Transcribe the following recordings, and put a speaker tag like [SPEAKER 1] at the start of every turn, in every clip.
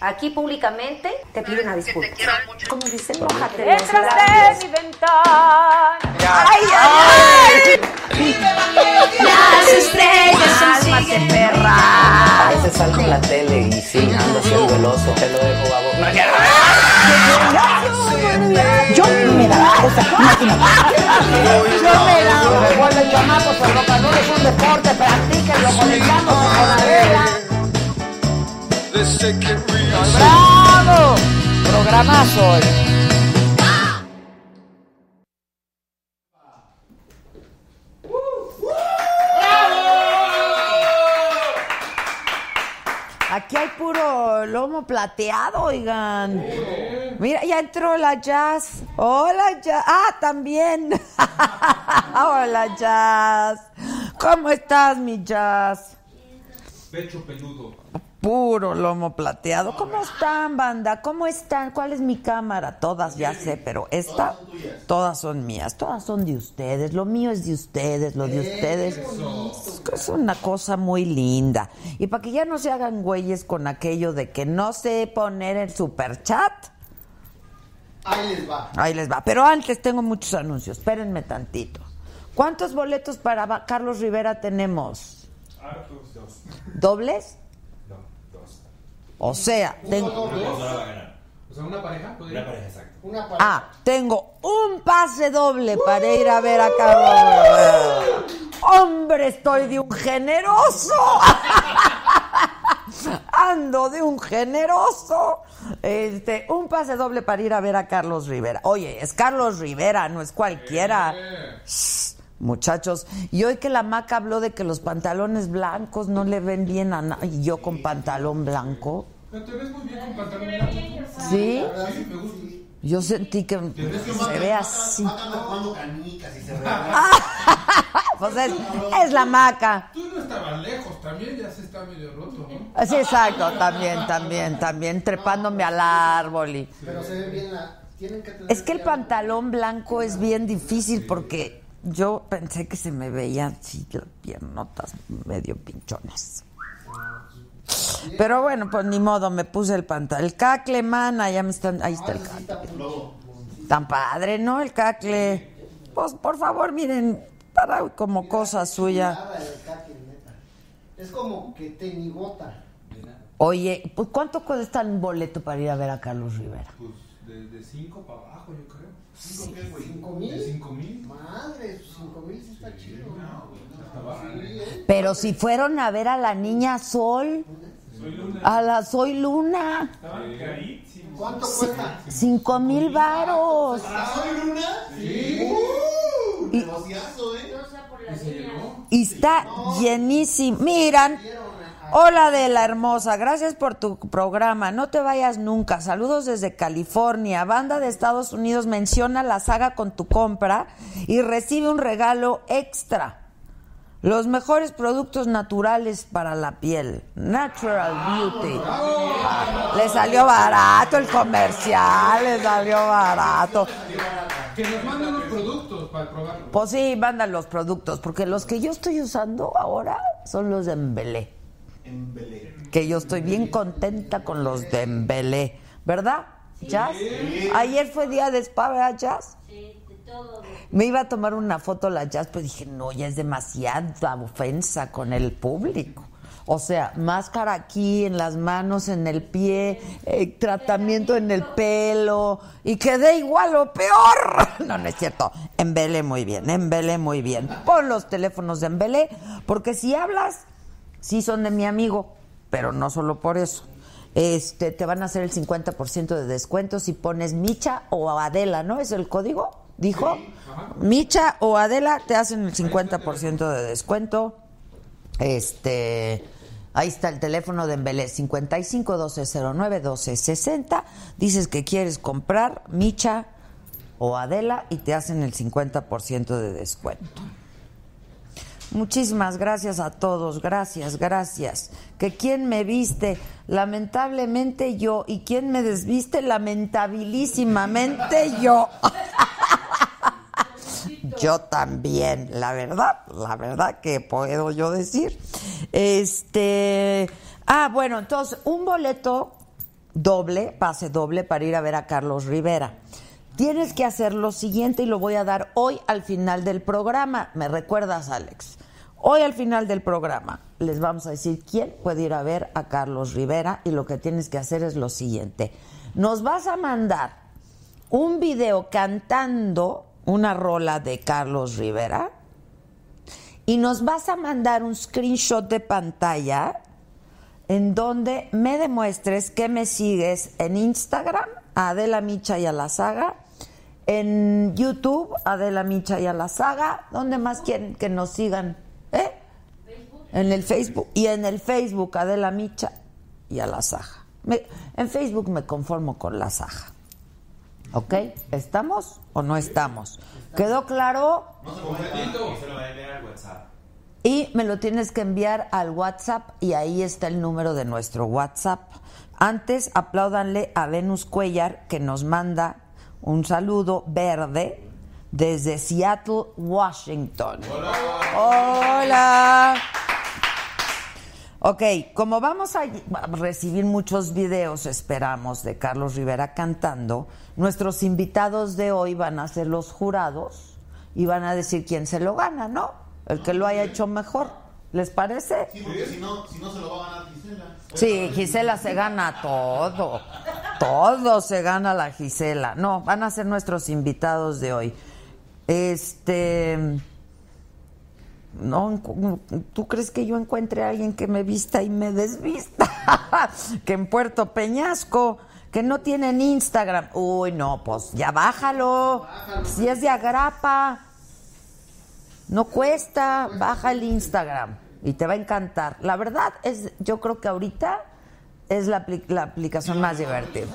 [SPEAKER 1] Aquí públicamente te pido una disculpa. Como dicen, mójate los
[SPEAKER 2] Detrás de mi ventana.
[SPEAKER 1] ¡Ay, ay, ay! Las estrellas son cálmate, perra.
[SPEAKER 3] A veces salgo en la tele y sí, ando así el veloso, te lo dejo babo.
[SPEAKER 1] Yo me daba cosa.
[SPEAKER 3] Yo me la recuerdo, chamacos, el rock and roll es un deporte, practíquenlo, conectamos con la vela. ¡Bravo! Programazo hoy.
[SPEAKER 1] Aquí hay puro lomo plateado, oigan. Mira, ya entró la Jazz. Hola, Jazz. Ah, también. Hola, Jazz. ¿Cómo estás, mi Jazz?
[SPEAKER 4] Pecho peludo.
[SPEAKER 1] Puro lomo plateado. ¿Cómo están, banda? ¿Cómo están? ¿Cuál es mi cámara? Todas ya sé, pero esta, todas son mías, todas son de ustedes. Lo mío es de ustedes, lo de ustedes. Es una cosa muy linda. Y para que ya no se hagan güeyes con aquello de que no sé poner el superchat. Ahí les va. Pero antes tengo muchos anuncios. Espérenme tantito. ¿Cuántos boletos para Ba- Carlos Rivera tenemos? ¿Dobles? O sea, tengo,
[SPEAKER 4] O sea, una pareja podría. Una pareja, exacto. Una pareja.
[SPEAKER 1] ah, tengo un pase doble para ir a ver a Carlos. Rivera. Hombre, estoy de un generoso. Ando de un generoso. Este, un pase doble para ir a ver a Carlos Rivera. Oye, es Carlos Rivera, no es cualquiera. Muchachos, y hoy que la maca habló de que los pantalones blancos no le ven bien a nadie, y yo con pantalón blanco.
[SPEAKER 4] Pero te ves muy bien con pantalón blanco.
[SPEAKER 1] ¿Sí?
[SPEAKER 4] Sí, me gusta.
[SPEAKER 1] Yo sentí que se ve así. Pues es, es la maca.
[SPEAKER 4] Tú no estabas lejos, también ya se está medio roto, ¿no?
[SPEAKER 1] Sí, exacto, también, también, también, trepándome al árbol y... Es que el pantalón blanco es bien difícil porque yo pensé que se me veían así las piernotas medio pinchones. Pero bueno, pues ni modo, me puse el pantalón. El cacle, man, allá me están, ahí Ah, está el cacle. Tan padre, ¿no? El cacle. Pues por favor, miren, para como cosa suya.
[SPEAKER 5] Es como que tenigota.
[SPEAKER 1] Oye, pues ¿cuánto cuesta un boleto para ir a ver a Carlos Rivera?
[SPEAKER 4] Pues de- de 5 para abajo, yo creo. ¿Cinco qué, güey?
[SPEAKER 5] ¿Cinco
[SPEAKER 4] ¿De
[SPEAKER 5] mil?
[SPEAKER 4] 5 mil?
[SPEAKER 5] Madre, cinco mil sí está chido. ¿no?
[SPEAKER 1] Pero si fueron a ver a la niña Sol, a la Soy Luna,
[SPEAKER 5] ¿Cuánto cuesta?
[SPEAKER 1] cinco mil varos.
[SPEAKER 5] ¿Soy Luna? Sí. ¡Uh! Negociazo, ¿eh?
[SPEAKER 1] Y está llenísimo. Miran. Hola de la hermosa, gracias por tu programa. No te vayas nunca. Saludos desde California. Banda de Estados Unidos menciona la saga con tu compra y recibe un regalo extra. Los mejores productos naturales para la piel. Natural Beauty. Ah, Le salió barato el comercial, le salió barato.
[SPEAKER 4] Que nos manden los productos para probarlo.
[SPEAKER 1] Pues sí, mandan los productos, porque los que yo estoy usando ahora son los de Embelé. Que yo estoy bien contenta con los de Embelé, ¿verdad? ¿Jazz? Ayer fue día de spa, ¿verdad, Jazz? Sí, Me iba a tomar una foto la jazz, pero dije, no, ya es demasiada ofensa con el público. O sea, máscara aquí, en las manos, en el pie, eh, tratamiento en el pelo, y quedé igual o peor. No, no es cierto. Embelé muy bien, embelé muy bien. Pon los teléfonos de embelé, porque si hablas, sí son de mi amigo, pero no solo por eso. Este, te van a hacer el 50% de descuento si pones Micha o Adela, ¿no? ¿Es el código? Dijo. Micha o Adela te hacen el 50% de descuento. Este, ahí está el teléfono de Embelé, 55 1209 1260. Dices que quieres comprar Micha o Adela y te hacen el 50% de descuento. Muchísimas gracias a todos, gracias, gracias. Que quien me viste, lamentablemente yo, y quien me desviste, lamentabilísimamente yo. Yo también, la verdad, la verdad que puedo yo decir. Este, ah, bueno, entonces un boleto doble, pase doble para ir a ver a Carlos Rivera. Tienes que hacer lo siguiente y lo voy a dar hoy al final del programa. ¿Me recuerdas, Alex? Hoy al final del programa les vamos a decir quién puede ir a ver a Carlos Rivera y lo que tienes que hacer es lo siguiente. Nos vas a mandar un video cantando una rola de Carlos Rivera y nos vas a mandar un screenshot de pantalla en donde me demuestres que me sigues en Instagram, a Adela Micha y a la saga, en YouTube, Adela Micha y a la saga, ¿dónde más quieren que nos sigan? ¿Eh? En el Facebook. Y en el Facebook, Adela Micha y a la saga. Me- en Facebook me conformo con la saga. ¿Ok? ¿Estamos o no estamos? ¿Quedó claro? Y me lo tienes que enviar al WhatsApp y ahí está el número de nuestro WhatsApp. Antes apláudanle a Venus Cuellar que nos manda un saludo verde desde Seattle, Washington. Hola. Ok, como vamos a ll- a recibir muchos videos, esperamos, de Carlos Rivera cantando, nuestros invitados de hoy van a ser los jurados y van a decir quién se lo gana, ¿no? El que lo haya hecho mejor. ¿Les parece?
[SPEAKER 5] Sí, porque si no, si no se lo va a ganar Gisela.
[SPEAKER 1] Sí, Gisela se gana todo. Todo se gana la Gisela. No, van a ser nuestros invitados de hoy. Este. No, encu- ¿tú crees que yo encuentre a alguien que me vista y me desvista? que en Puerto Peñasco, que no tienen Instagram. Uy, no, pues ya bájalo. Si es de agrapa, no cuesta, baja el Instagram y te va a encantar. La verdad es, yo creo que ahorita es la, apli- la aplicación más divertida.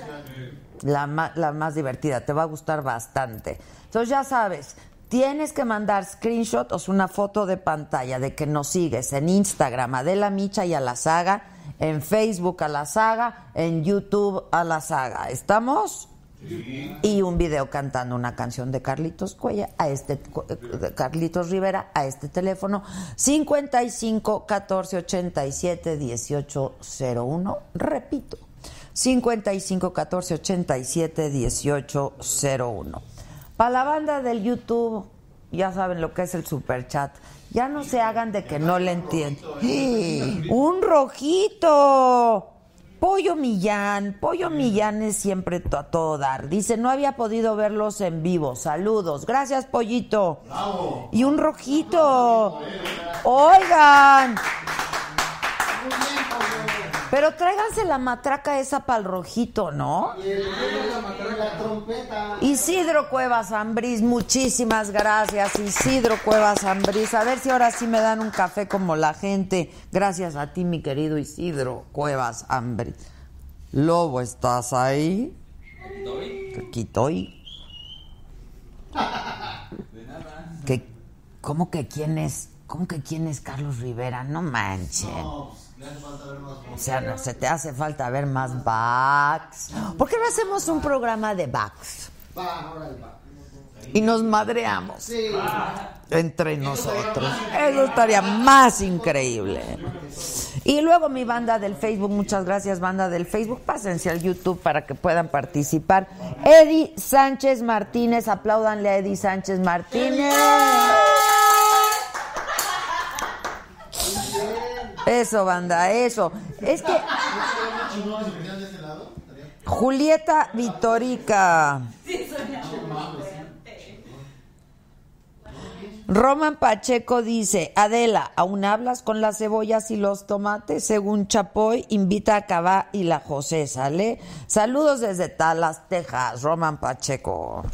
[SPEAKER 1] La, ma- la más divertida, te va a gustar bastante. Entonces ya sabes, tienes que mandar screenshot o sea, una foto de pantalla de que nos sigues en Instagram, Adela Micha y a la saga, en Facebook a la saga, en YouTube a la saga. ¿Estamos? y un video cantando una canción de Carlitos Cuella a este de Carlitos Rivera a este teléfono 55 14 87 18 01 repito 55 14 87 18 01 para la banda del YouTube ya saben lo que es el super chat ya no se hagan de que no le entienden ¡Ah! un rojito Pollo Millán, Pollo Millán es siempre to- a todo dar. Dice, no había podido verlos en vivo. Saludos. Gracias, Pollito. Y un rojito. Oigan. Pero tráiganse la matraca esa para el rojito, ¿no? Isidro Cuevas Ambrís, muchísimas gracias. Isidro Cuevas Ambrís, a ver si ahora sí me dan un café como la gente. Gracias a ti, mi querido Isidro Cuevas Ambrís. Lobo, ¿estás ahí? Aquí estoy. ¿Qué- ¿Cómo que quién es? ¿Cómo que quién es Carlos Rivera? No manchen. O sea, no, se te hace falta ver más backs. ¿Por qué no hacemos un programa de backs?
[SPEAKER 5] Va, órale, va.
[SPEAKER 1] y nos madreamos
[SPEAKER 5] Sí.
[SPEAKER 1] entre nosotros. Eso estaría más increíble. Y luego mi banda del Facebook, muchas gracias banda del Facebook, pásense al YouTube para que puedan participar. Eddie Sánchez Martínez, apláudanle a Eddie Sánchez Martínez. Eso, banda, eso. Es que... Julieta Vitorica. Roman Pacheco dice, Adela, ¿aún hablas con las cebollas y los tomates? Según Chapoy, invita a Cabá y la José, ¿sale? Saludos desde Talas, Texas, Roman Pacheco.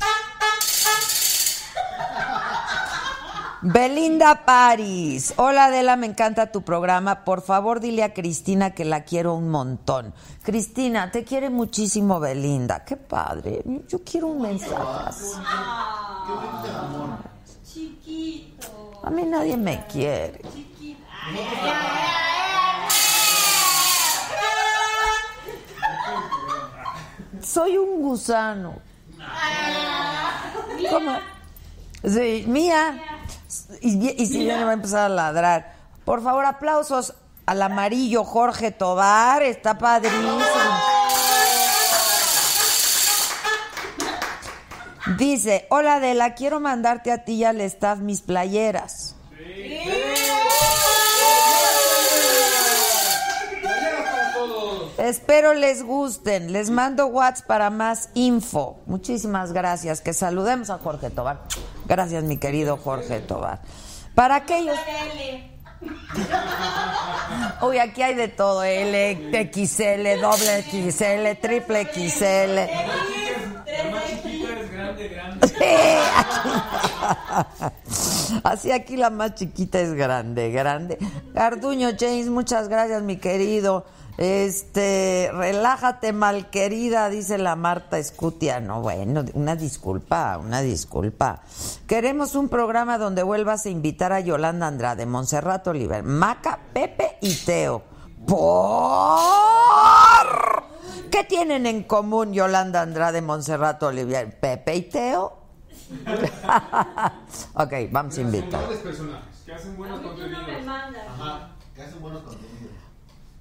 [SPEAKER 1] Belinda París, hola Adela, me encanta tu programa. Por favor, dile a Cristina que la quiero un montón. Cristina, te quiere muchísimo Belinda. Qué padre. Yo quiero un mensaje. así. A mí nadie me quiere. Soy un gusano. ¿Cómo? Sí, mía. Y, y si viene va a empezar a ladrar. Por favor, aplausos al amarillo Jorge Tobar. Está padrísimo. Dice, hola Adela, quiero mandarte a ti y al staff mis playeras. Espero les gusten. Les mando WhatsApp para más info. Muchísimas gracias. Que saludemos a Jorge Tobar. Gracias, mi querido Jorge Tobar. Para aquellos. Uy, aquí hay de todo: L, XL, doble XL, triple XL. Sí, aquí- Así aquí la más chiquita es grande, grande. Garduño James, muchas gracias, mi querido. Este, relájate, mal querida, dice la Marta Escutia. No, bueno, una disculpa, una disculpa. Queremos un programa donde vuelvas a invitar a Yolanda Andrade, Monserrat Oliver, Maca, Pepe y Teo. ¡Por! ¿Qué tienen en común Yolanda Andrade, Monserrat Olivier, Pepe y Teo? ok, vamos a invitar.
[SPEAKER 4] Grandes personajes que hacen buenos contenidos.
[SPEAKER 5] Que hacen buenos contenidos.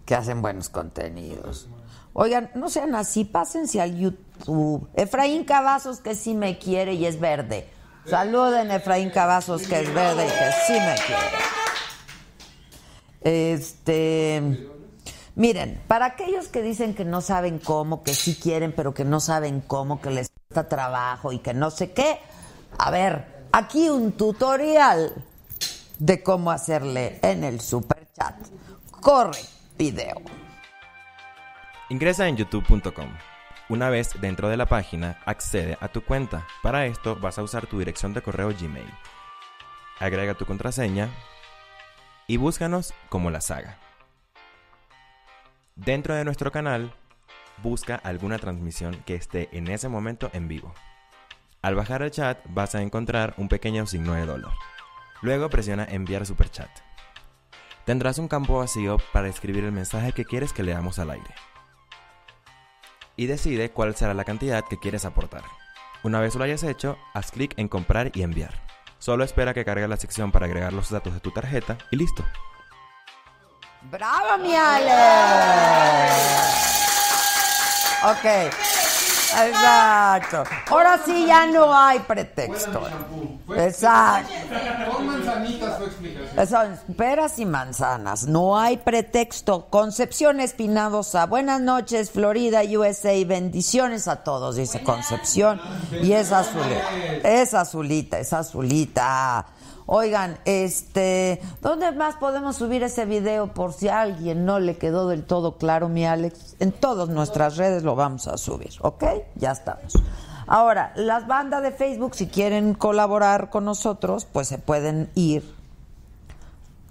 [SPEAKER 1] Que hacen buenos contenidos. Oigan, no sean así, pásense al YouTube. Efraín Cavazos que sí me quiere y es verde.
[SPEAKER 4] Eh,
[SPEAKER 1] Saluden Efraín Cavazos que es verde y que sí me quiere. Este, miren, para aquellos que dicen que no saben cómo, que sí quieren, pero que no saben cómo, que les cuesta trabajo y que no sé qué, a ver, aquí un tutorial de cómo hacerle en el super chat. Corre, video.
[SPEAKER 6] Ingresa en youtube.com. Una vez dentro de la página, accede a tu cuenta. Para esto vas a usar tu dirección de correo Gmail. Agrega tu contraseña y búscanos como la saga. Dentro de nuestro canal, busca alguna transmisión que esté en ese momento en vivo. Al bajar el chat vas a encontrar un pequeño signo de dólar. Luego presiona enviar superchat. Tendrás un campo vacío para escribir el mensaje que quieres que leamos al aire y decide cuál será la cantidad que quieres aportar. Una vez lo hayas hecho, haz clic en comprar y enviar. Solo espera que cargue la sección para agregar los datos de tu tarjeta y listo.
[SPEAKER 1] ¡Bravo, mi Ale! Ok. Exacto. Ahora sí ya no hay pretexto. Exacto.
[SPEAKER 4] Con manzanitas fue explicación.
[SPEAKER 1] Son peras y manzanas. No hay pretexto. Concepción Espinosa. Buenas noches, Florida, USA. Bendiciones a todos, dice Concepción. Y es azulita. Es azulita, es azulita. Oigan, este, ¿dónde más podemos subir ese video por si a alguien no le quedó del todo claro, mi Alex? En todas nuestras redes lo vamos a subir, ¿ok? Ya estamos. Ahora, las bandas de Facebook, si quieren colaborar con nosotros, pues se pueden ir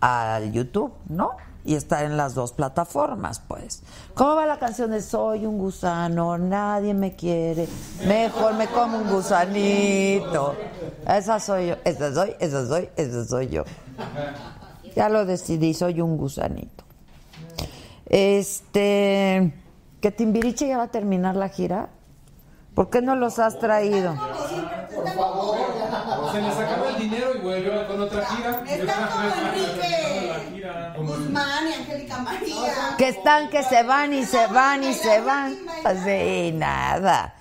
[SPEAKER 1] al YouTube, ¿no? Y estar en las dos plataformas, pues. ¿Cómo va la canción de Soy un gusano, nadie me quiere, mejor me como un gusanito? Esa soy yo, esa soy, esa soy, esa soy yo. Ya lo decidí, soy un gusanito. Este, que Timbiriche ya va a terminar la gira. ¿Por qué no los has traído?
[SPEAKER 4] Se les acaba el dinero y vuelve con otra gira. Y
[SPEAKER 7] Están
[SPEAKER 4] otra
[SPEAKER 7] como
[SPEAKER 4] tres marcas, acaba la
[SPEAKER 7] Enrique
[SPEAKER 4] gira.
[SPEAKER 7] Guzmán y Angélica María.
[SPEAKER 1] Que están, que se van y se van y se van. Así, nada.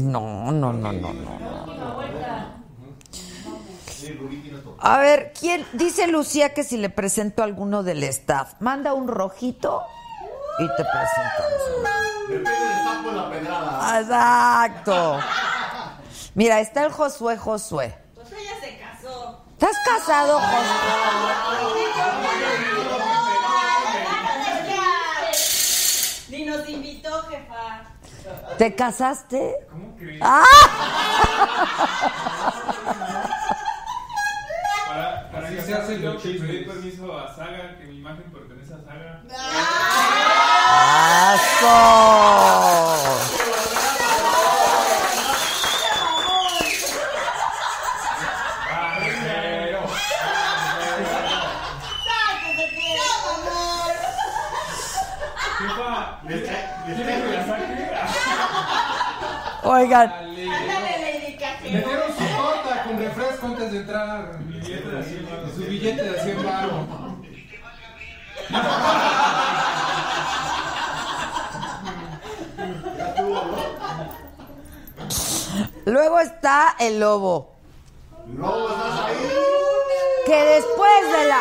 [SPEAKER 1] No, no, no, no, no, no. A ver, ¿quién? Dice Lucía que si le presento a alguno del staff, manda un rojito y te presentamos.
[SPEAKER 5] Depende del sapo en la pedrada.
[SPEAKER 1] Exacto. Mira, está el Josué Josué.
[SPEAKER 7] Pues ella se casó.
[SPEAKER 1] ¿Estás casado, Josué?
[SPEAKER 7] Ni nos invitó, jefa.
[SPEAKER 1] ¿Te casaste?
[SPEAKER 4] ¿Cómo crees?
[SPEAKER 1] ¡Ah!
[SPEAKER 4] Para, para que se hace yo que pedí permiso a Saga, que mi imagen pertenece a Saga.
[SPEAKER 1] ¡Aso!
[SPEAKER 4] Pero, jefa,
[SPEAKER 5] Les cae- les
[SPEAKER 4] ¿quieren
[SPEAKER 5] cae-
[SPEAKER 4] que la saque?
[SPEAKER 1] Oigan,
[SPEAKER 4] Dale.
[SPEAKER 7] Ándale, Lady
[SPEAKER 4] Le
[SPEAKER 7] Cajero.
[SPEAKER 4] dieron su torta con refresco antes de entrar. Su billete de 100 baros.
[SPEAKER 1] luego está el lobo.
[SPEAKER 5] No, estás ahí.
[SPEAKER 1] que después de la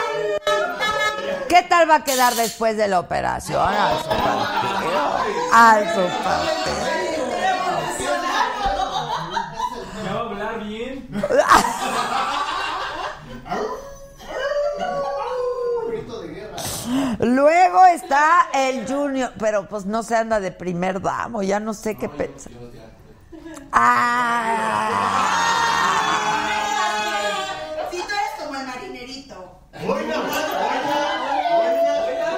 [SPEAKER 1] ¿Qué tal va a quedar después de la operación? Al su partido. Al su partido.
[SPEAKER 4] ¿Ya va a hablar bien?
[SPEAKER 5] Grito de guerra.
[SPEAKER 1] Luego está el Junior, pero pues no se anda de primer damo, ya no sé qué
[SPEAKER 5] pues,
[SPEAKER 1] pensar. Ah.
[SPEAKER 7] Si tú eres como el marinerito.
[SPEAKER 5] Oiga, oiga, oiga.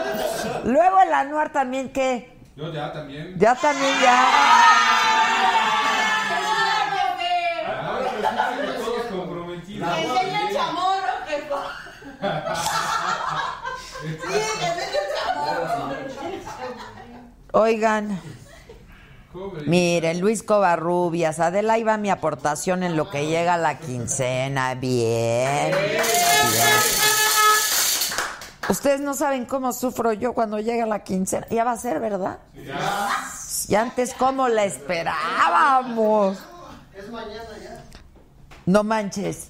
[SPEAKER 1] Luego el Anuar también que
[SPEAKER 4] Yo ya también.
[SPEAKER 1] ya también ya.
[SPEAKER 4] Ahora resulta que todos comprometidos.
[SPEAKER 7] Enseña el chamorro, jefa. Sí, enseña el chamorro.
[SPEAKER 1] Oigan,
[SPEAKER 4] Cobre.
[SPEAKER 1] miren, Luis Covarrubias, Adela ahí va mi aportación en lo que llega la quincena. Bien. Ustedes no saben cómo sufro yo cuando llega la quincena. Ya va a ser, ¿verdad? Y antes, ¿cómo la esperábamos?
[SPEAKER 3] Es mañana ya.
[SPEAKER 1] No manches.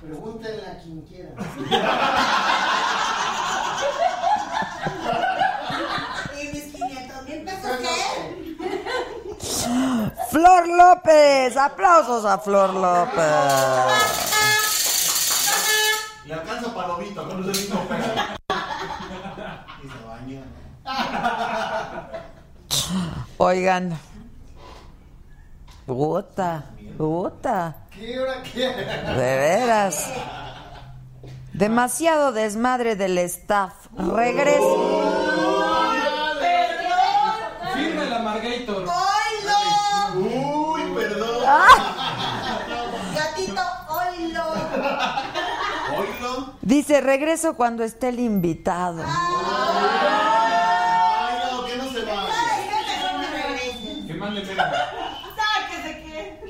[SPEAKER 3] Pregúntenle a quien quiera.
[SPEAKER 7] Y mis 500 mil pesos, ¿qué?
[SPEAKER 1] Flor López, aplausos a Flor López.
[SPEAKER 5] Le alcanza palomita, no nos visto Y se baña.
[SPEAKER 1] Oigan. Puta, puta,
[SPEAKER 3] ¿Qué hora qué?
[SPEAKER 1] de veras. Demasiado desmadre del staff. Regresa.
[SPEAKER 4] Firme la Margator.
[SPEAKER 7] ¡Oilo!
[SPEAKER 5] Uy, perdón.
[SPEAKER 7] Gatito, oilo.
[SPEAKER 5] Oílo.
[SPEAKER 1] Dice, regreso cuando esté el invitado.
[SPEAKER 5] Ay, no, que no se baña.
[SPEAKER 4] ¿Qué más le pega?
[SPEAKER 7] Sáquese, ¿qué?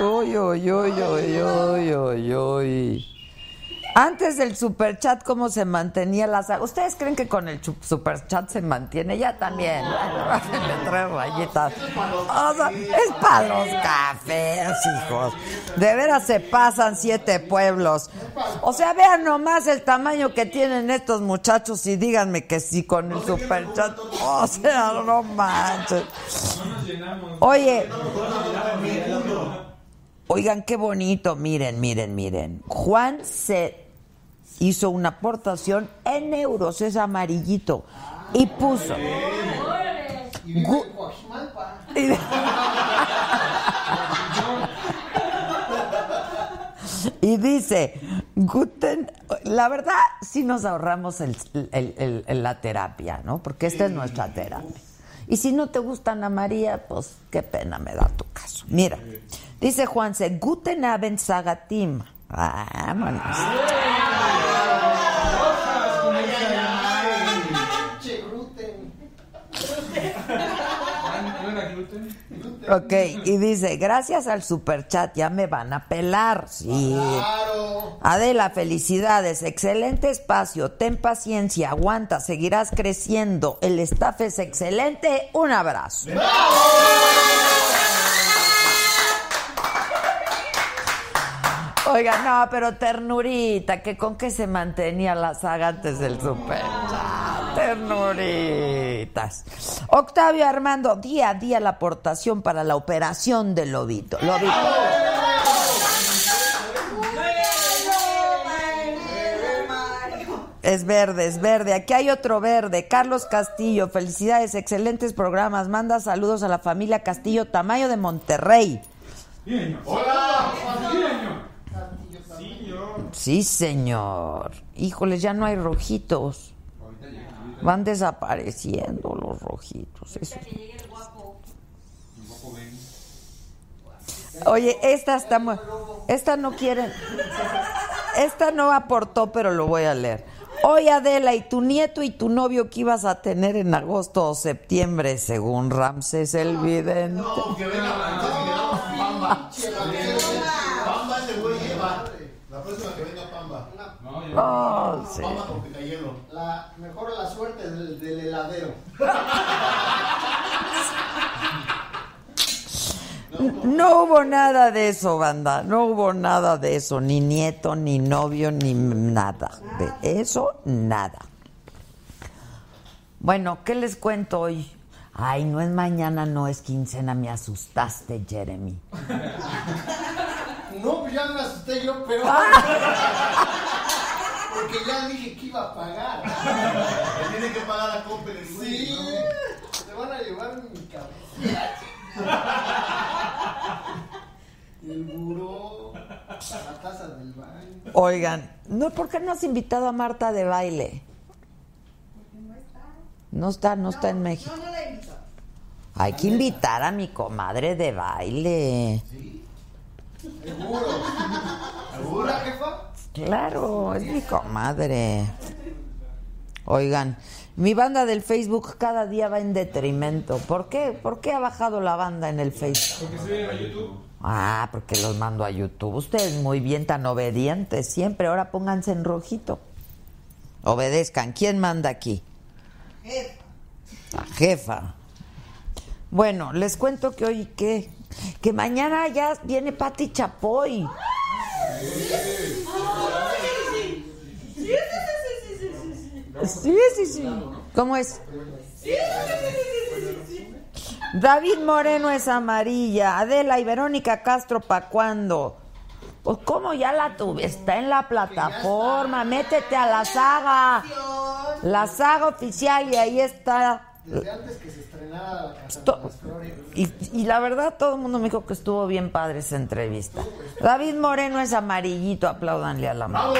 [SPEAKER 1] Uy, uy, uy, uy, uy, uy, uy. Antes del superchat, ¿cómo se mantenía la saga? ¿Ustedes creen que con el chu- superchat se mantiene? Ya también. Le tres rayitas. O sea, es para los cafés, hijos. De veras se pasan siete pueblos. O sea, vean nomás el tamaño que tienen estos muchachos y díganme que sí con el superchat. O sea, no manches.
[SPEAKER 4] No nos llenamos.
[SPEAKER 1] Oye. Oigan, qué bonito. Miren, miren, miren. Juan se hizo una aportación en euros, es amarillito. Y puso. Gu- Y- Y dice, Guten, la verdad sí nos ahorramos el- el- el- el- la terapia, ¿no? Porque esta es nuestra terapia. Y si no te gusta Ana María, pues qué pena me da tu caso. Mira, dice Juanse, Guten Abend Sagatim. Vámonos.
[SPEAKER 3] Che, gluten.
[SPEAKER 4] ¿No era gluten?
[SPEAKER 3] Gluten.
[SPEAKER 1] Ok, y dice, gracias al superchat ya me van a pelar. Sí. Adela, felicidades, excelente espacio, ten paciencia, aguanta, seguirás creciendo, el staff es excelente, un abrazo. Oiga, no, pero ternurita, que con qué se mantenía la saga antes del superchat. Ternuritas. Octavio Armando, día a día la aportación para la operación del lobito. Lobito. Es verde, es verde. Aquí hay otro verde. Carlos Castillo, felicidades, excelentes programas. Manda saludos a la familia Castillo Tamayo de Monterrey. Sí, señor. Híjole, ya no hay rojitos. Van desapareciendo los rojitos. eso. Oye, esta está mu- Esta no quieren. Esta no aportó, pero lo voy a leer. Hoy Adela, y tu nieto y tu novio que ibas a tener en agosto o septiembre, según Ramses el Vidente.
[SPEAKER 5] Pamba te voy a llevar. La próxima que venga Pamba.
[SPEAKER 1] Oh, sí.
[SPEAKER 5] Pamba con picayelo. La, mejor la suerte del, del heladero.
[SPEAKER 1] No hubo nada de eso, banda. No hubo nada de eso. Ni nieto, ni novio, ni m- nada. De eso, nada. Bueno, ¿qué les cuento hoy? Ay, no es mañana, no es quincena. Me asustaste, Jeremy.
[SPEAKER 5] No, pues ya me asusté yo peor. Porque ya dije que iba a pagar. Le tiene que pagar a Compen el Sí. Te van a llevar mi cabeza. El buró. La taza del baño.
[SPEAKER 1] Oigan, ¿no, ¿por qué no has invitado a Marta de baile? No está, no está en México.
[SPEAKER 7] No, no la invito.
[SPEAKER 1] Hay que invitar a mi comadre de baile.
[SPEAKER 5] Seguro. ¿Segura, jefa?
[SPEAKER 1] Claro, es mi comadre. Oigan, mi banda del Facebook cada día va en detrimento. ¿Por qué? ¿Por qué ha bajado la banda en el Facebook?
[SPEAKER 4] Porque se ve a YouTube.
[SPEAKER 1] Ah, porque los mando a YouTube. Ustedes muy bien, tan obedientes siempre. Ahora pónganse en rojito. Obedezcan. ¿Quién manda aquí?
[SPEAKER 7] Jefa.
[SPEAKER 1] La jefa. Bueno, les cuento que hoy qué. Que mañana ya viene Patti Chapoy.
[SPEAKER 7] Sí, sí, sí, sí, sí, sí, sí.
[SPEAKER 1] Sí, sí, sí. ¿Cómo es?
[SPEAKER 7] Sí, sí, sí, sí, sí, sí.
[SPEAKER 1] David Moreno es amarilla. Adela y Verónica Castro, ¿pa' cuándo? Pues, ¿cómo ya la tuve? Está en la plataforma. Métete a la saga. La saga oficial y ahí está.
[SPEAKER 5] Desde antes que se estrenara la casa
[SPEAKER 1] To-
[SPEAKER 5] de las flores.
[SPEAKER 1] Y, y la verdad, todo el mundo me dijo que estuvo bien padre esa entrevista. David Moreno es amarillito. Apláudanle a la mano.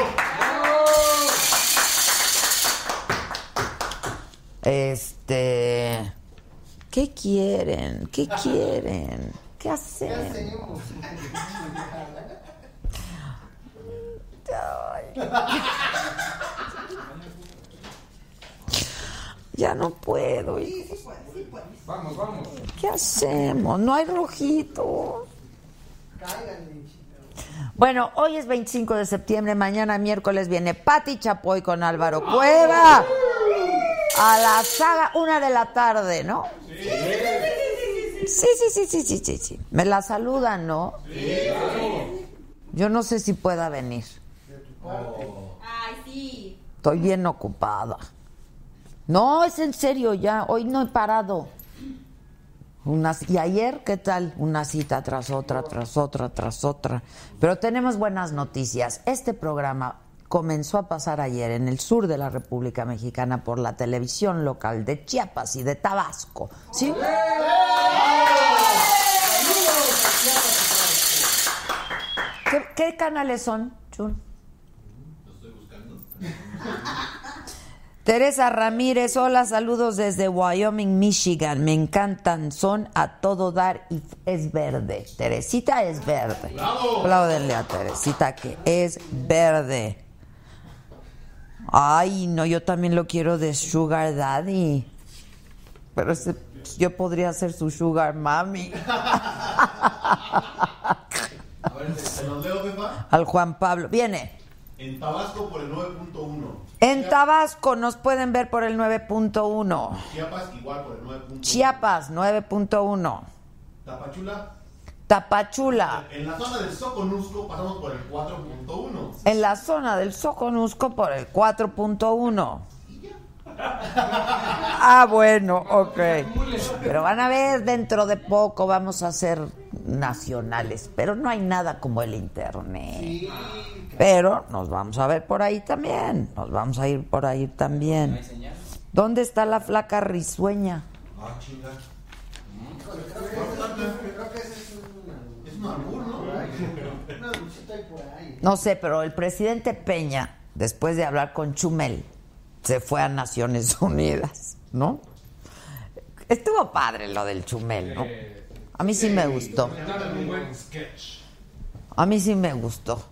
[SPEAKER 1] Este. ¿Qué quieren? ¿Qué quieren? ¿Qué hacen? Ya no puedo. hijo.
[SPEAKER 4] Vamos, vamos.
[SPEAKER 1] ¿Qué hacemos? No hay rojito. Bueno, hoy es 25 de septiembre, mañana miércoles viene Pati Chapoy con Álvaro Cueva. A la saga, una de la tarde, ¿no? Sí, sí, sí, sí, sí, sí, sí. Me la saludan, ¿no? Yo no sé si pueda venir.
[SPEAKER 7] Ay, sí.
[SPEAKER 1] Estoy bien ocupada. No, es en serio ya. Hoy no he parado. Unas, y ayer, ¿qué tal? Una cita tras otra, tras otra, tras otra. Pero tenemos buenas noticias. Este programa comenzó a pasar ayer en el sur de la República Mexicana por la televisión local de Chiapas y de Tabasco. ¿Sí? ¿Qué, qué canales son, Chul? Teresa Ramírez, hola, saludos desde Wyoming, Michigan. Me encantan, son a todo dar y es verde. Teresita es verde. Apláudenle a Teresita que es verde. Ay, no, yo también lo quiero de Sugar Daddy. Pero ese Yo podría ser su sugar mami.
[SPEAKER 5] A ver, te- te los leo, Pepa.
[SPEAKER 1] Al Juan Pablo. Viene.
[SPEAKER 5] En Tabasco por el 9.1.
[SPEAKER 1] En Tabasco nos pueden ver por el 9.1.
[SPEAKER 5] Chiapas igual por el 9.1.
[SPEAKER 1] Chiapas, 9.1.
[SPEAKER 5] Tapachula.
[SPEAKER 1] Tapachula,
[SPEAKER 5] En la zona del Soconusco pasamos por el 4.1.
[SPEAKER 1] en la zona del Soconusco por el 4.1. Ah, bueno, ok. Pero van a ver, dentro de poco vamos a ser nacionales, pero no hay nada como el Internet. Pero nos vamos a ver por ahí también, nos vamos a ir por ahí también. ¿Dónde está la flaca risueña? No sé, pero el presidente Peña, después de hablar con Chumel, se fue a Naciones Unidas, ¿no? Estuvo padre lo del Chumel, ¿no? A mí sí me gustó. A mí sí me gustó.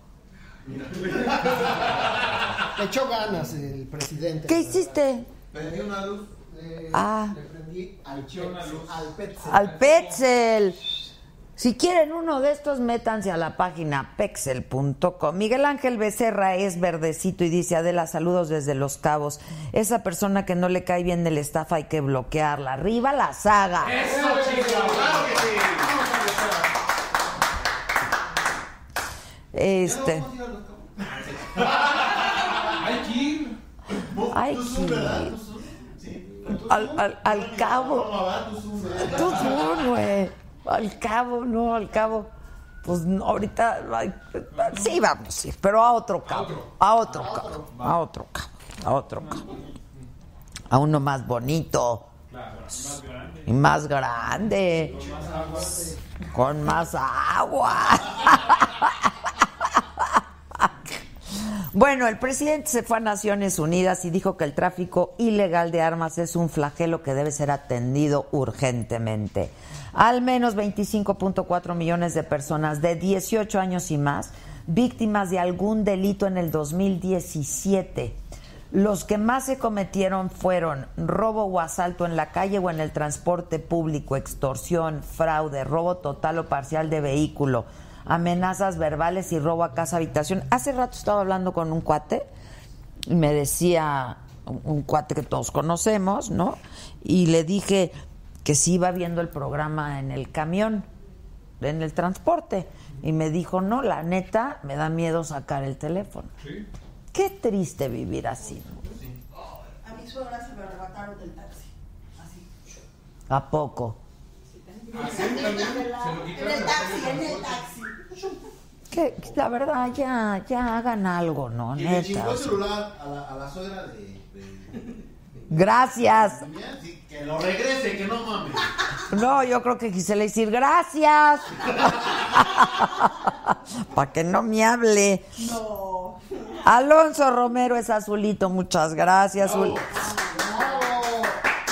[SPEAKER 3] Le echó ganas el presidente.
[SPEAKER 1] ¿Qué hiciste?
[SPEAKER 5] Prendí una luz.
[SPEAKER 3] Le,
[SPEAKER 1] Ah.
[SPEAKER 3] le prendí al Petzel. Al Petzel.
[SPEAKER 1] Al Petzel. Si quieren uno de estos, métanse a la página pexel.com. Miguel Ángel Becerra es verdecito y dice, Adela, saludos desde Los Cabos. Esa persona que no le cae bien el estafa hay que bloquearla. Arriba la saga. Este,
[SPEAKER 4] Hay que ir.
[SPEAKER 1] ay, sí. al, al- al cabo.
[SPEAKER 5] eh,
[SPEAKER 1] Tú Pues no, güey. Al cabo, no, al cabo. Pues no, ahorita ay, sí vamos a ir, pero a otro cabo. A otro cabo. A otro cabo. A otro cabo. A uno más bonito. Y más grande. Con más agua. Bueno, el presidente se fue a Naciones Unidas y dijo que el tráfico ilegal de armas es un flagelo que debe ser atendido urgentemente. Al menos 25.4 millones de personas de 18 años y más víctimas de algún delito en el 2017. Los que más se cometieron fueron robo o asalto en la calle o en el transporte público, extorsión, fraude, robo total o parcial de vehículo, amenazas verbales y robo a casa habitación. Hace rato estaba hablando con un cuate y me decía un- un cuate que todos conocemos, ¿no? Y le dije que sí iba viendo el programa en el camión, en el transporte. Y me dijo, no, la neta, me da miedo sacar el teléfono. Qué triste vivir así.
[SPEAKER 7] A mi suegra se me arrebataron del taxi. Así.
[SPEAKER 1] ¿A poco?
[SPEAKER 7] En el taxi, en el taxi.
[SPEAKER 1] Que la verdad, ya, ya hagan algo, ¿no?
[SPEAKER 5] Y le
[SPEAKER 1] Neta.
[SPEAKER 5] chingó el celular a la, a la suegra de. de-
[SPEAKER 1] Gracias.
[SPEAKER 5] de- sí, que lo regrese, que no mames.
[SPEAKER 1] No, yo creo que quise le decir gracias. Para que no me hable.
[SPEAKER 7] No.
[SPEAKER 1] Alonso Romero es azulito, muchas gracias. Ul-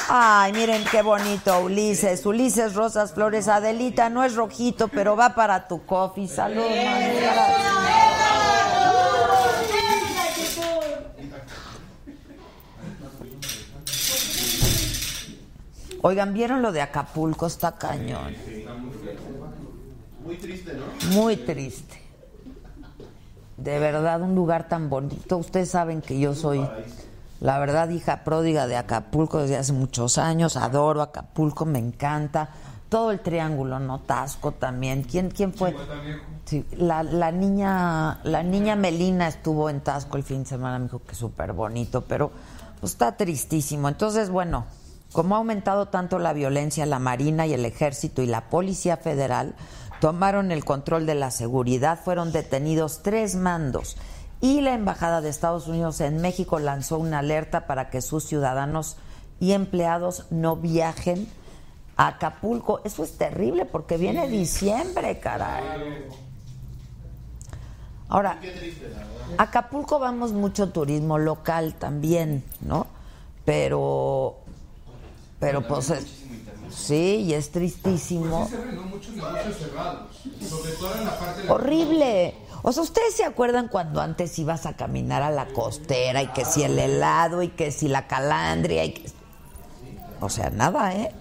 [SPEAKER 1] Ay, miren qué bonito, Ulises. Ulises Rosas Flores, Adelita, no es rojito, pero va para tu coffee. Salud, manera. Oigan, ¿vieron lo de Acapulco? Está cañón.
[SPEAKER 5] Muy triste, ¿no?
[SPEAKER 1] Muy triste. De verdad, un lugar tan bonito. Ustedes saben que yo soy, la verdad, hija pródiga de Acapulco desde hace muchos años. Adoro Acapulco, me encanta. Todo el triángulo, ¿no? Tasco también. ¿Quién, quién fue? Sí, la, la niña la niña Melina estuvo en Tasco el fin de semana, me dijo que súper bonito, pero pues, está tristísimo. Entonces, bueno, como ha aumentado tanto la violencia, la Marina y el Ejército y la Policía Federal tomaron el control de la seguridad, fueron detenidos tres mandos y la Embajada de Estados Unidos en México lanzó una alerta para que sus ciudadanos y empleados no viajen a Acapulco. Eso es terrible porque viene diciembre, caray. Ahora, Acapulco vamos mucho turismo local también, ¿no? Pero, pero pues, es- sí, y es tristísimo.
[SPEAKER 4] Pues Se renó muchos negocios cerrados. Sobre todo en la parte de la
[SPEAKER 1] Horrible. O sea, ¿ustedes se acuerdan cuando antes ibas a caminar a la costera y que si el helado y que si la calandria y que... O sea, nada, ¿eh?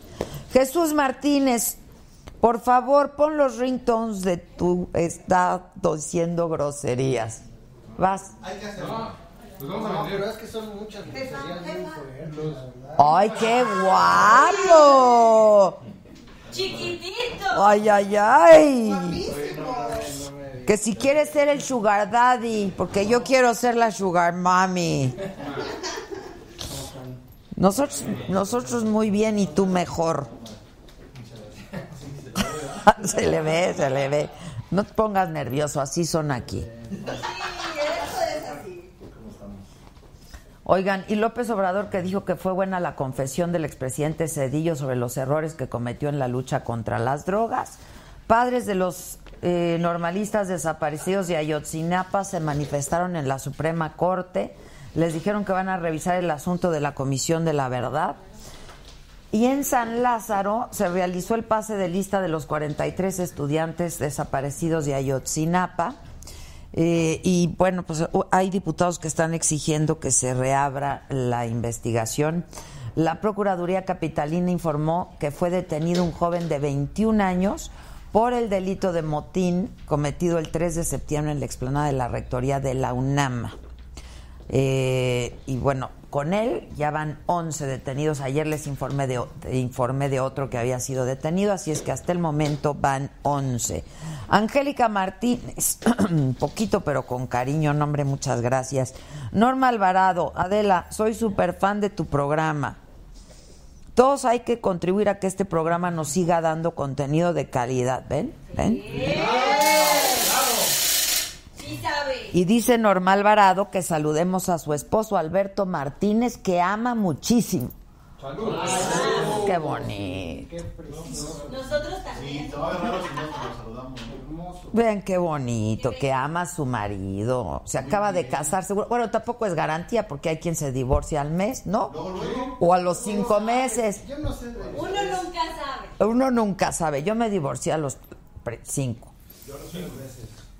[SPEAKER 1] Jesús Martínez, por favor, pon los ringtones de tu está diciendo groserías. Vas.
[SPEAKER 5] Hay que hacerlo.
[SPEAKER 4] Nos vamos a
[SPEAKER 5] Pero
[SPEAKER 4] vender.
[SPEAKER 5] es que son muchas groserías muy fuertes, la verdad.
[SPEAKER 1] ¡Ay, qué guapo!
[SPEAKER 7] Chiquitito.
[SPEAKER 1] ¡Ay, ay, ay!
[SPEAKER 7] Guapísimo.
[SPEAKER 1] Que si quieres ser el sugar daddy, porque yo quiero ser la sugar mami. Nosotros, nosotros muy bien y tú mejor. Se le ve, se le ve. No te pongas nervioso, así son aquí.
[SPEAKER 7] Sí, eso es así.
[SPEAKER 1] Oigan, y López Obrador que dijo que fue buena la confesión del expresidente Cedillo sobre los errores que cometió en la lucha contra las drogas. Padres de los eh, normalistas desaparecidos de Ayotzinapa se manifestaron en la Suprema Corte. Les dijeron que van a revisar el asunto de la Comisión de la Verdad. Y en San Lázaro se realizó el pase de lista de los 43 estudiantes desaparecidos de Ayotzinapa. Eh, y bueno, pues u- hay diputados que están exigiendo que se reabra la investigación. La Procuraduría Capitalina informó que fue detenido un joven de 21 años por el delito de motín cometido el 3 de septiembre en la explanada de la Rectoría de la UNAM. Eh, y bueno, con él ya van 11 detenidos. Ayer les informé de, o- de- informé de otro que había sido detenido, así es que hasta el momento van 11. Angélica Martínez, poquito pero con cariño, nombre, muchas gracias. Norma Alvarado, Adela, soy súper fan de tu programa. Todos hay que contribuir a que este programa nos siga dando contenido de calidad, ¿ven? ¿Ven?
[SPEAKER 7] Sí sabe.
[SPEAKER 1] Y dice Norma Alvarado que saludemos a su esposo Alberto Martínez, que ama muchísimo. Qué bonito.
[SPEAKER 7] Nosotros también.
[SPEAKER 1] Vean qué bonito, que ama a su marido. Se acaba de casar, seguro. Bueno, tampoco es garantía porque hay quien se divorcia al mes, ¿no? O a los cinco meses.
[SPEAKER 5] Yo no sé de
[SPEAKER 7] Uno nunca sabe.
[SPEAKER 1] Uno nunca sabe. Yo me divorcié a los pre- cinco.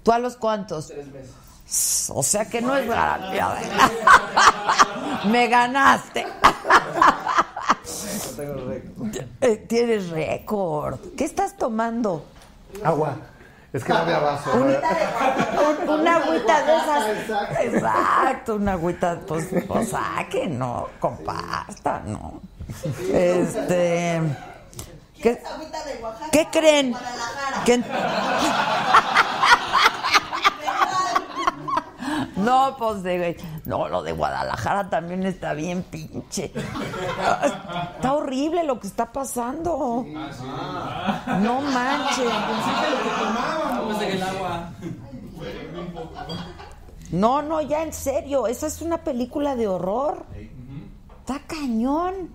[SPEAKER 1] ¿Tú a los cuántos? Tres meses. O sea que no es garantía. ¿eh? me ganaste. Eh, Tienes récord. ¿Qué estás tomando?
[SPEAKER 8] Agua. Es que no había vaso. no había-
[SPEAKER 1] Un- una agüita de esas.
[SPEAKER 5] Exacto.
[SPEAKER 1] Exacto, una agüita, pues, o sea, que no, con pasta, ¿no? Este. ¿Qué,
[SPEAKER 7] Agüita de Oaxaca.
[SPEAKER 1] ¿Qué creen?
[SPEAKER 7] Guadalajara.
[SPEAKER 1] Que en- No, pues de, no, lo de Guadalajara también está bien pinche. Está horrible lo que está pasando. No manches. No, no, ya en serio, esa es una película de horror. Está cañón.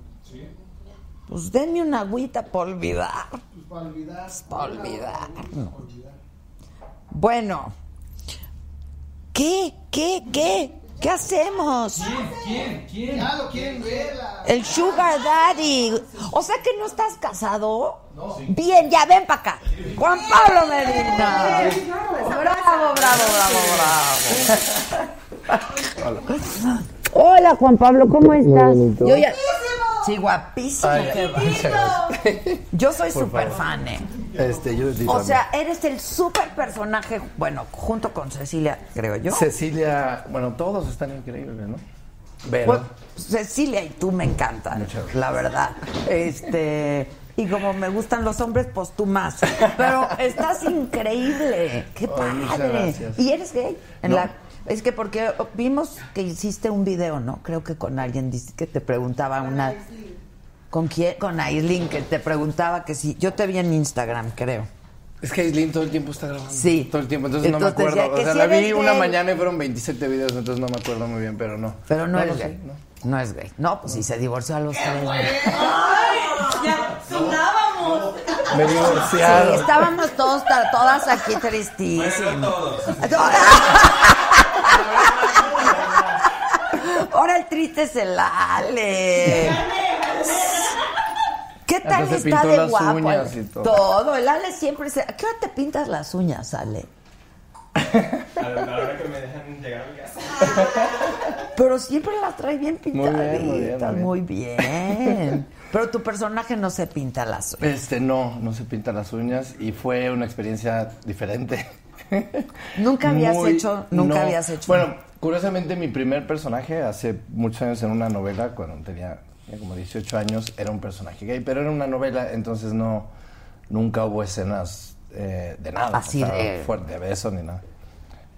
[SPEAKER 1] Pues denme una agüita para olvidar
[SPEAKER 5] para olvidar.
[SPEAKER 1] para olvidarnos. Bueno, ¿qué, qué, qué? ¿Qué hacemos?
[SPEAKER 4] ¿Quién? ¿Quién?
[SPEAKER 5] Ya lo quieren ver. La...
[SPEAKER 1] El Sugar Daddy. O sea que no estás casado. Bien, ya ven para acá. Juan Pablo Medina. Bravo, bravo, bravo, bravo. Hola Juan Pablo, ¿cómo estás? Yo ya- Sí, guapísimo. qué va. Yo soy súper fan, eh.
[SPEAKER 8] Este, yo digo
[SPEAKER 1] O
[SPEAKER 8] a mí.
[SPEAKER 1] sea, eres el super personaje, bueno, junto con Cecilia, creo yo.
[SPEAKER 8] Cecilia, bueno, todos están increíbles, ¿no? Pero
[SPEAKER 1] Bueno, Cecilia y tú me encantan, la verdad. Este, y como me gustan los hombres, pues tú más. Pero estás increíble, qué
[SPEAKER 8] Ay, muchas
[SPEAKER 1] padre.
[SPEAKER 8] gracias.
[SPEAKER 1] ¿Y eres gay? En
[SPEAKER 8] No.
[SPEAKER 1] la- es que porque vimos que hiciste un video, ¿no? Creo que con alguien dice que te preguntaba una ¿Con quién? Con Aislinn, que te preguntaba que si yo te vi en Instagram, creo.
[SPEAKER 8] es que Aislinn todo el tiempo está grabando.
[SPEAKER 1] Sí.
[SPEAKER 8] Todo el tiempo, entonces, no
[SPEAKER 1] Entonces,
[SPEAKER 8] me
[SPEAKER 1] ya
[SPEAKER 8] acuerdo.
[SPEAKER 1] que
[SPEAKER 8] O sea,
[SPEAKER 1] si
[SPEAKER 8] la vi
[SPEAKER 1] eres
[SPEAKER 8] una
[SPEAKER 1] gay.
[SPEAKER 8] mañana y fueron 27 videos, entonces no me acuerdo muy bien, pero no.
[SPEAKER 1] Pero no,
[SPEAKER 8] lo
[SPEAKER 1] es
[SPEAKER 8] sé,
[SPEAKER 1] gay.
[SPEAKER 8] no.
[SPEAKER 1] no. es gay. No, pues si se divorció a los tres. ¿no?
[SPEAKER 7] Ya sonábamos.
[SPEAKER 8] Me divorciaron.
[SPEAKER 1] Sí, estábamos todos, ta- todas aquí tristísimas. Ahora el triste es el Ale. ¿Qué tal
[SPEAKER 8] Entonces se
[SPEAKER 1] está
[SPEAKER 8] pintó
[SPEAKER 1] de
[SPEAKER 8] las
[SPEAKER 1] guapo?
[SPEAKER 8] uñas y todo.
[SPEAKER 1] Todo, el Ale siempre se... ¿A qué hora te pintas las uñas, Ale?
[SPEAKER 6] A la hora que me dejan llegar a mi casa.
[SPEAKER 1] Pero siempre las trae bien
[SPEAKER 8] Muy
[SPEAKER 1] pintaditas.
[SPEAKER 8] bien, muy bien,
[SPEAKER 1] Muy
[SPEAKER 8] muy
[SPEAKER 1] bien. Pero tu personaje no se pinta las uñas.
[SPEAKER 8] Este, no, no se pintan las uñas y fue una experiencia diferente.
[SPEAKER 1] Nunca habías
[SPEAKER 8] Muy-
[SPEAKER 1] hecho, nunca
[SPEAKER 8] no.
[SPEAKER 1] habías hecho.
[SPEAKER 8] Bueno, curiosamente mi primer personaje hace muchos años en una novela, cuando tenía, tenía como 18 años, era un personaje gay, pero era una novela, entonces no, nunca hubo escenas eh, de nada.
[SPEAKER 1] Así de-
[SPEAKER 8] Fuerte, de beso ni nada.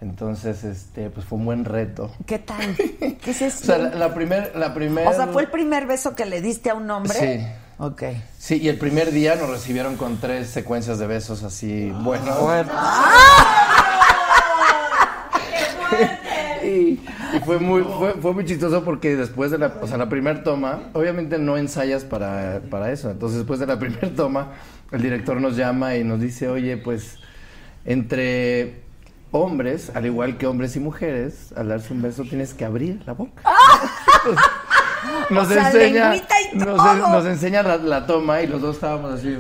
[SPEAKER 8] Entonces, este, pues fue un buen reto.
[SPEAKER 1] ¿Qué tal? ¿Qué se
[SPEAKER 8] O sea, la,
[SPEAKER 1] siente?
[SPEAKER 8] la primer, la primer...
[SPEAKER 1] O sea, fue el primer beso que le diste a un hombre.
[SPEAKER 8] Sí.
[SPEAKER 1] Ok.
[SPEAKER 8] Sí, y el primer día nos recibieron con tres secuencias de besos así, bueno. Y, y fue muy fue, fue muy chistoso porque después de la, o sea, la primera toma, obviamente no ensayas para, para eso. Entonces, después de la primera toma, el director nos llama y nos dice, oye, pues entre hombres, al igual que hombres y mujeres, al darse un beso tienes que abrir la boca.
[SPEAKER 1] Ah. O
[SPEAKER 8] Nos
[SPEAKER 1] sea,
[SPEAKER 8] enseña,
[SPEAKER 1] lengüita y
[SPEAKER 8] nos,
[SPEAKER 1] todo.
[SPEAKER 8] en- nos enseña la, la toma y los dos estábamos así.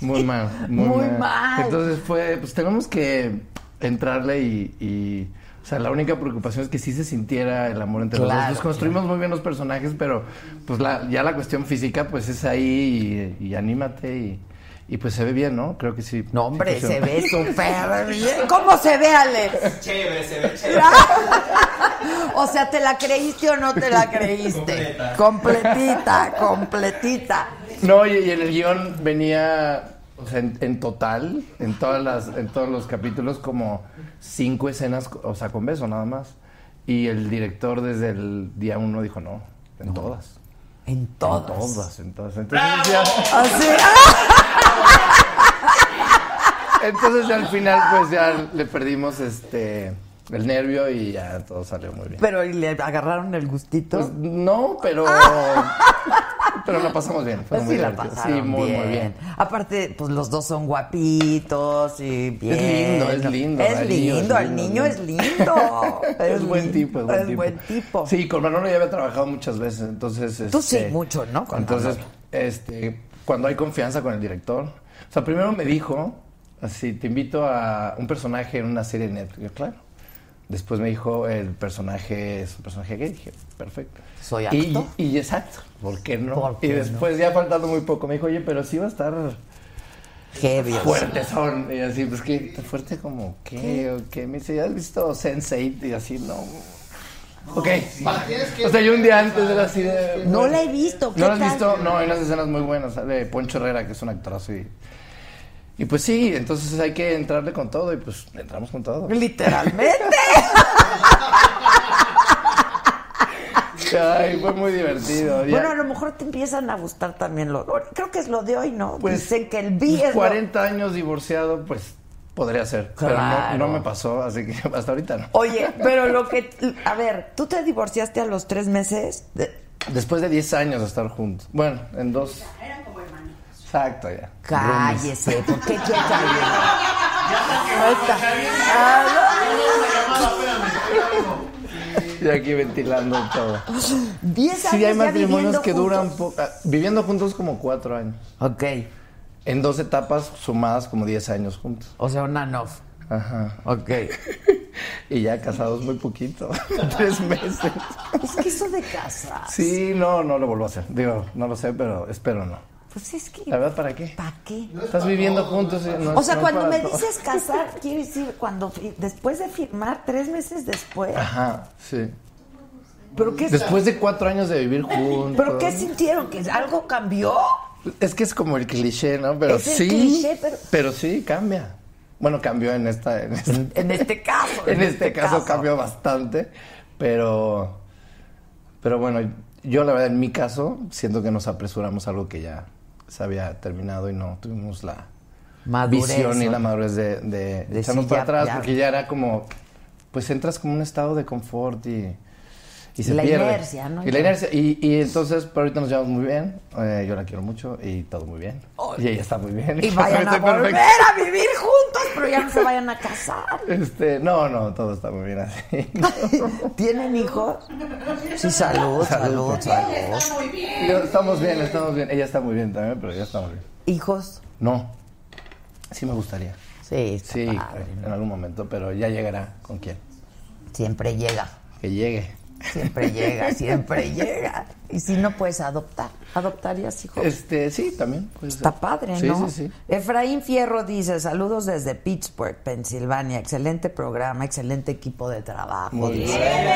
[SPEAKER 8] Muy mal, muy,
[SPEAKER 1] Muy
[SPEAKER 8] mal.
[SPEAKER 1] mal.
[SPEAKER 8] Entonces fue, pues tenemos que entrarle y, y, o sea, la única preocupación es que sí se sintiera el amor entre los dos.
[SPEAKER 1] Claro,
[SPEAKER 8] Pues construimos muy bien los personajes, pero pues la, ya la cuestión física pues es ahí y, y anímate y, y, pues se ve bien, ¿no? Creo que sí.
[SPEAKER 1] No, hombre,
[SPEAKER 8] sí
[SPEAKER 1] se
[SPEAKER 8] funciona.
[SPEAKER 1] ve súper bien. ¿Cómo se ve, Ale?
[SPEAKER 6] Chévere, se ve chévere.
[SPEAKER 1] O sea, ¿te la creíste o no te la creíste? Completita,
[SPEAKER 6] Completa.
[SPEAKER 1] completita.
[SPEAKER 8] No, y, y en el guión venía, o sea, en, en total, en todas las, en todos los capítulos, como cinco escenas, o sea, con beso nada más. Y el director desde el día uno dijo no, en todas.
[SPEAKER 1] En
[SPEAKER 8] En
[SPEAKER 1] todas.
[SPEAKER 8] todas, en todas. Entonces ya,
[SPEAKER 1] Así. ¡ah!
[SPEAKER 8] entonces ya al final, pues ya le perdimos este el nervio y ya todo salió muy bien.
[SPEAKER 1] Pero ¿y le agarraron el gustito.
[SPEAKER 8] Pues, no, pero pero la pasamos bien. Fue
[SPEAKER 1] Pues
[SPEAKER 8] muy
[SPEAKER 1] sí la
[SPEAKER 8] divertido.
[SPEAKER 1] pasaron
[SPEAKER 8] Sí, muy,
[SPEAKER 1] bien.
[SPEAKER 8] muy bien.
[SPEAKER 1] Aparte, pues los dos son guapitos y bien.
[SPEAKER 8] lindo, es lindo,
[SPEAKER 1] Es
[SPEAKER 8] el niño es
[SPEAKER 1] lindo, el
[SPEAKER 8] lindo,
[SPEAKER 1] niño
[SPEAKER 8] ¿no?
[SPEAKER 1] es lindo.
[SPEAKER 8] Es buen
[SPEAKER 1] lindo,
[SPEAKER 8] tipo, es buen tipo.
[SPEAKER 1] tipo.
[SPEAKER 8] Sí, con Manolo ya había trabajado muchas veces, entonces...
[SPEAKER 1] Tú
[SPEAKER 8] este,
[SPEAKER 1] sí, mucho, ¿no? Con
[SPEAKER 8] entonces,
[SPEAKER 1] Manolo.
[SPEAKER 8] este, cuando hay confianza con el director... O sea, primero me dijo, así, te invito a un personaje en una serie de Netflix, Yo, claro. Después me dijo, el personaje es un personaje gay, dije, perfecto.
[SPEAKER 1] Soy
[SPEAKER 8] Y-
[SPEAKER 1] actor.
[SPEAKER 8] Y, exacto, ¿por qué no?
[SPEAKER 1] ¿Por
[SPEAKER 8] y
[SPEAKER 1] qué
[SPEAKER 8] después, ya faltando muy poco, me dijo, oye, pero sí va a estar
[SPEAKER 1] Heavy. o sea.
[SPEAKER 8] fuerte son. Y así, pues que fuerte como, ¿qué? ¿O qué? Me dice, ¿ya has visto Sense8? Y así, no. Ok, va. O sea, yo un día antes era así de...
[SPEAKER 1] No la he visto. ¿qué
[SPEAKER 8] ¿No la has
[SPEAKER 1] tal?
[SPEAKER 8] visto? No, hay unas escenas muy buenas. Sale Poncho Herrera, que es un actorazo y... Y pues sí, entonces hay que entrarle con todo y pues le entramos con todo.
[SPEAKER 1] Literalmente.
[SPEAKER 8] Ay, fue muy divertido. Ya-
[SPEAKER 1] Bueno, a lo mejor te empiezan a gustar también los. Creo que es lo de hoy, ¿no?
[SPEAKER 8] Pues,
[SPEAKER 1] Dicen que el vi es. lo-
[SPEAKER 8] 40 años divorciado, pues podría ser. Pero
[SPEAKER 1] Claro.
[SPEAKER 8] no, no me pasó, así que hasta ahorita no.
[SPEAKER 1] Oye, pero lo que. A ver, tú te divorciaste a los tres meses. de-
[SPEAKER 8] Después de 10 años de estar juntos. Bueno, en dos.
[SPEAKER 7] Eran como hermanos.
[SPEAKER 8] Exacto, ya.
[SPEAKER 1] Cállese, ¿por qué quieres
[SPEAKER 8] Y aquí ventilando todo.
[SPEAKER 1] 10 años
[SPEAKER 8] Sí, hay
[SPEAKER 1] ya
[SPEAKER 8] matrimonios
[SPEAKER 1] viviendo
[SPEAKER 8] que duran.
[SPEAKER 1] juntos.
[SPEAKER 8] po- ah, viviendo juntos como cuatro años.
[SPEAKER 1] Ok,
[SPEAKER 8] En dos etapas sumadas como 10 años juntos.
[SPEAKER 1] o sea, una no.
[SPEAKER 8] Ajá.
[SPEAKER 1] Ok.
[SPEAKER 8] Y ya casados muy poquito. Tres meses.
[SPEAKER 1] Es que eso de casa.
[SPEAKER 8] Sí, no, no lo vuelvo a hacer. Digo, no lo sé, pero espero no.
[SPEAKER 1] Pues es que.
[SPEAKER 8] La verdad, ¿para qué?
[SPEAKER 1] ¿Para qué?
[SPEAKER 8] Estás viviendo juntos. y no-
[SPEAKER 1] O sea,
[SPEAKER 8] no
[SPEAKER 1] cuando
[SPEAKER 8] para
[SPEAKER 1] me
[SPEAKER 8] todo.
[SPEAKER 1] dices casar, quiero decir, cuando fi- después de firmar, tres meses después.
[SPEAKER 8] Ajá, sí.
[SPEAKER 1] ¿Pero qué,
[SPEAKER 8] Después de cuatro años de vivir juntos.
[SPEAKER 1] ¿pero qué sintieron? ¿Que algo cambió?
[SPEAKER 8] Es que es como el cliché, ¿no? Pero
[SPEAKER 1] Es el
[SPEAKER 8] sí.
[SPEAKER 1] cliché, pero-
[SPEAKER 8] sí, cambia. Bueno, cambió en esta. En este,
[SPEAKER 1] En este caso.
[SPEAKER 8] en este caso, cambió bastante. Pero. Pero bueno, yo la verdad, en mi caso, siento que nos apresuramos a algo que ya se había terminado y no tuvimos la
[SPEAKER 1] Madurez,
[SPEAKER 8] visión y
[SPEAKER 1] ¿no?
[SPEAKER 8] la madurez de, de,
[SPEAKER 1] De
[SPEAKER 8] echarnos
[SPEAKER 1] sí,
[SPEAKER 8] para
[SPEAKER 1] ya-
[SPEAKER 8] atrás,
[SPEAKER 1] ya.
[SPEAKER 8] porque ya era como. Pues entras como en un estado de confort y. Y se
[SPEAKER 1] La
[SPEAKER 8] pierde.
[SPEAKER 1] inercia, ¿no?
[SPEAKER 8] Y la inercia. Y, y entonces, pero ahorita nos llevamos muy bien. eh, yo la quiero mucho y todo muy bien. Y ella está muy bien.
[SPEAKER 1] Y vayan a
[SPEAKER 8] Estoy
[SPEAKER 1] volver
[SPEAKER 8] perfecto.
[SPEAKER 1] a vivir juntos, pero ya no se vayan a casar.
[SPEAKER 8] Este, no, no, todo está muy bien así.
[SPEAKER 1] ¿Tienen hijos? Sí, salud, salud, salud.
[SPEAKER 8] Yo- estamos bien, estamos bien. Ella está muy bien también, pero ya estamos bien.
[SPEAKER 1] ¿Hijos?
[SPEAKER 8] No. Sí me gustaría.
[SPEAKER 1] Sí, está
[SPEAKER 8] Sí,
[SPEAKER 1] padre.
[SPEAKER 8] en algún momento, pero ya llegará. ¿Con quién?
[SPEAKER 1] Siempre llega,
[SPEAKER 8] Que llegue.
[SPEAKER 1] siempre llega, siempre llega. Y si no puedes adoptar, adoptarías hijos.
[SPEAKER 8] Este, sí, también. puede ser.
[SPEAKER 1] Está padre,
[SPEAKER 8] Sí,
[SPEAKER 1] ¿no?
[SPEAKER 8] sí, sí.
[SPEAKER 1] Efraín Fierro dice, saludos desde Pittsburgh, Pensilvania. Excelente programa, excelente equipo de trabajo.
[SPEAKER 8] Muy
[SPEAKER 1] Dice,
[SPEAKER 8] bien.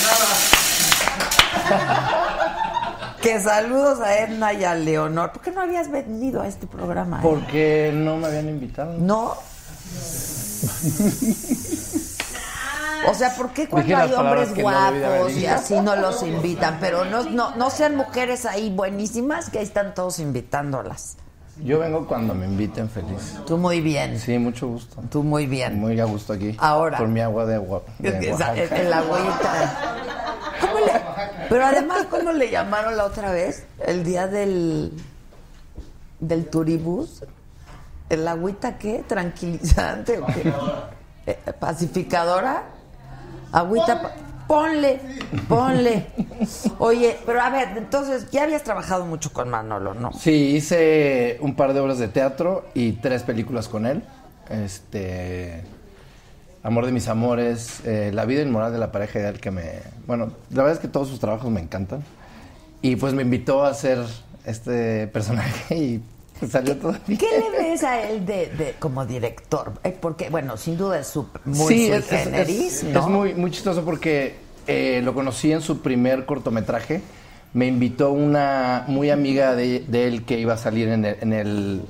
[SPEAKER 1] Que saludos a Edna y a Leonor. ¿Por qué no habías venido a este programa? eh?
[SPEAKER 8] Porque no me habían invitado.
[SPEAKER 1] ¿No? O sea, ¿por qué cuando
[SPEAKER 8] Dije las
[SPEAKER 1] hay hombres
[SPEAKER 8] palabras que no debí de haber
[SPEAKER 1] guapos y
[SPEAKER 8] dicho.
[SPEAKER 1] así no los invitan? Pero no, no, no sean mujeres ahí buenísimas que ahí están todos invitándolas.
[SPEAKER 8] Yo vengo cuando me inviten feliz.
[SPEAKER 1] Tú muy bien,
[SPEAKER 8] Sí, mucho gusto.
[SPEAKER 1] tú muy bien.
[SPEAKER 8] Muy a gusto aquí.
[SPEAKER 1] Ahora.
[SPEAKER 8] Por mi agua de, agua, de
[SPEAKER 1] Esa-
[SPEAKER 8] Oaxaca.
[SPEAKER 1] el agüita. ¿Cómo le- Pero además, ¿cómo le llamaron la otra vez? El día del del turibús. ¿El agüita qué? ¿Tranquilizante o qué? Eh, ¿Pacificadora? Agüita. pa- Ponle, ponle. Oye, pero a ver, entonces, ya habías trabajado mucho con Manolo, ¿no?
[SPEAKER 8] Sí, hice un par de obras de teatro y tres películas con él. Este. Amor de mis amores, eh, La vida inmoral de la pareja ideal que me. Bueno, la verdad es que todos sus trabajos me encantan. Y pues me invitó a hacer este personaje y salió todo bien.
[SPEAKER 1] ¿Qué le ves a él de, de- como director? Eh, Porque, bueno, sin duda es su- muy sui
[SPEAKER 8] es, es-
[SPEAKER 1] generis,
[SPEAKER 8] es-
[SPEAKER 1] ¿no?
[SPEAKER 8] es muy, muy chistoso porque eh, lo conocí en su primer cortometraje. Me invitó una muy amiga de, de él que iba a salir en el, en, el,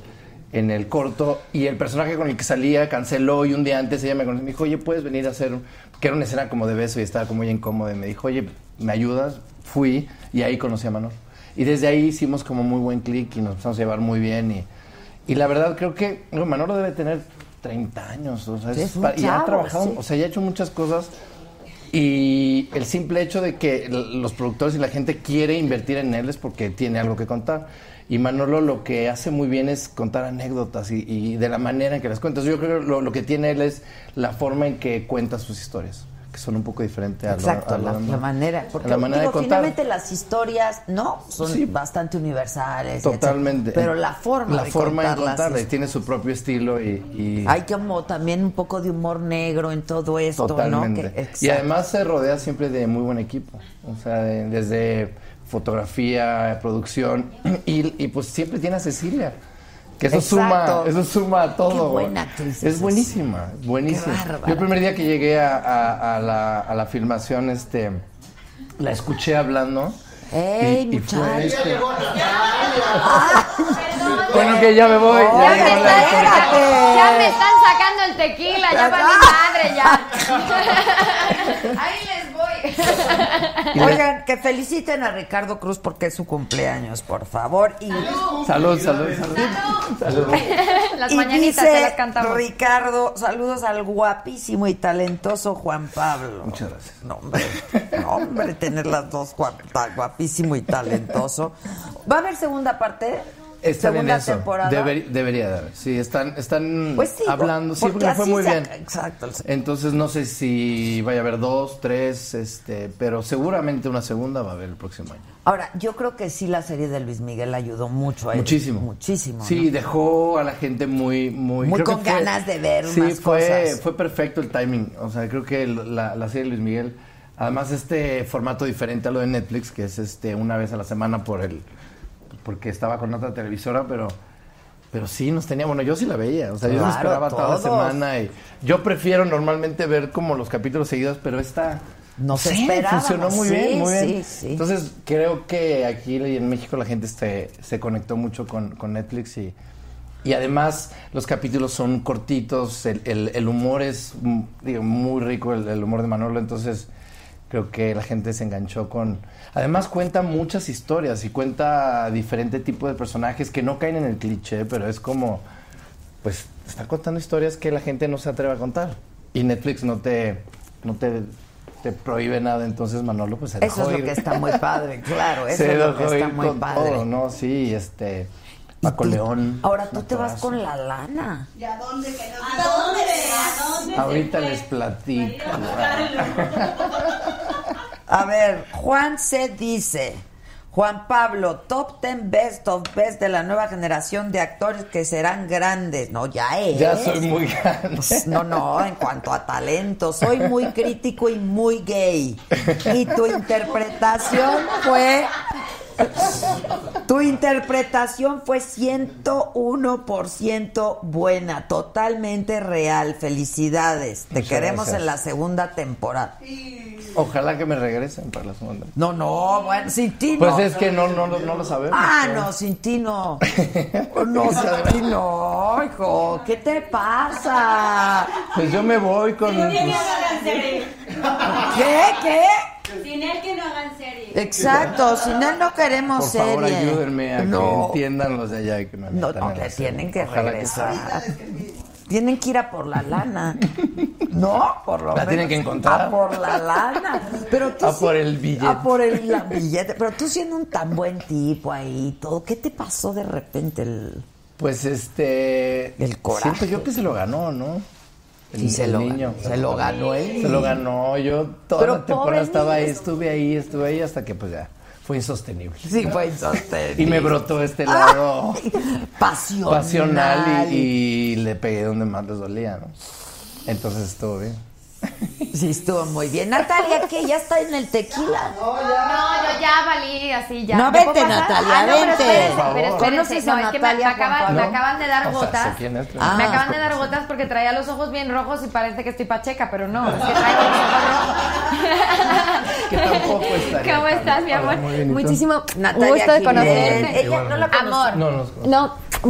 [SPEAKER 8] en el corto y el personaje con el que salía canceló y un día antes ella me conoció y me dijo, oye, ¿puedes venir a hacer? Que era una escena como de beso y estaba como muy incómoda y me dijo, oye, ¿me ayudas? Fui y ahí conocí a Manolo. Y desde ahí hicimos como muy buen clic y nos empezamos a llevar muy bien y... Y la verdad creo que bueno, Manolo debe tener 30 años, o sea,
[SPEAKER 1] Sí, es un
[SPEAKER 8] pa- y
[SPEAKER 1] chavo,
[SPEAKER 8] ha trabajado,
[SPEAKER 1] sí.
[SPEAKER 8] o sea, ya ha hecho muchas cosas y el simple hecho de que l- los productores y la gente quiere invertir en él es porque tiene algo que contar. Y Manolo lo que hace muy bien es contar anécdotas y, y de la manera en que las cuentas. Yo creo que lo, lo que tiene él es la forma en que cuenta sus historias, que son un poco diferentes a lo-
[SPEAKER 1] Exacto,
[SPEAKER 8] a lo
[SPEAKER 1] la,
[SPEAKER 8] demás.
[SPEAKER 1] la manera. Porque
[SPEAKER 8] la manera
[SPEAKER 1] digo,
[SPEAKER 8] de contar.
[SPEAKER 1] finalmente las historias, ¿no? Son
[SPEAKER 8] Sí.
[SPEAKER 1] bastante universales.
[SPEAKER 8] Totalmente.
[SPEAKER 1] etcétera. Pero la forma
[SPEAKER 8] La
[SPEAKER 1] de
[SPEAKER 8] forma
[SPEAKER 1] contarlas
[SPEAKER 8] de contarla. y
[SPEAKER 1] es-
[SPEAKER 8] Tiene su propio estilo y... y-
[SPEAKER 1] Hay como también un poco de humor negro en todo esto,
[SPEAKER 8] Totalmente.
[SPEAKER 1] ¿no? Que-
[SPEAKER 8] y
[SPEAKER 1] exacto.
[SPEAKER 8] además se rodea siempre de muy buen equipo. O sea, de- desde fotografía, producción. Y, y, pues siempre tiene a Cecilia. Que eso
[SPEAKER 1] Exacto.
[SPEAKER 8] suma, eso suma a todo.
[SPEAKER 1] Qué
[SPEAKER 8] güey.
[SPEAKER 1] buena actriz es.
[SPEAKER 8] es buenísima, buenísima.
[SPEAKER 1] Qué bárbara.
[SPEAKER 8] Yo el primer día que llegué a, a- a la, a la filmación, este, la escuché hablando.
[SPEAKER 1] ¡Ey, Ah.
[SPEAKER 8] y- y fue
[SPEAKER 1] muchacho!
[SPEAKER 8] este-
[SPEAKER 2] Perdón.
[SPEAKER 8] bueno, que ya me voy.
[SPEAKER 1] Oh,
[SPEAKER 8] ya
[SPEAKER 2] Ya
[SPEAKER 1] Ay,
[SPEAKER 2] me,
[SPEAKER 8] llegó
[SPEAKER 2] están,
[SPEAKER 8] la historia.
[SPEAKER 1] espérate. Ah,
[SPEAKER 2] ya me están sacando el tequila, ya para mi madre, ya. Ahí les voy.
[SPEAKER 1] Oigan, que feliciten a Ricardo Cruz porque es su cumpleaños, por favor. Y,
[SPEAKER 8] Salud, salud, salud. Salud.
[SPEAKER 2] Las
[SPEAKER 1] y
[SPEAKER 2] mañanitas
[SPEAKER 1] dice
[SPEAKER 2] se las cantamos.
[SPEAKER 1] Ricardo, saludos al guapísimo y talentoso Juan Pablo.
[SPEAKER 8] Muchas gracias.
[SPEAKER 1] No, hombre, no, hombre, tener las dos guap- tan guapísimo y talentoso. ¿Va a haber segunda parte?
[SPEAKER 8] Están
[SPEAKER 1] segunda
[SPEAKER 8] en eso.
[SPEAKER 1] temporada.
[SPEAKER 8] Deberi- debería de haber. Sí, están, están
[SPEAKER 1] Pues sí,
[SPEAKER 8] hablando. Sí, porque fue
[SPEAKER 1] así
[SPEAKER 8] muy
[SPEAKER 1] se-
[SPEAKER 8] bien.
[SPEAKER 1] Exacto.
[SPEAKER 8] Entonces no sé si vaya a haber dos, tres, este, pero seguramente una segunda va a haber el próximo año.
[SPEAKER 1] Ahora, yo creo que sí la serie de Luis Miguel ayudó mucho a él.
[SPEAKER 8] Muchísimo.
[SPEAKER 1] Muchísimo.
[SPEAKER 8] Sí,
[SPEAKER 1] ¿no?
[SPEAKER 8] dejó a la gente muy, muy.
[SPEAKER 1] Muy
[SPEAKER 8] creo que
[SPEAKER 1] con ganas de ver
[SPEAKER 8] sí,
[SPEAKER 1] más
[SPEAKER 8] fue,
[SPEAKER 1] cosas.
[SPEAKER 8] fue perfecto el timing. O sea, creo que el- la, la serie de Luis Miguel, además este formato diferente a lo de Netflix, que es este una vez a la semana por el, porque estaba con otra televisora, pero, pero sí nos tenía. Bueno, yo sí la veía. O sea, yo
[SPEAKER 1] Claro,
[SPEAKER 8] me esperaba toda la
[SPEAKER 1] todos.
[SPEAKER 8] semana y yo prefiero normalmente ver como los capítulos seguidos, pero esta.
[SPEAKER 1] Nos
[SPEAKER 8] sí,
[SPEAKER 1] esperábamos,
[SPEAKER 8] funcionó muy
[SPEAKER 1] sí,
[SPEAKER 8] bien, muy bien.
[SPEAKER 1] sí, sí.
[SPEAKER 8] Entonces, entonces, creo que aquí en México la gente se, se conectó mucho con, con Netflix y, y además los capítulos son cortitos, el, el- el humor es mm, digo, muy rico, el, el humor de Manolo, entonces creo que la gente se enganchó con... Además cuenta muchas historias y cuenta diferente tipo de personajes que no caen en el cliché, pero es como, pues está contando historias que la gente no se atreve a contar y Netflix no te... No te te prohíbe nada, entonces Manolo pues se
[SPEAKER 1] Eso
[SPEAKER 8] dejó
[SPEAKER 1] es lo
[SPEAKER 8] ir.
[SPEAKER 1] que está muy padre, claro. Eso
[SPEAKER 8] Se
[SPEAKER 1] es lo que
[SPEAKER 8] dejó
[SPEAKER 1] está
[SPEAKER 8] ir
[SPEAKER 1] muy
[SPEAKER 8] con
[SPEAKER 1] padre.
[SPEAKER 8] todo, ¿no? Sí, este.
[SPEAKER 1] Y
[SPEAKER 8] Paco
[SPEAKER 1] tú-
[SPEAKER 8] León.
[SPEAKER 1] Ahora tú te vas
[SPEAKER 8] actorazo.
[SPEAKER 1] con la lana.
[SPEAKER 7] ¿Y a dónde que no? ¿A dónde? ¿A dónde?
[SPEAKER 8] Ahorita les platico.
[SPEAKER 1] A ver, Juan C. dice, Juan Pablo, top 10 best of best de la nueva generación de actores que serán grandes. No, ya es.
[SPEAKER 8] Ya soy muy grande.
[SPEAKER 1] Pues, No, no, en cuanto a talento, soy muy crítico y muy gay. Y tu interpretación fue tu interpretación fue 101% buena, totalmente real. Felicidades. Te
[SPEAKER 8] Muchas
[SPEAKER 1] queremos
[SPEAKER 8] gracias.
[SPEAKER 1] en la segunda temporada.
[SPEAKER 8] Ojalá que me regresen para la segunda.
[SPEAKER 1] No, no, bueno, sin ti no.
[SPEAKER 8] Pues es que no, no, lo- no lo sabemos. Pues,
[SPEAKER 1] Ah,
[SPEAKER 8] pero-
[SPEAKER 1] no, sin ti no. No, sin ti no, hijo. ¿Qué te pasa?
[SPEAKER 8] Pues yo me voy con.
[SPEAKER 7] Sin él que
[SPEAKER 8] pues,
[SPEAKER 7] no hagan serie.
[SPEAKER 1] ¿Qué? ¿Qué?
[SPEAKER 7] Sin él que no hagan serie.
[SPEAKER 1] Exacto, sin él no queremos
[SPEAKER 8] por
[SPEAKER 1] serie.
[SPEAKER 8] favor, ayúdenme a que
[SPEAKER 1] no.
[SPEAKER 8] entiendan los de allá y que me
[SPEAKER 1] No,
[SPEAKER 8] metan
[SPEAKER 1] no,
[SPEAKER 8] en la
[SPEAKER 1] que
[SPEAKER 8] serie.
[SPEAKER 1] tienen que
[SPEAKER 8] Ojalá
[SPEAKER 1] regresar.
[SPEAKER 8] sea.
[SPEAKER 1] Tienen que ir a por la lana. No, por lo
[SPEAKER 8] La
[SPEAKER 1] menos.
[SPEAKER 8] tienen que encontrar.
[SPEAKER 1] A por la lana. Pero tú
[SPEAKER 8] A
[SPEAKER 1] sí-
[SPEAKER 8] por el billete.
[SPEAKER 1] A por el la- billete. Pero tú siendo un tan buen tipo ahí y todo, ¿qué te pasó de repente? El...
[SPEAKER 8] Pues este.
[SPEAKER 1] El coraje.
[SPEAKER 8] Siento yo que se lo ganó, ¿no? El,
[SPEAKER 1] Sí, se
[SPEAKER 8] el
[SPEAKER 1] lo
[SPEAKER 8] niño.
[SPEAKER 1] ganó. Se lo ganó él.
[SPEAKER 8] Se lo ganó. Yo toda
[SPEAKER 1] Pero
[SPEAKER 8] la temporada
[SPEAKER 1] pobre
[SPEAKER 8] estaba ahí,
[SPEAKER 1] niño.
[SPEAKER 8] estuve ahí, estuve ahí, hasta que pues ya fue insostenible.
[SPEAKER 1] Sí, pues, Ah, fue insostenible.
[SPEAKER 8] Y me brotó este lado
[SPEAKER 1] Pasional.
[SPEAKER 8] pasional y, y le pegué donde más les dolía, ¿no? Entonces estuvo bien.
[SPEAKER 1] Sí, estuvo muy bien. Natalia, ¿qué? Ya está en el tequila.
[SPEAKER 2] No, yo ya valí así, ya.
[SPEAKER 1] No,
[SPEAKER 2] ¿Ya
[SPEAKER 1] vete,
[SPEAKER 2] puedo pasar?
[SPEAKER 1] Natalia,
[SPEAKER 2] Ah, no, pero
[SPEAKER 1] vente.
[SPEAKER 2] espérense,
[SPEAKER 8] Por
[SPEAKER 2] pero
[SPEAKER 8] favor.
[SPEAKER 2] espérense.
[SPEAKER 1] ¿Conoces
[SPEAKER 2] No,
[SPEAKER 1] a
[SPEAKER 2] es que me, me
[SPEAKER 1] Natalia Juan
[SPEAKER 2] acaban, me
[SPEAKER 1] Pablo?
[SPEAKER 2] acaban de dar
[SPEAKER 8] O sea, sé
[SPEAKER 2] gotas.
[SPEAKER 8] quién es, pero-
[SPEAKER 1] Ah,
[SPEAKER 2] me acaban
[SPEAKER 8] por
[SPEAKER 2] de dar
[SPEAKER 8] eso.
[SPEAKER 2] gotas porque traía los ojos bien rojos y parece que estoy pacheca, pero no, es que traigo los
[SPEAKER 8] Que
[SPEAKER 2] ojos
[SPEAKER 8] tampoco
[SPEAKER 2] rojos.
[SPEAKER 8] estaría
[SPEAKER 2] ¿Cómo
[SPEAKER 8] tan-
[SPEAKER 2] estás, mi
[SPEAKER 8] Hola,
[SPEAKER 2] amor?
[SPEAKER 8] muy bien, ¿y tú?
[SPEAKER 2] Muchísimo
[SPEAKER 1] Natalia
[SPEAKER 2] gusto de
[SPEAKER 1] Jiménez.
[SPEAKER 2] conocerte.
[SPEAKER 1] Ella no la conocí.
[SPEAKER 2] Amor.
[SPEAKER 8] No, nos
[SPEAKER 2] No,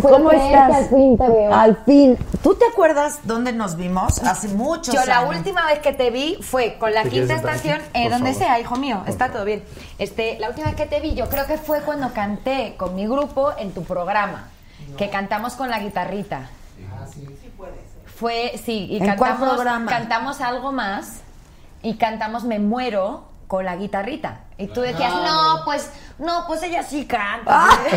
[SPEAKER 2] ¿cómo estás? Al fin te veo.
[SPEAKER 1] Pues Al fin. ¿Tú te acuerdas dónde nos vimos? Hace muchos
[SPEAKER 2] Yo
[SPEAKER 1] años.
[SPEAKER 2] la última vez que te vi fue con la
[SPEAKER 8] ¿Te
[SPEAKER 2] quinta
[SPEAKER 8] quieres sentar aquí?
[SPEAKER 2] estación, eh,
[SPEAKER 8] Por
[SPEAKER 2] donde
[SPEAKER 8] favor.
[SPEAKER 2] sea, hijo mío, está todo bien. Este, la última vez que te vi, yo creo que fue cuando canté con mi grupo en tu programa, que cantamos con la guitarrita.
[SPEAKER 8] Ah,
[SPEAKER 2] Fue, sí, y
[SPEAKER 1] ¿En cuál
[SPEAKER 2] cantamos,
[SPEAKER 1] programa?
[SPEAKER 2] cantamos algo más y cantamos Me muero con la guitarrita. Y tú decías,
[SPEAKER 8] Ah.
[SPEAKER 2] no, pues, no, pues ella sí canta. Ahora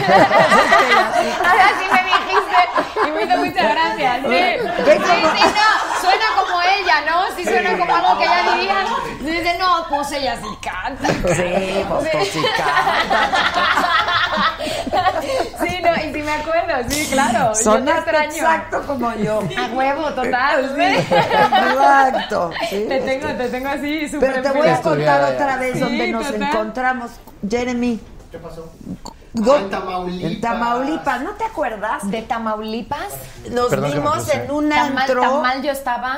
[SPEAKER 2] sí me dijiste y me hizo muchas gracias. Sí,
[SPEAKER 1] Ve
[SPEAKER 2] sí,
[SPEAKER 1] cómo-
[SPEAKER 2] sí, no, suena como ella, ¿no? Sí, suena como algo que ella diría. Y dice, no, pues ella sí canta.
[SPEAKER 1] Sí, pues tú sí
[SPEAKER 2] Sí, no, y sí me acuerdo, sí, claro. Son
[SPEAKER 1] Sonaste
[SPEAKER 2] extraño.
[SPEAKER 1] este exacto como yo.
[SPEAKER 2] A huevo, total.
[SPEAKER 1] Sí, exacto. sí.
[SPEAKER 2] Te
[SPEAKER 1] este.
[SPEAKER 2] tengo, te tengo así, súper
[SPEAKER 1] Pero te voy a
[SPEAKER 8] Estudiada
[SPEAKER 1] contar
[SPEAKER 8] ya.
[SPEAKER 1] otra vez
[SPEAKER 2] Sí,
[SPEAKER 1] donde nos
[SPEAKER 2] total.
[SPEAKER 1] encontramos. Jeremy.
[SPEAKER 5] ¿Qué pasó?
[SPEAKER 8] Ah,
[SPEAKER 1] go-
[SPEAKER 5] en Tamaulipas.
[SPEAKER 1] En Tamaulipas, ¿no te acuerdas?
[SPEAKER 2] ¿De Tamaulipas?
[SPEAKER 1] Nos
[SPEAKER 8] Perdón que me
[SPEAKER 1] vimos
[SPEAKER 8] puse.
[SPEAKER 1] en un
[SPEAKER 2] Tan mal,
[SPEAKER 1] antro.
[SPEAKER 2] tan mal yo estaba.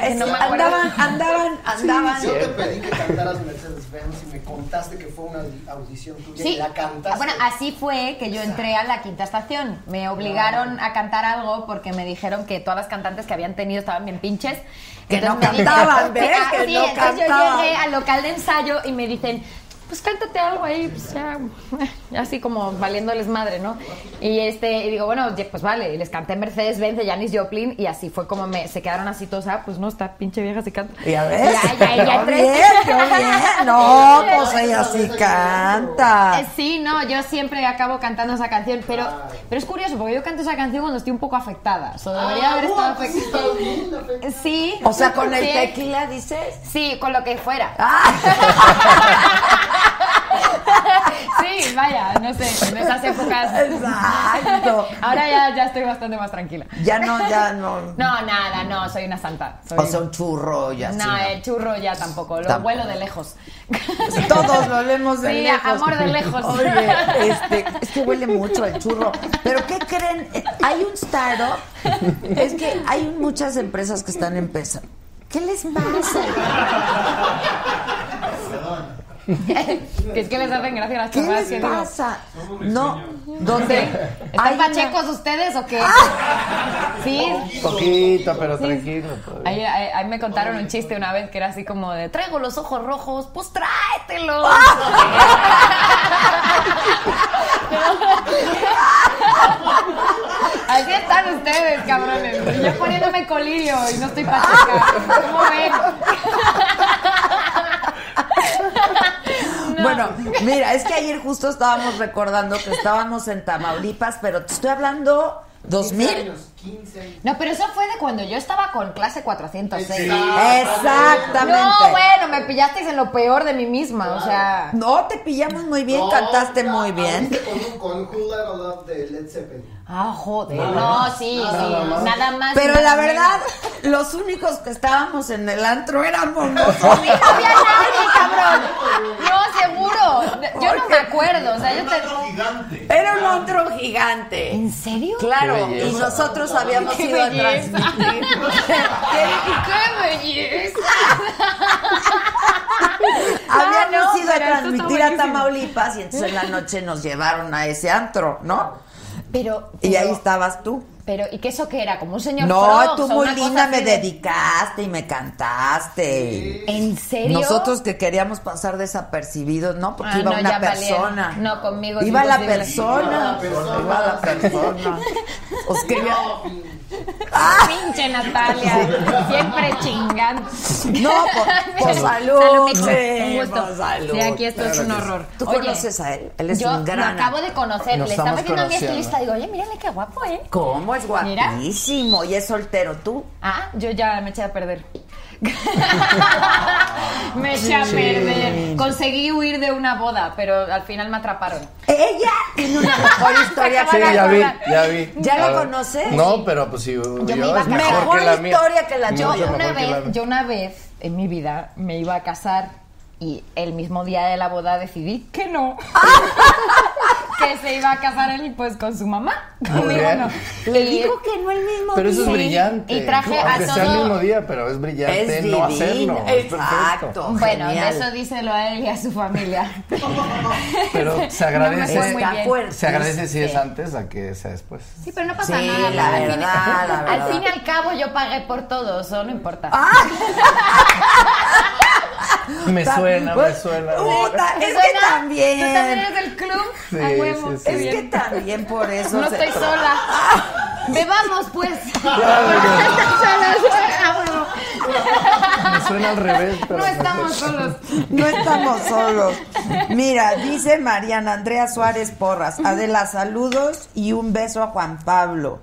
[SPEAKER 1] Es-
[SPEAKER 2] que no me acuerdo.
[SPEAKER 1] andaban, andaban, andaban.
[SPEAKER 5] Yo te pedí que cantaras Mercedes Benz y me contaste que fue una audición tuya y
[SPEAKER 2] Sí,
[SPEAKER 5] la cantaste.
[SPEAKER 2] bueno, así fue que yo entré a la quinta estación. Me obligaron a cantar algo porque me dijeron que todas las cantantes que habían tenido estaban bien pinches.
[SPEAKER 1] Que
[SPEAKER 2] Entonces
[SPEAKER 1] no
[SPEAKER 2] me dijeron-
[SPEAKER 1] cantaban,
[SPEAKER 2] que-
[SPEAKER 1] ¿ves?
[SPEAKER 2] ah,
[SPEAKER 1] Que
[SPEAKER 2] sí,
[SPEAKER 1] no
[SPEAKER 2] entonces
[SPEAKER 1] cantaban.
[SPEAKER 2] yo llegué al local de ensayo y me dicen, pues cántate algo ahí, pues ya, así como valiéndoles madre, ¿no? Y este, y digo, bueno, ya, pues vale, y les canté Mercedes Benz de Janis Joplin y así fue como me, se quedaron así todos, ah, pues no, está pinche vieja, se canta.
[SPEAKER 1] Ya ves.
[SPEAKER 2] Ya, ya, ya
[SPEAKER 1] Yo
[SPEAKER 2] entré.
[SPEAKER 1] bien, yo bien. No, pues ella sí canta.
[SPEAKER 2] Eh, Sí, no, yo siempre acabo cantando esa canción, pero, pero es curioso porque yo canto esa canción cuando estoy un poco afectada. O sea, debería haber estado afectada. Sí.
[SPEAKER 1] O sea, con el Ah.
[SPEAKER 2] sí,
[SPEAKER 1] tequila dices.
[SPEAKER 2] Sí, con lo que fuera. Sí, vaya, no sé, en esas épocas.
[SPEAKER 1] Exacto.
[SPEAKER 2] Ahora ya, ya estoy bastante más tranquila.
[SPEAKER 1] Ya no, ya no.
[SPEAKER 2] No, nada, no, soy una santa. Soy-
[SPEAKER 1] O sea, un churro y así.
[SPEAKER 2] no,
[SPEAKER 1] ¿no?
[SPEAKER 2] el churro ya tampoco, lo
[SPEAKER 1] Tampoco.
[SPEAKER 2] vuelo de lejos.
[SPEAKER 1] Todos lo olemos de
[SPEAKER 2] Sí,
[SPEAKER 1] lejos.
[SPEAKER 2] amor de lejos.
[SPEAKER 1] Oye, este, es que huele mucho el churro. ¿Pero qué creen? Eh, Hay un startup. Es que hay muchas empresas que están empezando. ¿Qué les pasa?
[SPEAKER 2] Que es que les hacen gracia a las
[SPEAKER 1] ¿Qué
[SPEAKER 2] chavadas
[SPEAKER 1] les
[SPEAKER 2] que digo.
[SPEAKER 1] pasa? No, ¿dónde?
[SPEAKER 2] ¿Están
[SPEAKER 1] una- Ah.
[SPEAKER 2] pachecos ustedes o qué? Sí,
[SPEAKER 8] Poquito, pero tranquilo. todavía.
[SPEAKER 2] Ahí, ahí- ahí me contaron un chiste una vez que era así como de traigo los ojos rojos, pues tráetelos.
[SPEAKER 1] Ah.
[SPEAKER 2] así están ustedes, cabrones. Y Yo poniéndome colirio y no estoy pacheca. ¿Cómo ven? No.
[SPEAKER 1] Bueno, mira, es que ayer justo estábamos recordando que estábamos en Tamaulipas, pero te estoy hablando 2000.
[SPEAKER 5] 15 años.
[SPEAKER 2] No, pero eso fue de cuando yo estaba con clase 406.
[SPEAKER 5] Exacto.
[SPEAKER 1] Exactamente.
[SPEAKER 2] No, bueno, me me pillasteis en lo peor de mí misma, o sea.
[SPEAKER 1] No, te pillamos muy bien, cantaste muy bien.
[SPEAKER 5] Con, con Who Let It Up de Led Zeppelin.
[SPEAKER 2] Ah, joder. No,
[SPEAKER 5] Nada
[SPEAKER 2] sí,
[SPEAKER 5] más.
[SPEAKER 2] sí. Nada más.
[SPEAKER 1] Pero
[SPEAKER 2] nada
[SPEAKER 1] la
[SPEAKER 2] menos.
[SPEAKER 1] verdad, los únicos que estábamos en el antro éramos
[SPEAKER 2] No había
[SPEAKER 1] nosotros.
[SPEAKER 2] nadie, cabrón. No, seguro. Yo no me acuerdo. O sea, yo te...
[SPEAKER 5] Gigante.
[SPEAKER 1] Era un antro gigante.
[SPEAKER 2] ¿En serio?
[SPEAKER 1] Claro,
[SPEAKER 8] Qué
[SPEAKER 1] y
[SPEAKER 8] belleza.
[SPEAKER 1] nosotros habíamos
[SPEAKER 2] Qué
[SPEAKER 1] ido a
[SPEAKER 2] belleza.
[SPEAKER 1] transmitir.
[SPEAKER 2] ¡Qué belleza!
[SPEAKER 1] habíamos
[SPEAKER 2] no,
[SPEAKER 1] ido
[SPEAKER 2] pero esto
[SPEAKER 1] a
[SPEAKER 2] está
[SPEAKER 1] transmitir a
[SPEAKER 2] buenísimo.
[SPEAKER 1] Tamaulipas y entonces en la noche nos llevaron a ese antro, ¿no?
[SPEAKER 2] Pero.
[SPEAKER 1] Y ahí
[SPEAKER 2] pero-
[SPEAKER 1] estabas tú.
[SPEAKER 2] Pero, ¿y qué eso que era? ¿Como un señor
[SPEAKER 1] No,
[SPEAKER 2] Frogs
[SPEAKER 1] tú
[SPEAKER 2] o
[SPEAKER 1] muy
[SPEAKER 2] una cosa
[SPEAKER 1] linda
[SPEAKER 2] así
[SPEAKER 1] me
[SPEAKER 2] de-
[SPEAKER 1] dedicaste y me cantaste.
[SPEAKER 2] ¿En serio?
[SPEAKER 1] Nosotros que queríamos pasar desapercibidos, ¿no? Porque
[SPEAKER 2] Ah,
[SPEAKER 1] iba
[SPEAKER 2] no,
[SPEAKER 1] una
[SPEAKER 2] ya valieron.
[SPEAKER 1] persona.
[SPEAKER 2] No, conmigo es
[SPEAKER 1] Iba la
[SPEAKER 2] imposible.
[SPEAKER 1] persona. Iba la persona. Os quería-
[SPEAKER 2] Pinche Natalia, siempre chingando.
[SPEAKER 1] No, por- por salud,
[SPEAKER 2] mijo,
[SPEAKER 1] sí,
[SPEAKER 2] un gusto.
[SPEAKER 1] por salud.
[SPEAKER 2] Sí, aquí esto es
[SPEAKER 8] Claro
[SPEAKER 2] un
[SPEAKER 8] que sí.
[SPEAKER 2] horror.
[SPEAKER 1] ¿Tú
[SPEAKER 2] Oye,
[SPEAKER 1] conoces a él? Él es
[SPEAKER 2] yo
[SPEAKER 1] un gran
[SPEAKER 2] lo acabo de conocer.
[SPEAKER 8] Nos
[SPEAKER 2] Le estaba
[SPEAKER 8] estamos
[SPEAKER 2] diciendo a mi
[SPEAKER 8] conociendo.
[SPEAKER 2] estilista, digo, oye, mírale qué guapo, ¿eh?
[SPEAKER 1] ¿Cómo es
[SPEAKER 2] Mira.
[SPEAKER 1] guapísimo? Y es soltero tú.
[SPEAKER 2] Ah, yo ya me eché a perder. me eché a perder. Conseguí huir de una boda, pero al final me atraparon.
[SPEAKER 1] Ella tiene una mejor historia
[SPEAKER 2] Se
[SPEAKER 8] Sí,
[SPEAKER 2] acaban
[SPEAKER 1] que la
[SPEAKER 8] ya vi,
[SPEAKER 2] acordar.
[SPEAKER 8] ya vi.
[SPEAKER 1] ¿Ya la
[SPEAKER 8] A ver.
[SPEAKER 1] conoces?
[SPEAKER 8] No, pero pues sí, yo,
[SPEAKER 2] me iba a
[SPEAKER 8] es mejor,
[SPEAKER 2] casar.
[SPEAKER 8] que la
[SPEAKER 1] Mejor
[SPEAKER 8] mía.
[SPEAKER 1] historia que la
[SPEAKER 8] Mucho
[SPEAKER 2] Yo
[SPEAKER 1] tuya.
[SPEAKER 8] mejor
[SPEAKER 2] una
[SPEAKER 8] que la
[SPEAKER 2] vez,
[SPEAKER 8] mía.
[SPEAKER 2] yo una vez en mi vida me iba a casar y el mismo día de la boda decidí que no. que se iba a casar él pues con su mamá. Conmigo
[SPEAKER 8] bien.
[SPEAKER 2] no.
[SPEAKER 1] Le
[SPEAKER 2] Y-
[SPEAKER 1] dijo que no el mismo
[SPEAKER 8] Pero eso es
[SPEAKER 2] Sí.
[SPEAKER 8] brillante.
[SPEAKER 2] Y traje a
[SPEAKER 8] Aunque sea el
[SPEAKER 2] todo-
[SPEAKER 8] mismo día, pero es brillante
[SPEAKER 1] Es divino.
[SPEAKER 8] no hacerlo. Es perfecto.
[SPEAKER 1] Exacto.
[SPEAKER 2] Bueno, de
[SPEAKER 1] genial.
[SPEAKER 2] eso díselo a él y a su familia.
[SPEAKER 8] Pero se agradece.
[SPEAKER 2] fue muy
[SPEAKER 1] Está
[SPEAKER 2] bien.
[SPEAKER 1] fuerte.
[SPEAKER 8] Se agradece si es antes a que sea después.
[SPEAKER 2] Sí, pero no pasa
[SPEAKER 1] Sí,
[SPEAKER 2] nada.
[SPEAKER 1] la
[SPEAKER 2] al fin-
[SPEAKER 1] verdad, la verdad.
[SPEAKER 2] Al fin y al cabo yo pagué por todo, eso no importa.
[SPEAKER 8] Ah. Me suena, me suena.
[SPEAKER 1] Puta,
[SPEAKER 2] ¿Te
[SPEAKER 1] es que
[SPEAKER 2] suena?
[SPEAKER 1] también.
[SPEAKER 2] ¿Tú también eres del club?
[SPEAKER 8] Sí,
[SPEAKER 2] a huevo.
[SPEAKER 8] sí, sí.
[SPEAKER 2] qué
[SPEAKER 1] Es que
[SPEAKER 2] bien.
[SPEAKER 1] también por eso.
[SPEAKER 2] No
[SPEAKER 1] se-
[SPEAKER 2] estoy sola. Bebamos, pues.
[SPEAKER 8] Me suena al revés. Pero
[SPEAKER 2] No estamos solos.
[SPEAKER 1] No estamos solos. Mira, dice Mariana Andrea Suárez Porras. Adela, saludos y un beso a Juan Pablo.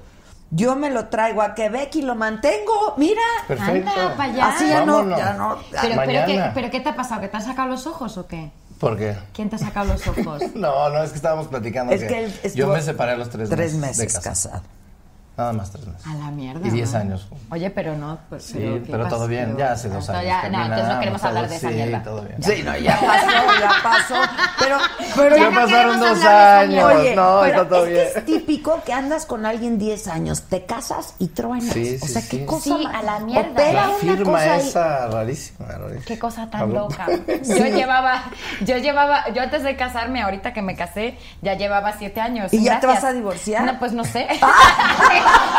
[SPEAKER 1] Yo me lo traigo a Quebec y lo mantengo. Mira.
[SPEAKER 8] Perfecto.
[SPEAKER 2] Anda pa' allá.
[SPEAKER 1] Así Ah, ya no,
[SPEAKER 8] Vámonos.
[SPEAKER 1] ya no.
[SPEAKER 2] Pero, pero, ¿qué,
[SPEAKER 8] Mañana.
[SPEAKER 2] pero qué te ha pasado? ¿Que te han sacado los ojos o qué?
[SPEAKER 8] ¿Por qué?
[SPEAKER 2] ¿Quién te ha sacado los ojos?
[SPEAKER 8] No, no, es que estábamos platicando.
[SPEAKER 1] Es que él
[SPEAKER 8] yo
[SPEAKER 1] estuvo
[SPEAKER 8] me separé a los tres,
[SPEAKER 1] Tres
[SPEAKER 8] meses. de
[SPEAKER 1] meses
[SPEAKER 8] casa.
[SPEAKER 1] casado.
[SPEAKER 8] Nada más tres meses.
[SPEAKER 2] A la mierda.
[SPEAKER 8] Y diez
[SPEAKER 2] ¿no?
[SPEAKER 8] años.
[SPEAKER 2] Oye, pero no. pues. Pero,
[SPEAKER 8] Sí, pero,
[SPEAKER 2] ¿qué
[SPEAKER 8] todo
[SPEAKER 2] pasa?
[SPEAKER 8] bien.
[SPEAKER 2] Pero-
[SPEAKER 8] Ya hace dos
[SPEAKER 2] Ah,
[SPEAKER 8] años.
[SPEAKER 2] ya- no, entonces no
[SPEAKER 8] terminamos,
[SPEAKER 2] queremos
[SPEAKER 8] todo-
[SPEAKER 2] hablar de esa
[SPEAKER 8] sí,
[SPEAKER 2] mierda.
[SPEAKER 8] todo bien.
[SPEAKER 1] Sí, no, ya pasó, ya pasó. Pero, pero
[SPEAKER 8] Ya pasaron dos años.
[SPEAKER 1] Oye,
[SPEAKER 8] no,
[SPEAKER 1] pero
[SPEAKER 8] está todo
[SPEAKER 1] es
[SPEAKER 8] bien.
[SPEAKER 1] que es típico que andas con alguien 10 años, te casas y truenas.
[SPEAKER 8] Sí, sí,
[SPEAKER 1] o sea, qué
[SPEAKER 8] sí.
[SPEAKER 1] cosa
[SPEAKER 2] Sí,
[SPEAKER 1] más-
[SPEAKER 2] a la mierda.
[SPEAKER 1] Opera
[SPEAKER 8] La
[SPEAKER 1] una
[SPEAKER 8] firma
[SPEAKER 1] cosa ahí.
[SPEAKER 8] esa rarísima, rarísima.
[SPEAKER 2] Qué cosa tan
[SPEAKER 8] Hablo-
[SPEAKER 2] loca. Yo llevaba, yo llevaba, yo antes de casarme, ahorita que me casé, ya llevaba siete años.
[SPEAKER 1] ¿Y ya te
[SPEAKER 2] Gracias.
[SPEAKER 1] vas a divorciar?
[SPEAKER 2] No, pues no sé.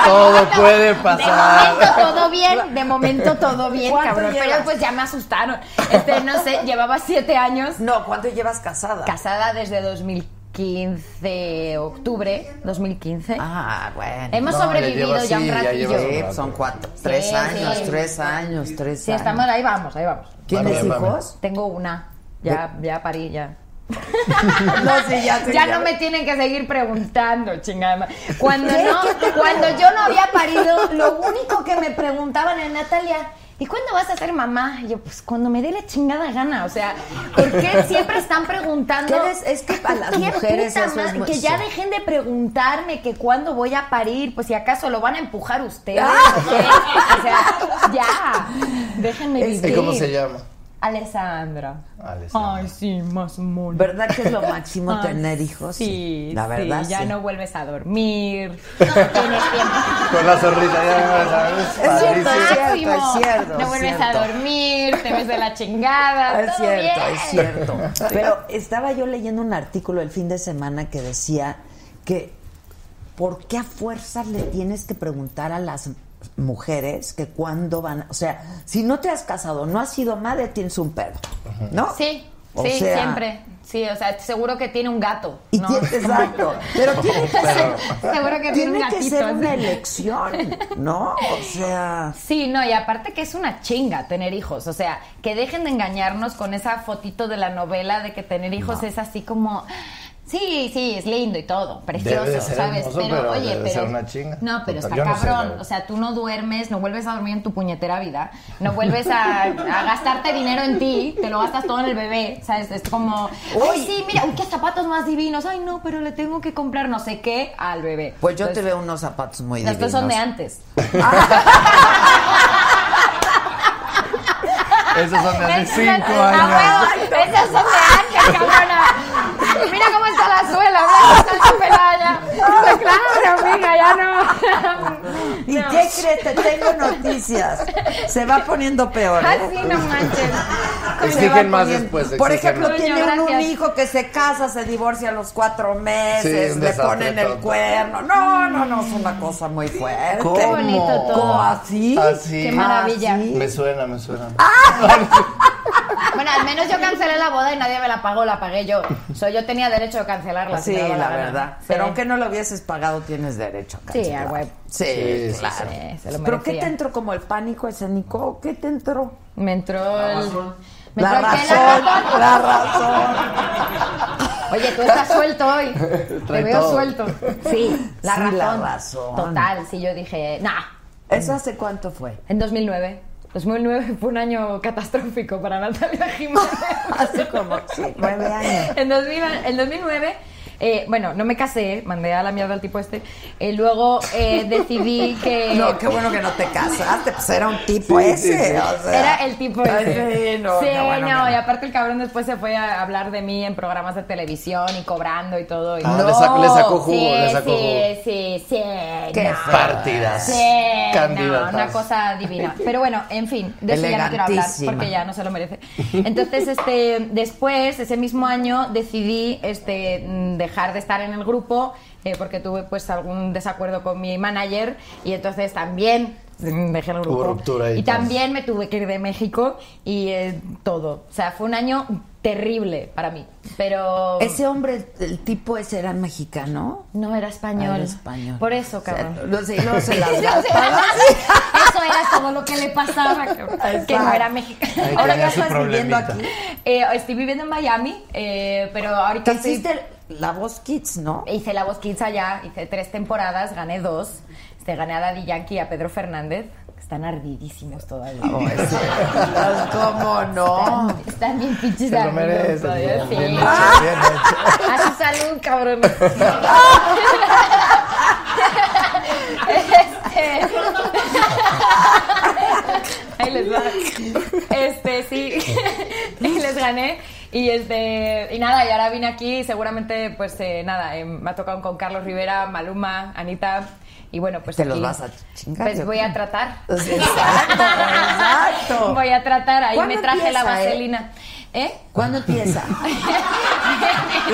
[SPEAKER 8] Todo
[SPEAKER 2] De
[SPEAKER 8] puede
[SPEAKER 2] momento
[SPEAKER 8] pasar.
[SPEAKER 2] todo bien, de momento todo bien,
[SPEAKER 1] ¿Cuánto
[SPEAKER 2] cabrón.
[SPEAKER 1] llevas?
[SPEAKER 2] Pero pues ya me asustaron. Este, no sé, llevaba siete años
[SPEAKER 1] No, ¿cuánto llevas casada?
[SPEAKER 2] casada desde 2015, octubre 2015.
[SPEAKER 1] Ah, bueno.
[SPEAKER 2] Hemos
[SPEAKER 8] No, ya
[SPEAKER 2] sobrevivido ya,
[SPEAKER 8] llevas- sí,
[SPEAKER 2] un
[SPEAKER 8] ya
[SPEAKER 2] ratillo.
[SPEAKER 8] llevas-
[SPEAKER 1] Sí, son cuatro. Tres
[SPEAKER 2] Sí,
[SPEAKER 1] años,
[SPEAKER 2] sí.
[SPEAKER 1] tres años, tres
[SPEAKER 2] Sí,
[SPEAKER 1] años.
[SPEAKER 2] estamos, ahí vamos, ahí vamos.
[SPEAKER 1] ¿Tienes
[SPEAKER 8] Vale, vale.
[SPEAKER 1] hijos?
[SPEAKER 2] Tengo una. Ya, ya parí, ya.
[SPEAKER 1] No, sí, ya sé,
[SPEAKER 2] Ya
[SPEAKER 1] ya.
[SPEAKER 2] no me tienen que seguir preguntando, chingada. madre. Cuando no, cuando yo no había parido, lo único que me preguntaban era Natalia, ¿y cuándo vas a ser mamá? Y yo, pues cuando me dé la chingada gana. O sea, ¿por qué siempre están preguntando?
[SPEAKER 1] ¿Qué les- es que para las
[SPEAKER 2] ¿Qué
[SPEAKER 1] mujeres
[SPEAKER 2] puta
[SPEAKER 1] eso es
[SPEAKER 2] madre?
[SPEAKER 1] muy-
[SPEAKER 2] Que ya
[SPEAKER 1] sí.
[SPEAKER 2] dejen de preguntarme que cuándo voy a parir, pues si acaso lo van a empujar ustedes.
[SPEAKER 8] Ah.
[SPEAKER 2] ¿o qué? O sea, ya. Déjenme
[SPEAKER 1] Es que
[SPEAKER 2] vivir.
[SPEAKER 8] ¿Y Este, cómo se llama?
[SPEAKER 2] Alessandra.
[SPEAKER 8] Alessandra.
[SPEAKER 2] Ay, sí, más mono.
[SPEAKER 1] ¿Verdad que es lo máximo
[SPEAKER 2] Ah,
[SPEAKER 1] tener hijos?
[SPEAKER 2] Sí,
[SPEAKER 1] La verdad,
[SPEAKER 2] sí, ya
[SPEAKER 1] sí.
[SPEAKER 2] no vuelves a dormir. No tienes tiempo.
[SPEAKER 8] Con la sonrisa. Ya, ¿sabes?
[SPEAKER 1] Es cierto,
[SPEAKER 8] Padrísimo.
[SPEAKER 1] es cierto,
[SPEAKER 2] Máximo.
[SPEAKER 1] es cierto,
[SPEAKER 2] no
[SPEAKER 1] es
[SPEAKER 2] vuelves
[SPEAKER 1] cierto.
[SPEAKER 2] a dormir, te ves de la chingada.
[SPEAKER 1] Es
[SPEAKER 2] todo
[SPEAKER 1] cierto,
[SPEAKER 2] bien.
[SPEAKER 1] es cierto. Pero estaba yo leyendo un artículo el fin de semana que decía que ¿por qué a fuerzas le tienes que preguntar a las mujeres que cuándo van? O sea, si no te has casado, no has sido madre, tienes un pedo, ¿no?
[SPEAKER 2] Sí,
[SPEAKER 1] O
[SPEAKER 2] sí,
[SPEAKER 1] sea,
[SPEAKER 2] siempre. Sí, o sea, seguro que tiene un gato.
[SPEAKER 1] Y
[SPEAKER 2] ¿no?
[SPEAKER 1] tiene- exacto. Pero tiene que ser,
[SPEAKER 2] Seguro que tiene un
[SPEAKER 1] tiene que
[SPEAKER 2] gatito,
[SPEAKER 1] ser
[SPEAKER 2] así.
[SPEAKER 1] una elección, ¿no? O sea,
[SPEAKER 2] Sí, no, y aparte que es una chinga tener hijos, o sea, que dejen de engañarnos con esa fotito de la novela de que tener hijos es así como
[SPEAKER 8] Sí, sí, es lindo y todo, precioso,
[SPEAKER 7] Debe de ser
[SPEAKER 8] ¿sabes?
[SPEAKER 7] hermoso, pero
[SPEAKER 8] oye,
[SPEAKER 7] debe de
[SPEAKER 8] pero
[SPEAKER 7] ser una chinga.
[SPEAKER 8] No, pero está
[SPEAKER 7] Yo no sé, la
[SPEAKER 8] cabrón,
[SPEAKER 7] verdad.
[SPEAKER 8] o sea, tú no duermes, no vuelves a dormir en tu puñetera vida, no vuelves a, a gastarte dinero en ti, te lo gastas todo en el bebé, ¿sabes? Es como, ay, sí, mira, uy, qué zapatos más divinos, ay, no, pero le tengo que comprar no sé qué al bebé.
[SPEAKER 1] Pues yo te veo unos zapatos muy
[SPEAKER 8] Las
[SPEAKER 1] divinos.
[SPEAKER 8] dos son de antes.
[SPEAKER 7] Esos son de hace
[SPEAKER 8] Esas-
[SPEAKER 7] cinco
[SPEAKER 8] ah,
[SPEAKER 7] años.
[SPEAKER 8] bueno, Esas son de antes, cabrona. Mira cómo está la suela, mira cómo está la pelaya. Pues claro, amiga, ya no.
[SPEAKER 1] ¿Y qué crees? Te tengo noticias. Se va poniendo peor. ¿eh?
[SPEAKER 8] Así no manches.
[SPEAKER 7] Exigen más después.
[SPEAKER 1] Por
[SPEAKER 7] exigen
[SPEAKER 1] ejemplo,
[SPEAKER 7] más.
[SPEAKER 8] Coño,
[SPEAKER 1] tiene uno un
[SPEAKER 8] gracias.
[SPEAKER 1] hijo que se casa, se divorcia a los cuatro meses,
[SPEAKER 7] Sí, un
[SPEAKER 1] le
[SPEAKER 7] desastre
[SPEAKER 1] ponen el
[SPEAKER 7] todo.
[SPEAKER 1] cuerno. No, no, no, es una cosa muy fuerte.
[SPEAKER 7] ¿Cómo?
[SPEAKER 8] Mm. Qué bonito todo.
[SPEAKER 1] ¿Así?
[SPEAKER 7] Así.
[SPEAKER 8] Qué maravilla. Ah,
[SPEAKER 1] Así.
[SPEAKER 7] Me suena, me suena.
[SPEAKER 8] Bueno, al menos yo cancelé la boda y nadie me la pagó, la pagué yo. O sea, yo tenía derecho de cancelarla. si
[SPEAKER 1] Sí,
[SPEAKER 8] me daba
[SPEAKER 1] la,
[SPEAKER 8] gana.
[SPEAKER 1] verdad.
[SPEAKER 8] Sí.
[SPEAKER 1] Pero aunque no lo hubieses pagado, tienes derecho a
[SPEAKER 8] Sí,
[SPEAKER 1] cancelar.
[SPEAKER 8] a huevo.
[SPEAKER 1] Sí,
[SPEAKER 7] Sí, sí,
[SPEAKER 1] claro.
[SPEAKER 8] sí, se lo
[SPEAKER 1] ¿Pero qué
[SPEAKER 8] merecía.
[SPEAKER 1] te entró como el pánico escénico? ¿O ¿Qué te entró?
[SPEAKER 8] Me entró el. Me
[SPEAKER 1] la
[SPEAKER 8] entró el que
[SPEAKER 1] razón, la razón.
[SPEAKER 8] Oye, pues, tú estás suelto hoy. Te
[SPEAKER 7] Trae
[SPEAKER 8] veo
[SPEAKER 7] todo.
[SPEAKER 8] suelto. Sí, la
[SPEAKER 1] Sí,
[SPEAKER 8] razón.
[SPEAKER 1] la razón.
[SPEAKER 8] Total, sí, yo dije, nah.
[SPEAKER 1] ¿Eso hace cuánto fue?
[SPEAKER 8] En 2009. 2009 fue un año catastrófico para Natalia Jiménez.
[SPEAKER 1] Hace como, sí, nueve años.
[SPEAKER 8] En, 2000 en 2009, eh, bueno, no me casé, mandé a la mierda al tipo este. eh, luego eh, decidí que...
[SPEAKER 1] No, qué bueno que no te casaste, pues era un tipo ese. o sea.
[SPEAKER 8] Era el tipo ese.
[SPEAKER 1] Sí, no,
[SPEAKER 8] sí,
[SPEAKER 1] qué bueno que
[SPEAKER 8] no,
[SPEAKER 1] no.
[SPEAKER 8] y aparte el cabrón después se fue a hablar de mí en programas de televisión y cobrando y todo. y-
[SPEAKER 7] Ah, le sacó- le sacó jugo,
[SPEAKER 8] sí,
[SPEAKER 7] le sacó
[SPEAKER 8] sí,
[SPEAKER 7] jugo.
[SPEAKER 8] sí, sí,
[SPEAKER 1] Qué
[SPEAKER 8] no.
[SPEAKER 7] Partidas.
[SPEAKER 8] Sí,
[SPEAKER 7] Candidatas.
[SPEAKER 8] no, una cosa divina. Pero bueno, en fin, de eso ya no quiero hablar
[SPEAKER 1] Elegantísima.
[SPEAKER 8] porque ya no se lo merece. Entonces, este, después, ese mismo año, decidí este, mm, dejar de estar en el grupo eh, porque tuve pues algún desacuerdo con mi manager y entonces también mm, dejé el grupo.
[SPEAKER 7] Hubo ruptura ahí,
[SPEAKER 8] y
[SPEAKER 7] pues.
[SPEAKER 8] también me tuve que ir de México y eh, todo. O sea, fue un año terrible para mí. Pero...
[SPEAKER 1] Ese hombre, el tipo ese era mexicano.
[SPEAKER 8] No, era español.
[SPEAKER 1] Ah, era español.
[SPEAKER 8] Por eso, cabrón.
[SPEAKER 1] No sé, no se las
[SPEAKER 8] Sí, o
[SPEAKER 1] gastaba.
[SPEAKER 8] sea, Eso era todo lo que le pasaba, cabrón, que no era
[SPEAKER 7] Ahí
[SPEAKER 8] mexicano.
[SPEAKER 1] Ahora ya
[SPEAKER 7] tenía su
[SPEAKER 1] estás viviendo
[SPEAKER 7] problemita.
[SPEAKER 1] aquí.
[SPEAKER 8] Eh, estoy viviendo en Miami, eh, pero ahorita
[SPEAKER 1] Te
[SPEAKER 8] estoy-
[SPEAKER 1] hiciste la voz Kids, ¿no?
[SPEAKER 8] hice la voz kids allá, hice tres temporadas, gané dos. Este, gané a Daddy Yankee y a Pedro Fernández, que están ardidísimos todavía.
[SPEAKER 1] Pues, ¿Cómo no?
[SPEAKER 8] Están- Están bien pinches
[SPEAKER 7] Se lo
[SPEAKER 8] ardidos
[SPEAKER 7] merece.
[SPEAKER 8] todavía, sí. Ah.
[SPEAKER 7] Bien hecho, bien hecho.
[SPEAKER 8] A su salud, cabrón. Este. Ahí les va. Este, sí. Y les gané. Y este, y nada, y ahora vine aquí y seguramente, pues eh, nada, eh, me ha tocado con Carlos Rivera, Maluma, Anita. Y bueno, pues
[SPEAKER 1] Te los
[SPEAKER 8] aquí-
[SPEAKER 1] vas a chingar,
[SPEAKER 8] Pues
[SPEAKER 1] yo
[SPEAKER 8] voy
[SPEAKER 1] creo.
[SPEAKER 8] a tratar.
[SPEAKER 1] Exacto, exacto.
[SPEAKER 8] Voy a tratar. Ahí
[SPEAKER 1] ¿Cuándo
[SPEAKER 8] me traje la
[SPEAKER 1] empieza, eh?
[SPEAKER 8] vaselina. ¿Eh?
[SPEAKER 1] ¿Cuándo empieza?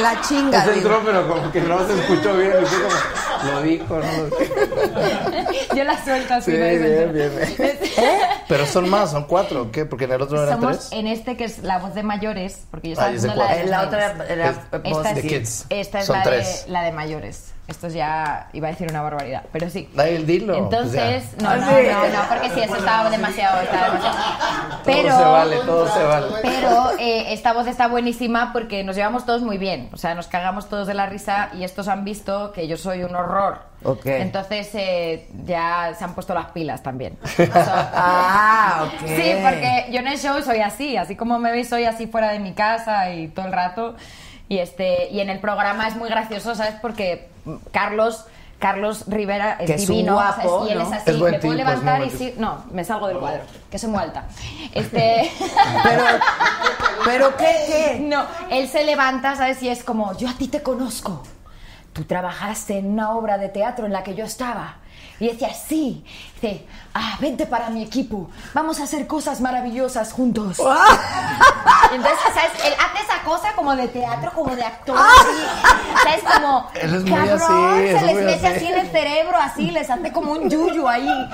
[SPEAKER 1] La chinga,
[SPEAKER 7] Se
[SPEAKER 1] digo.
[SPEAKER 7] entró, pero como que no se escuchó bien. y fue como, lo dijo, no lo
[SPEAKER 8] Yo la suelto así.
[SPEAKER 7] Sí,
[SPEAKER 8] no hay
[SPEAKER 7] bien,
[SPEAKER 8] censura.
[SPEAKER 7] bien, bien.
[SPEAKER 1] ¿Eh?
[SPEAKER 7] Pero son más, son cuatro, ¿o ¿qué? Porque en el otro eran
[SPEAKER 8] Somos
[SPEAKER 7] tres.
[SPEAKER 8] en este que es la voz de mayores, porque yo
[SPEAKER 7] Ah,
[SPEAKER 8] estaba
[SPEAKER 7] yo sé
[SPEAKER 8] haciendo la
[SPEAKER 7] cuál.
[SPEAKER 8] de
[SPEAKER 1] En la
[SPEAKER 8] los
[SPEAKER 1] otra
[SPEAKER 8] niños.
[SPEAKER 1] era
[SPEAKER 7] Es-
[SPEAKER 1] voz
[SPEAKER 8] Esta es,
[SPEAKER 7] de kids.
[SPEAKER 8] esta es
[SPEAKER 7] Son
[SPEAKER 8] la,
[SPEAKER 7] tres.
[SPEAKER 8] De, la de mayores. Esto es ya iba a decir una barbaridad, pero sí.
[SPEAKER 7] Dale, dilo,
[SPEAKER 8] Entonces,
[SPEAKER 7] pues
[SPEAKER 8] no, no,
[SPEAKER 1] Ah, Sí.
[SPEAKER 8] no, no, porque sí, eso estaba demasiado. estaba demasiado. Pero,
[SPEAKER 7] todo se vale, todo se vale.
[SPEAKER 8] pero eh, esta voz está buenísima porque nos llevamos todos muy bien. O sea, nos cagamos todos de la risa y estos han visto que yo soy un horror.
[SPEAKER 1] Ok.
[SPEAKER 8] Entonces eh, ya se han puesto las pilas también.
[SPEAKER 1] Ah, ok.
[SPEAKER 8] Sí, porque yo en el show soy así, así como me veis soy así fuera de mi casa y todo el rato. Y este y en el programa es muy gracioso, ¿sabes? Porque Carlos Carlos Rivera es
[SPEAKER 1] Que es un
[SPEAKER 8] divino o sea,
[SPEAKER 1] guapo,
[SPEAKER 8] y él
[SPEAKER 1] ¿no?
[SPEAKER 8] es así,
[SPEAKER 7] Es buen tipo,
[SPEAKER 8] me puedo
[SPEAKER 7] es muy
[SPEAKER 8] levantar y
[SPEAKER 7] buen
[SPEAKER 8] sí, no, me salgo del cuadro, que soy muy alta. Este
[SPEAKER 1] Pero, ¿pero qué, qué?
[SPEAKER 8] No, él se levanta, ¿sabes? Y es como, yo a ti te conozco. Tú trabajaste en una obra de teatro en la que yo estaba. Y decía, sí. Dice, ah, vente para mi equipo. Vamos a hacer cosas maravillosas juntos. Y entonces, ¿sabes? Él hace esa cosa como de teatro, como de actor. así. ¿Sabes? Como,
[SPEAKER 7] Él es muy
[SPEAKER 8] cabrón,
[SPEAKER 7] así, es
[SPEAKER 8] se les
[SPEAKER 7] muy
[SPEAKER 8] mete
[SPEAKER 7] así.
[SPEAKER 8] así en el cerebro, así, les hace como un yuyu ahí.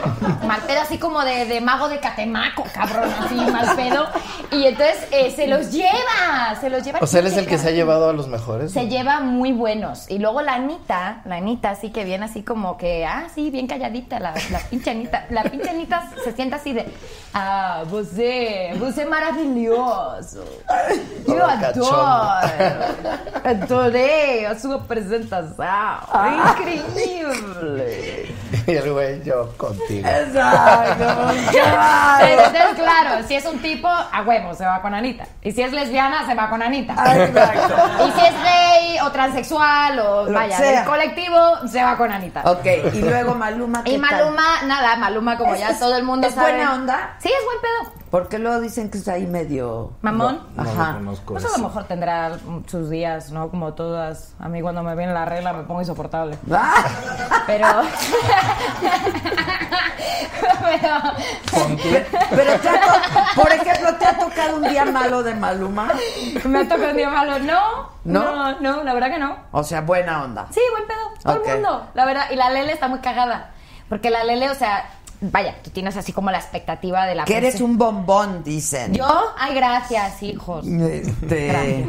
[SPEAKER 8] Mal pedo, así como de, de mago de catemaco, cabrón, así, mal pedo. Y entonces eh, se los lleva, se los lleva.
[SPEAKER 7] O sea, él es el que se ha
[SPEAKER 8] cabrón.
[SPEAKER 7] llevado a los mejores.
[SPEAKER 8] Se lleva muy buenos. Y luego la Anita, la Anita sí que viene así como que, ah, sí, bien calladita, la, la pinche Anita. La pinche Anita se sienta así de, ah, vos, sé, vos sé maravilloso. You
[SPEAKER 1] Hola, cachonda.
[SPEAKER 8] adore. Adorei a sua apresentação.
[SPEAKER 1] Ah.
[SPEAKER 8] Incrível.
[SPEAKER 2] Y el güey, yo contigo.
[SPEAKER 8] Pero entonces, claro, si es un tipo, a huevo se va con Anita. Y si es lesbiana, se va con Anita.
[SPEAKER 1] Ah. Exacto.
[SPEAKER 8] Y si es gay o transexual o
[SPEAKER 1] Lo
[SPEAKER 8] vaya,
[SPEAKER 1] que sea.
[SPEAKER 8] del colectivo, se va con Anita.
[SPEAKER 1] Ok, y luego Maluma. ¿qué
[SPEAKER 8] Y
[SPEAKER 1] tal?
[SPEAKER 8] Maluma, nada, Maluma como
[SPEAKER 1] Es-
[SPEAKER 8] ya todo el mundo
[SPEAKER 1] ¿es
[SPEAKER 8] sabe.
[SPEAKER 1] buena onda?
[SPEAKER 8] Sí, es buen pedo.
[SPEAKER 1] Porque luego dicen que está ahí medio.
[SPEAKER 8] Mamón.
[SPEAKER 2] No lo
[SPEAKER 1] Ajá.
[SPEAKER 2] conozco.
[SPEAKER 8] Pues a lo mejor tendrá sus días, ¿no? Como todas. A mí cuando me viene la regla me pongo insoportable.
[SPEAKER 1] Ah,
[SPEAKER 8] Pero... Pero...
[SPEAKER 1] Pero te ha to- por ejemplo, ¿te ha tocado un día malo de Maluma?
[SPEAKER 8] Me ha tocado un día malo. No,
[SPEAKER 1] ¿No?
[SPEAKER 8] no, no, la verdad que no.
[SPEAKER 1] O sea, buena onda.
[SPEAKER 8] Sí, buen pedo. Todo
[SPEAKER 1] Ok.
[SPEAKER 8] el mundo, la verdad. Y la Lele está muy cagada. Porque la Lele, o sea, vaya, tú tienes así como la expectativa de la
[SPEAKER 1] Que eres
[SPEAKER 8] persona.
[SPEAKER 1] un bombón, dicen.
[SPEAKER 8] Yo, ay, gracias, hijos.
[SPEAKER 1] Este,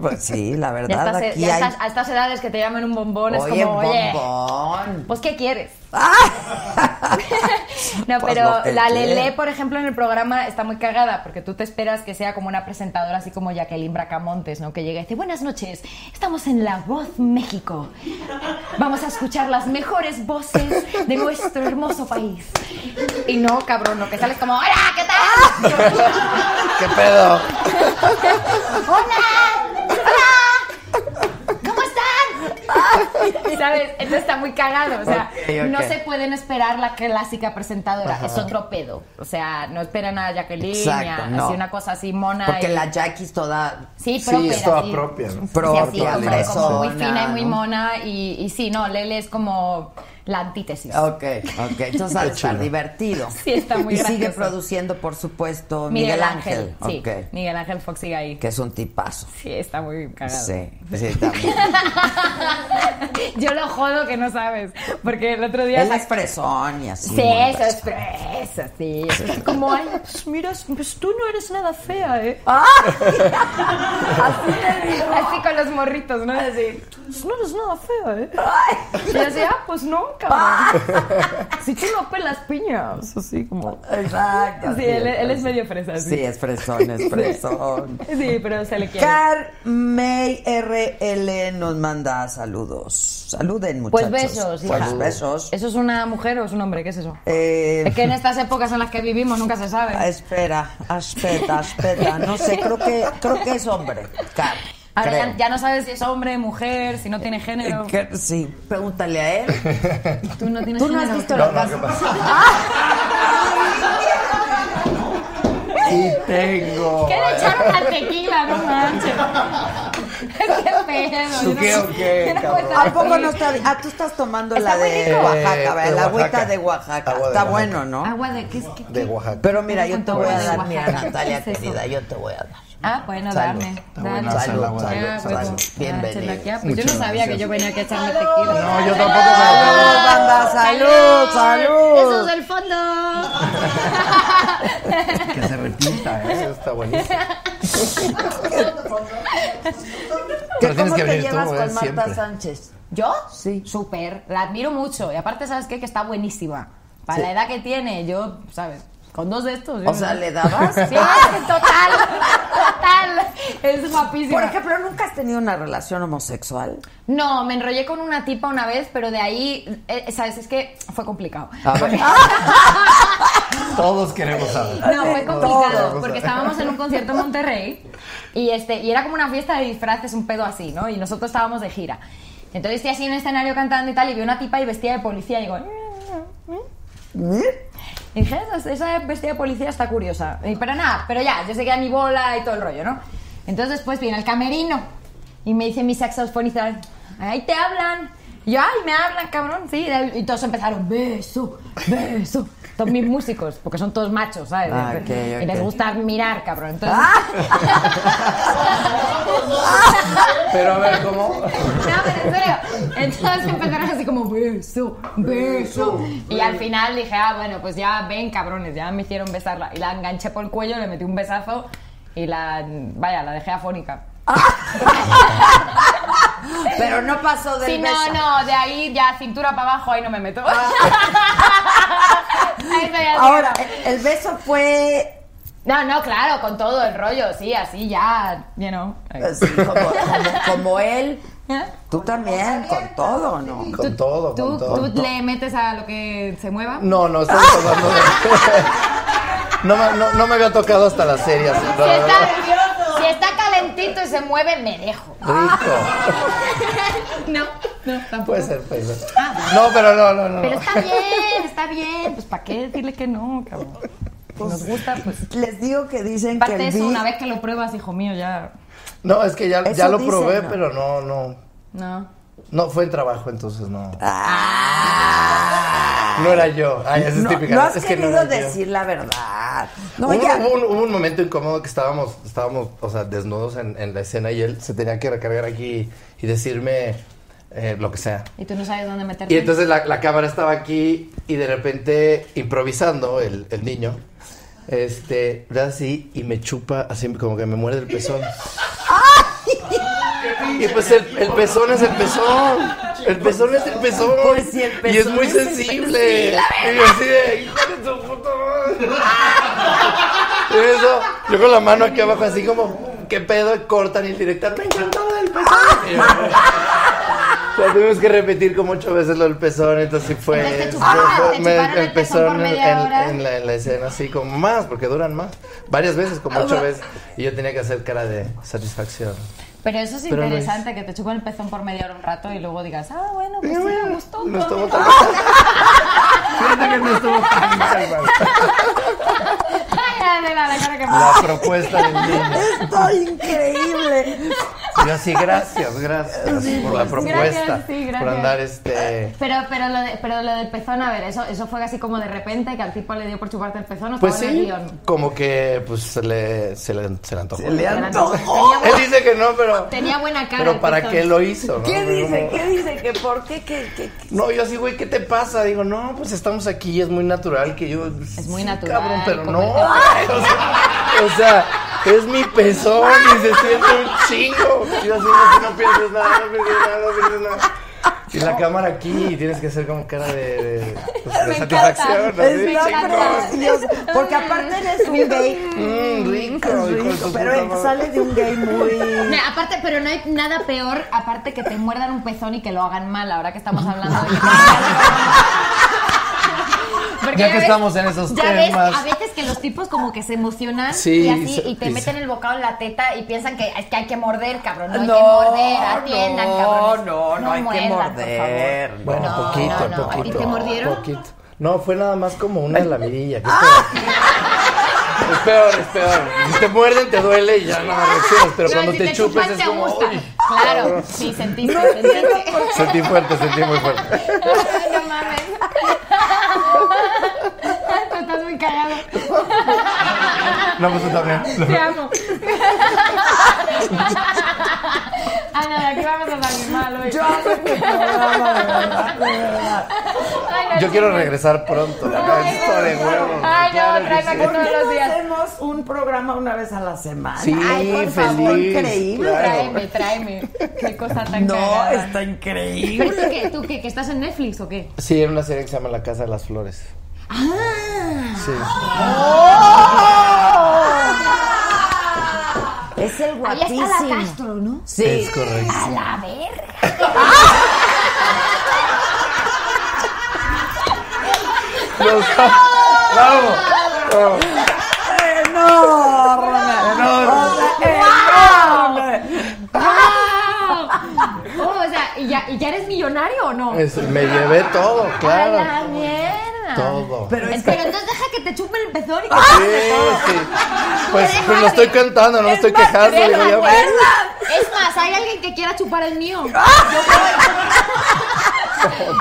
[SPEAKER 1] pues sí, la
[SPEAKER 8] Ya
[SPEAKER 1] verdad,
[SPEAKER 8] estas,
[SPEAKER 1] aquí
[SPEAKER 8] ya
[SPEAKER 1] hay.
[SPEAKER 8] estas- a estas edades que te llaman un bombón
[SPEAKER 1] Oye,
[SPEAKER 8] es como, oye,
[SPEAKER 1] bombón.
[SPEAKER 8] pues, ¿qué quieres? no,
[SPEAKER 1] Pues
[SPEAKER 8] pero
[SPEAKER 1] lo que
[SPEAKER 8] la
[SPEAKER 1] quieras.
[SPEAKER 8] Lele, por ejemplo, en el programa está muy cagada porque tú te esperas que sea como una presentadora así como Jacqueline Bracamontes, ¿no? Que llega y dice, buenas noches, estamos en La Voz México. Vamos a escuchar las mejores voces de nuestro hermoso país. Y no, cabrón, no, que sales como, hola, ¿qué tal?
[SPEAKER 2] ¿Qué pedo?
[SPEAKER 8] ¡Hola! ¡Hola! ¿Cómo están? ¿Sabes? Eso está muy cagado. O sea,
[SPEAKER 2] Ok, ok.
[SPEAKER 8] no se pueden esperar la clásica presentadora. Es otro pedo. O sea, no esperan a Jacqueline,
[SPEAKER 1] Exacto,
[SPEAKER 8] a-
[SPEAKER 1] no.
[SPEAKER 8] así una cosa así mona.
[SPEAKER 1] Porque
[SPEAKER 8] y-
[SPEAKER 1] la Jackie es toda
[SPEAKER 8] Sí, propia.
[SPEAKER 2] Sí, es toda
[SPEAKER 8] así.
[SPEAKER 2] propia. ¿no?
[SPEAKER 8] Sí,
[SPEAKER 1] propia,
[SPEAKER 8] así, como- como, muy
[SPEAKER 1] fresona,
[SPEAKER 8] fina y muy
[SPEAKER 1] ¿no?
[SPEAKER 8] mona. Y, y sí, no, Lele es como la antítesis.
[SPEAKER 1] Ok, ok. Entonces ha de estar divertido.
[SPEAKER 8] Sí, está muy
[SPEAKER 1] Y sigue
[SPEAKER 8] gracioso.
[SPEAKER 1] produciendo, por supuesto, Miguel, Ángel.
[SPEAKER 8] Sí,
[SPEAKER 1] Ok.
[SPEAKER 8] Miguel Ángel Fox sigue ahí.
[SPEAKER 1] Que es un tipazo.
[SPEAKER 8] Sí, está muy cagado.
[SPEAKER 1] Sí, sí, también.
[SPEAKER 8] Yo lo jodo que no sabes. Porque el otro día.
[SPEAKER 1] Él es fresón y así.
[SPEAKER 8] Sí,
[SPEAKER 1] muy
[SPEAKER 8] eso es
[SPEAKER 1] fresón.
[SPEAKER 8] fresa, sí. Como, ay, pues mira, pues tú no eres nada fea, ¿eh?
[SPEAKER 1] Ah.
[SPEAKER 8] Así, así con los morritos, ¿no? Así, pues no eres nada fea, ¿eh? Y yo así, ah, pues no, cabrón. Si tú no pelas piñas, así como...
[SPEAKER 1] Exacto.
[SPEAKER 8] Sí, él, él es medio fresa, sí.
[SPEAKER 1] Sí, es fresón, es fresón.
[SPEAKER 8] Sí, pero se le quiere.
[SPEAKER 1] Car May RL nos manda saludos. Saluden, muchachos.
[SPEAKER 8] Pues besos, hija.
[SPEAKER 1] Pues besos.
[SPEAKER 8] ¿Eso es una mujer o es un hombre? ¿Qué es eso?
[SPEAKER 1] Eh, Ah,
[SPEAKER 8] Es que en estas épocas en las que vivimos nunca se sabe.
[SPEAKER 1] Espera, espera, espera. No sé, creo que, creo que es hombre, Car.
[SPEAKER 8] Ahora
[SPEAKER 1] creo. Eh,
[SPEAKER 8] ya, ya no sabes si es hombre, mujer, si no tiene género.
[SPEAKER 1] Que- Sí, pregúntale a él.
[SPEAKER 8] Tú no tienes
[SPEAKER 1] Tú no has
[SPEAKER 8] género.
[SPEAKER 1] visto
[SPEAKER 2] No,
[SPEAKER 1] la
[SPEAKER 2] no, ¿qué
[SPEAKER 1] casa. Ah,
[SPEAKER 2] pasa? Sí tengo.
[SPEAKER 8] ¿Qué le echaron al tequila? No manches. qué pedo.
[SPEAKER 2] ¿Tú
[SPEAKER 8] yo
[SPEAKER 2] qué
[SPEAKER 8] no-
[SPEAKER 2] o qué,
[SPEAKER 8] yo no puedo
[SPEAKER 2] cabrón?
[SPEAKER 8] estar
[SPEAKER 1] ¿A poco
[SPEAKER 8] aquí.
[SPEAKER 1] no está? Ah, tú estás tomando la
[SPEAKER 8] Está muy
[SPEAKER 1] de
[SPEAKER 8] rico.
[SPEAKER 1] Oaxaca, ¿verdad?
[SPEAKER 2] Eh,
[SPEAKER 1] la
[SPEAKER 2] de
[SPEAKER 1] agüita
[SPEAKER 2] Oaxaca.
[SPEAKER 1] de Oaxaca.
[SPEAKER 2] Agua de
[SPEAKER 1] está
[SPEAKER 2] Oaxaca.
[SPEAKER 1] bueno, ¿no?
[SPEAKER 8] Agua de qué es que.
[SPEAKER 2] De Oaxaca.
[SPEAKER 1] Pero mira, yo te
[SPEAKER 8] ¿Cuánto
[SPEAKER 1] voy a
[SPEAKER 8] agua de
[SPEAKER 1] dar mi
[SPEAKER 8] Oaxaca?
[SPEAKER 1] Natalia
[SPEAKER 8] ¿Qué es eso?
[SPEAKER 1] querida, yo te voy a dar.
[SPEAKER 8] Ah, bueno,
[SPEAKER 1] Salud.
[SPEAKER 8] dame.
[SPEAKER 1] Está
[SPEAKER 8] Dale.
[SPEAKER 2] buena, salud,
[SPEAKER 8] Ah,
[SPEAKER 2] salud,
[SPEAKER 8] huevo.
[SPEAKER 2] salud.
[SPEAKER 1] Bienvenido.
[SPEAKER 8] Ah, chelaquía. Pues yo no
[SPEAKER 2] Muchas
[SPEAKER 8] sabía
[SPEAKER 2] gracias.
[SPEAKER 8] que yo venía aquí a echarme tequila.
[SPEAKER 2] No, yo tampoco me lo acabo.
[SPEAKER 1] Salud, banda, salud, salud.
[SPEAKER 8] Eso es del fondo.
[SPEAKER 2] Que se repita, ¿eh? Eso está buenísimo.
[SPEAKER 1] ¿Qué,
[SPEAKER 2] Pero tienes
[SPEAKER 1] ¿Cómo
[SPEAKER 2] que
[SPEAKER 1] te
[SPEAKER 2] abrir tú,
[SPEAKER 1] llevas
[SPEAKER 2] ¿eh?
[SPEAKER 1] con Marta
[SPEAKER 2] Siempre.
[SPEAKER 1] Sánchez?
[SPEAKER 8] ¿Yo?
[SPEAKER 1] Sí.
[SPEAKER 8] Súper. La admiro mucho. Y aparte, ¿sabes qué? Que está buenísima. Para
[SPEAKER 1] Sí.
[SPEAKER 8] la edad que tiene, yo, ¿sabes? Con dos de estos. yo
[SPEAKER 1] O sea,
[SPEAKER 8] no-
[SPEAKER 1] ¿le dabas?
[SPEAKER 8] Sí, total. Total. Es guapísima.
[SPEAKER 1] Por ejemplo, ¿nunca has tenido una relación homosexual?
[SPEAKER 8] No, me enrollé con una tipa una vez, pero de ahí, eh, ¿sabes? Es que fue complicado.
[SPEAKER 2] A ver. Todos queremos saber.
[SPEAKER 8] No, fue
[SPEAKER 2] Todos.
[SPEAKER 8] complicado, porque estábamos en un concierto en Monterrey y, este, y era como una fiesta de disfraces, un pedo así, ¿no? Y nosotros estábamos de gira. Entonces estoy así en el escenario cantando y tal, y vi una tipa y vestida de policía y digo... "Mm, mm, mm". Y dije, esa, esa vestida de policía está curiosa. Y, pero nada, pero ya, yo seguía mi bola y todo el rollo, ¿no? Entonces después viene el camerino y me dice mi saxofonista, ahí te hablan. Y yo, ay, me hablan, cabrón, sí. Y todos empezaron, beso, beso. Todos mis músicos, porque son todos machos, ¿sabes?
[SPEAKER 1] Ah, ok,
[SPEAKER 8] Y les
[SPEAKER 1] ok.
[SPEAKER 8] gusta mirar, cabrón. Entonces,
[SPEAKER 2] Pero a ver, ¿cómo?
[SPEAKER 8] No, pero en serio. Entonces empezaron así como beso, beso. Y al final dije, ah, bueno, pues ya ven, cabrones, ya me hicieron besarla. Y la enganché por el cuello, le metí un besazo y la, vaya, la dejé afónica.
[SPEAKER 1] Pero no pasó del
[SPEAKER 8] Sí, no,
[SPEAKER 1] beso.
[SPEAKER 8] no, de ahí ya cintura para abajo, ahí no me meto. Ahí estoy así.
[SPEAKER 1] Ahora, el, el beso fue
[SPEAKER 2] No, no, claro, con todo el rollo, sí, así ya, you know.
[SPEAKER 8] Eh,
[SPEAKER 1] Así pues, como, como- como él. Tú también, con todo, ¿no?
[SPEAKER 8] Con todo,
[SPEAKER 2] ¿Tú,
[SPEAKER 8] con todo.
[SPEAKER 2] tú le metes a lo que se mueva?
[SPEAKER 8] No, no, estamos hablando de... No, me- no, no me había tocado hasta las series. la
[SPEAKER 2] Si está,
[SPEAKER 8] verdad.
[SPEAKER 2] si está calentito y se mueve, me dejo.
[SPEAKER 8] Rico.
[SPEAKER 2] No, no, tampoco. Ah,
[SPEAKER 8] Puede ser, puede ser. No, pero no, no, no.
[SPEAKER 2] Pero
[SPEAKER 8] no.
[SPEAKER 2] está bien, está bien. Pues, ¿para qué decirle que no, cabrón? Si Nos gusta, pues.
[SPEAKER 1] Les digo que dicen que
[SPEAKER 2] Aparte de
[SPEAKER 1] el
[SPEAKER 2] eso,
[SPEAKER 1] vi-
[SPEAKER 2] una vez que lo pruebas, hijo mío, ya.
[SPEAKER 8] No, es que ya, ya
[SPEAKER 1] Eso
[SPEAKER 8] lo
[SPEAKER 1] dicen,
[SPEAKER 8] probé,
[SPEAKER 1] ¿no?
[SPEAKER 8] pero no, no.
[SPEAKER 2] No.
[SPEAKER 8] No, fue en trabajo, entonces no. No era yo. Ay, esa es
[SPEAKER 1] Ah. no,
[SPEAKER 8] típica.
[SPEAKER 1] no has
[SPEAKER 8] es que no
[SPEAKER 1] querido
[SPEAKER 8] era yo.
[SPEAKER 1] decir la verdad. No,
[SPEAKER 8] Hubo,
[SPEAKER 1] ya.
[SPEAKER 8] hubo un, hubo un momento incómodo que estábamos, estábamos o sea, desnudos en, en la escena y él se tenía que recargar aquí y decirme eh, lo que sea.
[SPEAKER 2] Y tú no sabes dónde meterte.
[SPEAKER 8] Y entonces la, la cámara estaba aquí y de repente improvisando el, el niño, este, le hace así y me chupa, así como que me muerde el pezón. Y pues el, el pezón es el pezón. El pezón es el pezón.
[SPEAKER 1] Pues sí, el
[SPEAKER 8] y es
[SPEAKER 1] pezón
[SPEAKER 8] muy
[SPEAKER 1] es el
[SPEAKER 8] sensible.
[SPEAKER 1] pezón. Sí, la
[SPEAKER 8] y yo así de, hijo de su puta madre. Y eso, yo con la mano aquí abajo, así como, ¿qué pedo? Y Cortan y el director, me encantó el pezón. Y yo, lo tuvimos que repetir como ocho veces lo del pezón, entonces sí fue.
[SPEAKER 2] Entonces te chuparon,
[SPEAKER 8] fue-
[SPEAKER 2] te chuparon el pezón por
[SPEAKER 8] en,
[SPEAKER 2] media
[SPEAKER 8] en-
[SPEAKER 2] hora.
[SPEAKER 8] en la, en la escena, así como más, porque duran más. Varias veces, como ocho veces. Y yo tenía que hacer cara de satisfacción.
[SPEAKER 2] Pero eso es
[SPEAKER 8] Pero no es-
[SPEAKER 2] interesante, que te chupan el pezón por media hora un rato y luego digas, ah, bueno, pues sí, me gustó.
[SPEAKER 8] No
[SPEAKER 2] todo".
[SPEAKER 8] estuvo tan mal. Fíjate que no estuvo tan mal, man.
[SPEAKER 2] Ay, de la de cara que
[SPEAKER 8] La propuesta del niño.
[SPEAKER 1] Está increíble.
[SPEAKER 8] Yo sí, gracias, gracias por la propuesta.
[SPEAKER 2] sí, gracias.
[SPEAKER 8] Por andar este.
[SPEAKER 2] Pero, pero, lo de- pero lo del pezón, a ver, eso, eso fue así como de repente que al tipo le dio por chuparte el pezón o
[SPEAKER 8] Pues
[SPEAKER 2] estaba en el
[SPEAKER 8] sí,
[SPEAKER 2] guión.
[SPEAKER 8] como que pues se le, se le, se le antojó.
[SPEAKER 1] Le
[SPEAKER 2] Era-
[SPEAKER 1] antojó.
[SPEAKER 8] Él dice que no, pero.
[SPEAKER 2] Tenía buena cara.
[SPEAKER 8] Pero
[SPEAKER 2] el
[SPEAKER 8] para
[SPEAKER 2] pezón.
[SPEAKER 8] qué lo hizo, ¿no?
[SPEAKER 1] ¿Qué
[SPEAKER 8] Pero
[SPEAKER 1] dice?
[SPEAKER 8] no-
[SPEAKER 1] ¿Qué dice? ¿Que por qué? ¿Qué, qué, qué?
[SPEAKER 8] No, yo así, güey, ¿qué te pasa? Digo, no, pues estamos aquí y es muy natural que yo.
[SPEAKER 2] Es
[SPEAKER 8] Sí,
[SPEAKER 2] muy natural,
[SPEAKER 8] Cabrón, pero
[SPEAKER 2] como
[SPEAKER 8] no.
[SPEAKER 2] el-
[SPEAKER 8] O sea, o sea, es mi pezón y se siente un chingo. Yo así, no, sí, no pienses nada, no pienses nada, no pienses nada. Y la cámara aquí y tienes que hacer como cara de, de, pues, de satisfacción. ¿no?
[SPEAKER 1] Es
[SPEAKER 8] Sí,
[SPEAKER 1] la
[SPEAKER 8] chingón.
[SPEAKER 1] preciosa, Porque aparte eres un gay.
[SPEAKER 8] Mm, rico,
[SPEAKER 1] Es
[SPEAKER 8] hijo de
[SPEAKER 1] rico,
[SPEAKER 8] tu
[SPEAKER 1] pero
[SPEAKER 8] puta
[SPEAKER 1] él
[SPEAKER 8] madre.
[SPEAKER 1] sale de un gay muy.
[SPEAKER 2] Mira, aparte, pero no hay nada peor, aparte que te muerdan un pezón y que lo hagan mal, ahora que estamos hablando de que- Porque
[SPEAKER 8] Ya que
[SPEAKER 2] ves-
[SPEAKER 8] estamos en esos
[SPEAKER 2] ya
[SPEAKER 8] temas.
[SPEAKER 2] Ves, a veces que los tipos como que se emocionan
[SPEAKER 8] Sí,
[SPEAKER 2] y así,
[SPEAKER 8] se-
[SPEAKER 2] y te
[SPEAKER 8] y se-
[SPEAKER 2] meten el bocado en la teta y piensan que es que hay que morder, cabrón. No, hay que
[SPEAKER 1] No,
[SPEAKER 2] morder, atiendan,
[SPEAKER 1] no,
[SPEAKER 2] cabrón.
[SPEAKER 1] no, no hay que
[SPEAKER 2] muerdan, por
[SPEAKER 1] morder,
[SPEAKER 2] favor.
[SPEAKER 8] Bueno,
[SPEAKER 2] No,
[SPEAKER 8] poquito,
[SPEAKER 2] no, no. ¿A ti
[SPEAKER 8] poquito.
[SPEAKER 2] te mordieron?
[SPEAKER 8] Poquito. No, fue nada más como una lamidilla. que es peor. Es peor, es peor. Si te muerden, te duele y ya no reaccionas. Pero
[SPEAKER 2] No,
[SPEAKER 8] cuando
[SPEAKER 2] si
[SPEAKER 8] te, chupas,
[SPEAKER 2] chupan,
[SPEAKER 8] es como.
[SPEAKER 2] gusta.
[SPEAKER 8] "Uy".
[SPEAKER 2] Claro, sí, sentiste, sentiste.
[SPEAKER 8] Sentí fuerte, sentí muy fuerte.
[SPEAKER 2] No mames. Tú estás muy cagado.
[SPEAKER 8] No, pues tú también.
[SPEAKER 2] Te amo. Ana, de Ah, aquí vamos a salir mal hoy.
[SPEAKER 1] Yo amo este programa, de verdad, de verdad.
[SPEAKER 2] Ay, no,
[SPEAKER 8] Yo
[SPEAKER 2] sí.
[SPEAKER 8] quiero regresar pronto.
[SPEAKER 2] Ay,
[SPEAKER 8] Esto de
[SPEAKER 2] no.
[SPEAKER 8] huevo.
[SPEAKER 2] Ay, no, tráeme aquí
[SPEAKER 1] ¿Por
[SPEAKER 2] todos
[SPEAKER 1] qué
[SPEAKER 2] los
[SPEAKER 1] no
[SPEAKER 2] días.
[SPEAKER 1] hacemos un programa una vez a la semana?
[SPEAKER 8] Sí,
[SPEAKER 2] Ay, por favor,
[SPEAKER 8] feliz.
[SPEAKER 1] increíble.
[SPEAKER 8] claro.
[SPEAKER 2] Tráeme, tráeme. Qué cosa tan
[SPEAKER 1] No,
[SPEAKER 2] cagada.
[SPEAKER 1] está
[SPEAKER 2] ¿Pero
[SPEAKER 1] increíble.
[SPEAKER 2] tú qué? ¿Tú qué? ¿Que estás en Netflix o qué?
[SPEAKER 8] Sí, era una serie que se llama La Casa de las Flores.
[SPEAKER 2] Ah.
[SPEAKER 8] Sí.
[SPEAKER 1] Es el
[SPEAKER 2] Ahí está la
[SPEAKER 1] guapísimo.
[SPEAKER 2] Castro, ¿no?
[SPEAKER 8] Es
[SPEAKER 1] Sí.
[SPEAKER 8] correcto.
[SPEAKER 2] A la verga.
[SPEAKER 8] Nos- Vamos. Vamos.
[SPEAKER 1] Enorme.
[SPEAKER 8] Enorme.
[SPEAKER 1] Enorme.
[SPEAKER 2] ¡Wow! Oh, o sea, ¿y ya, y ya eres millonario o no?
[SPEAKER 8] Es- me llevé todo,
[SPEAKER 2] ¡A la
[SPEAKER 8] claro.
[SPEAKER 2] mierda!
[SPEAKER 8] Todo. Ah,
[SPEAKER 1] Pero es
[SPEAKER 2] Pero
[SPEAKER 1] que
[SPEAKER 2] entonces deja que te chupen el pezón y
[SPEAKER 8] Sí, sí. Pues, pues lo estoy cantando, no me estoy quejando.
[SPEAKER 2] Es
[SPEAKER 8] digo,
[SPEAKER 2] más,
[SPEAKER 8] ya ves.
[SPEAKER 2] es más, hay alguien que quiera chupar el mío.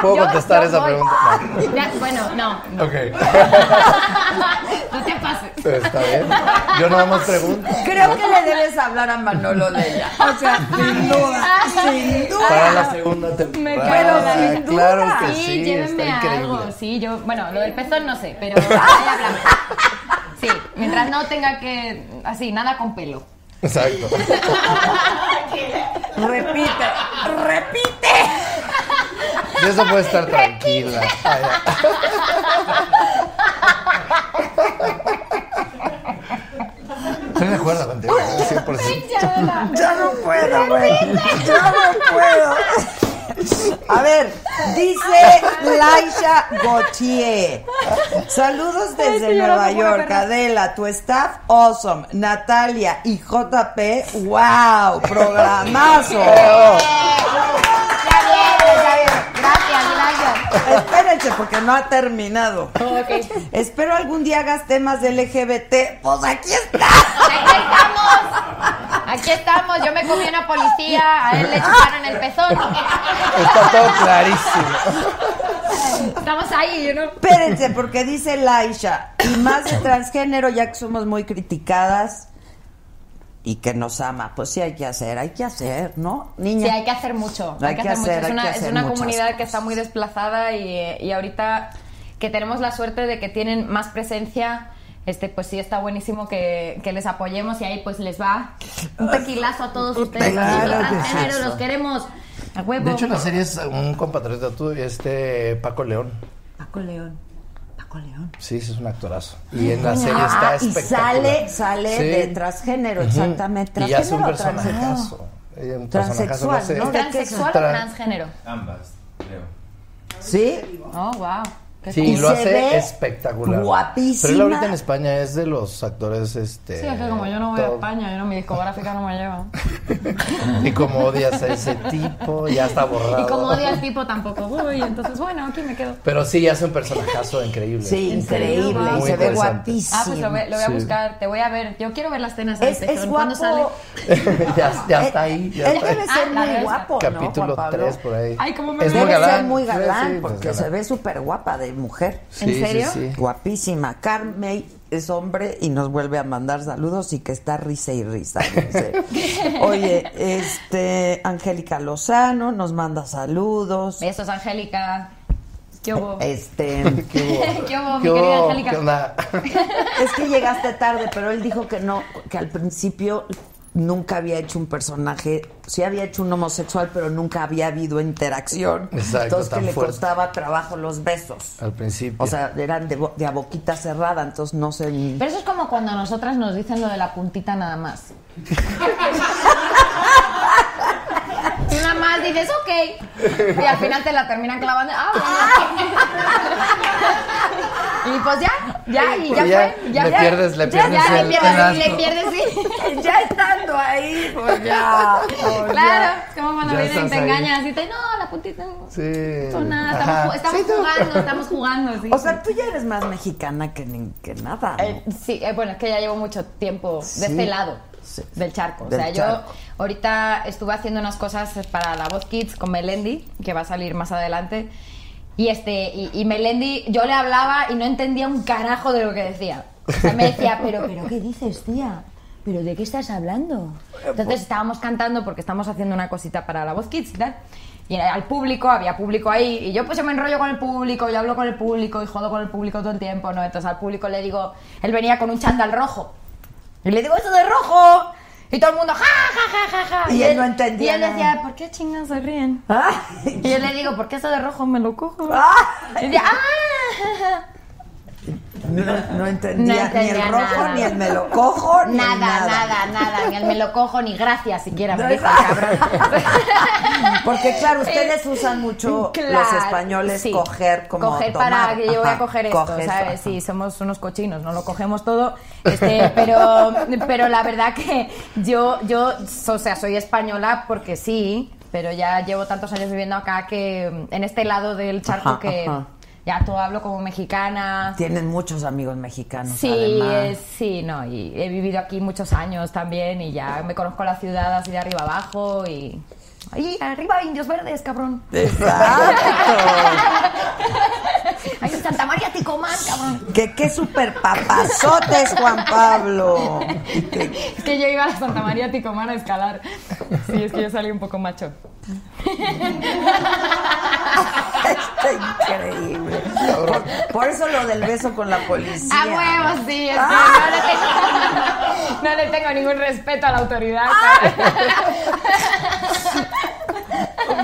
[SPEAKER 8] ¿Puedo
[SPEAKER 2] Yo-
[SPEAKER 8] contestar
[SPEAKER 2] yo
[SPEAKER 8] esa
[SPEAKER 2] voy.
[SPEAKER 8] pregunta?
[SPEAKER 2] Ya, bueno, no.
[SPEAKER 8] No. Ok.
[SPEAKER 2] No te pases.
[SPEAKER 8] Está bien. Yo nada más pregunto.
[SPEAKER 1] creo que le debes hablar a Manolo Ah, Leia. O sea, sin duda, sin duda.
[SPEAKER 8] Para la segunda
[SPEAKER 2] Ah,
[SPEAKER 8] temporada.
[SPEAKER 2] Me cago en la
[SPEAKER 8] Ah,
[SPEAKER 2] vida.
[SPEAKER 8] Claro que sí. está
[SPEAKER 2] llévenme a
[SPEAKER 8] increíble.
[SPEAKER 2] algo. Sí, yo, bueno, lo del pezón no sé, pero ahí hablamos. Sí, mientras no tenga que, así, nada con pelo.
[SPEAKER 8] Exacto.
[SPEAKER 1] Repite, repite.
[SPEAKER 8] De eso puede estar tranquila. Ay, ay. Estoy de acuerdo contigo, 100%.
[SPEAKER 1] Ya no puedo, güey. Ya no puedo. A ver, dice Laisha Gauthier. Saludos desde
[SPEAKER 9] Ay,
[SPEAKER 1] Nueva
[SPEAKER 9] señora, no puedo
[SPEAKER 1] York, Adela, tu staff awesome, Natalia y JP, wow, programazo.
[SPEAKER 9] Gracias, gracias.
[SPEAKER 1] Espérense porque no ha terminado. Espero algún día hagas temas de LGBT. Pues aquí está.
[SPEAKER 7] Aquí estamos, yo me comí una policía, a él le chuparon el pezón.
[SPEAKER 8] Está todo clarísimo.
[SPEAKER 7] Estamos ahí, ¿no?
[SPEAKER 1] Espérense, porque dice Laisha, y más de transgénero, ya que somos muy criticadas y que nos ama, pues sí hay que hacer, hay que hacer, ¿no? Niña.
[SPEAKER 7] Sí, hay que hacer mucho.
[SPEAKER 1] Hay
[SPEAKER 7] Hay,
[SPEAKER 1] que
[SPEAKER 7] que hacer,
[SPEAKER 1] hacer,
[SPEAKER 7] mucho.
[SPEAKER 1] hay que
[SPEAKER 7] Es una, es
[SPEAKER 1] hacer
[SPEAKER 7] una
[SPEAKER 1] muchas
[SPEAKER 7] comunidad que está muy desplazada y, eh, y ahorita que tenemos la suerte de que tienen más presencia. Este, pues sí, está buenísimo que, que les apoyemos y ahí pues les va un tequilazo a todos ustedes.
[SPEAKER 8] Claro
[SPEAKER 7] Los
[SPEAKER 8] que sí.
[SPEAKER 7] transgéneros, Ah, los queremos. A huevo.
[SPEAKER 8] De hecho, en la serie es un compatriota tuyo, este Paco León.
[SPEAKER 7] Paco León. Paco León.
[SPEAKER 8] Sí, ese es un actorazo. Y en la
[SPEAKER 1] Coño.
[SPEAKER 8] serie está
[SPEAKER 1] Ah, y
[SPEAKER 8] espectacular.
[SPEAKER 1] sale, sale
[SPEAKER 8] Sí.
[SPEAKER 1] de transgénero,
[SPEAKER 8] Ujú.
[SPEAKER 1] exactamente.
[SPEAKER 8] Y hace un
[SPEAKER 1] ¿Transgénero o transexual?
[SPEAKER 8] personajazo. Eh, Un personajazo,
[SPEAKER 1] Transexual, ¿no?
[SPEAKER 8] no sé.
[SPEAKER 7] ¿Transexual o
[SPEAKER 8] Tra-
[SPEAKER 7] transgénero?
[SPEAKER 10] Ambas, creo.
[SPEAKER 1] Sí.
[SPEAKER 7] Oh, wow. Qué
[SPEAKER 8] Sí,
[SPEAKER 7] cool.
[SPEAKER 8] lo hace espectacular.
[SPEAKER 1] guapísima.
[SPEAKER 8] Pero él ahorita en España es de los actores, este...
[SPEAKER 7] Sí, es que como yo no voy a
[SPEAKER 8] top.
[SPEAKER 7] España, yo no, mi discográfica no me lleva.
[SPEAKER 8] Y como odias a ese tipo, ya está borrado.
[SPEAKER 7] Y como odia al tipo tampoco. Uy, entonces, bueno, aquí me quedo.
[SPEAKER 8] Pero sí, hace un personajazo increíble.
[SPEAKER 1] Sí, increíble.
[SPEAKER 8] Muy
[SPEAKER 1] Y se ve
[SPEAKER 8] interesante.
[SPEAKER 1] guapísimo.
[SPEAKER 7] Ah, pues lo, ve- lo voy a
[SPEAKER 8] Sí.
[SPEAKER 7] buscar, te voy a ver. Yo quiero ver las cenas
[SPEAKER 1] Es,
[SPEAKER 7] del
[SPEAKER 1] es
[SPEAKER 7] pezón.
[SPEAKER 1] guapo.
[SPEAKER 7] ¿Cuándo sale?
[SPEAKER 8] ya, ya está ahí. ya
[SPEAKER 1] Él
[SPEAKER 8] está ahí.
[SPEAKER 1] debe ser
[SPEAKER 7] Ah, la
[SPEAKER 1] muy
[SPEAKER 7] verdad.
[SPEAKER 1] guapo, ¿no, Juan
[SPEAKER 8] Capítulo
[SPEAKER 1] Pablo?
[SPEAKER 8] 3 por ahí.
[SPEAKER 7] Ay, cómo me
[SPEAKER 8] Es
[SPEAKER 7] veo.
[SPEAKER 8] muy
[SPEAKER 1] Debe ser
[SPEAKER 8] galán.
[SPEAKER 1] muy
[SPEAKER 8] Sí, sí,
[SPEAKER 1] galán,
[SPEAKER 8] pues,
[SPEAKER 1] porque
[SPEAKER 8] galán.
[SPEAKER 1] se ve súper guapa de mujer.
[SPEAKER 8] Sí, sí,
[SPEAKER 7] serio?
[SPEAKER 8] sí.
[SPEAKER 1] Guapísima. Carmey es hombre y nos vuelve a mandar saludos y que está risa y risa. dice. Oye, este Angélica Lozano nos manda saludos.
[SPEAKER 7] Besos, Angélica. ¿Qué hubo?
[SPEAKER 1] Este,
[SPEAKER 8] ¿Qué hubo?
[SPEAKER 7] ¿Qué hubo, mi
[SPEAKER 8] ¿Qué
[SPEAKER 7] querida
[SPEAKER 8] hubo?
[SPEAKER 7] Angélica?
[SPEAKER 8] ¿Qué onda?
[SPEAKER 1] es que llegaste tarde, pero él dijo que no, que al principio nunca había hecho un personaje, sí había hecho un homosexual, pero nunca había habido interacción.
[SPEAKER 8] Exacto,
[SPEAKER 1] Entonces que
[SPEAKER 8] tan
[SPEAKER 1] le
[SPEAKER 8] fuerte.
[SPEAKER 1] costaba trabajo los besos.
[SPEAKER 8] Al principio.
[SPEAKER 1] O sea, eran de, bo- de a boquita cerrada, entonces no sé ni...
[SPEAKER 7] Pero eso es como cuando a nosotras nos dicen lo de la puntita nada más. Tú nada más dices, ok. Y al final te la terminan clavando. Ah, bueno. Y pues ya, ya, y ya,
[SPEAKER 8] Pues ya,
[SPEAKER 7] fue. Ya,
[SPEAKER 8] le
[SPEAKER 7] ya,
[SPEAKER 8] pierdes-
[SPEAKER 7] ya,
[SPEAKER 8] le pierdes
[SPEAKER 7] ya,
[SPEAKER 8] el-
[SPEAKER 7] le pierdes, sí, le pierdes,
[SPEAKER 8] el asco.
[SPEAKER 7] sí.
[SPEAKER 1] Ya estando ahí, pues ya. pues
[SPEAKER 7] Claro, es como cuando
[SPEAKER 8] Ya
[SPEAKER 7] vienen y
[SPEAKER 8] estás
[SPEAKER 7] te
[SPEAKER 8] ahí.
[SPEAKER 7] engañas y te no, la puntita no.
[SPEAKER 8] Sí.
[SPEAKER 7] son nada, estamos, ju-
[SPEAKER 8] Ajá.
[SPEAKER 7] estamos
[SPEAKER 8] Sí, tú.
[SPEAKER 7] jugando, estamos jugando. sí.
[SPEAKER 1] ya. O sea, tú ya eres más mexicana que, ni- que nada. ¿no?
[SPEAKER 7] Eh, sí, eh, bueno, es que ya llevo mucho tiempo de
[SPEAKER 1] Sí.
[SPEAKER 7] este lado del charco.
[SPEAKER 1] Del
[SPEAKER 7] o sea,
[SPEAKER 1] charco.
[SPEAKER 7] yo ahorita estuve haciendo unas cosas para la voz Kids con Melendi, que va a salir más adelante. Y este, y, y Melendi, yo le hablaba y no entendía un carajo de lo que decía. O sea, me decía, pero, pero ¿qué dices, tía? ¿Pero de qué estás hablando?
[SPEAKER 1] Eh, pues
[SPEAKER 7] Entonces estábamos cantando porque estamos haciendo una cosita para la voz Kids y tal. Y era al público, había público ahí. Y yo pues yo me enrollo con el público, y hablo con el público y jodo con el público todo el tiempo, ¿no? Entonces al público le digo, él venía con un chándal rojo. Y le digo, eso de rojo. Y todo el mundo, ja, ja, ja, ja, ja.
[SPEAKER 1] Y él no entendía
[SPEAKER 7] Y él
[SPEAKER 1] nada. Ah,
[SPEAKER 7] decía, ¿por qué chingas se ríen?
[SPEAKER 1] Ay,
[SPEAKER 7] Y yo le digo, ¿por qué eso de rojo me lo cojo?
[SPEAKER 1] Ah.
[SPEAKER 7] Y decía, ah.
[SPEAKER 1] no, no entendía,
[SPEAKER 7] No entendía
[SPEAKER 1] ni el rojo,
[SPEAKER 7] nada.
[SPEAKER 1] ni el me lo cojo, ni
[SPEAKER 7] Nada, nada, nada, Ni el me lo cojo, ni gracias siquiera me dijo el cabrón.
[SPEAKER 1] Porque claro, ustedes usan mucho los
[SPEAKER 7] Claro,
[SPEAKER 1] españoles
[SPEAKER 7] sí.
[SPEAKER 1] coger como
[SPEAKER 7] Coger
[SPEAKER 1] tomar.
[SPEAKER 7] para que yo voy a
[SPEAKER 1] Ajá,
[SPEAKER 7] coger esto,
[SPEAKER 1] coges,
[SPEAKER 7] ¿sabes?
[SPEAKER 1] ajá.
[SPEAKER 7] Sí, somos unos cochinos, no lo cogemos todo. Este, pero, pero la verdad que yo, yo, o sea, soy española porque sí, pero ya llevo tantos años viviendo acá que mm, en este lado del charco
[SPEAKER 1] Ajá,
[SPEAKER 7] que
[SPEAKER 1] ajá.
[SPEAKER 7] ya todo hablo como mexicana.
[SPEAKER 1] Tienen muchos amigos mexicanos
[SPEAKER 7] Sí,
[SPEAKER 1] además.
[SPEAKER 7] es- sí, no, y he vivido aquí muchos años también y ya me conozco la ciudad así de arriba abajo y... ¡Ahí, arriba indios verdes, cabrón!
[SPEAKER 1] Exacto.
[SPEAKER 7] ¡Ahí en Santa María Ticomán, cabrón!
[SPEAKER 1] que qué super papazotes, Juan Pablo.
[SPEAKER 7] Es que yo iba a la Santa María Ticomán a escalar. Sí, es que yo salí un poco macho.
[SPEAKER 1] Está increíble. Por, por eso lo del beso con la policía.
[SPEAKER 2] Ah,
[SPEAKER 7] ¡A huevos, Ah, sí! Ah. Es que no, le tengo, no le tengo ningún respeto a la autoridad. cabrón.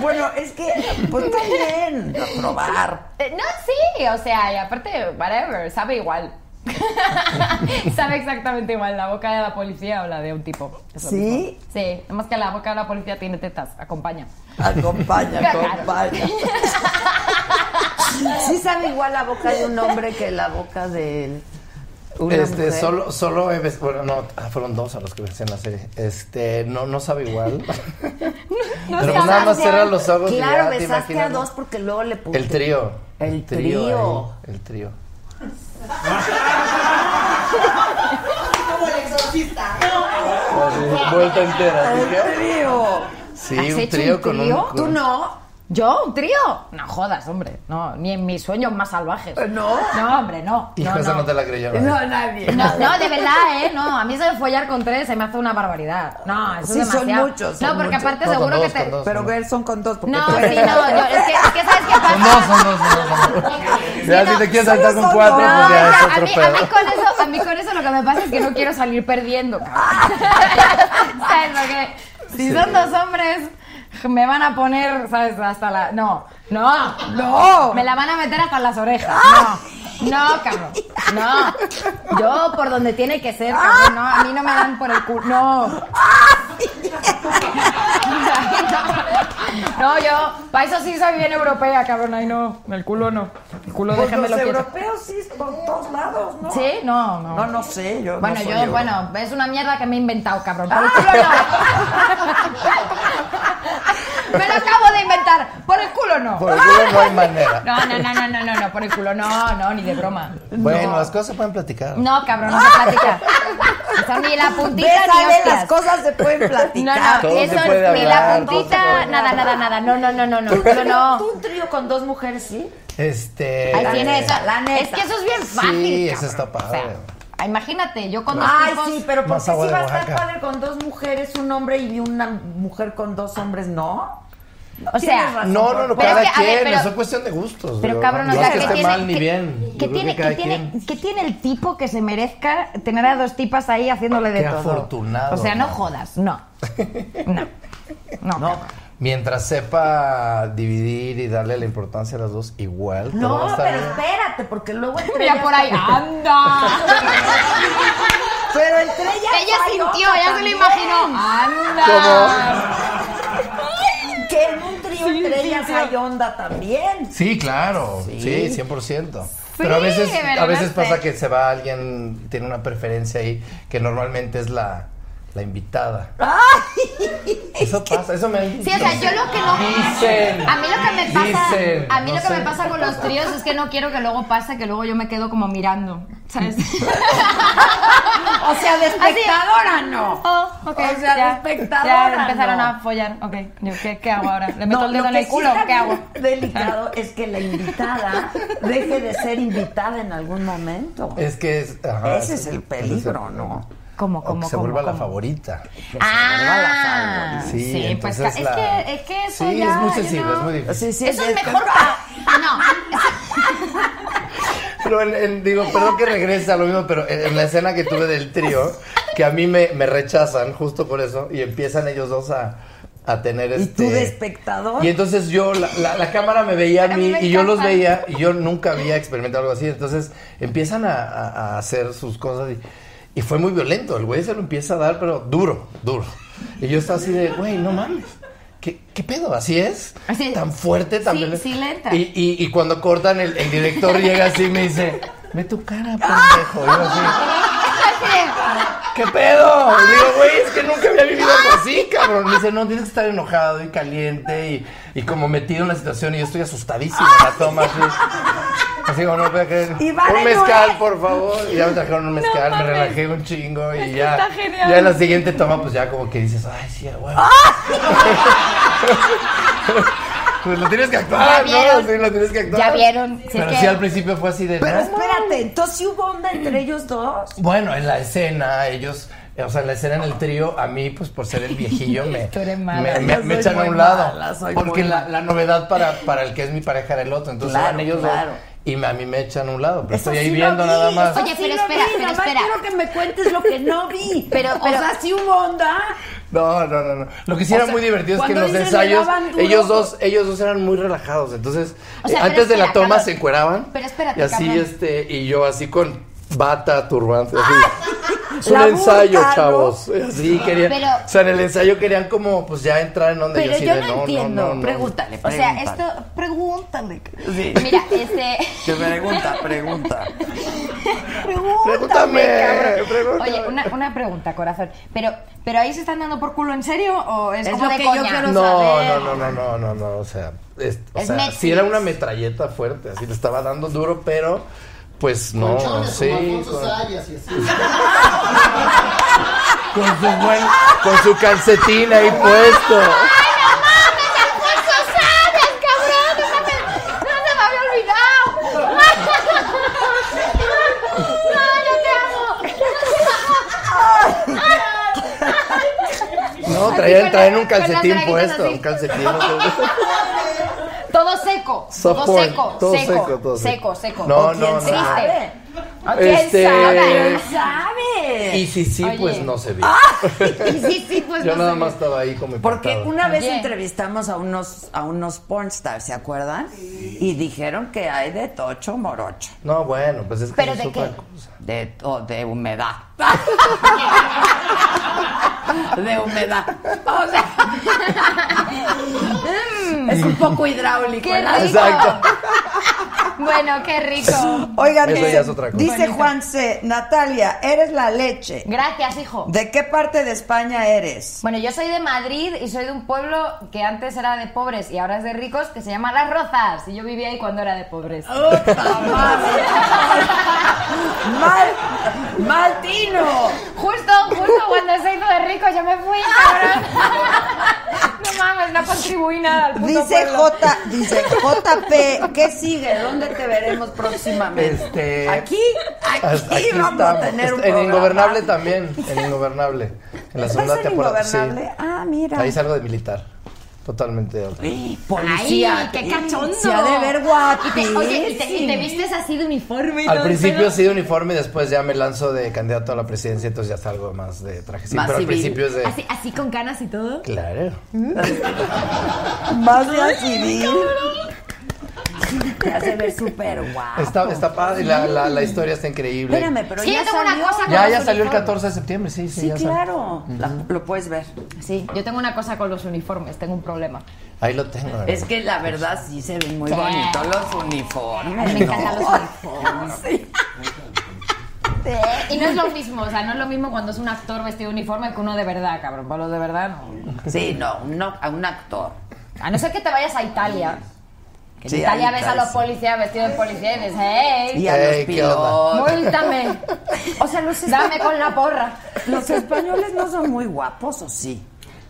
[SPEAKER 1] Bueno, es que, pues también, a probar.
[SPEAKER 7] Eh, No, sí, o sea, y aparte, whatever, sabe igual.
[SPEAKER 2] Sabe exactamente igual la boca de la policía o la de un tipo. Es lo
[SPEAKER 1] ¿Sí?
[SPEAKER 2] mismo. Sí, nada más que la boca de la policía tiene tetas, acompaña.
[SPEAKER 1] Acompaña,
[SPEAKER 2] Claro.
[SPEAKER 1] acompaña. Sí sabe igual la boca de un hombre que la boca de una
[SPEAKER 8] Este,
[SPEAKER 1] mujer.
[SPEAKER 8] solo, solo he ves- bueno, no, ah, fueron dos a los que besé en la serie. Este, no, no sabe igual.
[SPEAKER 1] No
[SPEAKER 8] Pero
[SPEAKER 1] sabes
[SPEAKER 8] nada más
[SPEAKER 1] de-
[SPEAKER 8] cierra los ojos y
[SPEAKER 1] Claro,
[SPEAKER 8] ya te
[SPEAKER 1] besaste a
[SPEAKER 8] imaginas, ¿no?
[SPEAKER 1] dos porque luego le puse.
[SPEAKER 8] El trío.
[SPEAKER 1] El
[SPEAKER 8] ahí,
[SPEAKER 1] trío.
[SPEAKER 8] El trío.
[SPEAKER 7] Como el exorcista.
[SPEAKER 8] Así, vuelta entera. ¿sí
[SPEAKER 1] El
[SPEAKER 8] qué?
[SPEAKER 1] trío.
[SPEAKER 8] Sí,
[SPEAKER 2] ¿Has
[SPEAKER 8] un
[SPEAKER 2] hecho
[SPEAKER 8] trío
[SPEAKER 2] un
[SPEAKER 8] con un-
[SPEAKER 2] trío?
[SPEAKER 8] con-
[SPEAKER 2] ¿Tú no? ¿Yo? ¿Un trío? No jodas, hombre. No, ni en mis sueños más salvajes. ¿No? No, hombre, no.
[SPEAKER 8] Hijo,
[SPEAKER 2] no,
[SPEAKER 8] esa
[SPEAKER 2] no.
[SPEAKER 8] no te la creyeron.
[SPEAKER 1] nadie.
[SPEAKER 2] No, no, de verdad, ¿eh? No, a mí eso de follar con tres se me hace una barbaridad. No, eso
[SPEAKER 1] Sí,
[SPEAKER 2] es
[SPEAKER 1] son
[SPEAKER 2] demasiado.
[SPEAKER 1] muchos. son
[SPEAKER 2] no, porque
[SPEAKER 1] muchos.
[SPEAKER 2] aparte seguro que te...
[SPEAKER 1] Pero que son con dos. porque
[SPEAKER 2] No,
[SPEAKER 1] tú
[SPEAKER 2] sí,
[SPEAKER 1] eres-
[SPEAKER 2] no, yo, es, que, es que ¿sabes qué pasa?
[SPEAKER 8] Ya, si te quieres saltar con
[SPEAKER 2] No,
[SPEAKER 8] cuatro, pues ya
[SPEAKER 2] o sea,
[SPEAKER 8] es
[SPEAKER 2] a,
[SPEAKER 8] otro
[SPEAKER 2] mí, a, mí
[SPEAKER 8] pedo.
[SPEAKER 2] con eso, a mí con eso lo que me pasa es que no quiero salir perdiendo, cabrón. ¿Sabes? Porque si son dos hombres, me van a poner, ¿sabes? Hasta la. No, no, no. Me la van a meter hasta las orejas.
[SPEAKER 8] Ah.
[SPEAKER 2] No, no, cabrón. No. Yo por donde tiene que ser, cabrón. No, a mí no me dan por el culo. No. No, yo, para eso sí soy bien europea, cabrón. Ay, no, el culo no. El culo
[SPEAKER 1] Pues
[SPEAKER 2] déjamelo
[SPEAKER 1] los
[SPEAKER 2] quieto.
[SPEAKER 1] europeos sí, por todos lados, ¿no?
[SPEAKER 2] Sí, no, no.
[SPEAKER 1] No, no sé, yo no
[SPEAKER 2] Bueno,
[SPEAKER 1] soy Ah,
[SPEAKER 2] yo,
[SPEAKER 1] euro.
[SPEAKER 2] bueno, es una mierda que me he inventado, cabrón. Por el culo no. me lo acabo de inventar. Por el culo no.
[SPEAKER 8] Por el culo no hay manera.
[SPEAKER 2] No, no, no, no, no, no, no, por el culo no, no, ni de broma.
[SPEAKER 8] Bueno,
[SPEAKER 2] No.
[SPEAKER 8] las cosas se pueden platicar.
[SPEAKER 2] No, cabrón, no se platica. Eso ni la puntita
[SPEAKER 1] Ve,
[SPEAKER 2] ni
[SPEAKER 1] sabe,
[SPEAKER 2] hostias.
[SPEAKER 1] las cosas se pueden platicar.
[SPEAKER 2] No,
[SPEAKER 8] Todo
[SPEAKER 2] no,
[SPEAKER 8] se
[SPEAKER 2] eso
[SPEAKER 8] puede
[SPEAKER 2] ni
[SPEAKER 8] hablar,
[SPEAKER 2] la
[SPEAKER 8] todo se
[SPEAKER 2] puntita,
[SPEAKER 8] puede
[SPEAKER 2] nada, nada, nada. No, no, no, no, no. El culo no.
[SPEAKER 1] un trío con dos mujeres, sí?
[SPEAKER 8] Este.
[SPEAKER 2] Ahí tiene
[SPEAKER 8] eh,
[SPEAKER 2] esa,
[SPEAKER 1] la neta.
[SPEAKER 2] Es que eso es bien fácil.
[SPEAKER 8] Sí,
[SPEAKER 2] cabrón.
[SPEAKER 8] eso está
[SPEAKER 2] O
[SPEAKER 8] padre.
[SPEAKER 2] sea, imagínate, yo con dos
[SPEAKER 1] Ay,
[SPEAKER 2] tipos-
[SPEAKER 1] sí, pero ¿por qué
[SPEAKER 8] Más
[SPEAKER 1] sí
[SPEAKER 8] agua de
[SPEAKER 1] va a estar
[SPEAKER 8] Oaxaca.
[SPEAKER 1] padre con dos mujeres, un hombre y una mujer con dos hombres, no?
[SPEAKER 2] O
[SPEAKER 1] Tienes
[SPEAKER 2] sea,
[SPEAKER 1] razón.
[SPEAKER 8] No, no, no,
[SPEAKER 2] Pero
[SPEAKER 8] cada
[SPEAKER 2] es que, a ver,
[SPEAKER 8] quien,
[SPEAKER 2] pero-
[SPEAKER 8] eso es cuestión de gustos.
[SPEAKER 2] Pero
[SPEAKER 8] yo-
[SPEAKER 2] cabrón,
[SPEAKER 8] no
[SPEAKER 2] o
[SPEAKER 8] es
[SPEAKER 2] sea,
[SPEAKER 8] que
[SPEAKER 2] ¿qué
[SPEAKER 8] esté
[SPEAKER 2] tiene,
[SPEAKER 8] mal ni
[SPEAKER 2] qué-
[SPEAKER 8] bien.
[SPEAKER 2] qué
[SPEAKER 8] yo creo que
[SPEAKER 2] tiene,
[SPEAKER 8] cada
[SPEAKER 2] qué tiene-
[SPEAKER 8] quien.
[SPEAKER 2] qué tiene el tipo que se merezca tener a dos tipas ahí haciéndole de
[SPEAKER 8] Qué
[SPEAKER 2] todo?
[SPEAKER 8] afortunado,
[SPEAKER 2] O sea, no
[SPEAKER 8] man.
[SPEAKER 2] jodas, no. No. No.
[SPEAKER 8] No, mientras sepa dividir y darle la importancia a las dos igual. todo va a
[SPEAKER 1] No,
[SPEAKER 8] estar
[SPEAKER 1] pero
[SPEAKER 8] bien.
[SPEAKER 1] espérate, porque luego entre
[SPEAKER 2] Mira
[SPEAKER 1] ellas-
[SPEAKER 2] por ahí, anda.
[SPEAKER 1] Pero entre ellas
[SPEAKER 2] Ella
[SPEAKER 1] hay
[SPEAKER 2] sintió,
[SPEAKER 1] otra
[SPEAKER 2] ya se lo
[SPEAKER 1] también.
[SPEAKER 2] imaginó. Anda.
[SPEAKER 1] Que en un trío entre
[SPEAKER 2] sí,
[SPEAKER 1] ellas
[SPEAKER 2] sí.
[SPEAKER 1] hay onda también.
[SPEAKER 8] Sí, claro, sí, 100%. pero a veces,
[SPEAKER 2] me
[SPEAKER 8] a
[SPEAKER 2] ganaste.
[SPEAKER 8] veces pasa que se va alguien, tiene una preferencia ahí, que normalmente es la, la invitada. Eso pasa, eso me han
[SPEAKER 2] Sí, o sea, yo lo que no.
[SPEAKER 8] Dicen,
[SPEAKER 2] a mí lo que me pasa.
[SPEAKER 8] dicen,
[SPEAKER 2] a mí
[SPEAKER 8] no
[SPEAKER 2] lo que
[SPEAKER 8] sé.
[SPEAKER 2] me pasa con los tríos es que no quiero que luego pase que luego yo me quedo como mirando. ¿Sabes?
[SPEAKER 1] O sea, de
[SPEAKER 2] Así.
[SPEAKER 1] espectadora no.
[SPEAKER 2] Oh, ok.
[SPEAKER 1] O sea,
[SPEAKER 2] ya,
[SPEAKER 1] espectadora,
[SPEAKER 2] Ya empezaron
[SPEAKER 1] no.
[SPEAKER 2] a follar. Ok. Yo, ¿qué, qué hago ahora? ¿Le meto
[SPEAKER 1] No,
[SPEAKER 2] el
[SPEAKER 1] lo
[SPEAKER 2] dedo en
[SPEAKER 1] que
[SPEAKER 2] el
[SPEAKER 1] sí
[SPEAKER 2] culo?
[SPEAKER 1] está
[SPEAKER 2] ¿Qué hago?
[SPEAKER 1] Delicado es que la invitada deje de ser invitada en algún momento.
[SPEAKER 8] Es que es. ajá,
[SPEAKER 1] Ese es el peligro, ¿no?
[SPEAKER 2] ¿Cómo,
[SPEAKER 8] O que
[SPEAKER 2] cómo,
[SPEAKER 8] se
[SPEAKER 2] cómo,
[SPEAKER 8] vuelva la
[SPEAKER 2] cómo?
[SPEAKER 8] favorita.
[SPEAKER 2] Ah,
[SPEAKER 8] Sí,
[SPEAKER 2] pues
[SPEAKER 8] entonces
[SPEAKER 2] es,
[SPEAKER 8] la-
[SPEAKER 2] que, es que eso
[SPEAKER 8] Sí,
[SPEAKER 2] ya,
[SPEAKER 8] es muy
[SPEAKER 2] you
[SPEAKER 8] sensible,
[SPEAKER 2] know,
[SPEAKER 8] es muy difícil.
[SPEAKER 1] Sí, sí,
[SPEAKER 2] Eso es
[SPEAKER 1] de-
[SPEAKER 2] mejor para... No,
[SPEAKER 8] Pero en- en- digo, perdón que regresa lo mismo, pero en, en la escena que tuve del trío, que a mí me, me rechazan justo por eso, y empiezan ellos dos a, a tener
[SPEAKER 1] Y
[SPEAKER 8] este...
[SPEAKER 1] tú de espectador.
[SPEAKER 8] Y entonces yo, la, la- la cámara me veía a
[SPEAKER 2] Pero a mí
[SPEAKER 8] mí
[SPEAKER 2] me
[SPEAKER 8] y yo los
[SPEAKER 2] encanta.
[SPEAKER 8] veía y yo nunca había experimentado algo así. Entonces empiezan a, a- a hacer sus cosas y, y fue muy violento. El güey se lo empieza a dar, pero duro, duro. Y yo estaba así de, güey, no mames. ¿Qué, qué pedo? ¿Así es?
[SPEAKER 2] Así es.
[SPEAKER 8] Tan fuerte, tan
[SPEAKER 2] Sí,
[SPEAKER 8] violento.
[SPEAKER 2] sí le entra.
[SPEAKER 8] Y, y- y cuando cortan, el, el director llega así y me dice, ve tu cara, pendejo. Y yo así, ¿Qué pedo? Y digo, güey, es que nunca había vivido algo así, cabrón. Me dice, no, tienes que estar enojado y caliente y, y como metido en la situación y yo estoy asustadísimo en la toma. Así, así como no voy a creer.
[SPEAKER 1] Y van
[SPEAKER 8] Un
[SPEAKER 1] en
[SPEAKER 8] mezcal,
[SPEAKER 1] Uber.
[SPEAKER 8] por favor. Y ya me trajeron un mezcal, me
[SPEAKER 2] mames.
[SPEAKER 8] relajé un chingo y
[SPEAKER 2] que
[SPEAKER 8] ya.
[SPEAKER 2] está genial. Ah.
[SPEAKER 8] Ya en la siguiente toma, pues ya como que dices, ay, sí, güey. pues lo tienes que actuar,
[SPEAKER 2] Ya vieron.
[SPEAKER 8] ¿no? Sí, lo tienes que actuar.
[SPEAKER 2] Ya vieron. Si es
[SPEAKER 8] Pero
[SPEAKER 2] que-
[SPEAKER 8] sí, al principio fue así de.
[SPEAKER 1] Pero
[SPEAKER 8] "No,
[SPEAKER 1] espérate, entonces sí hubo onda entre ellos dos.
[SPEAKER 8] bueno, en la escena, ellos, o sea, en la escena en el trío, a mí, pues por ser el viejillo, me,
[SPEAKER 2] Tú eres
[SPEAKER 8] me,
[SPEAKER 2] mala.
[SPEAKER 8] me-
[SPEAKER 1] Yo
[SPEAKER 8] me
[SPEAKER 1] soy
[SPEAKER 8] echan a
[SPEAKER 1] muy
[SPEAKER 8] un lado.
[SPEAKER 1] mala, soy
[SPEAKER 8] porque
[SPEAKER 1] muy
[SPEAKER 8] la, la novedad para, para el que es mi pareja era el otro. Entonces
[SPEAKER 1] Claro,
[SPEAKER 8] van ellos dos
[SPEAKER 1] claro.
[SPEAKER 8] y me- a mí me echan a un lado. Pero
[SPEAKER 1] Eso
[SPEAKER 8] estoy ahí
[SPEAKER 1] sí lo
[SPEAKER 8] viendo
[SPEAKER 1] vi,
[SPEAKER 8] nada más.
[SPEAKER 1] eso
[SPEAKER 2] Oye, pero
[SPEAKER 1] lo
[SPEAKER 2] espera,
[SPEAKER 1] vi,
[SPEAKER 2] pero
[SPEAKER 1] nada más
[SPEAKER 2] espera.
[SPEAKER 1] quiero que me cuentes lo que no vi.
[SPEAKER 2] Pero,
[SPEAKER 1] o
[SPEAKER 2] pero-
[SPEAKER 1] sea, sí hubo onda.
[SPEAKER 8] No, no, no, no. Lo que sí era
[SPEAKER 1] sea,
[SPEAKER 8] muy divertido es que en
[SPEAKER 1] cuando
[SPEAKER 8] los
[SPEAKER 1] dices, "Me
[SPEAKER 8] ensayos,
[SPEAKER 1] daban duro",
[SPEAKER 8] ellos dos, ellos dos eran muy relajados. Entonces,
[SPEAKER 2] O sea, pero
[SPEAKER 8] eh, antes de la
[SPEAKER 2] espera,
[SPEAKER 8] toma
[SPEAKER 2] cabrón.
[SPEAKER 8] se encueraban.
[SPEAKER 2] Pero espérate,
[SPEAKER 8] Y así,
[SPEAKER 2] cabrón.
[SPEAKER 8] este, y yo así con bata, turbante, así.
[SPEAKER 2] Ah,
[SPEAKER 8] Es un
[SPEAKER 1] La
[SPEAKER 8] ensayo,
[SPEAKER 1] burka, ¿no?
[SPEAKER 8] chavos. Así querían.
[SPEAKER 2] Pero-
[SPEAKER 8] o sea, en el ensayo querían como pues ya entrar en onda y
[SPEAKER 2] Pero
[SPEAKER 8] así
[SPEAKER 2] yo
[SPEAKER 8] de,
[SPEAKER 2] no
[SPEAKER 8] no,
[SPEAKER 2] entiendo.
[SPEAKER 8] no, no, no.
[SPEAKER 2] Pregúntale,
[SPEAKER 1] O sea,
[SPEAKER 8] Pregúntale.
[SPEAKER 1] esto, pregúntale.
[SPEAKER 8] Sí.
[SPEAKER 2] Mira, este.
[SPEAKER 8] Que pregunta, pregunta.
[SPEAKER 2] Pregúntame, cabrón.
[SPEAKER 8] pregúntame.
[SPEAKER 2] Oye, una, una pregunta, corazón. Pero, pero ahí se están dando por culo en serio o es,
[SPEAKER 1] Es
[SPEAKER 2] como
[SPEAKER 1] lo
[SPEAKER 2] de
[SPEAKER 1] que yo
[SPEAKER 2] coña?
[SPEAKER 1] quiero
[SPEAKER 8] No, no, no, no, no, no, no, o sea, es- o
[SPEAKER 2] Es
[SPEAKER 8] sea,
[SPEAKER 2] Netflix.
[SPEAKER 8] sí era una metralleta fuerte, así le estaba dando duro, pero pues no,
[SPEAKER 5] Conchones
[SPEAKER 8] sí,
[SPEAKER 5] como Alfonso
[SPEAKER 8] con,
[SPEAKER 5] Sayas y así.
[SPEAKER 8] con su buen, con su calcetín ahí puesto.
[SPEAKER 2] ¡Alfonso Sayas, cabrón! ¡No me, no se me había olvidado! ¡No, yo te
[SPEAKER 8] No,
[SPEAKER 2] Así
[SPEAKER 8] traían,
[SPEAKER 2] con
[SPEAKER 8] traían
[SPEAKER 2] la-
[SPEAKER 8] un
[SPEAKER 2] con las
[SPEAKER 8] calcetín
[SPEAKER 2] braguitas
[SPEAKER 8] puesto,
[SPEAKER 2] así.
[SPEAKER 8] un calcetín. no sé.
[SPEAKER 2] amo! Todo seco,
[SPEAKER 8] Soft
[SPEAKER 2] todo
[SPEAKER 8] porn,
[SPEAKER 2] seco,
[SPEAKER 8] todo
[SPEAKER 2] seco,
[SPEAKER 8] seco, todo
[SPEAKER 2] seco,
[SPEAKER 8] seco.
[SPEAKER 2] seco.
[SPEAKER 8] No,
[SPEAKER 2] ¿O quién
[SPEAKER 8] no, no.
[SPEAKER 2] sabe? ¿O quién
[SPEAKER 8] Este-
[SPEAKER 2] sabe?
[SPEAKER 1] sabe?
[SPEAKER 8] Y si sí,
[SPEAKER 2] Oye. Ah,
[SPEAKER 8] pues no se vio.
[SPEAKER 1] Y sí, sí, pues
[SPEAKER 8] Yo
[SPEAKER 1] no
[SPEAKER 8] nada
[SPEAKER 1] sé.
[SPEAKER 8] más estaba ahí como
[SPEAKER 1] Porque
[SPEAKER 8] impactado.
[SPEAKER 1] una vez
[SPEAKER 2] Oye.
[SPEAKER 1] entrevistamos a unos a unos pornstars, ¿se acuerdan? Y dijeron que hay de tocho morocho,
[SPEAKER 8] No, bueno, pues es que
[SPEAKER 2] ¿Pero
[SPEAKER 8] eso
[SPEAKER 2] de
[SPEAKER 8] es otra
[SPEAKER 2] qué?
[SPEAKER 8] cosa.
[SPEAKER 1] de to- de humedad. de humedad. O sea, es un poco hidráulico.
[SPEAKER 2] ¡Qué
[SPEAKER 1] ¿verdad?
[SPEAKER 2] rico!
[SPEAKER 8] Exacto.
[SPEAKER 2] Bueno, qué rico.
[SPEAKER 3] Oigan,
[SPEAKER 8] Eso
[SPEAKER 1] eh,
[SPEAKER 8] ya es otra cosa.
[SPEAKER 3] dice
[SPEAKER 2] Bonito.
[SPEAKER 3] Juanse, Natalia, eres la leche.
[SPEAKER 2] Gracias, hijo.
[SPEAKER 3] ¿De qué parte de España eres?
[SPEAKER 2] Bueno, yo soy de Madrid y soy de un pueblo que antes era de pobres y ahora es de ricos, que se llama Las Rozas. Y yo vivía ahí cuando era de pobres.
[SPEAKER 1] Mal, Maltino.
[SPEAKER 2] Justo, justo cuando se hizo de ricos yo me fui, cabrón. Ah. No mames, no contribuí nada al puto
[SPEAKER 3] Dice
[SPEAKER 2] pueblo.
[SPEAKER 3] J, dice JP, ¿qué sigue? ¿Dónde te veremos próximamente?
[SPEAKER 8] Este,
[SPEAKER 1] Aquí, aquí,
[SPEAKER 8] Hasta aquí
[SPEAKER 1] vamos a
[SPEAKER 8] estamos. Este,
[SPEAKER 1] tener un
[SPEAKER 8] En
[SPEAKER 1] programa.
[SPEAKER 8] Ingobernable también, en Ingobernable. En la
[SPEAKER 3] ¿Estás
[SPEAKER 8] segunda
[SPEAKER 3] en
[SPEAKER 8] temporada.
[SPEAKER 3] Ingobernable?
[SPEAKER 8] sí.
[SPEAKER 3] Ah, mira.
[SPEAKER 8] Ahí salgo de militar. Totalmente. otro.
[SPEAKER 1] Ey,
[SPEAKER 2] Ay,
[SPEAKER 1] Policía.
[SPEAKER 2] qué cachondo.
[SPEAKER 3] Se ha de ver guapi.
[SPEAKER 2] Y te, oye, y te, y te vistes así de uniforme y todo
[SPEAKER 8] Al
[SPEAKER 2] el
[SPEAKER 8] principio
[SPEAKER 2] pedo.
[SPEAKER 8] sí de uniforme y después ya me lanzo de candidato a la presidencia, entonces ya salgo más de traje. Sí,
[SPEAKER 1] Más
[SPEAKER 8] pero al
[SPEAKER 1] civil.
[SPEAKER 8] principio es de.
[SPEAKER 2] Así, así con canas y todo.
[SPEAKER 8] Claro.
[SPEAKER 3] Más de civil.
[SPEAKER 1] Te hace ver súper guapo.
[SPEAKER 8] Está, está padre, la, la, la historia está increíble.
[SPEAKER 3] Espérame, pero
[SPEAKER 2] Sí,
[SPEAKER 3] ya
[SPEAKER 2] yo tengo una
[SPEAKER 3] salió.
[SPEAKER 2] cosa con
[SPEAKER 8] Ya,
[SPEAKER 2] los
[SPEAKER 8] ya salió el
[SPEAKER 2] uniformes.
[SPEAKER 8] 14 de septiembre, sí, sí,
[SPEAKER 3] Sí,
[SPEAKER 8] ya salió.
[SPEAKER 3] claro. La- lo puedes ver.
[SPEAKER 2] Sí, yo tengo una cosa con los uniformes, tengo un problema.
[SPEAKER 8] Ahí lo tengo. ¿verdad?
[SPEAKER 1] Es que la verdad sí se ven muy
[SPEAKER 2] Sí.
[SPEAKER 1] bonitos los uniformes.
[SPEAKER 2] A mí me encantan
[SPEAKER 1] ¿no?
[SPEAKER 2] los uniformes. Y no es lo mismo, o sea, no es lo mismo cuando es un actor vestido de uniforme que uno de verdad, cabrón. Para los de verdad no.
[SPEAKER 1] Sí, no, no, a un actor.
[SPEAKER 2] A no ser que te vayas a Italia. Que
[SPEAKER 1] Sí,
[SPEAKER 2] en Italia
[SPEAKER 1] a
[SPEAKER 2] ves a
[SPEAKER 1] Italia,
[SPEAKER 2] los
[SPEAKER 1] sí.
[SPEAKER 2] policías vestidos de policía y dices, ¡hey!
[SPEAKER 1] Y a
[SPEAKER 8] Ey,
[SPEAKER 1] los
[SPEAKER 8] ¿qué onda?
[SPEAKER 1] pilotos.
[SPEAKER 2] ¡Multame! O sea, los dame con la porra.
[SPEAKER 1] Los españoles no son muy guapos, ¿o sí?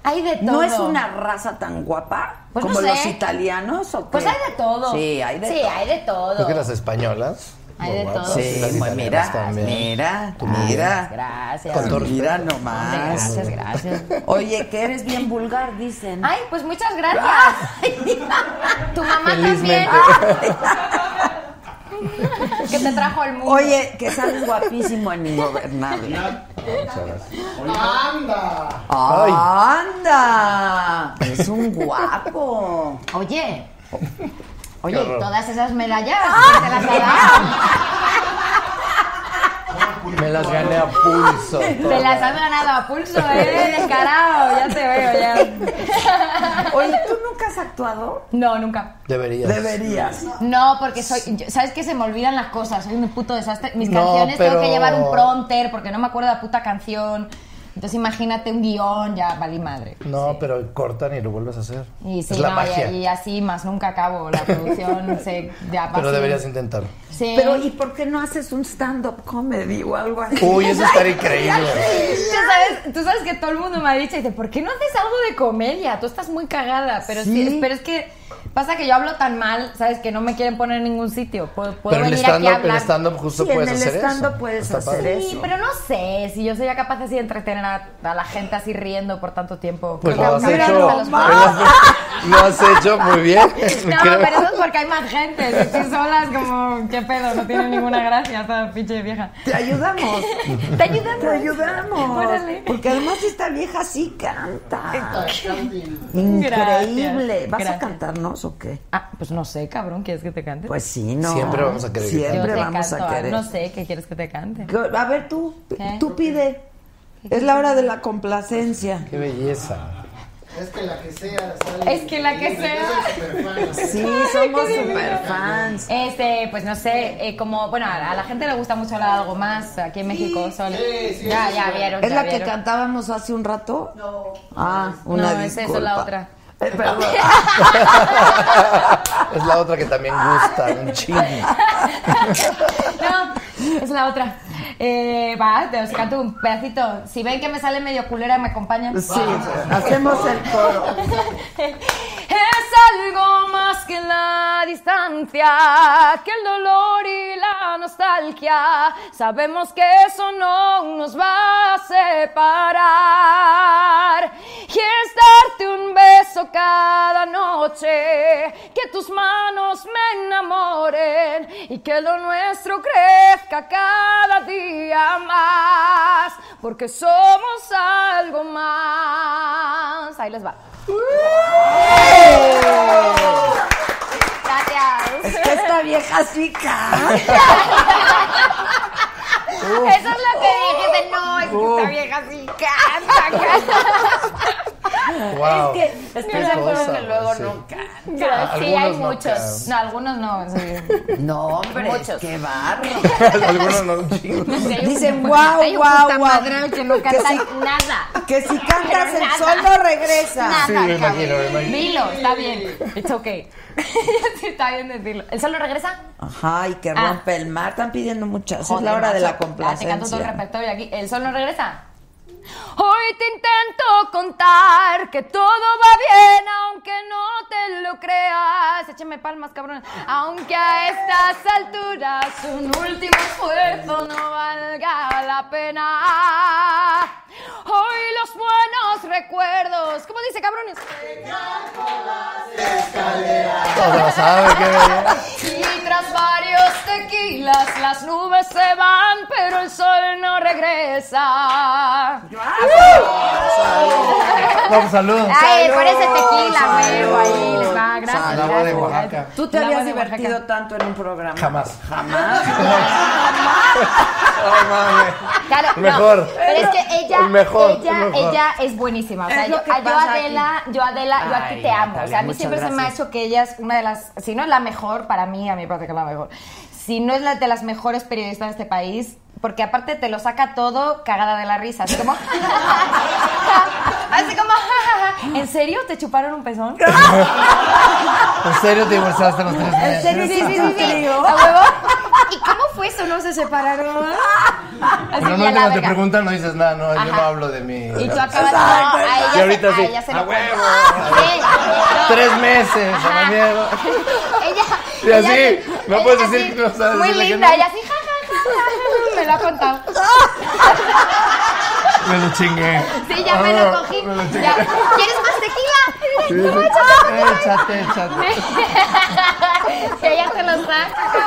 [SPEAKER 2] Hay de todo.
[SPEAKER 1] ¿No es una raza tan guapa
[SPEAKER 2] Pues no
[SPEAKER 1] como
[SPEAKER 2] sé.
[SPEAKER 1] los italianos? ¿o qué?
[SPEAKER 2] Pues hay de todo.
[SPEAKER 1] Sí, hay de
[SPEAKER 2] sí,
[SPEAKER 1] todo.
[SPEAKER 2] hay de todo.
[SPEAKER 8] Creo que las españolas.
[SPEAKER 2] Hay
[SPEAKER 8] muy
[SPEAKER 2] de
[SPEAKER 8] guapas,
[SPEAKER 2] todo.
[SPEAKER 8] y
[SPEAKER 1] Sí,
[SPEAKER 8] las
[SPEAKER 1] pues
[SPEAKER 8] italianas
[SPEAKER 1] mira,
[SPEAKER 8] también.
[SPEAKER 1] mira,
[SPEAKER 2] Gracias,
[SPEAKER 1] mira.
[SPEAKER 2] Gracias.
[SPEAKER 8] Con todo
[SPEAKER 2] Hombre,
[SPEAKER 1] Mira
[SPEAKER 2] Gracias,
[SPEAKER 1] nomás.
[SPEAKER 2] gracias.
[SPEAKER 1] Oye, que eres bien vulgar, dicen.
[SPEAKER 2] Ay, pues muchas gracias. Tu mamá
[SPEAKER 8] Felizmente.
[SPEAKER 2] también. Que te trajo al mundo.
[SPEAKER 1] Oye, que sales guapísimo en Ingobernable.
[SPEAKER 5] ¡Anda!
[SPEAKER 8] Ay.
[SPEAKER 1] ¡Anda! Es un guapo.
[SPEAKER 2] Oye. Oye,
[SPEAKER 8] horror.
[SPEAKER 2] todas esas medallas te las ha dado?
[SPEAKER 8] Me las gané a pulso.
[SPEAKER 2] Te las has ganado a pulso, eh, descarado, ya te veo ya.
[SPEAKER 1] Oye, ¿tú nunca has actuado?
[SPEAKER 2] No, nunca.
[SPEAKER 8] Deberías.
[SPEAKER 1] Deberías.
[SPEAKER 2] No, porque soy, yo- sabes que se me olvidan las cosas, soy un puto desastre. Mis
[SPEAKER 8] No,
[SPEAKER 2] canciones tengo que
[SPEAKER 8] pero-
[SPEAKER 2] llevar un prompter porque no me acuerdo la puta canción. Entonces imagínate un guión, ya valí madre.
[SPEAKER 8] No, pero cortan y lo vuelves a hacer.
[SPEAKER 2] Y sí,
[SPEAKER 8] es la
[SPEAKER 2] no, y-
[SPEAKER 8] magia.
[SPEAKER 2] Y, así más nunca acabo la producción. se, ya
[SPEAKER 8] Pero
[SPEAKER 2] así.
[SPEAKER 8] deberías intentarlo.
[SPEAKER 2] Sí.
[SPEAKER 1] Pero, ¿y por qué no haces un stand-up comedy o algo así?
[SPEAKER 8] Uy, eso estaría increíble.
[SPEAKER 2] Tú sabes, tú sabes que todo el mundo me ha dicho, dice, ¿por qué no haces algo de comedia? Tú estás muy cagada, pero sí,
[SPEAKER 1] Sí.
[SPEAKER 2] pero es que pasa que yo hablo tan mal, sabes que no me quieren poner en ningún sitio. Puedo, puedo
[SPEAKER 8] Pero en
[SPEAKER 2] venir aquí a
[SPEAKER 8] stand-up, en
[SPEAKER 2] hablar.
[SPEAKER 8] stand-up justo
[SPEAKER 1] Sí, en
[SPEAKER 8] puedes
[SPEAKER 1] el
[SPEAKER 8] hacer eso.
[SPEAKER 1] stand-up puedes
[SPEAKER 8] Está
[SPEAKER 1] hacer
[SPEAKER 8] padre.
[SPEAKER 1] eso.
[SPEAKER 2] Sí, pero no sé si yo sería capaz así de entretener a, a la gente así riendo por tanto tiempo.
[SPEAKER 8] Pues
[SPEAKER 2] Creo
[SPEAKER 8] lo
[SPEAKER 2] que
[SPEAKER 8] has
[SPEAKER 2] acabaría
[SPEAKER 8] hecho.
[SPEAKER 2] con los-
[SPEAKER 8] en las- Lo has hecho muy bien.
[SPEAKER 2] No,
[SPEAKER 8] creo.
[SPEAKER 2] pero eso es porque hay más gente. Si estoy sola es como, qué pedo, no tiene ninguna gracia esta pinche vieja.
[SPEAKER 1] Te ayudamos.
[SPEAKER 2] Te ayudamos.
[SPEAKER 1] Te ayudamos.
[SPEAKER 2] Órale.
[SPEAKER 1] Porque además esta vieja sí canta.
[SPEAKER 2] Gracias.
[SPEAKER 1] Increíble. ¿Vas a
[SPEAKER 2] Gracias.
[SPEAKER 1] cantarnos o qué?
[SPEAKER 2] Ah, pues no sé, cabrón, ¿quieres que te cante?
[SPEAKER 1] Pues sí, no.
[SPEAKER 8] Siempre vamos a querer que
[SPEAKER 1] Siempre
[SPEAKER 2] Yo te
[SPEAKER 1] vamos
[SPEAKER 2] canto,
[SPEAKER 1] a querer.
[SPEAKER 2] No sé, ¿qué quieres que te cante?
[SPEAKER 1] A ver, tú,
[SPEAKER 2] ¿Qué?
[SPEAKER 1] tú pide. Es la hora de la complacencia.
[SPEAKER 11] Qué belleza.
[SPEAKER 5] Es que la que sea,
[SPEAKER 2] Es que la que sea.
[SPEAKER 1] Sí,
[SPEAKER 2] Ay,
[SPEAKER 1] somos
[SPEAKER 2] qué divino.
[SPEAKER 1] super fans.
[SPEAKER 2] Este, pues no sé, eh, como, bueno, a a la gente le gusta mucho hablar de algo más aquí en México. son- ya, ya vieron.
[SPEAKER 1] ¿Es
[SPEAKER 2] ya
[SPEAKER 1] la que
[SPEAKER 2] vieron.
[SPEAKER 1] cantábamos hace un rato? No. Ah, una
[SPEAKER 2] No, es eso, la
[SPEAKER 1] disculpa.
[SPEAKER 2] otra.
[SPEAKER 1] Eh, perdón.
[SPEAKER 8] Es la otra que también gusta, un chingo.
[SPEAKER 2] No, es la otra. Eh, va, te os canto un pedacito. Si ven que me sale medio culera, me acompañan.
[SPEAKER 1] Sí, hacemos el coro.
[SPEAKER 2] Es algo más que la distancia, que el dolor y la nostalgia. Sabemos que eso no nos va a separar. Y es darte un beso cada noche, que tus manos me enamoren y que lo nuestro crezca cada día más, porque somos algo más. Ahí les va.
[SPEAKER 1] Es
[SPEAKER 2] Gracias.
[SPEAKER 1] que esta vieja sí canta.
[SPEAKER 2] Eso Oh. es lo que dije, de no, es que esta vieja sí canta,
[SPEAKER 8] Wow.
[SPEAKER 2] que- es que se acuerdan
[SPEAKER 8] cosa,
[SPEAKER 2] que luego
[SPEAKER 8] sí.
[SPEAKER 2] canta. Sí, hay
[SPEAKER 8] algunos no
[SPEAKER 2] muchos.
[SPEAKER 8] cantan.
[SPEAKER 2] No, algunos no. sí.
[SPEAKER 1] No, hombre,
[SPEAKER 2] Muchos.
[SPEAKER 1] qué barro.
[SPEAKER 8] Algunos no, un chingo.
[SPEAKER 2] Sí, hay un
[SPEAKER 1] Dicen,
[SPEAKER 2] puta-
[SPEAKER 1] guau,
[SPEAKER 2] hay un
[SPEAKER 1] guau,
[SPEAKER 2] puta
[SPEAKER 1] guau.
[SPEAKER 2] madral que no
[SPEAKER 1] Que
[SPEAKER 2] canta
[SPEAKER 1] sí.
[SPEAKER 2] nada.
[SPEAKER 1] Que si cantas
[SPEAKER 2] Pero
[SPEAKER 1] el
[SPEAKER 2] nada.
[SPEAKER 1] sol no regresa.
[SPEAKER 2] Nada,
[SPEAKER 8] Sí, me imagino, me
[SPEAKER 2] cabrón.
[SPEAKER 8] imagino.
[SPEAKER 2] Dilo, está bien. It's okay. Sí, está bien decirlo. ¿El sol no regresa?
[SPEAKER 1] Ajá, y que
[SPEAKER 2] Ah.
[SPEAKER 1] rompe el mar. Están pidiendo muchas. Es
[SPEAKER 2] Joder,
[SPEAKER 1] la hora de
[SPEAKER 2] macho.
[SPEAKER 1] la
[SPEAKER 2] Ah, Te canto todo el
[SPEAKER 1] complacencia.
[SPEAKER 2] repertorio aquí. El sol no regresa. Hoy te intento contar que todo va bien, aunque no te lo creas. Écheme palmas, cabrón. Aunque a estas alturas un último esfuerzo no valga la pena. Hoy los buenos recuerdos. ¿Cómo dice, cabrones?
[SPEAKER 8] Todos lo saben, qué belleza.
[SPEAKER 2] Y tras varios tequilas las nubes se van, pero el sol no regresa.
[SPEAKER 8] Vamos, saludos.
[SPEAKER 2] Ay,
[SPEAKER 1] Salud,
[SPEAKER 2] por ese tequila,
[SPEAKER 1] salud.
[SPEAKER 2] huevo, ahí les va, gracias.
[SPEAKER 8] Salud
[SPEAKER 2] gracias.
[SPEAKER 8] de Oaxaca.
[SPEAKER 1] ¿Tú te
[SPEAKER 2] La
[SPEAKER 1] habías
[SPEAKER 2] voz de Oaxaca.
[SPEAKER 1] divertido tanto en un programa?
[SPEAKER 8] Jamás.
[SPEAKER 2] Claro,
[SPEAKER 8] El
[SPEAKER 2] no,
[SPEAKER 8] mejor.
[SPEAKER 2] pero es que ella,
[SPEAKER 8] El mejor,
[SPEAKER 2] ella,
[SPEAKER 8] el mejor.
[SPEAKER 2] ella es buenísima. O sea,
[SPEAKER 1] Es
[SPEAKER 2] yo,
[SPEAKER 1] lo que
[SPEAKER 2] a- yo
[SPEAKER 1] pasa
[SPEAKER 2] Adela, yo Adela, yo a ti
[SPEAKER 1] Ay,
[SPEAKER 2] te amo. o
[SPEAKER 1] Natalia,
[SPEAKER 2] sea, a mí
[SPEAKER 1] muchas
[SPEAKER 2] siempre se me ha
[SPEAKER 1] gracias.
[SPEAKER 2] hecho que ella es una de las, si no es la mejor, para mí, a mi parte que es la mejor, si no es la de las mejores periodistas de este país, porque aparte te lo saca todo cagada de la risa. Así como. así como. ¿En serio te chuparon un pezón?
[SPEAKER 8] ¿En serio te divorciaste a los tres
[SPEAKER 1] ¿En
[SPEAKER 8] meses?
[SPEAKER 1] serio hiciste un trío?
[SPEAKER 2] ¿A huevo? ¿Y cómo fue eso? ¿No se separaron? Así
[SPEAKER 8] Pero
[SPEAKER 2] que a la
[SPEAKER 8] no cuando te
[SPEAKER 2] verga.
[SPEAKER 8] preguntan no dices nada, no, yo
[SPEAKER 2] Ajá.
[SPEAKER 8] no hablo de mí.
[SPEAKER 2] Y tú acabas no, Ah, a ella
[SPEAKER 8] Y ahorita
[SPEAKER 2] se,
[SPEAKER 8] sí,
[SPEAKER 2] a ella se
[SPEAKER 8] ¡a
[SPEAKER 2] lo cuenta.
[SPEAKER 8] huevo!
[SPEAKER 2] Sí, no.
[SPEAKER 8] Tres meses, a la
[SPEAKER 2] Ajá.
[SPEAKER 8] mierda.
[SPEAKER 2] Ella,
[SPEAKER 8] Y
[SPEAKER 2] ella
[SPEAKER 8] así,
[SPEAKER 2] sí,
[SPEAKER 8] no
[SPEAKER 2] ella
[SPEAKER 8] puedes
[SPEAKER 2] así,
[SPEAKER 8] decir que no sabes
[SPEAKER 2] Muy
[SPEAKER 8] decirle que
[SPEAKER 2] linda,
[SPEAKER 8] no.
[SPEAKER 2] ella así, ja, ja, ja, ja, me lo ha contado.
[SPEAKER 8] Me lo chingué.
[SPEAKER 2] Sí, ya me lo
[SPEAKER 8] Ah,
[SPEAKER 2] cogí.
[SPEAKER 8] me lo chingué.
[SPEAKER 2] Ya. ¿Quieres más tequila?
[SPEAKER 8] Sí,
[SPEAKER 2] No,
[SPEAKER 8] sí.
[SPEAKER 2] échate
[SPEAKER 8] Échate, échate.
[SPEAKER 2] que ella te lo saca.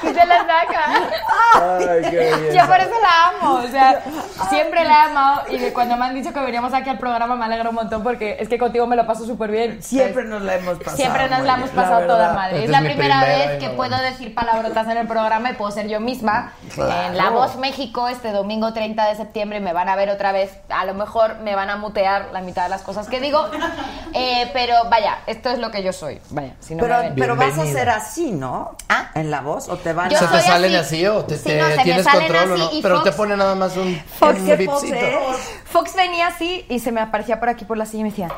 [SPEAKER 2] Sí te lo saca.
[SPEAKER 8] Ay, qué
[SPEAKER 2] Yo por
[SPEAKER 8] belleza.
[SPEAKER 2] eso la amo, o sea, siempre la he amado y de cuando me han dicho que veníamos aquí al programa me alegra un montón porque es que contigo me lo paso súper bien.
[SPEAKER 1] Siempre nos la hemos pasado.
[SPEAKER 2] Pues, Siempre nos la
[SPEAKER 1] muy
[SPEAKER 2] hemos
[SPEAKER 1] bien,
[SPEAKER 2] pasado toda
[SPEAKER 1] verdad.
[SPEAKER 2] madre. Es
[SPEAKER 8] Esta es
[SPEAKER 2] la
[SPEAKER 8] mi
[SPEAKER 2] primera
[SPEAKER 8] primera
[SPEAKER 2] vez
[SPEAKER 8] y
[SPEAKER 2] que
[SPEAKER 8] no
[SPEAKER 2] puedo decir palabrotas en el programa y puedo ser yo misma. En La Voz México, este domingo 30 de septiembre, me van a ver otra vez. A lo mejor me van a mutear la mitad de las cosas que digo. Eh, pero vaya, esto es lo que yo soy. Vaya, si no
[SPEAKER 1] Pero,
[SPEAKER 2] me ven.
[SPEAKER 1] pero vas a
[SPEAKER 8] Bienvenida.
[SPEAKER 1] ser así, ¿no?
[SPEAKER 2] ¿Ah?
[SPEAKER 1] ¿En la voz o te van
[SPEAKER 2] Yo
[SPEAKER 8] ¿Se
[SPEAKER 1] a...?
[SPEAKER 2] soy
[SPEAKER 8] te salen
[SPEAKER 2] así.
[SPEAKER 8] así o te,
[SPEAKER 2] Sí,
[SPEAKER 8] te-
[SPEAKER 2] no, se me
[SPEAKER 8] tienes
[SPEAKER 2] salen
[SPEAKER 8] control o
[SPEAKER 2] así
[SPEAKER 8] no?
[SPEAKER 2] y
[SPEAKER 8] Pero te
[SPEAKER 2] Fox-
[SPEAKER 8] pone nada más un,
[SPEAKER 1] Fox,
[SPEAKER 8] un
[SPEAKER 1] ¿qué
[SPEAKER 8] bipcito.
[SPEAKER 1] Fox es?
[SPEAKER 2] eh. Fox venía así y se me aparecía por aquí por la silla y me decía,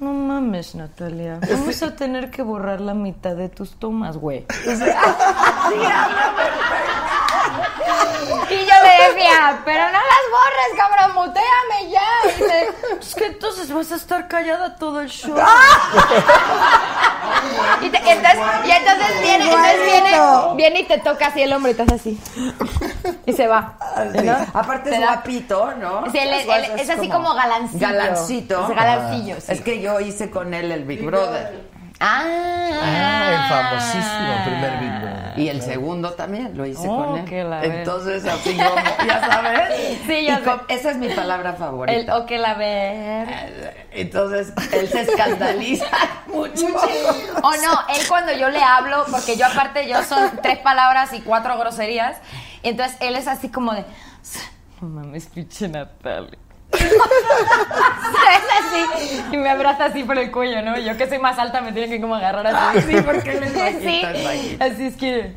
[SPEAKER 2] no mames, Natalia, vamos a tener que borrar la mitad de tus tomas, güey. Y yo le decía, pero no las borres, cabrón, muteame ya. Y dice, es que entonces vas a estar callada todo el show. y, te- y entonces, y entonces viene, entonces viene, viene y te toca así el hombro y estás así. Y se va. ¿no?
[SPEAKER 1] Aparte
[SPEAKER 2] Te
[SPEAKER 1] es
[SPEAKER 2] da-
[SPEAKER 1] guapito, ¿no?
[SPEAKER 2] Sí, él-
[SPEAKER 1] Es
[SPEAKER 2] él-
[SPEAKER 1] guapo,
[SPEAKER 2] es así como galancillo.
[SPEAKER 1] Galancito.
[SPEAKER 2] Es galancillo,
[SPEAKER 1] Ah.
[SPEAKER 2] sí.
[SPEAKER 1] Es que yo hice con él el Big Brother.
[SPEAKER 2] Ah,
[SPEAKER 8] el famosísimo primer Big Brother.
[SPEAKER 1] Y el segundo también lo hice
[SPEAKER 2] Oh,
[SPEAKER 1] con él.
[SPEAKER 2] que la ve.
[SPEAKER 1] Entonces, así como, ya sabes.
[SPEAKER 2] Sí, ya
[SPEAKER 1] Y
[SPEAKER 2] sé.
[SPEAKER 1] con- Esa es mi palabra favorita.
[SPEAKER 2] El o que la ver.
[SPEAKER 1] Entonces, él se escandaliza mucho.
[SPEAKER 2] O no, él cuando yo le hablo, porque yo aparte yo son tres palabras y cuatro groserías, entonces él es así como de... No mames, pinche Natalia. es así y me abraza así por el cuello, ¿no? Yo que soy más alta me tienen que como agarrar así. Sí, porque él es
[SPEAKER 1] bajito, es
[SPEAKER 2] así.
[SPEAKER 1] bajito.
[SPEAKER 2] Así es que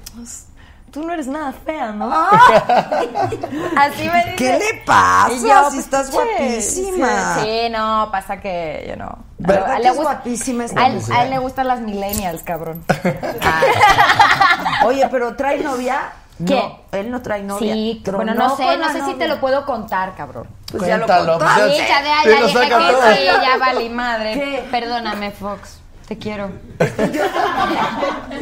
[SPEAKER 2] tú no eres nada fea, ¿no? así me dice.
[SPEAKER 1] ¿Qué le pasa?
[SPEAKER 2] Y yo,
[SPEAKER 1] Si estás
[SPEAKER 2] "Pinche".
[SPEAKER 1] guapísima.
[SPEAKER 2] Sí, no, pasa que yo no.
[SPEAKER 1] ¿Verdad
[SPEAKER 2] A él
[SPEAKER 1] que
[SPEAKER 2] le
[SPEAKER 1] es
[SPEAKER 2] gusta-
[SPEAKER 1] guapísima esta
[SPEAKER 2] a él-
[SPEAKER 1] mujer?
[SPEAKER 2] a él le gustan las millennials, cabrón.
[SPEAKER 1] Oye, pero trae novia.
[SPEAKER 2] ¿Qué?
[SPEAKER 1] No, él no trae novia.
[SPEAKER 2] Sí,
[SPEAKER 1] Tronó
[SPEAKER 2] bueno, no sé,
[SPEAKER 1] con la
[SPEAKER 2] no sé si te
[SPEAKER 1] novia.
[SPEAKER 2] lo puedo contar, cabrón.
[SPEAKER 1] Pues ya lo
[SPEAKER 8] Cuéntalo,
[SPEAKER 1] contó.
[SPEAKER 8] pues
[SPEAKER 2] Sí, ya, de- ya
[SPEAKER 8] Sí, lo
[SPEAKER 2] dije que
[SPEAKER 8] saca todo.
[SPEAKER 2] sí, ya valí madre.
[SPEAKER 1] ¿Qué?
[SPEAKER 2] Perdóname, Fox. Te quiero.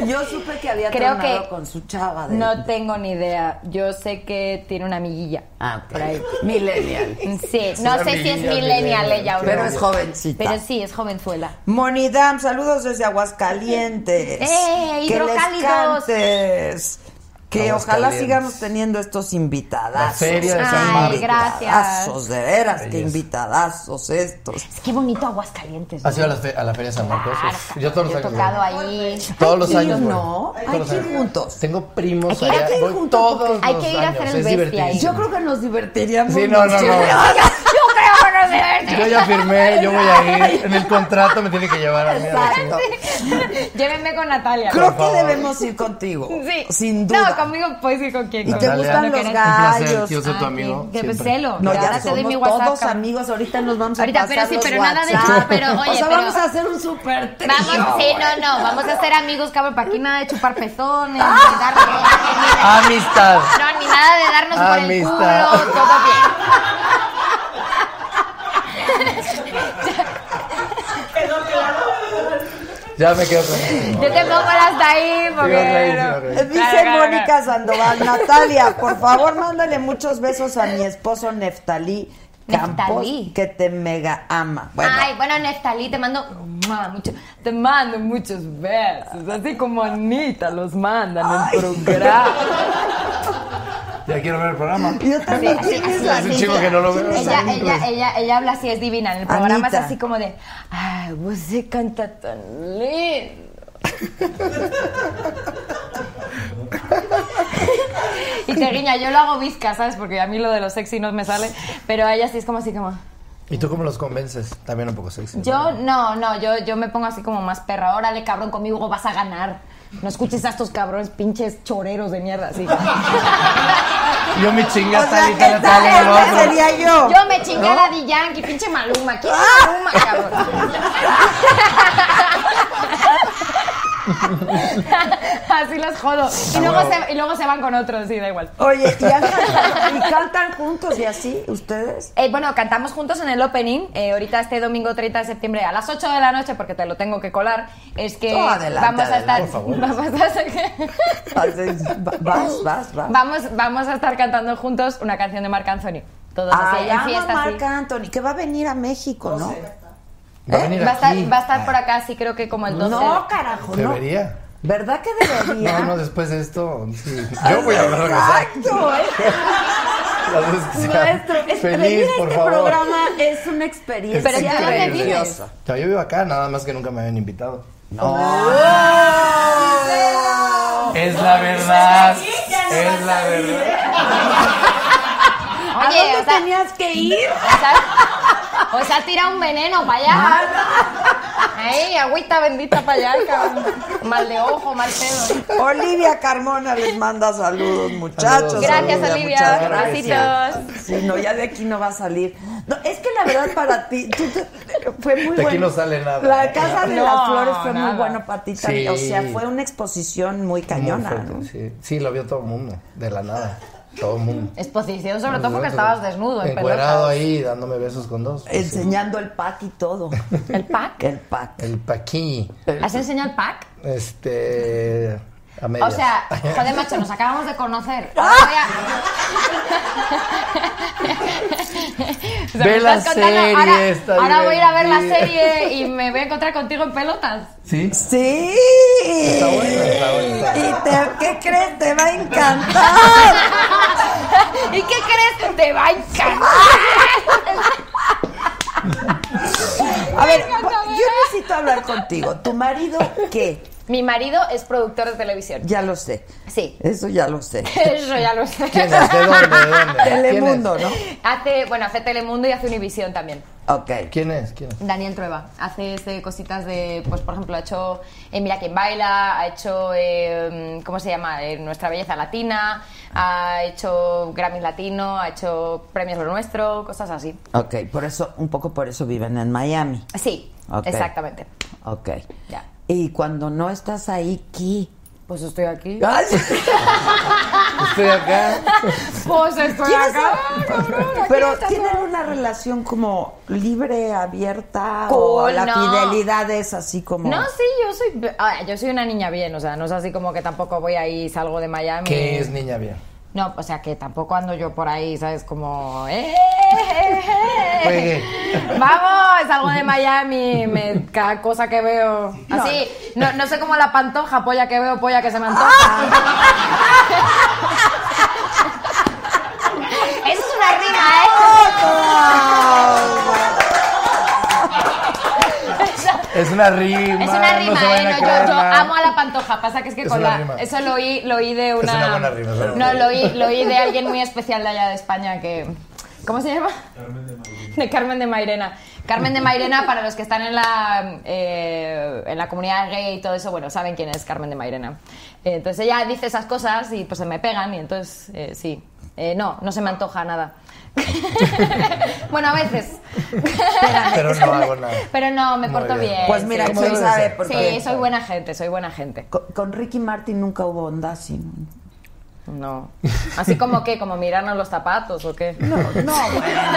[SPEAKER 1] Yo supe que había
[SPEAKER 2] Creo
[SPEAKER 1] tronado
[SPEAKER 2] que-
[SPEAKER 1] con su chava. De...
[SPEAKER 2] No tengo ni idea. Yo sé que tiene una amiguilla.
[SPEAKER 1] Ah, ok.
[SPEAKER 2] Por ahí.
[SPEAKER 1] Millennial.
[SPEAKER 2] Sí, no
[SPEAKER 8] una
[SPEAKER 2] sé si es
[SPEAKER 8] amiguilla,
[SPEAKER 2] millennial
[SPEAKER 8] millennial,
[SPEAKER 2] ella o no.
[SPEAKER 1] Pero es jovencita.
[SPEAKER 2] Pero sí, es jovenzuela.
[SPEAKER 1] Monidam, saludos desde Aguascalientes.
[SPEAKER 2] ¡Eh,
[SPEAKER 1] que les
[SPEAKER 2] hidrocálidos!
[SPEAKER 1] cantes. Que ojalá
[SPEAKER 8] Aguascalientes.
[SPEAKER 1] sigamos teniendo estos invitadas.
[SPEAKER 8] La feria de San
[SPEAKER 2] Ay, Marcos. gracias.
[SPEAKER 1] de veras, qué
[SPEAKER 8] Belleza.
[SPEAKER 1] invitadazos estos.
[SPEAKER 2] Es que bonito Aguascalientes. ¿no?
[SPEAKER 8] ¿Has ido a la, fe- a la Feria de San Marcos?
[SPEAKER 2] Claro,
[SPEAKER 8] Uf, yo todos los
[SPEAKER 2] yo he
[SPEAKER 8] años.
[SPEAKER 2] tocado
[SPEAKER 8] voy.
[SPEAKER 2] ahí.
[SPEAKER 8] Todos los
[SPEAKER 1] Hay que
[SPEAKER 8] años.
[SPEAKER 1] ir,
[SPEAKER 8] voy.
[SPEAKER 1] ¿no?
[SPEAKER 8] Todos
[SPEAKER 1] Hay
[SPEAKER 8] los
[SPEAKER 1] que ir
[SPEAKER 8] años.
[SPEAKER 1] juntos.
[SPEAKER 8] Tengo primos
[SPEAKER 2] Hay que ir-
[SPEAKER 8] allá.
[SPEAKER 2] hay que ir
[SPEAKER 8] Voy
[SPEAKER 2] juntos
[SPEAKER 8] todos
[SPEAKER 2] porque- hay
[SPEAKER 8] los
[SPEAKER 2] que ir a
[SPEAKER 8] años,
[SPEAKER 2] hacer el
[SPEAKER 8] es
[SPEAKER 2] bestia ahí.
[SPEAKER 8] divertidísimo.
[SPEAKER 1] Yo creo que nos divertiríamos.
[SPEAKER 8] Sí, no, no,
[SPEAKER 1] mucho.
[SPEAKER 8] no.
[SPEAKER 2] Yo creo que no sé.
[SPEAKER 8] Yo ya firmé, yo voy a ir. En el contrato me tiene que llevar a mí. a la
[SPEAKER 1] Exacto.
[SPEAKER 2] Llévenme con Natalia.
[SPEAKER 1] Creo que
[SPEAKER 8] favor.
[SPEAKER 1] debemos ir contigo.
[SPEAKER 2] Sí.
[SPEAKER 1] Sin duda.
[SPEAKER 2] No, conmigo puedes ir con quien.
[SPEAKER 1] ¿Y
[SPEAKER 2] con
[SPEAKER 1] te
[SPEAKER 2] quien
[SPEAKER 8] Natalia.
[SPEAKER 1] gustan
[SPEAKER 2] no
[SPEAKER 1] los
[SPEAKER 2] quieras.
[SPEAKER 8] placer,
[SPEAKER 1] gallos?
[SPEAKER 8] quiero ser tu
[SPEAKER 2] Ah,
[SPEAKER 8] amigo.
[SPEAKER 2] que- que
[SPEAKER 8] siempre.
[SPEAKER 2] celo.
[SPEAKER 1] No, ya
[SPEAKER 2] Ahora te doy
[SPEAKER 1] somos
[SPEAKER 2] mi WhatsApp,
[SPEAKER 1] todos
[SPEAKER 2] cabrón.
[SPEAKER 1] amigos. Ahorita nos vamos a
[SPEAKER 2] Ahorita,
[SPEAKER 1] pasar
[SPEAKER 2] pero sí,
[SPEAKER 1] los
[SPEAKER 2] pero nada de-
[SPEAKER 1] WhatsApp.
[SPEAKER 2] pero,
[SPEAKER 1] o
[SPEAKER 2] oye,
[SPEAKER 1] sea,
[SPEAKER 2] pero-
[SPEAKER 1] vamos a hacer un super trío.
[SPEAKER 2] Vamos, sí, no, no, vamos a ser amigos, cabrón, para aquí nada de chupar pezones, ni dar no,
[SPEAKER 8] Amistad.
[SPEAKER 2] ni nada de darnos
[SPEAKER 8] Amistad.
[SPEAKER 2] por el culo, todo bien.
[SPEAKER 8] Ya me quedo con
[SPEAKER 2] Yo te pongo hasta ahí, porque...
[SPEAKER 8] Dios, Dios, Dios.
[SPEAKER 2] no.
[SPEAKER 1] Dice
[SPEAKER 2] Claro, claro,
[SPEAKER 1] Mónica Sandoval, Natalia, por favor, mándale muchos besos a mi esposo Neftalí Campos,
[SPEAKER 2] Neftalí.
[SPEAKER 1] que te mega ama. Bueno,
[SPEAKER 2] Ay, bueno, Neftalí, te mando mua, mucho- te mando muchos besos, así como Anita los manda en el programa.
[SPEAKER 8] Ya quiero ver el programa.
[SPEAKER 1] yo también,
[SPEAKER 2] Sí,
[SPEAKER 1] ¿quién
[SPEAKER 2] así,
[SPEAKER 1] es
[SPEAKER 2] así,
[SPEAKER 1] la
[SPEAKER 8] Es un
[SPEAKER 1] niña?
[SPEAKER 8] chico que no lo veo.
[SPEAKER 1] ¿Quién es
[SPEAKER 2] Ella,
[SPEAKER 1] la niña?
[SPEAKER 2] ella, ella, ella habla así, es divina. En el programa
[SPEAKER 1] Anita.
[SPEAKER 2] es así como de, ay, vos se canta tan lindo. y te guiña, yo lo hago visca, ¿sabes? Porque a mí lo de los sexy no me sale, pero a ella sí es como así como...
[SPEAKER 8] ¿Y tú cómo los convences? También un poco sexy.
[SPEAKER 2] Yo no, no, yo, yo me pongo así como más perra. Órale, cabrón, conmigo vas a ganar. No escuches a estos cabrones pinches choreros de mierda así.
[SPEAKER 8] Yo mi
[SPEAKER 1] O
[SPEAKER 8] chinga
[SPEAKER 1] sea,
[SPEAKER 8] Talita,
[SPEAKER 1] esta
[SPEAKER 8] Natalia, lo
[SPEAKER 1] esta
[SPEAKER 8] otro.
[SPEAKER 1] sería yo.
[SPEAKER 2] Yo me chingué a Daddy Yankee, pinche Maluma. ¿Quién es Maluma, cabrón? Así los jodo. Y luego, se, y luego se van con otros, sí, da igual.
[SPEAKER 1] Oye, y, han- y cantan juntos y así, ustedes.
[SPEAKER 2] Eh, bueno, cantamos juntos en el opening. eh, ahorita este domingo 30 de septiembre a las 8 de la noche, porque te lo tengo que colar. Es que
[SPEAKER 1] Oh, adelante,
[SPEAKER 2] vamos a estar.
[SPEAKER 1] adelante,
[SPEAKER 2] Vamos a estar-
[SPEAKER 1] Haces- va- Vas, vas, vas.
[SPEAKER 2] Vamos, vamos a estar cantando juntos una canción de Marc Anthony. Todos así,
[SPEAKER 1] Ay,
[SPEAKER 2] en
[SPEAKER 1] ama
[SPEAKER 2] fiesta.
[SPEAKER 1] Marc
[SPEAKER 2] así.
[SPEAKER 1] Anthony, que va a venir a México, ¿no?
[SPEAKER 8] Va a venir
[SPEAKER 2] Va a,
[SPEAKER 8] aquí. Ah.
[SPEAKER 2] estar, va a estar por acá, sí, creo que como el 12.
[SPEAKER 1] No, carajo, no.
[SPEAKER 8] Debería.
[SPEAKER 1] ¿Verdad que debería?
[SPEAKER 8] No, no, después de esto. sí. Yo voy a hablar con esa-
[SPEAKER 1] Exacto, ¿eh?
[SPEAKER 8] las veces que sea
[SPEAKER 1] Nuestro, es, venir a
[SPEAKER 8] Feliz, por
[SPEAKER 1] este
[SPEAKER 8] favor.
[SPEAKER 1] programa es una experiencia
[SPEAKER 2] Pero ¿de dónde
[SPEAKER 1] increíble.
[SPEAKER 2] vienes?
[SPEAKER 8] No, yo vivo acá, nada más que nunca me habían invitado. Es la verdad. Es la verdad.
[SPEAKER 1] ¿A
[SPEAKER 2] Oye,
[SPEAKER 1] dónde
[SPEAKER 2] o sea-
[SPEAKER 1] tenías que ir?
[SPEAKER 2] O sea, o sea, tira un veneno para allá. Ay, agüita bendita para allá, cabrón. Mal de ojo, mal pedo.
[SPEAKER 1] Olivia Carmona les manda saludos, muchachos.
[SPEAKER 8] Saludos,
[SPEAKER 2] Gracias,
[SPEAKER 8] saludos,
[SPEAKER 2] Olivia.
[SPEAKER 1] muchas gracias.
[SPEAKER 2] Besitos.
[SPEAKER 1] Sí, no, ya de aquí no va a salir. No, es que la verdad para ti tú te- fue muy
[SPEAKER 8] De
[SPEAKER 1] bueno.
[SPEAKER 8] aquí no sale nada.
[SPEAKER 1] La Casa de
[SPEAKER 2] No,
[SPEAKER 1] las Flores fue
[SPEAKER 2] nada.
[SPEAKER 1] muy bueno para ti
[SPEAKER 8] Sí.
[SPEAKER 1] también. O sea, fue una exposición muy
[SPEAKER 8] Muy
[SPEAKER 1] cañona.
[SPEAKER 8] fuerte,
[SPEAKER 1] ¿no?
[SPEAKER 8] sí. Sí, lo vio todo el mundo. De la nada. Todo el mundo.
[SPEAKER 2] Exposición, sobre todo porque estabas desnudo, en
[SPEAKER 8] Encuadrado
[SPEAKER 2] pelotas.
[SPEAKER 8] ahí, dándome besos con dos. pues, sí.
[SPEAKER 1] Enseñando el pack y todo.
[SPEAKER 2] ¿El pack?
[SPEAKER 1] El pack.
[SPEAKER 8] El paquí.
[SPEAKER 2] ¿Has enseñado el pack?
[SPEAKER 8] Este. A
[SPEAKER 2] O
[SPEAKER 8] medias.
[SPEAKER 2] sea, joder, macho, nos acabamos de conocer. O sea, o sea,
[SPEAKER 8] Ve
[SPEAKER 2] me estás
[SPEAKER 8] la
[SPEAKER 2] contando,
[SPEAKER 8] serie,
[SPEAKER 2] ahora-
[SPEAKER 8] está
[SPEAKER 2] ahora voy a ir a ver la
[SPEAKER 8] divertida.
[SPEAKER 2] serie y me voy a encontrar contigo en pelotas.
[SPEAKER 8] ¿Sí?
[SPEAKER 1] Sí.
[SPEAKER 8] Está bueno, está bueno. está bueno.
[SPEAKER 1] ¿Y te, qué crees? Te va a encantar.
[SPEAKER 2] ¿Y qué crees? Te va a encantar.
[SPEAKER 1] A ver, yo necesito hablar contigo. ¿Tu marido qué?
[SPEAKER 2] Mi marido es productor de televisión.
[SPEAKER 1] Ya lo sé.
[SPEAKER 2] Sí.
[SPEAKER 1] Eso ya lo sé.
[SPEAKER 2] Eso ya lo sé.
[SPEAKER 8] ¿Quién es? ¿De dónde? ¿De dónde?
[SPEAKER 1] Telemundo,
[SPEAKER 8] ¿Quién
[SPEAKER 1] ¿no?
[SPEAKER 8] es?
[SPEAKER 2] Hace, bueno, hace Telemundo y hace Univisión también.
[SPEAKER 1] Ok.
[SPEAKER 8] ¿Quién es? ¿Quién es?
[SPEAKER 2] Daniel Trueba hace este, cositas de, pues por ejemplo, ha hecho eh, Mira quién baila, ha hecho, eh, ¿cómo se llama? Eh, Nuestra belleza latina, ha hecho Grammy Latino, ha hecho Premios Lo Nuestro, cosas así.
[SPEAKER 1] Ok, por eso, un poco por eso viven en Miami.
[SPEAKER 2] Sí,
[SPEAKER 1] Ok.
[SPEAKER 2] exactamente.
[SPEAKER 1] Ok.
[SPEAKER 2] Ya.
[SPEAKER 1] Y cuando no estás ahí, ¿qué?
[SPEAKER 2] Pues estoy aquí.
[SPEAKER 1] Ay,
[SPEAKER 8] Estoy acá.
[SPEAKER 2] Pues estoy
[SPEAKER 1] ¿Tienes
[SPEAKER 2] acá,
[SPEAKER 1] a-
[SPEAKER 2] cabrón. aquí
[SPEAKER 1] Pero
[SPEAKER 2] está
[SPEAKER 1] tienen
[SPEAKER 2] todo.
[SPEAKER 1] una relación como libre, abierta, o
[SPEAKER 2] Cool,
[SPEAKER 1] la
[SPEAKER 2] no.
[SPEAKER 1] fidelidad es así como.
[SPEAKER 2] No, sí, yo soy, ah, yo soy una niña bien, o sea, no es así como que tampoco voy ahí, salgo de Miami.
[SPEAKER 8] ¿Qué es niña bien?
[SPEAKER 2] No, pues, o sea, que tampoco ando yo por ahí, ¿sabes? Como... ¡eh!
[SPEAKER 8] Juegue.
[SPEAKER 2] Vamos, salgo de Miami, me- cada cosa que veo. Así, no, no sé cómo la pantoja, polla que veo, polla que se me antoja. Eso es una ¿eh? rima, ¿eh?
[SPEAKER 8] Es una rima.
[SPEAKER 2] Es una rima,
[SPEAKER 8] no se vayan
[SPEAKER 2] ¿eh?
[SPEAKER 8] a
[SPEAKER 2] No, yo,
[SPEAKER 8] creer
[SPEAKER 2] yo
[SPEAKER 8] nada.
[SPEAKER 2] amo a la pantoja. Pasa que es que
[SPEAKER 8] Es
[SPEAKER 2] con
[SPEAKER 8] una
[SPEAKER 2] la.
[SPEAKER 8] rima.
[SPEAKER 2] Eso lo oí, lo oí de una.
[SPEAKER 8] una buena rima, es una buena
[SPEAKER 2] No, lo oí, lo oí de alguien muy especial de allá de España que. ¿Cómo se llama? De Carmen de Mairena. Carmen de Mairena, para los que están en la, eh, en la comunidad gay y todo eso, bueno, saben quién es Carmen de Mairena. Eh, entonces ella dice esas cosas y pues se me pegan y entonces eh, sí. Eh, no, no se me antoja nada. bueno, a veces.
[SPEAKER 8] Pero no hago nada.
[SPEAKER 2] Pero no, me
[SPEAKER 8] Muy
[SPEAKER 2] porto bien.
[SPEAKER 8] bien.
[SPEAKER 1] Pues mira,
[SPEAKER 2] sí.
[SPEAKER 8] ¿cómo
[SPEAKER 1] quién
[SPEAKER 8] debe
[SPEAKER 1] sabe
[SPEAKER 8] ser?
[SPEAKER 1] por
[SPEAKER 2] Sí, soy buena gente, soy buena gente.
[SPEAKER 1] Con, con Ricky Martin nunca hubo onda, sí.
[SPEAKER 2] No. Así como que, como mirarnos los zapatos o qué.
[SPEAKER 1] No, no, bueno.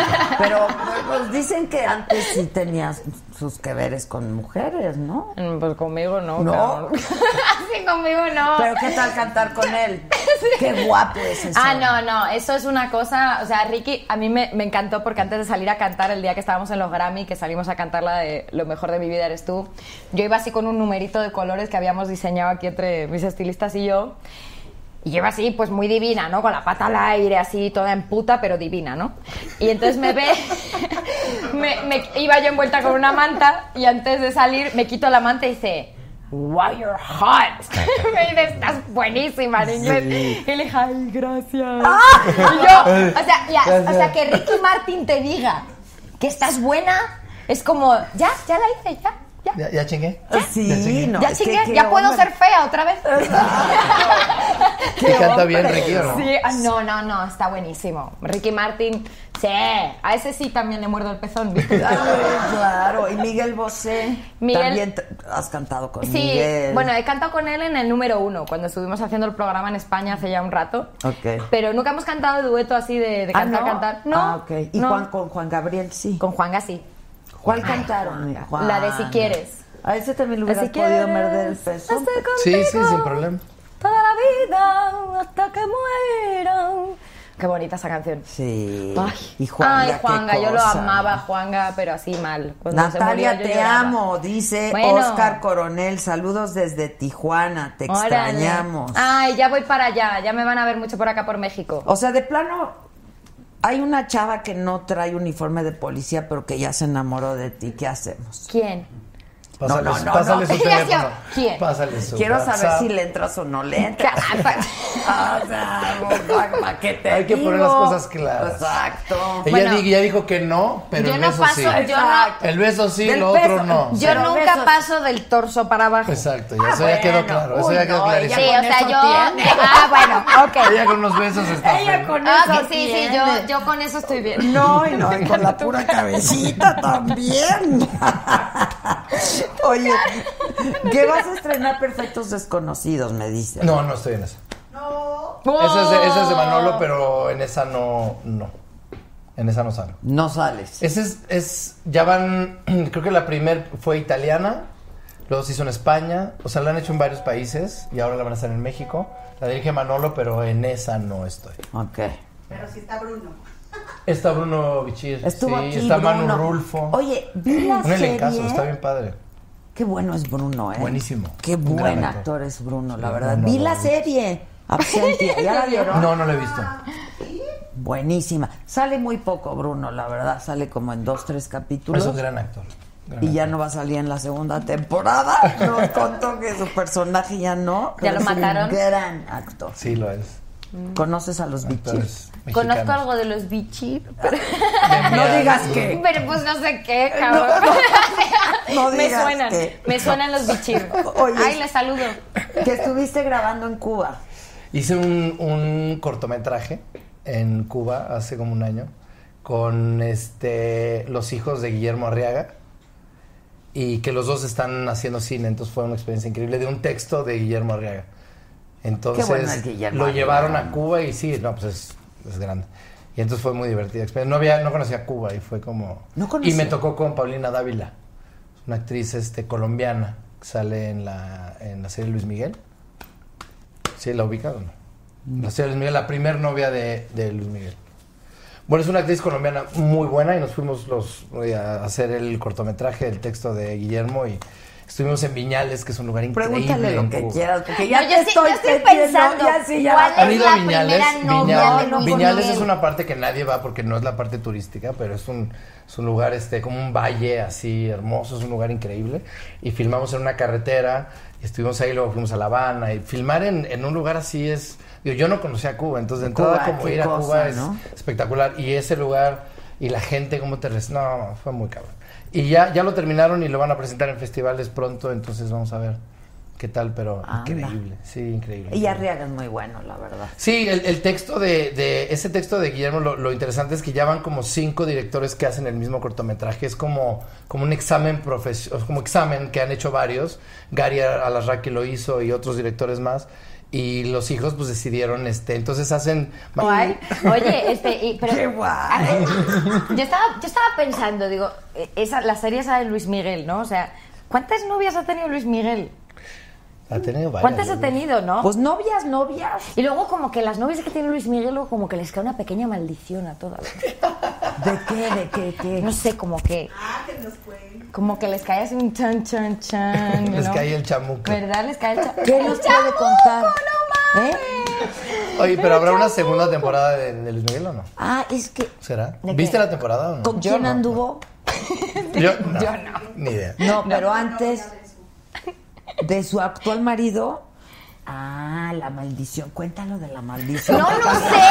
[SPEAKER 1] Pero nos dicen que antes sí tenías sus que veres con mujeres, ¿no?
[SPEAKER 2] Mm, Pues conmigo no.
[SPEAKER 1] No.
[SPEAKER 2] cabrón. Así conmigo no.
[SPEAKER 1] Pero ¿qué tal cantar con él? Qué guapo es eso.
[SPEAKER 2] Ah, no, no, eso es una cosa, o sea, Ricky, a mí me, me encantó porque antes de salir a cantar el día que estábamos en los Grammy, que salimos a cantar la de Lo mejor de mi vida eres tú, yo iba así con un numerito de colores que habíamos diseñado aquí entre mis estilistas y yo, y yo iba así, pues muy divina, ¿no? Con la pata al aire, así, toda en puta, pero divina, ¿no? Y entonces me ve, me, me- iba yo envuelta con una manta y antes de salir me quito la manta y dice... Wow, you're hot. me dice, estás buenísima, en inglés. Y le dije, ay, gracias. Ah, Y yo, o sea, ya, o sea, que Ricky Martin te diga que estás buena, es como, ya, ya la hice, ya, ya.
[SPEAKER 8] ¿Ya, ya chingué?
[SPEAKER 1] Sí, no.
[SPEAKER 2] ya
[SPEAKER 1] es que
[SPEAKER 2] chingué,
[SPEAKER 1] qué
[SPEAKER 2] ya puedo
[SPEAKER 1] hombre.
[SPEAKER 2] ser fea otra vez.
[SPEAKER 8] ¿Te canta bien, Ricky, o no?
[SPEAKER 2] Sí, ah, no, no, no, está buenísimo. Ricky Martin, sí, a ese sí también le muerdo el pezón, ¿viste?
[SPEAKER 1] Ay, claro, y Miguel Bosé.
[SPEAKER 2] Miguel-
[SPEAKER 1] También t- has cantado con
[SPEAKER 2] Sí,
[SPEAKER 1] Miguel.
[SPEAKER 2] bueno, he cantado con él en el número uno, cuando estuvimos haciendo el programa en España hace ya un rato.
[SPEAKER 1] Ok.
[SPEAKER 2] Pero nunca hemos cantado dueto así de, de
[SPEAKER 1] Ah,
[SPEAKER 2] cantar,
[SPEAKER 1] ¿no?
[SPEAKER 2] cantar. No.
[SPEAKER 1] Ah, ok. Y
[SPEAKER 2] no.
[SPEAKER 1] Juan, con Juan Gabriel sí.
[SPEAKER 2] Con Juanga sí.
[SPEAKER 1] ¿Cuál cantaron? Juan?
[SPEAKER 2] La de Si Quieres.
[SPEAKER 1] A ese también lo hubieras
[SPEAKER 2] Si quieres,
[SPEAKER 1] podido perder el
[SPEAKER 2] hasta
[SPEAKER 1] peso.
[SPEAKER 2] contigo
[SPEAKER 8] Sí, sí, sin problema.
[SPEAKER 2] Toda la vida hasta que mueran. Qué bonita esa canción.
[SPEAKER 1] Sí.
[SPEAKER 2] Ay,
[SPEAKER 1] y Juanga,
[SPEAKER 2] Ay,
[SPEAKER 1] qué
[SPEAKER 2] Juanga, yo lo
[SPEAKER 1] cosa.
[SPEAKER 2] amaba, Juanga, pero así mal. Cuando se
[SPEAKER 1] Natalia,
[SPEAKER 2] murió, yo
[SPEAKER 1] te
[SPEAKER 2] lloraba.
[SPEAKER 1] amo, dice
[SPEAKER 2] Bueno.
[SPEAKER 1] Oscar Coronel. Saludos desde Tijuana, te
[SPEAKER 2] Órale.
[SPEAKER 1] extrañamos.
[SPEAKER 2] Ay, ya voy para allá, ya me van a ver mucho por acá por México.
[SPEAKER 1] O sea, de plano, hay una chava que no trae uniforme de policía, pero que ya se enamoró de ti. ¿Qué hacemos?
[SPEAKER 2] ¿Quién?
[SPEAKER 8] Pásale,
[SPEAKER 1] No, no,
[SPEAKER 8] su-
[SPEAKER 1] no,
[SPEAKER 8] pásale
[SPEAKER 1] no.
[SPEAKER 8] su
[SPEAKER 2] Ya,
[SPEAKER 8] teléfono.
[SPEAKER 2] sí, ¿quién?
[SPEAKER 8] Pásale su
[SPEAKER 1] Quiero saber
[SPEAKER 8] WhatsApp.
[SPEAKER 1] si le entras o no le
[SPEAKER 2] ¿Qué?
[SPEAKER 1] entras. Ah, o sea, ¿para qué te
[SPEAKER 8] Hay que poner
[SPEAKER 1] digo?
[SPEAKER 8] las cosas claras.
[SPEAKER 1] Exacto.
[SPEAKER 8] Ella
[SPEAKER 2] Bueno.
[SPEAKER 8] di- ya dijo que no, pero
[SPEAKER 2] Yo
[SPEAKER 8] el
[SPEAKER 2] no
[SPEAKER 8] beso
[SPEAKER 2] paso-
[SPEAKER 8] sí.
[SPEAKER 2] yo no-
[SPEAKER 1] Exacto.
[SPEAKER 8] El beso sí,
[SPEAKER 1] Del
[SPEAKER 8] lo
[SPEAKER 1] beso.
[SPEAKER 8] otro no.
[SPEAKER 2] Yo
[SPEAKER 1] Pero
[SPEAKER 2] nunca
[SPEAKER 1] besos-
[SPEAKER 2] paso del torso para abajo.
[SPEAKER 8] Exacto, ya, eso ya quedó claro. Eso ya quedó
[SPEAKER 2] Sí,
[SPEAKER 8] clarísimo.
[SPEAKER 2] o sea,
[SPEAKER 1] eso
[SPEAKER 2] yo.
[SPEAKER 1] tiene.
[SPEAKER 2] Ah, bueno, ok.
[SPEAKER 8] Ella con unos besos está feliz.
[SPEAKER 2] Ah,
[SPEAKER 1] eso
[SPEAKER 2] ok, sí, sí,
[SPEAKER 1] tiene.
[SPEAKER 2] yo, yo con eso estoy bien.
[SPEAKER 1] No, y no, y con la pura cabecita también. Oye, ¿qué vas a estrenar Perfectos Desconocidos? Me dice.
[SPEAKER 8] No, no estoy en esa.
[SPEAKER 2] ¡Oh!
[SPEAKER 8] Esa es, de, esa es de Manolo, pero en esa no, no. En esa no salgo.
[SPEAKER 1] No sales.
[SPEAKER 8] Ese es, es- ya van, creo que la primer fue italiana, Luego se hizo en España. O sea, la han hecho en varios países y ahora la van a hacer en México. La dirige Manolo, pero en esa no estoy.
[SPEAKER 1] Ok.
[SPEAKER 12] Pero sí está Bruno.
[SPEAKER 8] Está Bruno Bichir.
[SPEAKER 1] Estuvo
[SPEAKER 8] sí,
[SPEAKER 1] aquí,
[SPEAKER 8] está Manu
[SPEAKER 1] Bruno.
[SPEAKER 8] Rulfo.
[SPEAKER 1] Oye, vi la
[SPEAKER 8] Un elencazo,
[SPEAKER 1] serie.
[SPEAKER 8] está bien padre.
[SPEAKER 1] Qué bueno es Bruno, ¿eh?
[SPEAKER 8] Buenísimo.
[SPEAKER 1] Qué
[SPEAKER 8] Un
[SPEAKER 1] buen
[SPEAKER 8] gran
[SPEAKER 1] actor.
[SPEAKER 8] actor
[SPEAKER 1] es Bruno, la
[SPEAKER 8] Sí,
[SPEAKER 1] verdad.
[SPEAKER 8] no, no,
[SPEAKER 1] vi
[SPEAKER 8] no,
[SPEAKER 1] la
[SPEAKER 8] no.
[SPEAKER 1] serie. Absentia. ¿Ya la vieron?
[SPEAKER 8] No, no lo he visto.
[SPEAKER 1] Buenísima. Sale muy poco Bruno, la verdad. Sale como en dos, tres capítulos.
[SPEAKER 8] Es un gran actor. gran
[SPEAKER 1] Y ya no va a salir en la segunda temporada. Nos contó que su personaje ya no.
[SPEAKER 2] Ya
[SPEAKER 1] pero
[SPEAKER 2] lo
[SPEAKER 1] es un
[SPEAKER 2] mataron.
[SPEAKER 1] gran actor.
[SPEAKER 8] Sí, lo es.
[SPEAKER 1] ¿Conoces a los bichis?
[SPEAKER 2] Conozco algo de los bichis,
[SPEAKER 8] Ah,
[SPEAKER 2] pero...
[SPEAKER 1] No digas que.
[SPEAKER 2] Pero pues no sé qué, cabrón.
[SPEAKER 1] No
[SPEAKER 2] me
[SPEAKER 1] digas
[SPEAKER 2] suenan,
[SPEAKER 1] que-
[SPEAKER 2] me suenan los bichis.
[SPEAKER 1] Oye.
[SPEAKER 2] Ay, les saludo.
[SPEAKER 1] Que estuviste grabando en Cuba.
[SPEAKER 8] Hice un, un cortometraje en Cuba hace como un año con este los hijos de Guillermo Arriaga y que los dos están haciendo cine, entonces fue una experiencia increíble de un texto de Guillermo Arriaga. Entonces
[SPEAKER 1] Qué bueno es Guillermo
[SPEAKER 8] lo
[SPEAKER 1] Arriaga.
[SPEAKER 8] llevaron a Cuba y sí, no, pues es, es grande. Y entonces fue muy divertida experiencia. No había, no conocía Cuba y fue como
[SPEAKER 1] No
[SPEAKER 8] y
[SPEAKER 1] conocía.
[SPEAKER 8] me tocó con Paulina Dávila, una actriz este colombiana que sale en la en la serie Luis Miguel. ¿Sí la ubica o no?
[SPEAKER 1] Mm.
[SPEAKER 8] La señora Luis Miguel, la primer novia de, de Luis Miguel. Bueno, es una actriz colombiana muy buena y nos fuimos los voy a hacer el cortometraje, el texto de Guillermo y estuvimos en Viñales, que es un lugar increíble.
[SPEAKER 1] Pregúntale lo
[SPEAKER 8] en
[SPEAKER 1] que
[SPEAKER 8] Cuba.
[SPEAKER 1] quieras, porque ya
[SPEAKER 2] No,
[SPEAKER 1] te
[SPEAKER 2] yo sí-
[SPEAKER 1] estoy
[SPEAKER 2] yo estoy
[SPEAKER 1] metiendo,
[SPEAKER 2] pensando,
[SPEAKER 1] ya sí, ya
[SPEAKER 2] ¿cuál
[SPEAKER 1] va.
[SPEAKER 8] ¿Han
[SPEAKER 2] es
[SPEAKER 8] ido
[SPEAKER 2] la
[SPEAKER 8] a Viñales?
[SPEAKER 2] primera novia
[SPEAKER 8] Viñales,
[SPEAKER 2] de Luis
[SPEAKER 8] Viñales es
[SPEAKER 2] Miguel?
[SPEAKER 8] una parte que nadie va porque no es la parte turística, pero es un, es un lugar este, como un valle así hermoso, es un lugar increíble. Y filmamos en una carretera, y estuvimos ahí, luego fuimos a La Habana. Y filmar en, en un lugar así es. Digo, yo no conocía Cuba, entonces de entrada,
[SPEAKER 1] Cuba,
[SPEAKER 8] como
[SPEAKER 1] qué
[SPEAKER 8] ir a
[SPEAKER 1] cosa,
[SPEAKER 8] Cuba es
[SPEAKER 1] ¿no?
[SPEAKER 8] espectacular. Y ese lugar y la gente, cómo te res- No, fue muy cabrón. Y ya, ya lo terminaron y lo van a presentar en festivales pronto, entonces vamos a ver qué tal, pero
[SPEAKER 1] Anda.
[SPEAKER 8] increíble. Sí, increíble.
[SPEAKER 1] Y Arriaga es muy bueno, la verdad.
[SPEAKER 8] Sí, el, el texto de, de- ese texto de Guillermo, lo, lo interesante es que ya van como cinco directores que hacen el mismo cortometraje. Es como, como un examen profes- o como examen que han hecho varios. Gary Alarraqui lo hizo y otros directores más. Y los hijos pues decidieron este, entonces hacen
[SPEAKER 2] Guay. Oye, este, y- pero,
[SPEAKER 1] Qué guay.
[SPEAKER 2] A ver, Yo estaba, yo estaba pensando, digo, eh, esa, la serie esa de Luis Miguel, ¿no? O sea, ¿cuántas novias ha tenido Luis Miguel?
[SPEAKER 8] ha tenido varias,
[SPEAKER 2] ¿Cuántas
[SPEAKER 8] yo
[SPEAKER 2] ha
[SPEAKER 8] creo.
[SPEAKER 2] tenido, no?
[SPEAKER 1] Pues novias, novias.
[SPEAKER 2] y luego como que las novias que tiene Luis Miguel, luego como que les cae una pequeña maldición a todas.
[SPEAKER 1] ¿De qué, de qué, qué?
[SPEAKER 2] No sé, como que,
[SPEAKER 12] Ah, que nos cuente.
[SPEAKER 2] como que les cae así un chan, chan, chan.
[SPEAKER 8] Les
[SPEAKER 2] ¿no?
[SPEAKER 8] cae el chamuco.
[SPEAKER 2] ¿Verdad? Les cae el chan.
[SPEAKER 1] ¿Qué nos puede contar?
[SPEAKER 2] ¡Oh,
[SPEAKER 1] ¿Eh?
[SPEAKER 8] Oye, pero habrá una segunda temporada de, de Luis Miguel o no?
[SPEAKER 1] Ah, es que.
[SPEAKER 8] ¿Será?
[SPEAKER 2] ¿De
[SPEAKER 8] ¿Viste
[SPEAKER 2] qué?
[SPEAKER 8] la temporada o no?
[SPEAKER 1] ¿Con quién anduvo?
[SPEAKER 8] Yo no. Ni idea.
[SPEAKER 1] No, pero antes de su actual marido. Ah, la maldición. Cuéntalo de la maldición.
[SPEAKER 2] No, no sé.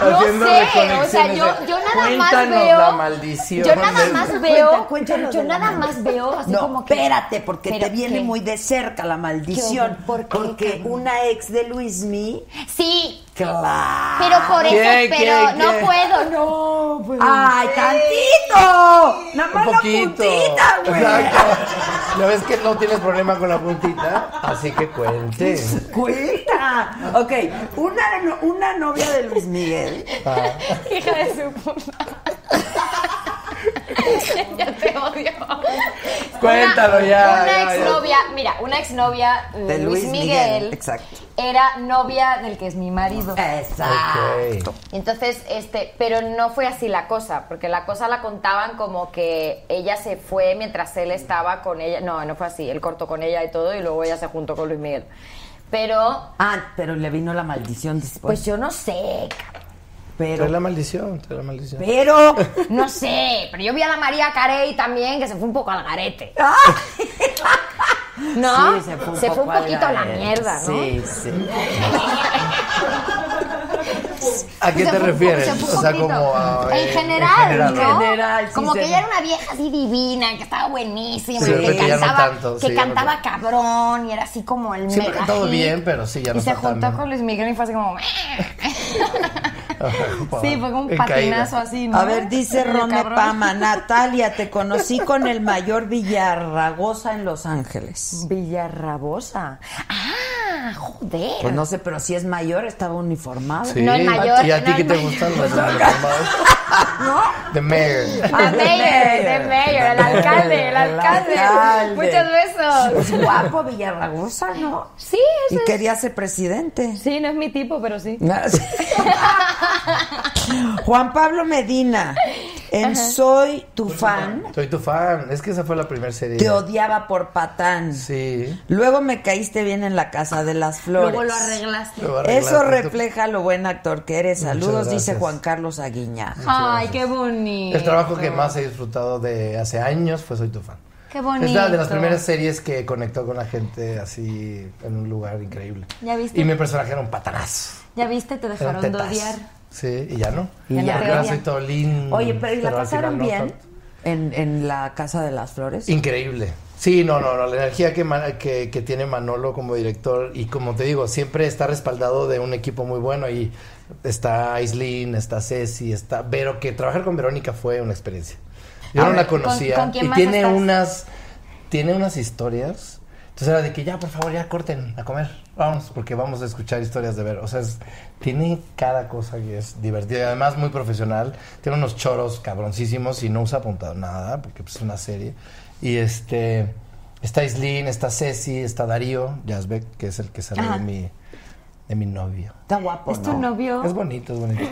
[SPEAKER 2] No
[SPEAKER 8] Haciendo
[SPEAKER 2] sé. O sea,
[SPEAKER 8] reconexiones
[SPEAKER 2] yo,
[SPEAKER 8] de,
[SPEAKER 2] yo nada más
[SPEAKER 8] "Cuéntanos
[SPEAKER 2] veo.
[SPEAKER 8] la maldición
[SPEAKER 2] Yo nada
[SPEAKER 8] de-
[SPEAKER 2] más
[SPEAKER 1] Cuenta,
[SPEAKER 2] veo.
[SPEAKER 1] cuéntanos
[SPEAKER 2] yo
[SPEAKER 1] de la
[SPEAKER 2] nada
[SPEAKER 1] maldición.
[SPEAKER 2] más veo así
[SPEAKER 1] no,
[SPEAKER 2] como que.
[SPEAKER 1] espérate, porque
[SPEAKER 2] ¿Pero
[SPEAKER 1] te viene
[SPEAKER 2] qué?
[SPEAKER 1] muy de cerca la maldición.
[SPEAKER 2] ¿Qué? ¿Por qué,
[SPEAKER 1] porque
[SPEAKER 2] cabrón?
[SPEAKER 1] una ex de Luismi,
[SPEAKER 2] Sí,
[SPEAKER 1] claro.
[SPEAKER 2] pero por eso.
[SPEAKER 8] ¿Qué, qué,
[SPEAKER 2] pero no
[SPEAKER 8] qué?
[SPEAKER 2] puedo, no. puedo.
[SPEAKER 1] ¡Ay, tantito! Nada más la puntita, güey.
[SPEAKER 8] Exacto. Ya ves que no tienes problema con la puntita, así que cuente.
[SPEAKER 1] Cuenta. Ok, una, no- una novia de Luis Miguel.
[SPEAKER 2] Hija de su puta. ya te odio.
[SPEAKER 8] Cuéntalo
[SPEAKER 2] Una-
[SPEAKER 8] ya,
[SPEAKER 2] Una
[SPEAKER 8] ya, ya.
[SPEAKER 2] exnovia, mira, una exnovia
[SPEAKER 1] De
[SPEAKER 2] de
[SPEAKER 1] Luis
[SPEAKER 2] Luis,
[SPEAKER 1] Miguel,
[SPEAKER 2] Miguel,
[SPEAKER 1] exacto.
[SPEAKER 2] era novia del que es mi marido.
[SPEAKER 1] Exacto.
[SPEAKER 8] Ok.
[SPEAKER 2] Entonces, este, pero no fue así la cosa, porque la cosa la contaban como que ella se fue mientras él estaba con ella. No, no fue así. Él cortó con ella y todo, y luego ella se juntó con Luis Miguel. Pero,
[SPEAKER 1] Ah, pero le vino la maldición después.
[SPEAKER 2] pues yo no sé, cabrón,
[SPEAKER 8] Trae
[SPEAKER 1] pero,
[SPEAKER 8] la maldición, trae la maldición.
[SPEAKER 1] pero,
[SPEAKER 2] no sé. Pero yo vi a la María Carey también, que se fue un poco al garete.
[SPEAKER 8] Ah.
[SPEAKER 2] ¿No?
[SPEAKER 1] Sí, se fue un,
[SPEAKER 2] Ah, Se fue
[SPEAKER 1] poco
[SPEAKER 2] un poquito a la
[SPEAKER 1] garete.
[SPEAKER 2] mierda, ¿no?
[SPEAKER 1] Sí, sí.
[SPEAKER 8] ¿A qué
[SPEAKER 2] Se
[SPEAKER 8] te
[SPEAKER 2] fue un
[SPEAKER 8] refieres?
[SPEAKER 2] poco- se fue
[SPEAKER 8] O
[SPEAKER 2] un
[SPEAKER 8] sea,
[SPEAKER 2] poquito.
[SPEAKER 8] como a, eh,
[SPEAKER 2] en general,
[SPEAKER 8] general,
[SPEAKER 2] ¿no?
[SPEAKER 1] En general, sí,
[SPEAKER 2] como
[SPEAKER 1] se-
[SPEAKER 2] que ella era una vieja así divina, que estaba buenísima,
[SPEAKER 8] Sí,
[SPEAKER 2] que
[SPEAKER 8] ahorita ya no
[SPEAKER 2] cantaba,
[SPEAKER 8] tanto,
[SPEAKER 2] que
[SPEAKER 8] sí, ya no
[SPEAKER 2] cantaba cabrón y era así como el
[SPEAKER 8] Siempre
[SPEAKER 2] mega
[SPEAKER 8] todo
[SPEAKER 2] hit.
[SPEAKER 8] bien, pero sí, ya no
[SPEAKER 2] Y se
[SPEAKER 8] está tan
[SPEAKER 2] juntó
[SPEAKER 8] bien. Ah,
[SPEAKER 2] con Luis Miguel y fue así como Sí, fue como un
[SPEAKER 8] En caída.
[SPEAKER 2] patinazo así, ¿no?
[SPEAKER 1] A ver, dice
[SPEAKER 2] Medio
[SPEAKER 1] Rome
[SPEAKER 2] cabrón.
[SPEAKER 1] Pama, Natalia, te conocí con el mayor Villarragosa en Los Ángeles.
[SPEAKER 2] Villarrabosa. Ah, joder.
[SPEAKER 1] Pues no sé, pero si es mayor, estaba uniformado.
[SPEAKER 8] Sí.
[SPEAKER 2] No, el mayor,
[SPEAKER 8] ¿Y a ti
[SPEAKER 2] no,
[SPEAKER 8] qué
[SPEAKER 2] el
[SPEAKER 8] te
[SPEAKER 2] mayor.
[SPEAKER 8] gustan las ¿No? The Mayor.
[SPEAKER 2] Ah, Mayer,
[SPEAKER 1] de
[SPEAKER 2] de
[SPEAKER 1] Mayer.
[SPEAKER 2] Mayer, el alcalde, el alcalde.
[SPEAKER 1] alcalde.
[SPEAKER 2] Muchos besos.
[SPEAKER 1] Es guapo Villarragosa, ¿no?
[SPEAKER 2] Sí,
[SPEAKER 1] Y
[SPEAKER 2] ese Pues es-
[SPEAKER 1] quería ser presidente.
[SPEAKER 2] Sí, no es mi tipo, pero sí.
[SPEAKER 1] Juan Pablo Medina, en
[SPEAKER 2] Ajá.
[SPEAKER 1] Soy tu fan,
[SPEAKER 8] Soy tu fan. Es que esa fue la primera serie.
[SPEAKER 1] te odiaba por patán.
[SPEAKER 8] Sí.
[SPEAKER 1] Luego me caíste bien en la casa de las flores.
[SPEAKER 2] Luego lo arreglaste.
[SPEAKER 8] Luego
[SPEAKER 1] Eso
[SPEAKER 8] arreglaste.
[SPEAKER 1] refleja lo buen actor que eres.
[SPEAKER 8] Muchas
[SPEAKER 1] Saludos, dice
[SPEAKER 8] gracias.
[SPEAKER 1] Juan Carlos Aguiña.
[SPEAKER 2] Ay, qué bonito.
[SPEAKER 8] El trabajo que más he disfrutado de hace años fue Soy tu fan.
[SPEAKER 2] Qué bonito.
[SPEAKER 8] Es la de las primeras series que conectó con la gente así en un lugar increíble.
[SPEAKER 2] ¿Ya viste?
[SPEAKER 8] Y mi personaje era un patanazo.
[SPEAKER 2] Ya viste, te
[SPEAKER 8] Era
[SPEAKER 2] dejaron de
[SPEAKER 8] tetas.
[SPEAKER 2] odiar.
[SPEAKER 8] Sí, y ya no.
[SPEAKER 1] Y Ya no ya. te
[SPEAKER 8] Ahora
[SPEAKER 1] odian.
[SPEAKER 8] soy todo lindo.
[SPEAKER 1] Oye, pero ¿y la
[SPEAKER 8] Mm. al
[SPEAKER 1] pasaron
[SPEAKER 8] final no
[SPEAKER 1] bien en, en la casa de las flores?
[SPEAKER 8] Increíble. Sí, no, no, no. La energía que, ma- que, que tiene Manolo como director y como te digo, siempre está respaldado de un equipo muy bueno y está Aislin, está Ceci, está Vero, que trabajar con Verónica fue una experiencia. Yo
[SPEAKER 2] A
[SPEAKER 8] no
[SPEAKER 2] ver,
[SPEAKER 8] la
[SPEAKER 2] ¿con-
[SPEAKER 8] conocía
[SPEAKER 2] con quién
[SPEAKER 8] y
[SPEAKER 2] más
[SPEAKER 8] tiene
[SPEAKER 2] estás?
[SPEAKER 8] unas tiene unas historias. Entonces era de que ya, por favor, ya corten a comer. Vamos, porque vamos a escuchar historias de Vero. O sea, es- tiene cada cosa que es divertida. Y además, muy profesional. Tiene unos choros cabroncísimos y no usa apuntado nada, porque pues, es una serie. Y este. Está Islin, está Ceci, está Darío Yazbek, que es el que sale
[SPEAKER 2] Ajá.
[SPEAKER 8] de mi, de mi novio.
[SPEAKER 1] Está guapo,
[SPEAKER 2] ¿Es tu
[SPEAKER 1] ¿no?
[SPEAKER 2] novio?
[SPEAKER 8] Es bonito, es bonito.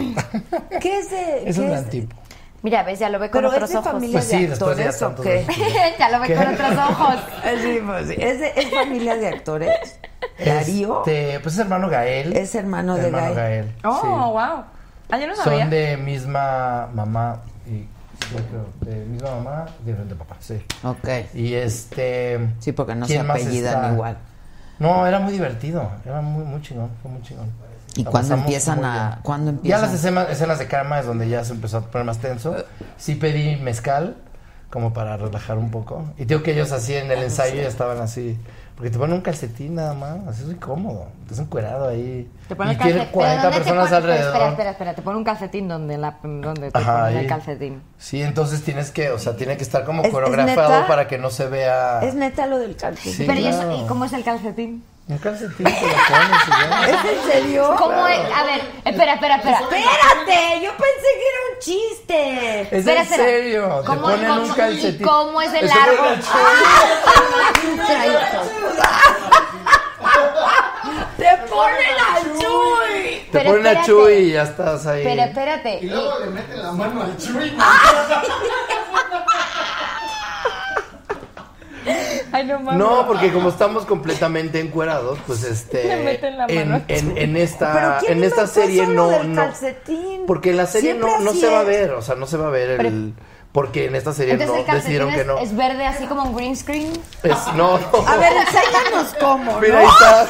[SPEAKER 1] ¿Qué es de...?
[SPEAKER 8] Es
[SPEAKER 1] qué
[SPEAKER 8] un
[SPEAKER 1] es-
[SPEAKER 8] gran tipo.
[SPEAKER 2] Mira, ves, ya lo ve con
[SPEAKER 1] ¿Pero es
[SPEAKER 2] otros
[SPEAKER 1] de
[SPEAKER 2] ojos.
[SPEAKER 1] familia
[SPEAKER 8] Pues sí,
[SPEAKER 1] de
[SPEAKER 8] después de ya
[SPEAKER 1] actores o qué?
[SPEAKER 8] tantos años.
[SPEAKER 2] ya lo ve
[SPEAKER 8] ¿Qué?
[SPEAKER 2] con otros ojos.
[SPEAKER 1] Sí, pues, sí. ¿Es, de- es familia de actores? ¿Darío?
[SPEAKER 8] Este, pues es hermano Gael.
[SPEAKER 1] Es hermano de
[SPEAKER 8] hermano
[SPEAKER 1] Gael.
[SPEAKER 8] Gael.
[SPEAKER 2] Oh,
[SPEAKER 8] sí.
[SPEAKER 2] wow. Ah, yo no sabía.
[SPEAKER 8] Son de misma mamá y creo que de misma mamá, diferente papá, sí.
[SPEAKER 1] Ok.
[SPEAKER 8] Y este
[SPEAKER 1] Sí, porque no se
[SPEAKER 8] ¿quién más
[SPEAKER 1] apellidan
[SPEAKER 8] está?
[SPEAKER 1] igual.
[SPEAKER 8] No, era muy divertido, era muy muy chingón, fue muy chingón.
[SPEAKER 1] ¿Y
[SPEAKER 8] La
[SPEAKER 1] cuándo
[SPEAKER 8] pasamos
[SPEAKER 1] empiezan
[SPEAKER 8] muy
[SPEAKER 1] a...?
[SPEAKER 8] bien.
[SPEAKER 1] ¿Cuándo
[SPEAKER 8] Ya
[SPEAKER 1] empiezan? Eh.
[SPEAKER 8] las escenas, escenas de cama es donde ya se empezó a poner más tenso. Sí pedí mezcal como para relajar un poco. Y digo que ellos así en
[SPEAKER 1] Ah,
[SPEAKER 8] el ensayo ya estaban así. Porque te ponen un calcetín nada más, así es incómodo. Estás encuerado ahí.
[SPEAKER 2] Te ponen
[SPEAKER 8] y tiene
[SPEAKER 2] calcetín.
[SPEAKER 8] 40
[SPEAKER 2] ¿Pero dónde te
[SPEAKER 8] personas
[SPEAKER 2] ponen? Espera,
[SPEAKER 8] alrededor.
[SPEAKER 2] Espera, espera, espera. Te ponen un calcetín donde, la, donde te
[SPEAKER 8] Ajá,
[SPEAKER 2] ponen
[SPEAKER 8] ahí.
[SPEAKER 2] el calcetín.
[SPEAKER 8] Sí, entonces tienes que, o sea, tiene que estar como
[SPEAKER 1] ¿Es- es
[SPEAKER 8] coreografado
[SPEAKER 1] neta?
[SPEAKER 8] para que no se vea
[SPEAKER 1] ¿Es neta lo del calcetín?
[SPEAKER 8] Sí,
[SPEAKER 2] Pero ¿y, eso-
[SPEAKER 8] claro.
[SPEAKER 2] ¿y cómo es el calcetín?
[SPEAKER 8] un calcetín que lo pones y ya.
[SPEAKER 1] ¿Es en serio?
[SPEAKER 2] ¿Cómo es? A ver, espera, espera, espera.
[SPEAKER 1] ¡Espérate! Yo pensé que era un chiste.
[SPEAKER 8] Es
[SPEAKER 2] Espera,
[SPEAKER 8] en
[SPEAKER 2] espera.
[SPEAKER 8] serio, te
[SPEAKER 2] ¿Cómo-
[SPEAKER 8] ponen
[SPEAKER 2] cómo-
[SPEAKER 8] un calcetín.
[SPEAKER 2] cómo es el
[SPEAKER 8] Eso fue
[SPEAKER 2] árbol? Ah.
[SPEAKER 8] una chula.
[SPEAKER 1] ¡Te ponen al chuy!
[SPEAKER 8] Te
[SPEAKER 2] Pero
[SPEAKER 8] ponen a
[SPEAKER 2] espérate.
[SPEAKER 8] Chuy y ya estás ahí.
[SPEAKER 2] Pero espérate.
[SPEAKER 5] Y luego le meten la mano al chuy. ¡Ah!
[SPEAKER 2] Ay, no mames.
[SPEAKER 8] No, porque como estamos completamente encuerados, pues este.
[SPEAKER 2] Le meten la mano
[SPEAKER 8] en,
[SPEAKER 2] al
[SPEAKER 8] en, en esta,
[SPEAKER 1] ¿Pero quién
[SPEAKER 8] Ah, en esta
[SPEAKER 1] inventó
[SPEAKER 8] serie
[SPEAKER 1] eso, lo
[SPEAKER 8] no,
[SPEAKER 1] del
[SPEAKER 8] no.
[SPEAKER 1] calcetín?
[SPEAKER 8] Porque en la serie
[SPEAKER 1] Siempre
[SPEAKER 8] no, no
[SPEAKER 1] así
[SPEAKER 8] se va a
[SPEAKER 1] es.
[SPEAKER 8] ver, o sea, no se va a ver el. Porque en esta serie
[SPEAKER 2] Entonces el
[SPEAKER 8] no
[SPEAKER 2] calcetín
[SPEAKER 8] decidieron que
[SPEAKER 2] es,
[SPEAKER 8] no.
[SPEAKER 2] es verde así como un green screen.
[SPEAKER 8] Es- no, no.
[SPEAKER 1] A ver, enséñanos cómo.
[SPEAKER 8] Mira, ahí está.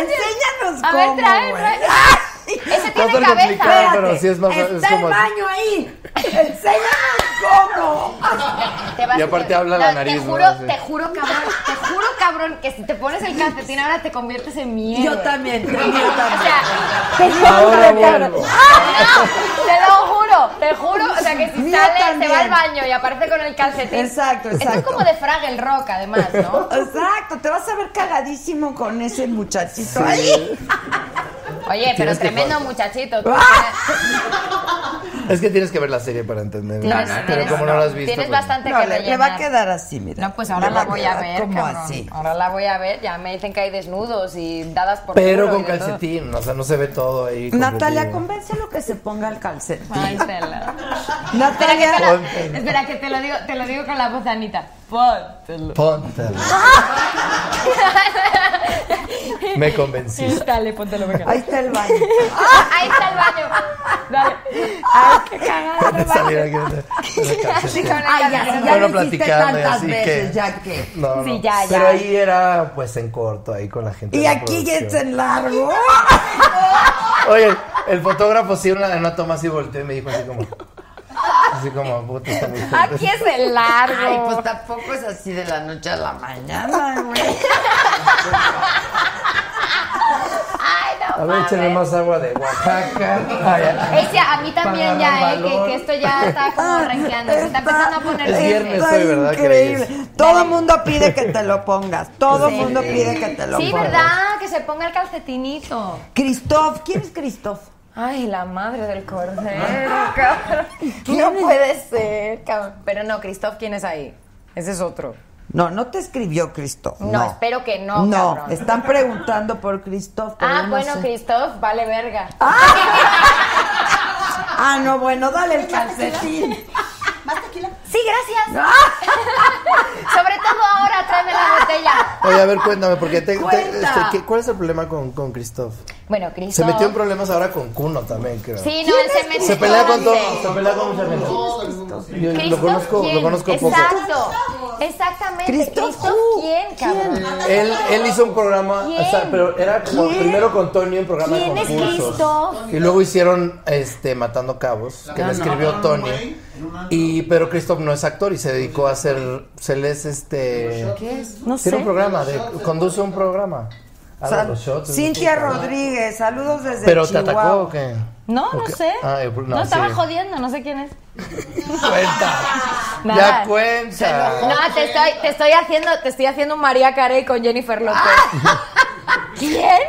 [SPEAKER 1] Enséñanos
[SPEAKER 2] A
[SPEAKER 1] cómo.
[SPEAKER 2] ver, trae,
[SPEAKER 1] güey.
[SPEAKER 2] trae. Ah, Ese
[SPEAKER 8] Va a
[SPEAKER 2] tiene
[SPEAKER 8] estar
[SPEAKER 2] cabeza.
[SPEAKER 8] complicado,
[SPEAKER 1] Espérate,
[SPEAKER 8] pero sí es más es
[SPEAKER 1] Está
[SPEAKER 8] como-
[SPEAKER 1] el baño ahí. Enséñanos cómo.
[SPEAKER 2] Te vas-
[SPEAKER 8] Y aparte
[SPEAKER 2] te-
[SPEAKER 8] habla la nariz,
[SPEAKER 2] Te
[SPEAKER 8] ¿no?
[SPEAKER 2] juro,
[SPEAKER 8] Así.
[SPEAKER 2] te juro, cabrón, te juro, cabrón, que si te pones el calcetín ahora te conviertes en mierda.
[SPEAKER 1] Yo también, yo también.
[SPEAKER 2] O sea,
[SPEAKER 1] Te juro,
[SPEAKER 8] Ahora
[SPEAKER 1] cabrón.
[SPEAKER 8] vuelvo.
[SPEAKER 2] ¡Ah! no, te lo juro, te juro, o sea que si
[SPEAKER 1] Mía
[SPEAKER 2] sale,
[SPEAKER 1] también.
[SPEAKER 2] se va al baño y aparece con el calcetín.
[SPEAKER 1] Exacto,
[SPEAKER 2] Esto es
[SPEAKER 1] exacto.
[SPEAKER 2] como de Fraggle Rock, además, ¿no?
[SPEAKER 1] Exacto, te vas a ver cagadísimo con ese muchachito ahí.
[SPEAKER 2] Oye, pero
[SPEAKER 8] Tienes que
[SPEAKER 2] tremendo
[SPEAKER 8] jugar.
[SPEAKER 1] ¡Ah!
[SPEAKER 2] muchachito. tú
[SPEAKER 8] Es que tienes que ver la serie para entender.
[SPEAKER 2] tienes-
[SPEAKER 8] pero
[SPEAKER 2] tienes-
[SPEAKER 8] como no la has visto.
[SPEAKER 2] Tienes
[SPEAKER 8] pues,
[SPEAKER 2] bastante
[SPEAKER 1] No,
[SPEAKER 2] que
[SPEAKER 1] le,
[SPEAKER 2] rellenar.
[SPEAKER 1] le va a quedar así, mira.
[SPEAKER 2] No, pues ahora
[SPEAKER 1] Le va
[SPEAKER 2] la voy a
[SPEAKER 1] quedar
[SPEAKER 2] ver,
[SPEAKER 1] Como
[SPEAKER 2] cabrón.
[SPEAKER 1] así.
[SPEAKER 2] Ahora la voy a ver, ya me dicen que hay desnudos y dadas por
[SPEAKER 8] Pero
[SPEAKER 2] culo y
[SPEAKER 8] con
[SPEAKER 2] de todo.
[SPEAKER 8] calcetín, o sea, no se ve todo ahí.
[SPEAKER 1] Natalia,
[SPEAKER 8] completillo.
[SPEAKER 1] convéncelo que se ponga el calcetín.
[SPEAKER 2] Ay, tela. Espera que,
[SPEAKER 1] Natalia,
[SPEAKER 2] te lo-
[SPEAKER 8] Póntelo.
[SPEAKER 2] espera, que te lo digo, te lo digo con la voz de Anita. Póntelo.
[SPEAKER 8] Póntelo. Me convenciste.
[SPEAKER 2] Dale, póntelo, venga. Ah,
[SPEAKER 1] ahí está el baño.
[SPEAKER 2] Ahí está el baño. Dale. Ay, qué cagada.
[SPEAKER 8] De salir aquí de- de la casa.
[SPEAKER 2] Así con el
[SPEAKER 1] Ay, ya,
[SPEAKER 2] calcetín.
[SPEAKER 1] si ya
[SPEAKER 8] Bueno,
[SPEAKER 1] lo hiciste
[SPEAKER 8] platicando y
[SPEAKER 1] tantas
[SPEAKER 8] así
[SPEAKER 1] veces,
[SPEAKER 8] que-
[SPEAKER 1] ya que.
[SPEAKER 8] No, no.
[SPEAKER 2] Sí, ya, ya.
[SPEAKER 8] Pero ahí era pues en corto, ahí con la gente.
[SPEAKER 1] Y
[SPEAKER 8] de la
[SPEAKER 1] aquí ya
[SPEAKER 8] producción.
[SPEAKER 1] está en largo.
[SPEAKER 8] Oye, el fotógrafo sí una, en una toma así volteó y me dijo así como. Así como, puta, está muy fuerte.
[SPEAKER 2] Aquí es el largo.
[SPEAKER 1] Ay, pues tampoco es así de la noche a la mañana, güey.
[SPEAKER 2] Ay, no.
[SPEAKER 8] A ver, échale más agua de Oaxaca. Ay, ay.
[SPEAKER 2] Ese, a mí también
[SPEAKER 8] Para
[SPEAKER 2] ya,
[SPEAKER 8] ganar
[SPEAKER 2] eh, que,
[SPEAKER 8] valor.
[SPEAKER 2] que esto ya está como ranqueando. Se está empezando a poner
[SPEAKER 8] Es viernes.
[SPEAKER 1] está
[SPEAKER 8] hoy, ¿verdad? Qué
[SPEAKER 1] increíble.
[SPEAKER 8] belleza.
[SPEAKER 1] Todo el mundo pide que te lo pongas. Todo el
[SPEAKER 2] Sí.
[SPEAKER 1] mundo pide que te lo
[SPEAKER 2] Sí,
[SPEAKER 1] pongas.
[SPEAKER 2] ¿verdad? Que se ponga el calcetinito.
[SPEAKER 1] Christoph, ¿quién es Christoph?
[SPEAKER 2] Ay, la madre del cordero, cabrón. No puede ser, cabrón. Pero no, Christoph, ¿quién es ahí? Ese es otro.
[SPEAKER 1] No, no te escribió Cristo.
[SPEAKER 2] No, espero que no,
[SPEAKER 1] No,
[SPEAKER 2] cabrón.
[SPEAKER 1] están preguntando por Cristo.
[SPEAKER 2] Ah, bueno, Christoph, vale verga.
[SPEAKER 1] Ah, no, bueno, dale el calcetín.
[SPEAKER 2] Sí, gracias. Ah. Sobre todo ahora, tráeme la botella.
[SPEAKER 8] Oye, a ver, cuéntame, porque te, te-
[SPEAKER 2] Cuenta.
[SPEAKER 8] este, ¿qué- ¿cuál es el problema con, con Christoph?
[SPEAKER 2] Bueno, Christoph.
[SPEAKER 8] Se metió en problemas ahora con Kuno también, creo.
[SPEAKER 2] Sí, no, él se mete.
[SPEAKER 8] Se pelea con
[SPEAKER 2] todo.
[SPEAKER 8] todos, se pelea con mucha gente. Yo
[SPEAKER 2] Christoph,
[SPEAKER 8] Lo conozco,
[SPEAKER 2] ¿quién?
[SPEAKER 8] lo conozco poco.
[SPEAKER 2] Exacto. Exactamente.
[SPEAKER 1] Christoph,
[SPEAKER 2] Christoph, uh, ¿quién, cabrón?
[SPEAKER 8] Él, él hizo un programa, o sea,
[SPEAKER 2] ¿Quién?
[SPEAKER 8] pero era como
[SPEAKER 2] ¿Quién?
[SPEAKER 8] primero con Tony un programa
[SPEAKER 2] ¿Quién
[SPEAKER 8] de
[SPEAKER 2] es
[SPEAKER 8] concursos.
[SPEAKER 2] Christoph?
[SPEAKER 8] Y luego hicieron este Matando Cabos, que
[SPEAKER 2] Ah,
[SPEAKER 8] lo
[SPEAKER 2] no.
[SPEAKER 8] escribió Tony. Y pero Christoph no es actor y se dedicó a hacer se les este
[SPEAKER 1] ¿Qué es? No sé.
[SPEAKER 8] tiene un programa, de, conduce un programa.
[SPEAKER 1] O
[SPEAKER 8] Habla
[SPEAKER 1] sea,
[SPEAKER 8] de los shots, de
[SPEAKER 1] Cintia
[SPEAKER 8] todo.
[SPEAKER 1] Rodríguez, saludos desde
[SPEAKER 8] Pero te
[SPEAKER 1] Chihuahua.
[SPEAKER 8] atacó o qué?
[SPEAKER 2] No,
[SPEAKER 8] ¿O
[SPEAKER 2] no
[SPEAKER 8] qué?
[SPEAKER 2] sé.
[SPEAKER 8] Ah, yo-
[SPEAKER 2] no,
[SPEAKER 8] no,
[SPEAKER 2] estaba
[SPEAKER 8] sí.
[SPEAKER 2] jodiendo, no sé quién es.
[SPEAKER 8] Cuenta.
[SPEAKER 2] Nada.
[SPEAKER 8] Ya cuenta.
[SPEAKER 2] No, te estoy, te estoy haciendo, te estoy haciendo un María Carey con Jennifer López. ¿Quién?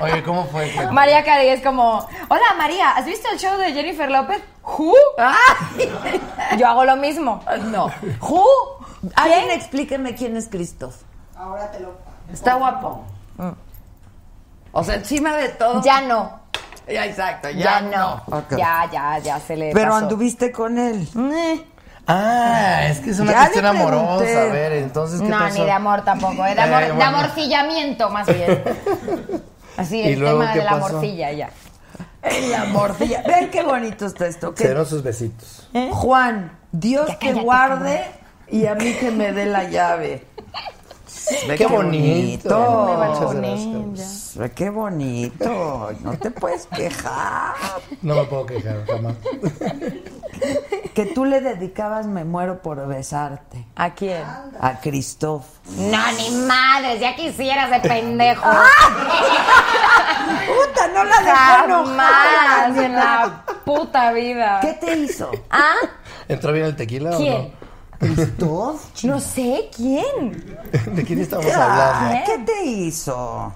[SPEAKER 8] Oye, ¿cómo fue?
[SPEAKER 2] María Carey es como, hola María, ¿has visto el show de Jennifer López? ¿Who? Yo hago lo mismo. No. ¿Who?
[SPEAKER 1] Alguien explíqueme quién es Cristo.
[SPEAKER 13] Ahora te lo.
[SPEAKER 1] Está guapo. O sea, encima de todo.
[SPEAKER 2] Ya no.
[SPEAKER 1] Ya, exacto,
[SPEAKER 2] Ya, no.
[SPEAKER 1] Ok.
[SPEAKER 2] Ya, ya, ya se le
[SPEAKER 1] Pero
[SPEAKER 2] pasó.
[SPEAKER 1] anduviste con él.
[SPEAKER 2] Eh.
[SPEAKER 8] Ah, es que es una
[SPEAKER 1] Ya le
[SPEAKER 8] cuestión amorosa,
[SPEAKER 1] pregunté.
[SPEAKER 8] a ver, entonces qué
[SPEAKER 2] No,
[SPEAKER 8] pasó?
[SPEAKER 2] ni de amor tampoco, eh, de,
[SPEAKER 8] Eh,
[SPEAKER 2] amor, de
[SPEAKER 8] bueno.
[SPEAKER 2] amorcillamiento más bien. Así,
[SPEAKER 8] ¿Y
[SPEAKER 2] el
[SPEAKER 8] luego
[SPEAKER 2] tema
[SPEAKER 8] qué
[SPEAKER 2] de la
[SPEAKER 8] pasó?
[SPEAKER 2] morcilla ya.
[SPEAKER 1] En la mordilla. Ven qué bonito está esto.
[SPEAKER 8] Se
[SPEAKER 1] ¿Qué?
[SPEAKER 8] dieron sus besitos.
[SPEAKER 2] Eh,
[SPEAKER 1] Juan, Dios
[SPEAKER 2] Ya
[SPEAKER 1] te
[SPEAKER 2] cállate,
[SPEAKER 1] guarde y a mí que me dé la llave.
[SPEAKER 8] Ve qué bonito.
[SPEAKER 1] bonito.
[SPEAKER 8] Muchas
[SPEAKER 2] con
[SPEAKER 8] gracias.
[SPEAKER 2] ella.
[SPEAKER 1] Ve Qué bonito. No te puedes quejar.
[SPEAKER 8] No me puedo quejar jamás.
[SPEAKER 1] Que tú le dedicabas Me muero por besarte
[SPEAKER 2] ¿A quién?
[SPEAKER 1] a Christoph.
[SPEAKER 2] No, ni madres, ya quisieras de pendejo.
[SPEAKER 1] Puta, no la dejó enojada.
[SPEAKER 2] Jamás en la puta vida.
[SPEAKER 1] ¿Qué te hizo?
[SPEAKER 2] ¿Ah?
[SPEAKER 8] ¿Entró bien el tequila
[SPEAKER 2] ¿Quién?
[SPEAKER 1] ¿Christoph?
[SPEAKER 2] No sé, ¿quién?
[SPEAKER 8] o no? ¿De quién
[SPEAKER 2] Pues
[SPEAKER 8] estamos
[SPEAKER 2] Ah,
[SPEAKER 1] Ay,
[SPEAKER 2] eh.
[SPEAKER 8] hablando?
[SPEAKER 1] ¿Qué te hizo?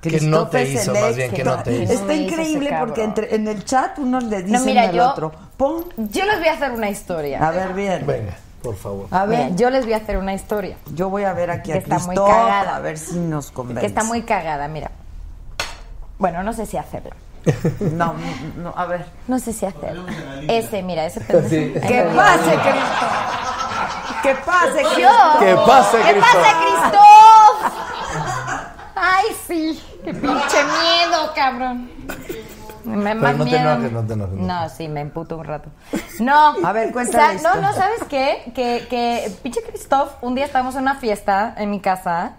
[SPEAKER 8] Que no
[SPEAKER 1] Christoph
[SPEAKER 8] te
[SPEAKER 1] es
[SPEAKER 8] hizo,
[SPEAKER 1] el
[SPEAKER 8] más
[SPEAKER 1] ex
[SPEAKER 8] bien que
[SPEAKER 1] que
[SPEAKER 8] no te hizo.
[SPEAKER 2] No me hizo
[SPEAKER 1] Está
[SPEAKER 2] ese
[SPEAKER 1] increíble porque
[SPEAKER 2] cabrón.
[SPEAKER 1] entre- en el chat unos le dicen
[SPEAKER 2] mira,
[SPEAKER 1] al
[SPEAKER 2] yo-
[SPEAKER 1] otro. Pon.
[SPEAKER 2] Yo les voy a hacer una historia.
[SPEAKER 1] A ver bien.
[SPEAKER 8] Venga, por favor.
[SPEAKER 2] Ah,
[SPEAKER 1] A ver,
[SPEAKER 2] Mira, yo les voy a hacer una historia.
[SPEAKER 1] Yo voy a ver aquí
[SPEAKER 2] Que
[SPEAKER 1] a
[SPEAKER 2] está muy
[SPEAKER 1] Cristóbal,
[SPEAKER 2] cagada.
[SPEAKER 1] a ver si nos convence.
[SPEAKER 2] Que está muy cagada, mira. Bueno, no sé si hacerla.
[SPEAKER 1] No, no, a ver.
[SPEAKER 2] No sé si hacerla. Ese, mira, ese pendejo. Ahí
[SPEAKER 1] ¡Que
[SPEAKER 2] lo vi.
[SPEAKER 1] pase, Cristo! ¡Que pase,
[SPEAKER 2] Yo.
[SPEAKER 1] Cristo!
[SPEAKER 8] ¡Que pase,
[SPEAKER 2] ¡Que
[SPEAKER 8] Cristo!
[SPEAKER 2] pase, Cristo! Ay, sí. Qué pinche miedo, cabrón. Me más
[SPEAKER 8] no te
[SPEAKER 2] miedo.
[SPEAKER 8] enojes, no te enojes, no.
[SPEAKER 2] No, sí, me emputo un rato. No.
[SPEAKER 1] A ver, cuenta
[SPEAKER 2] O sea,
[SPEAKER 1] la historia.
[SPEAKER 2] No, no, ¿sabes qué? Que, que pinche Christoph, un día estábamos en una fiesta en mi casa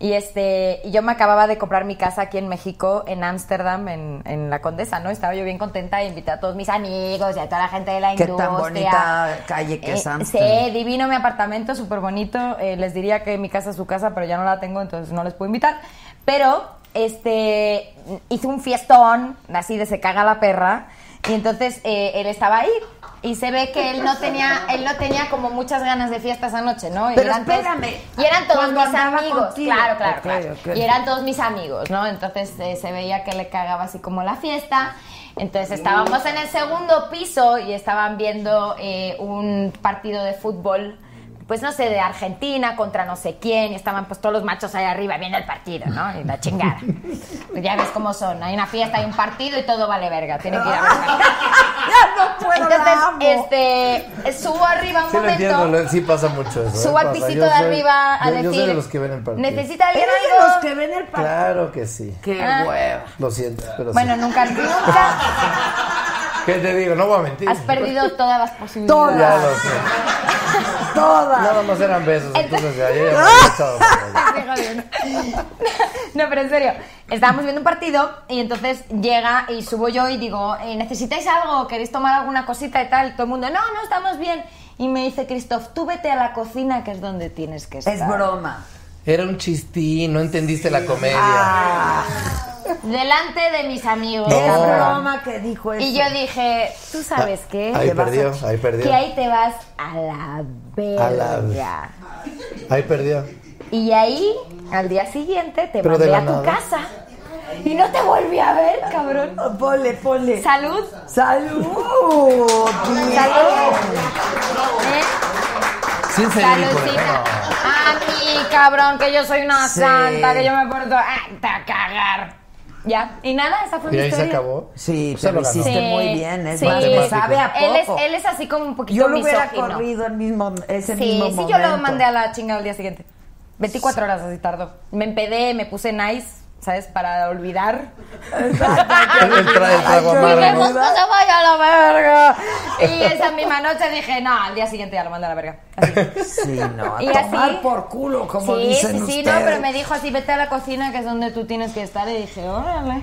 [SPEAKER 2] y este y yo me acababa de comprar mi casa aquí en México, en Ámsterdam, en, en La Condesa, ¿no? Estaba yo bien contenta y invité a todos mis amigos y a toda la gente de la
[SPEAKER 1] Qué
[SPEAKER 2] industria.
[SPEAKER 1] tan bonita calle que es
[SPEAKER 2] Eh,
[SPEAKER 1] Ámsterdam.
[SPEAKER 2] Sí, divino mi apartamento, súper bonito. Eh, les diría que mi casa es su casa, pero ya no la tengo, entonces no les puedo invitar. Pero, este, hice un fiestón, así de se caga la perra. Y entonces eh, él estaba ahí. Y se ve que él no tenía, él no tenía como muchas ganas de fiesta esa noche, ¿no? Y
[SPEAKER 1] Pero
[SPEAKER 2] todos-
[SPEAKER 1] espérame,
[SPEAKER 2] y eran todos
[SPEAKER 1] cuando
[SPEAKER 2] mis
[SPEAKER 1] andaba
[SPEAKER 2] amigos.
[SPEAKER 1] contigo.
[SPEAKER 2] Claro, claro,
[SPEAKER 1] Ok,
[SPEAKER 2] claro.
[SPEAKER 1] ok.
[SPEAKER 2] Y eran todos mis amigos, ¿no? Entonces eh, se veía que le cagaba así como la fiesta. Entonces estábamos en el segundo piso y estaban viendo eh, un partido de fútbol, pues no sé, de Argentina contra no sé quién. Y estaban pues todos los machos ahí arriba viendo el partido, ¿no? Y la chingada. Pues ya ves cómo son. Hay una fiesta, hay un partido y todo vale verga. Tienen que ir a ver. el partido.
[SPEAKER 1] ¡Ya no puedo,
[SPEAKER 2] Entonces,
[SPEAKER 1] la amo!
[SPEAKER 2] este, subo arriba un
[SPEAKER 8] Sí lo
[SPEAKER 2] momento.
[SPEAKER 8] entiendo, lo- sí pasa mucho eso. ¿eh?
[SPEAKER 2] Subo al
[SPEAKER 8] Pasa.
[SPEAKER 2] pisito
[SPEAKER 8] Yo
[SPEAKER 2] de
[SPEAKER 8] soy-
[SPEAKER 2] arriba a
[SPEAKER 8] yo,
[SPEAKER 2] decir.
[SPEAKER 8] Yo soy de los que ven el partido.
[SPEAKER 2] Necesita alguien
[SPEAKER 1] ¿Eres de
[SPEAKER 2] algo?
[SPEAKER 1] los que ven el partido?
[SPEAKER 8] Claro que sí.
[SPEAKER 1] ¡Qué
[SPEAKER 2] Ah.
[SPEAKER 1] hueva!
[SPEAKER 8] Lo siento, pero
[SPEAKER 2] Bueno,
[SPEAKER 8] sí.
[SPEAKER 2] nunca, nunca
[SPEAKER 8] ¿Qué te digo? No voy a mentir.
[SPEAKER 2] has perdido todas las
[SPEAKER 1] Todas.
[SPEAKER 2] posibilidades.
[SPEAKER 8] Ya lo sé.
[SPEAKER 1] ¡Todas!
[SPEAKER 8] Nada más eran besos, entonces ya ya, ya, ya,
[SPEAKER 2] Estoy jodiendo. No, pero en serio, estábamos viendo un partido y entonces llega y subo yo y digo, eh, ¿necesitáis algo? ¿Queréis tomar alguna cosita y tal? Y todo el mundo, no, no, estamos bien. Y me dice, Christoph, tú vete a la cocina que es donde tienes que estar.
[SPEAKER 1] Es broma.
[SPEAKER 8] Era un chistín, no entendiste la comedia.
[SPEAKER 2] Ah, Delante de mis amigos.
[SPEAKER 8] No.
[SPEAKER 1] Es
[SPEAKER 2] cabrón.
[SPEAKER 1] broma que dijo eso.
[SPEAKER 2] Y yo dije, tú sabes qué,
[SPEAKER 8] Ah, Ahí
[SPEAKER 2] Te vas a-
[SPEAKER 8] perdió, ahí perdió.
[SPEAKER 2] que ahí te vas a la
[SPEAKER 8] A la-
[SPEAKER 2] verga.
[SPEAKER 8] Ahí perdió.
[SPEAKER 2] Y ahí, al día siguiente, te
[SPEAKER 8] Pero
[SPEAKER 2] mandé
[SPEAKER 8] de la
[SPEAKER 2] a tu
[SPEAKER 8] nada.
[SPEAKER 2] casa. Y no te volví a ver, cabrón.
[SPEAKER 1] Ponle, ponle.
[SPEAKER 2] Salud.
[SPEAKER 1] Salud.
[SPEAKER 2] Salud. ¿Eh?
[SPEAKER 8] Sí,
[SPEAKER 2] Saludcita. A mí, cabrón, que yo soy una
[SPEAKER 1] Sí.
[SPEAKER 2] santa, que yo me porto ah, hasta cagar. Ya. Y nada, esa fue mi historia.
[SPEAKER 1] Sí,
[SPEAKER 8] Se
[SPEAKER 1] te lo
[SPEAKER 8] lo ganó.
[SPEAKER 1] hiciste
[SPEAKER 2] Sí,
[SPEAKER 1] muy bien. Es
[SPEAKER 2] sí.
[SPEAKER 1] más, te sabe a
[SPEAKER 2] Él es,
[SPEAKER 1] poco.
[SPEAKER 2] él es así como un poquito
[SPEAKER 1] yo lo hubiera
[SPEAKER 2] misógino.
[SPEAKER 1] corrido el mismo, ese
[SPEAKER 2] Sí,
[SPEAKER 1] mismo
[SPEAKER 2] sí,
[SPEAKER 1] momento.
[SPEAKER 2] yo lo mandé a la chingada al día siguiente. 24 horas así tardó. Me empedé, me puse nice, ¿sabes? Para olvidar.
[SPEAKER 8] El, el tra- el trago
[SPEAKER 2] Y me
[SPEAKER 8] amargo.
[SPEAKER 2] gustó, "Pues, se vaya a la verga. Y esa misma noche dije, no, al día siguiente ya lo mandé a la verga.
[SPEAKER 1] Sí, no, a
[SPEAKER 2] Y así-
[SPEAKER 1] tomar por culo, como
[SPEAKER 2] sí,
[SPEAKER 1] dicen
[SPEAKER 2] sí, sí,
[SPEAKER 1] ustedes.
[SPEAKER 2] no, pero me dijo así, vete a la cocina, que es donde tú tienes que estar. Y dije, órale.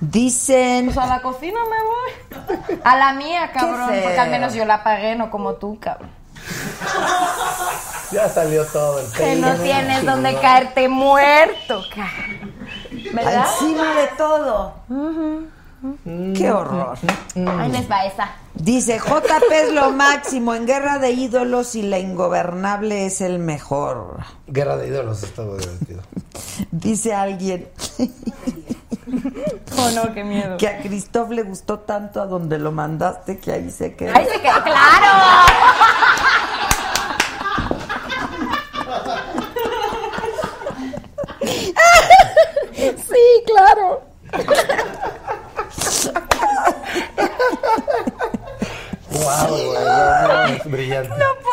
[SPEAKER 1] Dicen...
[SPEAKER 2] Pues a la cocina me voy. A la mía, cabrón.
[SPEAKER 1] feo.
[SPEAKER 2] Porque al menos yo la pagué, no como tú, cabrón.
[SPEAKER 8] Ya salió todo el
[SPEAKER 2] Que no
[SPEAKER 8] pedo.
[SPEAKER 2] tienes donde caerte muerto, cabrón. ¿Verdad?
[SPEAKER 1] Encima de todo. Qué horror.
[SPEAKER 2] Ahí les va esa.
[SPEAKER 1] Dice, JP es lo máximo, en Guerra de Ídolos y la Ingobernable es el mejor.
[SPEAKER 8] Guerra de ídolos estuvo divertido.
[SPEAKER 1] Dice alguien
[SPEAKER 2] Oh, no, qué miedo.
[SPEAKER 1] que a Christoph le gustó tanto a donde lo mandaste que ahí se quedó.
[SPEAKER 2] Ahí se quedó, claro. Sí, claro.
[SPEAKER 8] Wow, güey, no, no, es brillante.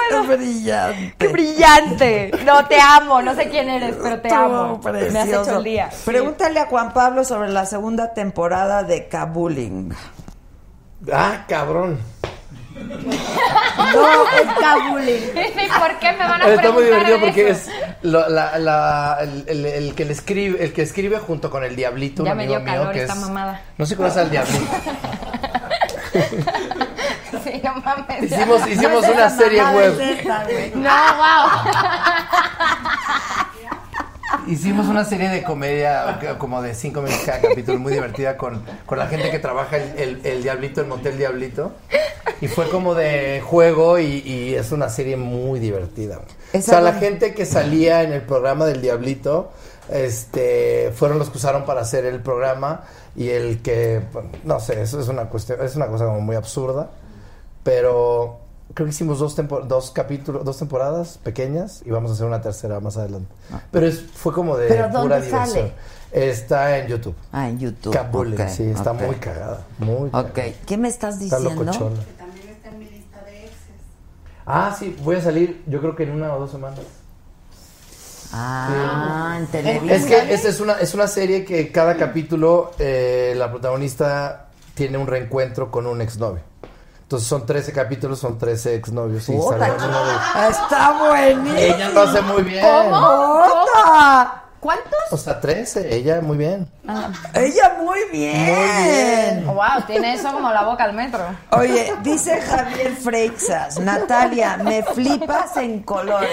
[SPEAKER 1] Qué brillante.
[SPEAKER 2] ¡Qué brillante! No, te amo. No sé quién eres, pero te
[SPEAKER 1] Estuvo
[SPEAKER 2] amo. Me has hecho
[SPEAKER 1] precioso.
[SPEAKER 2] el día.
[SPEAKER 1] Pregúntale a Juan Pablo sobre la segunda temporada de Kabuling.
[SPEAKER 8] Ah, cabrón.
[SPEAKER 1] No, es Kabuling.
[SPEAKER 2] Sí, ¿por qué me van a preguntar
[SPEAKER 8] Está muy divertido
[SPEAKER 2] de
[SPEAKER 8] porque
[SPEAKER 2] eso?
[SPEAKER 8] es lo- la- la- el, el- el que le escribe, el que escribe junto con el diablito, un
[SPEAKER 2] Ya me
[SPEAKER 8] amigo
[SPEAKER 2] dio
[SPEAKER 8] mío
[SPEAKER 2] calor
[SPEAKER 8] que
[SPEAKER 2] esta
[SPEAKER 8] es-
[SPEAKER 2] mamada.
[SPEAKER 8] No sé conoces al diablito.
[SPEAKER 2] Sí, no mames.
[SPEAKER 8] Hicimos,
[SPEAKER 2] ya.
[SPEAKER 8] hicimos una serie web.
[SPEAKER 2] No, wow.
[SPEAKER 8] Hicimos una serie de comedia que- como de cinco minutos cada capítulo, muy divertida con, con la gente que trabaja el, el- el Diablito, el Motel Diablito. Y fue como de juego y, y es una serie muy divertida. O
[SPEAKER 1] Esa
[SPEAKER 8] sea, la
[SPEAKER 1] no-
[SPEAKER 8] gente que salía en el programa del Diablito, este, fueron los que usaron para hacer el programa y el que, pues, no sé, eso es una cuestión, es una cosa como muy absurda, pero creo que hicimos dos, tempo- dos capítulos, dos temporadas pequeñas y vamos a hacer una tercera más adelante.
[SPEAKER 1] Ah.
[SPEAKER 8] Pero es- fue como de
[SPEAKER 1] ¿Pero
[SPEAKER 8] pura
[SPEAKER 1] dónde sale?
[SPEAKER 8] diversión. Está en YouTube.
[SPEAKER 1] Ah, en YouTube.
[SPEAKER 8] Kabul,
[SPEAKER 1] Ok,
[SPEAKER 8] sí, está
[SPEAKER 1] ok.
[SPEAKER 8] muy cagada, muy
[SPEAKER 1] Ok,
[SPEAKER 8] cagada.
[SPEAKER 1] ¿qué me estás
[SPEAKER 8] Está
[SPEAKER 1] diciendo?
[SPEAKER 8] locochona.
[SPEAKER 14] También está en mi lista de exes.
[SPEAKER 8] Ah, sí, voy a salir yo creo que en una o dos semanas.
[SPEAKER 1] Ah, en televisión.
[SPEAKER 8] Es que esta es una, es una serie que cada capítulo eh, la protagonista tiene un reencuentro con un exnovio. Entonces son 13 capítulos, son 13 exnovios. Y sale uno de ellos.
[SPEAKER 1] Está buenísimo.
[SPEAKER 8] Ella lo hace muy bien.
[SPEAKER 1] ¡Ota!
[SPEAKER 2] ¿Cuántos?
[SPEAKER 8] O sea, 13, ella muy bien.
[SPEAKER 1] Ella muy bien.
[SPEAKER 2] Wow, tiene eso como la boca al metro.
[SPEAKER 1] Oye, dice Javier Freixas, Natalia, me flipas en colores.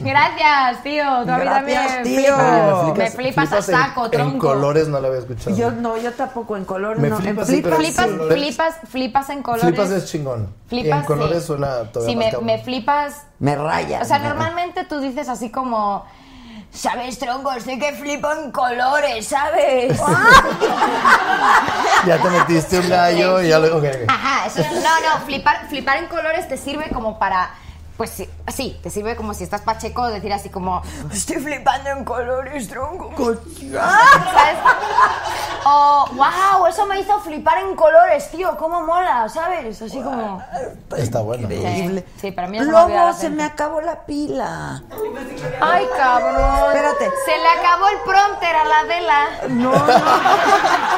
[SPEAKER 2] Gracias, tío. Tú a mí
[SPEAKER 1] Gracias,
[SPEAKER 2] también.
[SPEAKER 1] tío.
[SPEAKER 2] flipas.
[SPEAKER 1] Oye,
[SPEAKER 8] Oye,
[SPEAKER 2] Ah, me flipas,
[SPEAKER 8] en-
[SPEAKER 2] a saco, tronco.
[SPEAKER 8] En colores no la había escuchado.
[SPEAKER 1] Yo no, yo tampoco en colores.
[SPEAKER 8] Me
[SPEAKER 1] no.
[SPEAKER 8] flipas,
[SPEAKER 1] en
[SPEAKER 8] sí, pero
[SPEAKER 2] Flipas,
[SPEAKER 8] en colores.
[SPEAKER 2] flipas, flipas en colores.
[SPEAKER 8] Flipas es chingón.
[SPEAKER 2] Flipas,
[SPEAKER 8] y en colores
[SPEAKER 2] sí.
[SPEAKER 8] suena todavía
[SPEAKER 2] Sí,
[SPEAKER 8] más
[SPEAKER 2] me,
[SPEAKER 8] cabrón.
[SPEAKER 2] me flipas.
[SPEAKER 1] Me raya.
[SPEAKER 2] O sea,
[SPEAKER 1] me-
[SPEAKER 2] normalmente tú dices así como. ¿Sabes, tronco? Sí que flipo en colores, ¿sabes?
[SPEAKER 8] Ya te metiste un gallo y ya lo... ok, ok.
[SPEAKER 2] Ajá, eso no, no, flipar, flipar en colores te sirve como para. Pues sí, sí, te sirve como si estás pacheco, decir así como, estoy flipando en colores, tronco. ¿Sabes? O, wow, eso me hizo flipar en colores, tío, cómo mola, ¿sabes? Así como.
[SPEAKER 8] Está bueno.
[SPEAKER 1] Increíble.
[SPEAKER 2] Sí, para mí ya se me olvida
[SPEAKER 1] Lobo,
[SPEAKER 2] la
[SPEAKER 1] se
[SPEAKER 2] gente.
[SPEAKER 1] me acabó la pila.
[SPEAKER 2] Ay, cabrón.
[SPEAKER 1] Espérate.
[SPEAKER 2] Se le acabó el prompter a la vela.
[SPEAKER 1] No, no.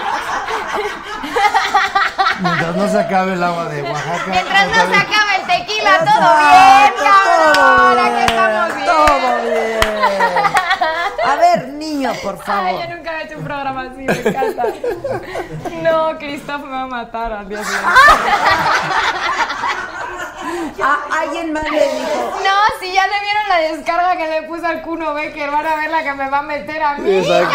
[SPEAKER 8] Mientras no se acabe el agua de Oaxaca.
[SPEAKER 2] Mientras no se acabe el tequila, todo bien,
[SPEAKER 1] Exacto,
[SPEAKER 2] cabrón.
[SPEAKER 1] todo
[SPEAKER 2] Aquí estamos bien.
[SPEAKER 1] bien, Todo bien. A ver, niño, por
[SPEAKER 2] Ay,
[SPEAKER 1] favor.
[SPEAKER 2] yo nunca había hecho un programa así, me encanta. No, Christoph me va a matar al día siguiente.
[SPEAKER 1] A- Ah, alguien más le dijo.
[SPEAKER 2] No, si ya le vieron la descarga que le puse al Cuno Becker, van a ver la que me va a meter a mí.
[SPEAKER 8] Exacto.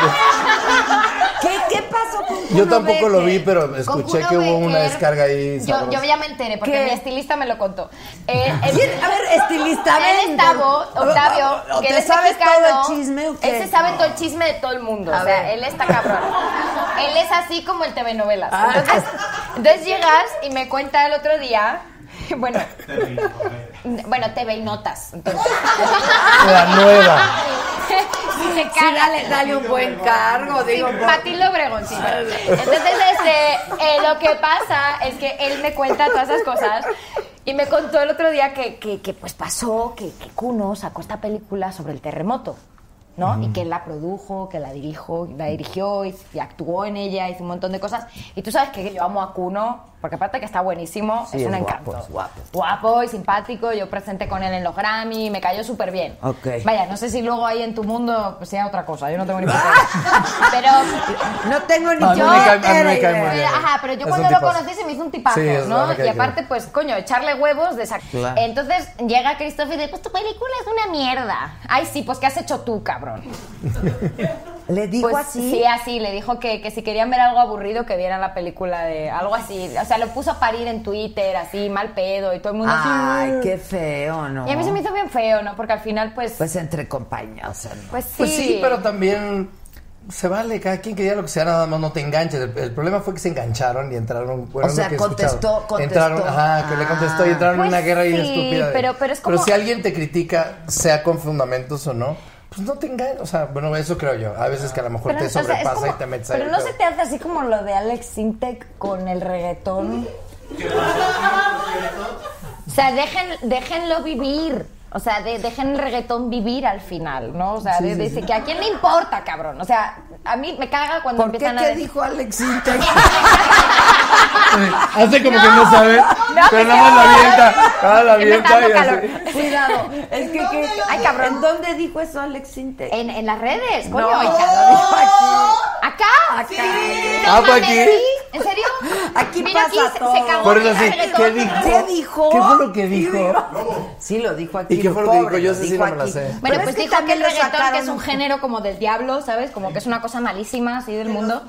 [SPEAKER 1] ¿Qué, qué pasó con Kuno
[SPEAKER 8] Yo tampoco lo vi,
[SPEAKER 1] Becker?
[SPEAKER 8] pero
[SPEAKER 2] Con
[SPEAKER 8] escuché
[SPEAKER 2] Kuno
[SPEAKER 8] que hubo una
[SPEAKER 2] Becker,
[SPEAKER 8] descarga ahí.
[SPEAKER 2] Yo,
[SPEAKER 8] sabrosa.
[SPEAKER 2] yo ya me enteré porque
[SPEAKER 1] ¿Qué?
[SPEAKER 2] mi estilista me lo contó. Eh,
[SPEAKER 1] ¿Quién? A ver, estilista,
[SPEAKER 2] Él
[SPEAKER 1] ven.
[SPEAKER 2] estaba, Octavio,
[SPEAKER 1] ¿O
[SPEAKER 2] que
[SPEAKER 1] te
[SPEAKER 2] él es
[SPEAKER 1] sabes todo el
[SPEAKER 2] mexicano.
[SPEAKER 1] chisme o qué?
[SPEAKER 2] Él se sabe todo el chisme de todo el mundo.
[SPEAKER 1] A
[SPEAKER 2] o sea,
[SPEAKER 1] ver.
[SPEAKER 2] él está cabrón. él es así como el TV novelas.
[SPEAKER 1] Ah.
[SPEAKER 2] Entonces, entonces llegas y me cuenta el otro día. Bueno, bueno, TV y notas. Entonces,
[SPEAKER 8] La nueva.
[SPEAKER 2] Sí, se
[SPEAKER 1] Sí,
[SPEAKER 2] caga.
[SPEAKER 1] dale, dale un buen cargo, digo. por-
[SPEAKER 2] Matilde Obregón, sí. Entonces, este, eh, lo que pasa es que él me cuenta todas esas cosas y me contó el otro día que, que, que, pues pasó, que, que Kuno sacó esta película sobre el terremoto, ¿no? Y que él la produjo, que la dirijo, la dirigió y, y actuó en ella, hizo un montón de cosas. Y tú sabes que yo amo a Kuno, porque aparte que está buenísimo,
[SPEAKER 1] Sí,
[SPEAKER 2] es un
[SPEAKER 1] es
[SPEAKER 2] encanto.
[SPEAKER 1] guapo, es guapo.
[SPEAKER 2] Guapo y simpático, yo presenté con él en los Grammy, me cayó súper bien.
[SPEAKER 1] Ok.
[SPEAKER 2] Vaya, no sé si luego ahí en tu mundo pues, sea otra cosa, yo no tengo ni idea. Pero,
[SPEAKER 1] No tengo ni
[SPEAKER 8] A mí
[SPEAKER 1] yo
[SPEAKER 8] me cae- a mí me
[SPEAKER 1] era
[SPEAKER 8] cae
[SPEAKER 1] idea.
[SPEAKER 8] muy bien.
[SPEAKER 2] pero, ajá, pero yo
[SPEAKER 8] Es un
[SPEAKER 2] cuando lo
[SPEAKER 8] tipazo.
[SPEAKER 2] conocí se me hizo un tipazo,
[SPEAKER 8] Sí, es
[SPEAKER 2] ¿no?
[SPEAKER 8] verdad que
[SPEAKER 2] Y
[SPEAKER 8] es
[SPEAKER 2] aparte, pues, coño, echarle huevos de sac-
[SPEAKER 8] Claro.
[SPEAKER 2] Entonces llega Christopher y dice, pues tu película es una mierda. Ay, sí, pues, ¿qué has hecho tú, cabrón?
[SPEAKER 1] Le digo
[SPEAKER 2] Pues
[SPEAKER 1] así.
[SPEAKER 2] sí, así, le dijo que, que si querían ver algo aburrido que vieran la película de algo así. O sea, lo puso a parir en Twitter, así, mal pedo, y todo el mundo así,
[SPEAKER 1] Ay,
[SPEAKER 2] "Mm".
[SPEAKER 1] qué feo, ¿no?
[SPEAKER 2] Y a mí se me hizo bien feo, ¿no? Porque al final, pues, pues,
[SPEAKER 1] Pues entre compañías. o sea, no.
[SPEAKER 2] sí.
[SPEAKER 8] Pues sí, pero también se vale, cada quien que diga lo que sea, nada más no te enganches. El, el problema fue que se engancharon y entraron. fueron
[SPEAKER 1] O sea,
[SPEAKER 8] lo que
[SPEAKER 1] contestó,
[SPEAKER 8] escucharon.
[SPEAKER 1] contestó.
[SPEAKER 8] Entraron, ajá, que le contestó y entraron
[SPEAKER 2] Pues
[SPEAKER 8] en una guerra ahí
[SPEAKER 2] sí,
[SPEAKER 8] estúpida. de-
[SPEAKER 2] pero- pero es como-
[SPEAKER 8] si alguien te critica, sea con fundamentos o no, pues no te enganches. O sea, bueno, eso creo yo. A veces que a lo mejor
[SPEAKER 2] Pero,
[SPEAKER 8] te
[SPEAKER 2] o sea, es
[SPEAKER 8] sobrepasa
[SPEAKER 2] como-
[SPEAKER 8] y te metes ahí.
[SPEAKER 2] pero no se te hace así como lo de Alex Sintek con el reggaetón. o sea, dejen, déjenlo vivir. O sea, de- dejen el reggaetón vivir al final, ¿no? O sea, de- dice que a quién le importa, cabrón. O sea, a mí me caga cuando
[SPEAKER 1] ¿Por qué
[SPEAKER 2] empiezan a
[SPEAKER 1] qué
[SPEAKER 2] decir-
[SPEAKER 1] dijo Alex Intec?
[SPEAKER 8] Hace como que no sabe, pero nada más la avienta. Ah, la
[SPEAKER 2] Que me está
[SPEAKER 8] avienta y
[SPEAKER 2] dando
[SPEAKER 8] así.
[SPEAKER 2] calor.
[SPEAKER 1] Cuidado. Es que, que-
[SPEAKER 2] Ay, cabrón. Eh,
[SPEAKER 1] ¿En dónde dijo eso Alex Intec?
[SPEAKER 2] En, en las redes, coño.
[SPEAKER 1] No, Oh. hija, lo dijo aquí.
[SPEAKER 2] ¿Acá?
[SPEAKER 1] Acá.
[SPEAKER 2] No
[SPEAKER 8] Ah, pues
[SPEAKER 2] mames,
[SPEAKER 8] aquí.
[SPEAKER 2] sí. ¿En serio?
[SPEAKER 1] Aquí
[SPEAKER 2] Mira,
[SPEAKER 1] pasa
[SPEAKER 2] aquí se-
[SPEAKER 1] todo.
[SPEAKER 2] Se, cagó
[SPEAKER 8] Pero es
[SPEAKER 2] el
[SPEAKER 8] así,
[SPEAKER 2] reggaetón.
[SPEAKER 8] ¿qué dijo?
[SPEAKER 1] ¿Qué dijo?
[SPEAKER 8] ¿Qué fue lo que
[SPEAKER 1] Sí,
[SPEAKER 8] dijo?
[SPEAKER 1] Sí, lo dijo aquí.
[SPEAKER 8] ¿Y qué fue lo que dijo? Yo ese sí no me la sé.
[SPEAKER 2] Bueno,
[SPEAKER 1] Pero
[SPEAKER 2] pues
[SPEAKER 1] es que
[SPEAKER 2] dijo que
[SPEAKER 1] también
[SPEAKER 2] el
[SPEAKER 1] lo
[SPEAKER 2] reggaetón, que es
[SPEAKER 1] sacaron
[SPEAKER 2] un
[SPEAKER 1] un-
[SPEAKER 2] género como del diablo, ¿sabes? Como que es una cosa malísima así del mundo.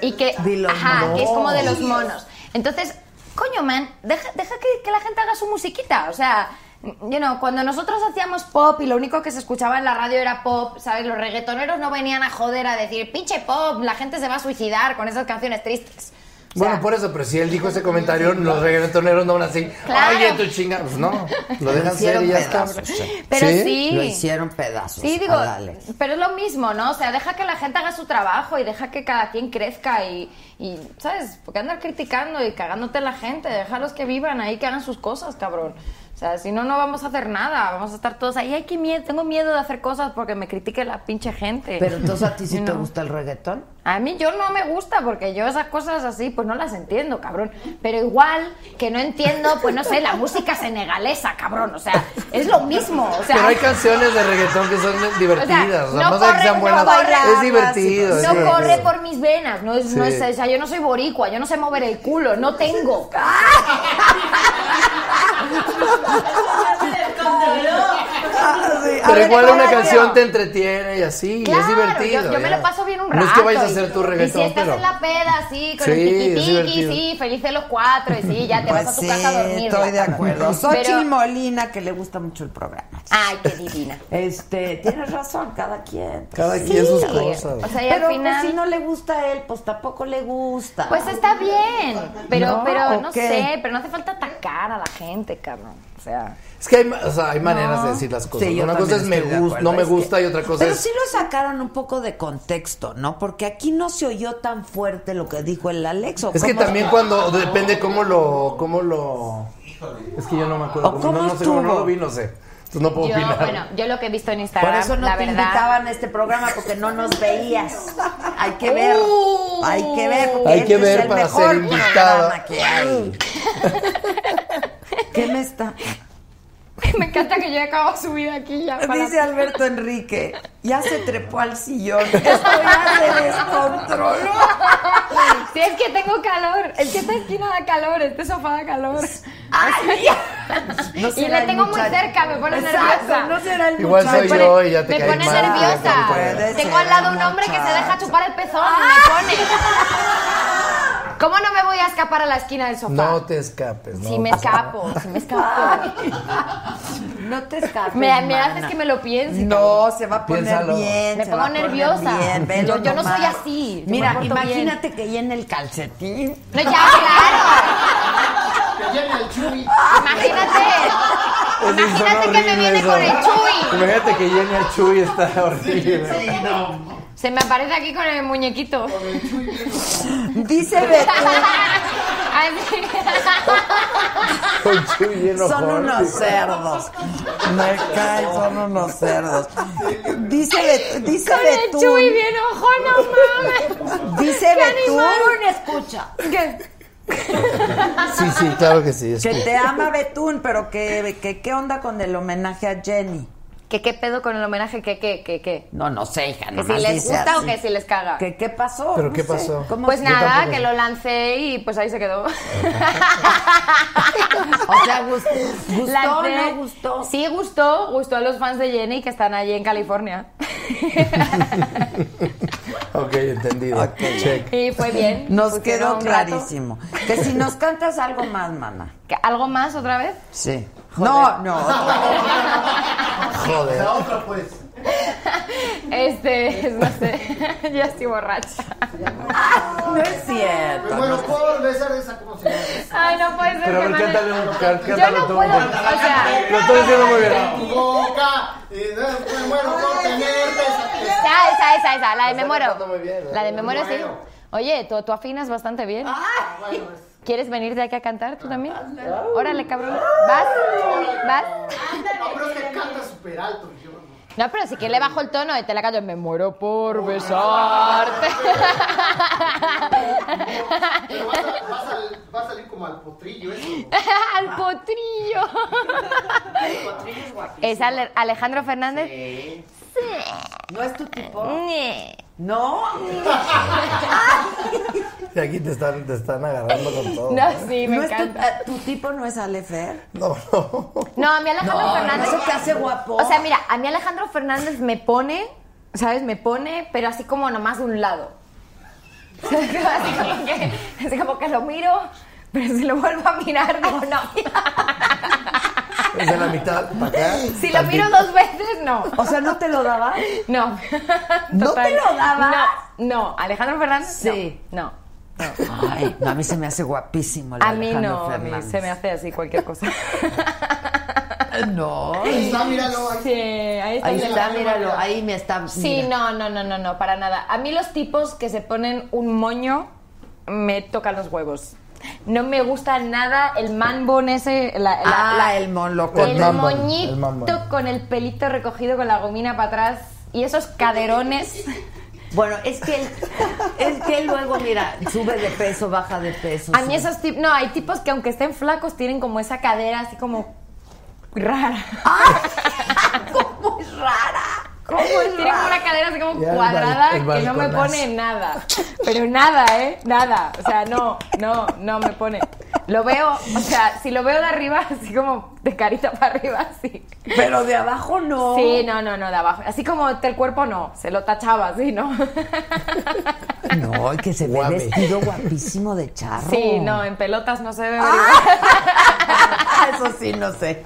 [SPEAKER 2] y que,
[SPEAKER 1] De los
[SPEAKER 2] ajá, que es como de los
[SPEAKER 1] monos.
[SPEAKER 2] monos. Entonces, coño, man, deja, deja que, que la gente haga su musiquita. O sea, you know, cuando nosotros hacíamos pop y lo único que se escuchaba en la radio era pop, ¿sabes? Los reggaetoneros no venían a joder a decir, pinche pop, la gente se va a suicidar con esas canciones tristes. O sea,
[SPEAKER 8] Bueno, por eso, pero si él dijo ese comentario, los reggaetoneros no van así.
[SPEAKER 2] Claro.
[SPEAKER 8] Ay, tu chinga. Pues no, lo dejan ser
[SPEAKER 1] Hicieron
[SPEAKER 8] y ya está.
[SPEAKER 1] pedazos.
[SPEAKER 2] Pero sí.
[SPEAKER 1] Lo hicieron pedazos. Ah,
[SPEAKER 2] Sí, digo,
[SPEAKER 1] a Alex.
[SPEAKER 2] pero es lo mismo, ¿no? O sea, deja que la gente haga su trabajo y deja que cada quien crezca y, y, ¿sabes? Porque andar criticando y cagándote la gente, déjalos que vivan ahí, que hagan sus cosas, cabrón. O sea, si no, no vamos a hacer nada, vamos a estar todos ahí, ay, qué miedo, tengo miedo de hacer cosas porque me critique la pinche gente.
[SPEAKER 1] Pero entonces a ti sí te
[SPEAKER 2] No.
[SPEAKER 1] gusta el reggaetón.
[SPEAKER 2] A mí yo no me gusta porque yo esas cosas así pues no las entiendo, cabrón. Pero igual que no entiendo, pues no sé, la música senegalesa, cabrón. O sea, es lo mismo. O sea,
[SPEAKER 8] Pero hay canciones de reggaetón que son divertidas.
[SPEAKER 2] O sea,
[SPEAKER 8] O sea,
[SPEAKER 2] no
[SPEAKER 8] más allá que
[SPEAKER 2] corre-
[SPEAKER 8] sean
[SPEAKER 2] no
[SPEAKER 8] buenas.
[SPEAKER 2] bailarlas,
[SPEAKER 8] es divertido. es
[SPEAKER 2] No
[SPEAKER 8] divertido.
[SPEAKER 2] corre por mis venas, no es, no
[SPEAKER 8] Sí.
[SPEAKER 2] es, o sea, yo no soy boricua, yo no sé mover el culo, no tengo.
[SPEAKER 8] Pero
[SPEAKER 1] A ver,
[SPEAKER 8] igual
[SPEAKER 1] ¿cuál
[SPEAKER 8] una
[SPEAKER 1] es la
[SPEAKER 8] canción
[SPEAKER 1] que-
[SPEAKER 8] te entretiene y así. y es
[SPEAKER 2] Claro,
[SPEAKER 8] divertido.
[SPEAKER 2] Yo, yo me
[SPEAKER 8] ya.
[SPEAKER 2] lo paso bien un rato.
[SPEAKER 8] No es que vayas a
[SPEAKER 2] y-
[SPEAKER 8] hacer tu
[SPEAKER 2] Y si
[SPEAKER 8] reggaetón,
[SPEAKER 2] estás
[SPEAKER 8] pero.
[SPEAKER 2] en la peda, sí, con el
[SPEAKER 8] Sí, es
[SPEAKER 2] tiquitiqui,
[SPEAKER 8] divertido.
[SPEAKER 2] sí, felices los cuatro, y sí, ya te
[SPEAKER 1] Pues
[SPEAKER 2] vas a tu
[SPEAKER 1] sí,
[SPEAKER 2] casa a dormir.
[SPEAKER 1] estoy
[SPEAKER 2] ya,
[SPEAKER 1] de
[SPEAKER 2] cabrón.
[SPEAKER 1] acuerdo.
[SPEAKER 2] Pero-
[SPEAKER 1] Xochitl Molina, que le gusta mucho el programa.
[SPEAKER 2] Ay, qué divina.
[SPEAKER 1] Este, tienes razón, cada quien. Pues
[SPEAKER 8] Cada quien sus
[SPEAKER 2] Sí.
[SPEAKER 8] cosas.
[SPEAKER 2] O sea, y
[SPEAKER 1] Pero
[SPEAKER 2] al
[SPEAKER 1] pues,
[SPEAKER 2] final...
[SPEAKER 1] si no le gusta a él, pues tampoco le gusta.
[SPEAKER 2] Pues está bien, pero
[SPEAKER 1] No,
[SPEAKER 2] no, pero, no
[SPEAKER 1] ¿o qué?
[SPEAKER 2] sé, pero no hace falta atacar a la gente, cabrón. O sea,
[SPEAKER 8] Es que hay, ma- o sea, hay maneras
[SPEAKER 2] No.
[SPEAKER 8] de decir las cosas.
[SPEAKER 1] Sí, yo
[SPEAKER 8] una cosa
[SPEAKER 1] también
[SPEAKER 8] es me
[SPEAKER 1] estoy de
[SPEAKER 8] gusta,
[SPEAKER 1] acuerdo,
[SPEAKER 8] no me
[SPEAKER 1] es que-
[SPEAKER 8] gusta y otra cosa
[SPEAKER 1] Pero
[SPEAKER 8] es.
[SPEAKER 1] sí lo sacaron un poco de contexto, ¿no? Porque aquí no se oyó tan fuerte lo que dijo el Alex. ¿o
[SPEAKER 8] Es que
[SPEAKER 1] cómo-
[SPEAKER 8] también cuando depende cómo lo cómo lo Es que yo no me acuerdo
[SPEAKER 1] ¿O
[SPEAKER 8] cómo,
[SPEAKER 1] cómo
[SPEAKER 8] no, no sé cómo no
[SPEAKER 1] estuvo?
[SPEAKER 8] lo vi, no sé. Entonces no puedo
[SPEAKER 2] yo,
[SPEAKER 8] opinar.
[SPEAKER 2] bueno, yo lo que he visto en Instagram,
[SPEAKER 1] Por eso no
[SPEAKER 2] la
[SPEAKER 1] te
[SPEAKER 2] verdad.
[SPEAKER 1] invitaban a este programa porque no nos veías. Hay que ver, hay que ver. porque
[SPEAKER 8] Hay que
[SPEAKER 1] este es
[SPEAKER 8] ver
[SPEAKER 1] el
[SPEAKER 8] para
[SPEAKER 1] mejor
[SPEAKER 8] ser invitada.
[SPEAKER 1] programa que hay. ¿Qué me está?
[SPEAKER 2] Me que hasta que yo acabo su vida aquí ya. para-
[SPEAKER 1] Dice Alberto Enrique, ya se trepó al sillón. Esto ya se descontroló.
[SPEAKER 2] Sí, es que tengo calor. Es que esta esquina da calor, este sofá da calor.
[SPEAKER 1] No
[SPEAKER 2] y
[SPEAKER 1] será
[SPEAKER 2] le
[SPEAKER 1] el
[SPEAKER 2] tengo
[SPEAKER 1] muchacho.
[SPEAKER 2] muy cerca, me pone
[SPEAKER 1] Exacto,
[SPEAKER 2] nerviosa.
[SPEAKER 1] no será el
[SPEAKER 11] Igual soy
[SPEAKER 1] muchacho.
[SPEAKER 11] yo y ya te
[SPEAKER 2] me
[SPEAKER 11] caes
[SPEAKER 2] pone
[SPEAKER 11] mal.
[SPEAKER 2] nerviosa.
[SPEAKER 1] Puede
[SPEAKER 2] Tengo
[SPEAKER 1] ser,
[SPEAKER 2] al lado un hombre que se deja chupar el pezón, me pone. ¿Cómo no me voy a escapar a la esquina del sofá?
[SPEAKER 11] No te escapes.
[SPEAKER 2] Si
[SPEAKER 11] no. Pues,
[SPEAKER 2] me escapo, si me escapo.
[SPEAKER 1] No te escapes.
[SPEAKER 2] Me, me
[SPEAKER 1] mana.
[SPEAKER 2] haces que me lo piense.
[SPEAKER 1] No, se va a poner
[SPEAKER 11] Piénsalo.
[SPEAKER 1] bien.
[SPEAKER 2] Me
[SPEAKER 1] se
[SPEAKER 2] pongo
[SPEAKER 1] va a poner
[SPEAKER 2] nerviosa.
[SPEAKER 1] bien, velo
[SPEAKER 2] Yo- yo no
[SPEAKER 1] nomás.
[SPEAKER 2] soy así, yo me
[SPEAKER 1] Mira,
[SPEAKER 2] porto
[SPEAKER 1] imagínate que llena el calcetín.
[SPEAKER 2] No, Pues ya, claro.
[SPEAKER 5] Que llene el chubi.
[SPEAKER 2] Imagínate.
[SPEAKER 11] Esos son
[SPEAKER 2] Imagínate que me
[SPEAKER 11] horribles,
[SPEAKER 2] viene con el
[SPEAKER 11] ¿no?
[SPEAKER 2] chuy.
[SPEAKER 11] Imagínate que Jenny al Chuy está horrible.
[SPEAKER 2] Se me aparece aquí con el muñequito.
[SPEAKER 1] Dice Beto,
[SPEAKER 2] Así.
[SPEAKER 11] Con Chuy lleno
[SPEAKER 1] son
[SPEAKER 11] Jorge.
[SPEAKER 1] unos
[SPEAKER 2] eh.
[SPEAKER 1] cerdos. Me caen, son unos cerdos. Dice Beto, dice
[SPEAKER 2] Con el
[SPEAKER 1] Betún.
[SPEAKER 2] chuy bien ojo, no mames.
[SPEAKER 1] Dice
[SPEAKER 2] Qué
[SPEAKER 1] Betún.
[SPEAKER 2] animal.
[SPEAKER 1] escucha.
[SPEAKER 11] Sí, sí, claro que sí.
[SPEAKER 1] Que
[SPEAKER 11] escucha.
[SPEAKER 1] te ama Betún, pero que, que qué onda con el homenaje a Jenny.
[SPEAKER 2] ¿Qué, ¿Qué pedo con el homenaje? ¿Qué, qué, qué, qué?
[SPEAKER 1] No, no sé, hija.
[SPEAKER 2] ¿Que si les gusta o que si les caga?
[SPEAKER 1] ¿Qué, ¿Qué pasó?
[SPEAKER 11] ¿Pero
[SPEAKER 1] No
[SPEAKER 11] qué
[SPEAKER 1] sé.
[SPEAKER 11] pasó?
[SPEAKER 1] ¿Cómo
[SPEAKER 2] Pues
[SPEAKER 1] se-
[SPEAKER 2] nada,
[SPEAKER 11] tampoco
[SPEAKER 2] que
[SPEAKER 11] sé.
[SPEAKER 2] lo lancé y pues ahí se quedó.
[SPEAKER 1] O sea, gustó, gustó
[SPEAKER 2] Lancé-
[SPEAKER 1] no gustó.
[SPEAKER 2] Sí, gustó, gustó a los fans de Jenny que están allí en California.
[SPEAKER 11] Ok, entendido.
[SPEAKER 1] Ok.
[SPEAKER 11] Check.
[SPEAKER 2] Y fue bien.
[SPEAKER 1] Nos
[SPEAKER 2] Pusieron
[SPEAKER 1] Pues quedó
[SPEAKER 2] un rato.
[SPEAKER 1] clarísimo. Que si nos cantas algo más, mana.
[SPEAKER 2] ¿Que- ¿Algo más otra vez?
[SPEAKER 1] Sí. No, no.
[SPEAKER 11] Joder.
[SPEAKER 5] La otra, pues.
[SPEAKER 2] Este, no sé, ya estoy borracha.
[SPEAKER 1] No es
[SPEAKER 5] Me
[SPEAKER 1] cierto.
[SPEAKER 5] muero por besar esa como se llama.
[SPEAKER 2] Ay, no puede ser.
[SPEAKER 11] Pero a
[SPEAKER 2] que
[SPEAKER 11] ver,
[SPEAKER 2] me-
[SPEAKER 11] cántale un cá-
[SPEAKER 2] Yo
[SPEAKER 11] cántalo
[SPEAKER 2] no
[SPEAKER 11] tú.
[SPEAKER 2] puedo, o sea,
[SPEAKER 11] Lo estoy diciendo muy bien.
[SPEAKER 5] Tu boca. Y después me muero por tenerte. esa-
[SPEAKER 2] esa, esa, esa, esa, la de me
[SPEAKER 11] cantando muy bien,
[SPEAKER 2] muero.
[SPEAKER 11] ¿eh?
[SPEAKER 2] La de me muero, sí.
[SPEAKER 5] Bueno.
[SPEAKER 2] Oye, tú, tú afinas bastante bien. ¿Quieres venirte aquí a cantar tú también? Órale, cabrón. ¿Vas? ¿Vas?
[SPEAKER 5] No, pero es que canta súper alto. y yo no.
[SPEAKER 2] No, pero si que le bajo el tono y te la canto. Me muero por besarte.
[SPEAKER 5] Pero vas a- vas a- va a salir como al potrillo ¿eh? eso.
[SPEAKER 2] Al potrillo. ¿Es Ale- Alejandro Fernández?
[SPEAKER 1] No es tu
[SPEAKER 2] Eh,
[SPEAKER 1] tipo.
[SPEAKER 2] Ñe.
[SPEAKER 1] No.
[SPEAKER 11] Y aquí te están, te están agarrando con
[SPEAKER 8] Oh.
[SPEAKER 11] todo.
[SPEAKER 2] No, sí, me
[SPEAKER 1] no es tu,
[SPEAKER 2] encanta.
[SPEAKER 1] eh, tu tipo no es Alefer.
[SPEAKER 11] No, no.
[SPEAKER 2] No, a mí Alejandro Fernández.
[SPEAKER 1] Eso te hace guapo.
[SPEAKER 2] O sea, mira, a mí Alejandro Fernández me pone, ¿sabes? Me pone, pero así como nomás de un lado. así, como que, así como que lo miro, pero si lo vuelvo a mirar, digo, no.
[SPEAKER 11] Es de la mitad para acá.
[SPEAKER 2] si lo miro
[SPEAKER 11] tantito.
[SPEAKER 2] dos veces, no.
[SPEAKER 1] O sea, ¿no te lo daba?
[SPEAKER 2] No.
[SPEAKER 1] ¿No te lo daba?
[SPEAKER 2] No, no. Alejandro Fernández.
[SPEAKER 1] Sí.
[SPEAKER 2] No. no.
[SPEAKER 1] Ay, no, a mí se me hace guapísimo el
[SPEAKER 2] A mí
[SPEAKER 1] Alejandro
[SPEAKER 2] no, a mí
[SPEAKER 1] Fernández. Eh,
[SPEAKER 2] se me hace así cualquier cosa.
[SPEAKER 1] No.
[SPEAKER 5] Ahí está, míralo. ahí.
[SPEAKER 2] Sí, ahí está.
[SPEAKER 1] Ahí
[SPEAKER 2] mira.
[SPEAKER 1] está, míralo. Ahí me está.
[SPEAKER 2] Sí,
[SPEAKER 1] mira.
[SPEAKER 2] no, no, no, no, no, para nada. A mí los tipos que se ponen un moño me tocan los huevos. No me gusta nada el manbon ese, la, la-
[SPEAKER 1] Ah,
[SPEAKER 2] la-
[SPEAKER 1] el
[SPEAKER 2] el
[SPEAKER 1] monlocón.
[SPEAKER 11] El man bun,
[SPEAKER 2] moñito
[SPEAKER 11] el man bun.
[SPEAKER 2] con el pelito recogido con la gomina para atrás y esos caderones.
[SPEAKER 1] Bueno, es que él, es que él luego, mira, sube de peso, baja de peso.
[SPEAKER 2] A mí
[SPEAKER 1] sube-
[SPEAKER 2] esos tipos, no, hay tipos que aunque estén flacos tienen como esa cadera así como rara. Ah.
[SPEAKER 1] ¿Cómo es rara? ¿Cómo es
[SPEAKER 2] Tienen como
[SPEAKER 1] rara?
[SPEAKER 2] una cadera así como
[SPEAKER 11] Ya, el bal-
[SPEAKER 2] cuadrada
[SPEAKER 11] el
[SPEAKER 2] que no me
[SPEAKER 11] balconazo.
[SPEAKER 2] pone nada. Pero nada, ¿eh? Nada. O sea, no, no, no me pone. Lo veo, o sea, si lo veo de arriba, así como de carita para arriba, así.
[SPEAKER 1] Pero de abajo no.
[SPEAKER 2] Sí, no, no, no, de abajo. Así como el cuerpo no, se lo tachaba, así, ¿no?
[SPEAKER 1] No, que se ve
[SPEAKER 11] Guame.
[SPEAKER 1] vestido guapísimo de charro.
[SPEAKER 2] Sí, no, en pelotas no se ve. igual.
[SPEAKER 1] Ah, Eso sí, no sé.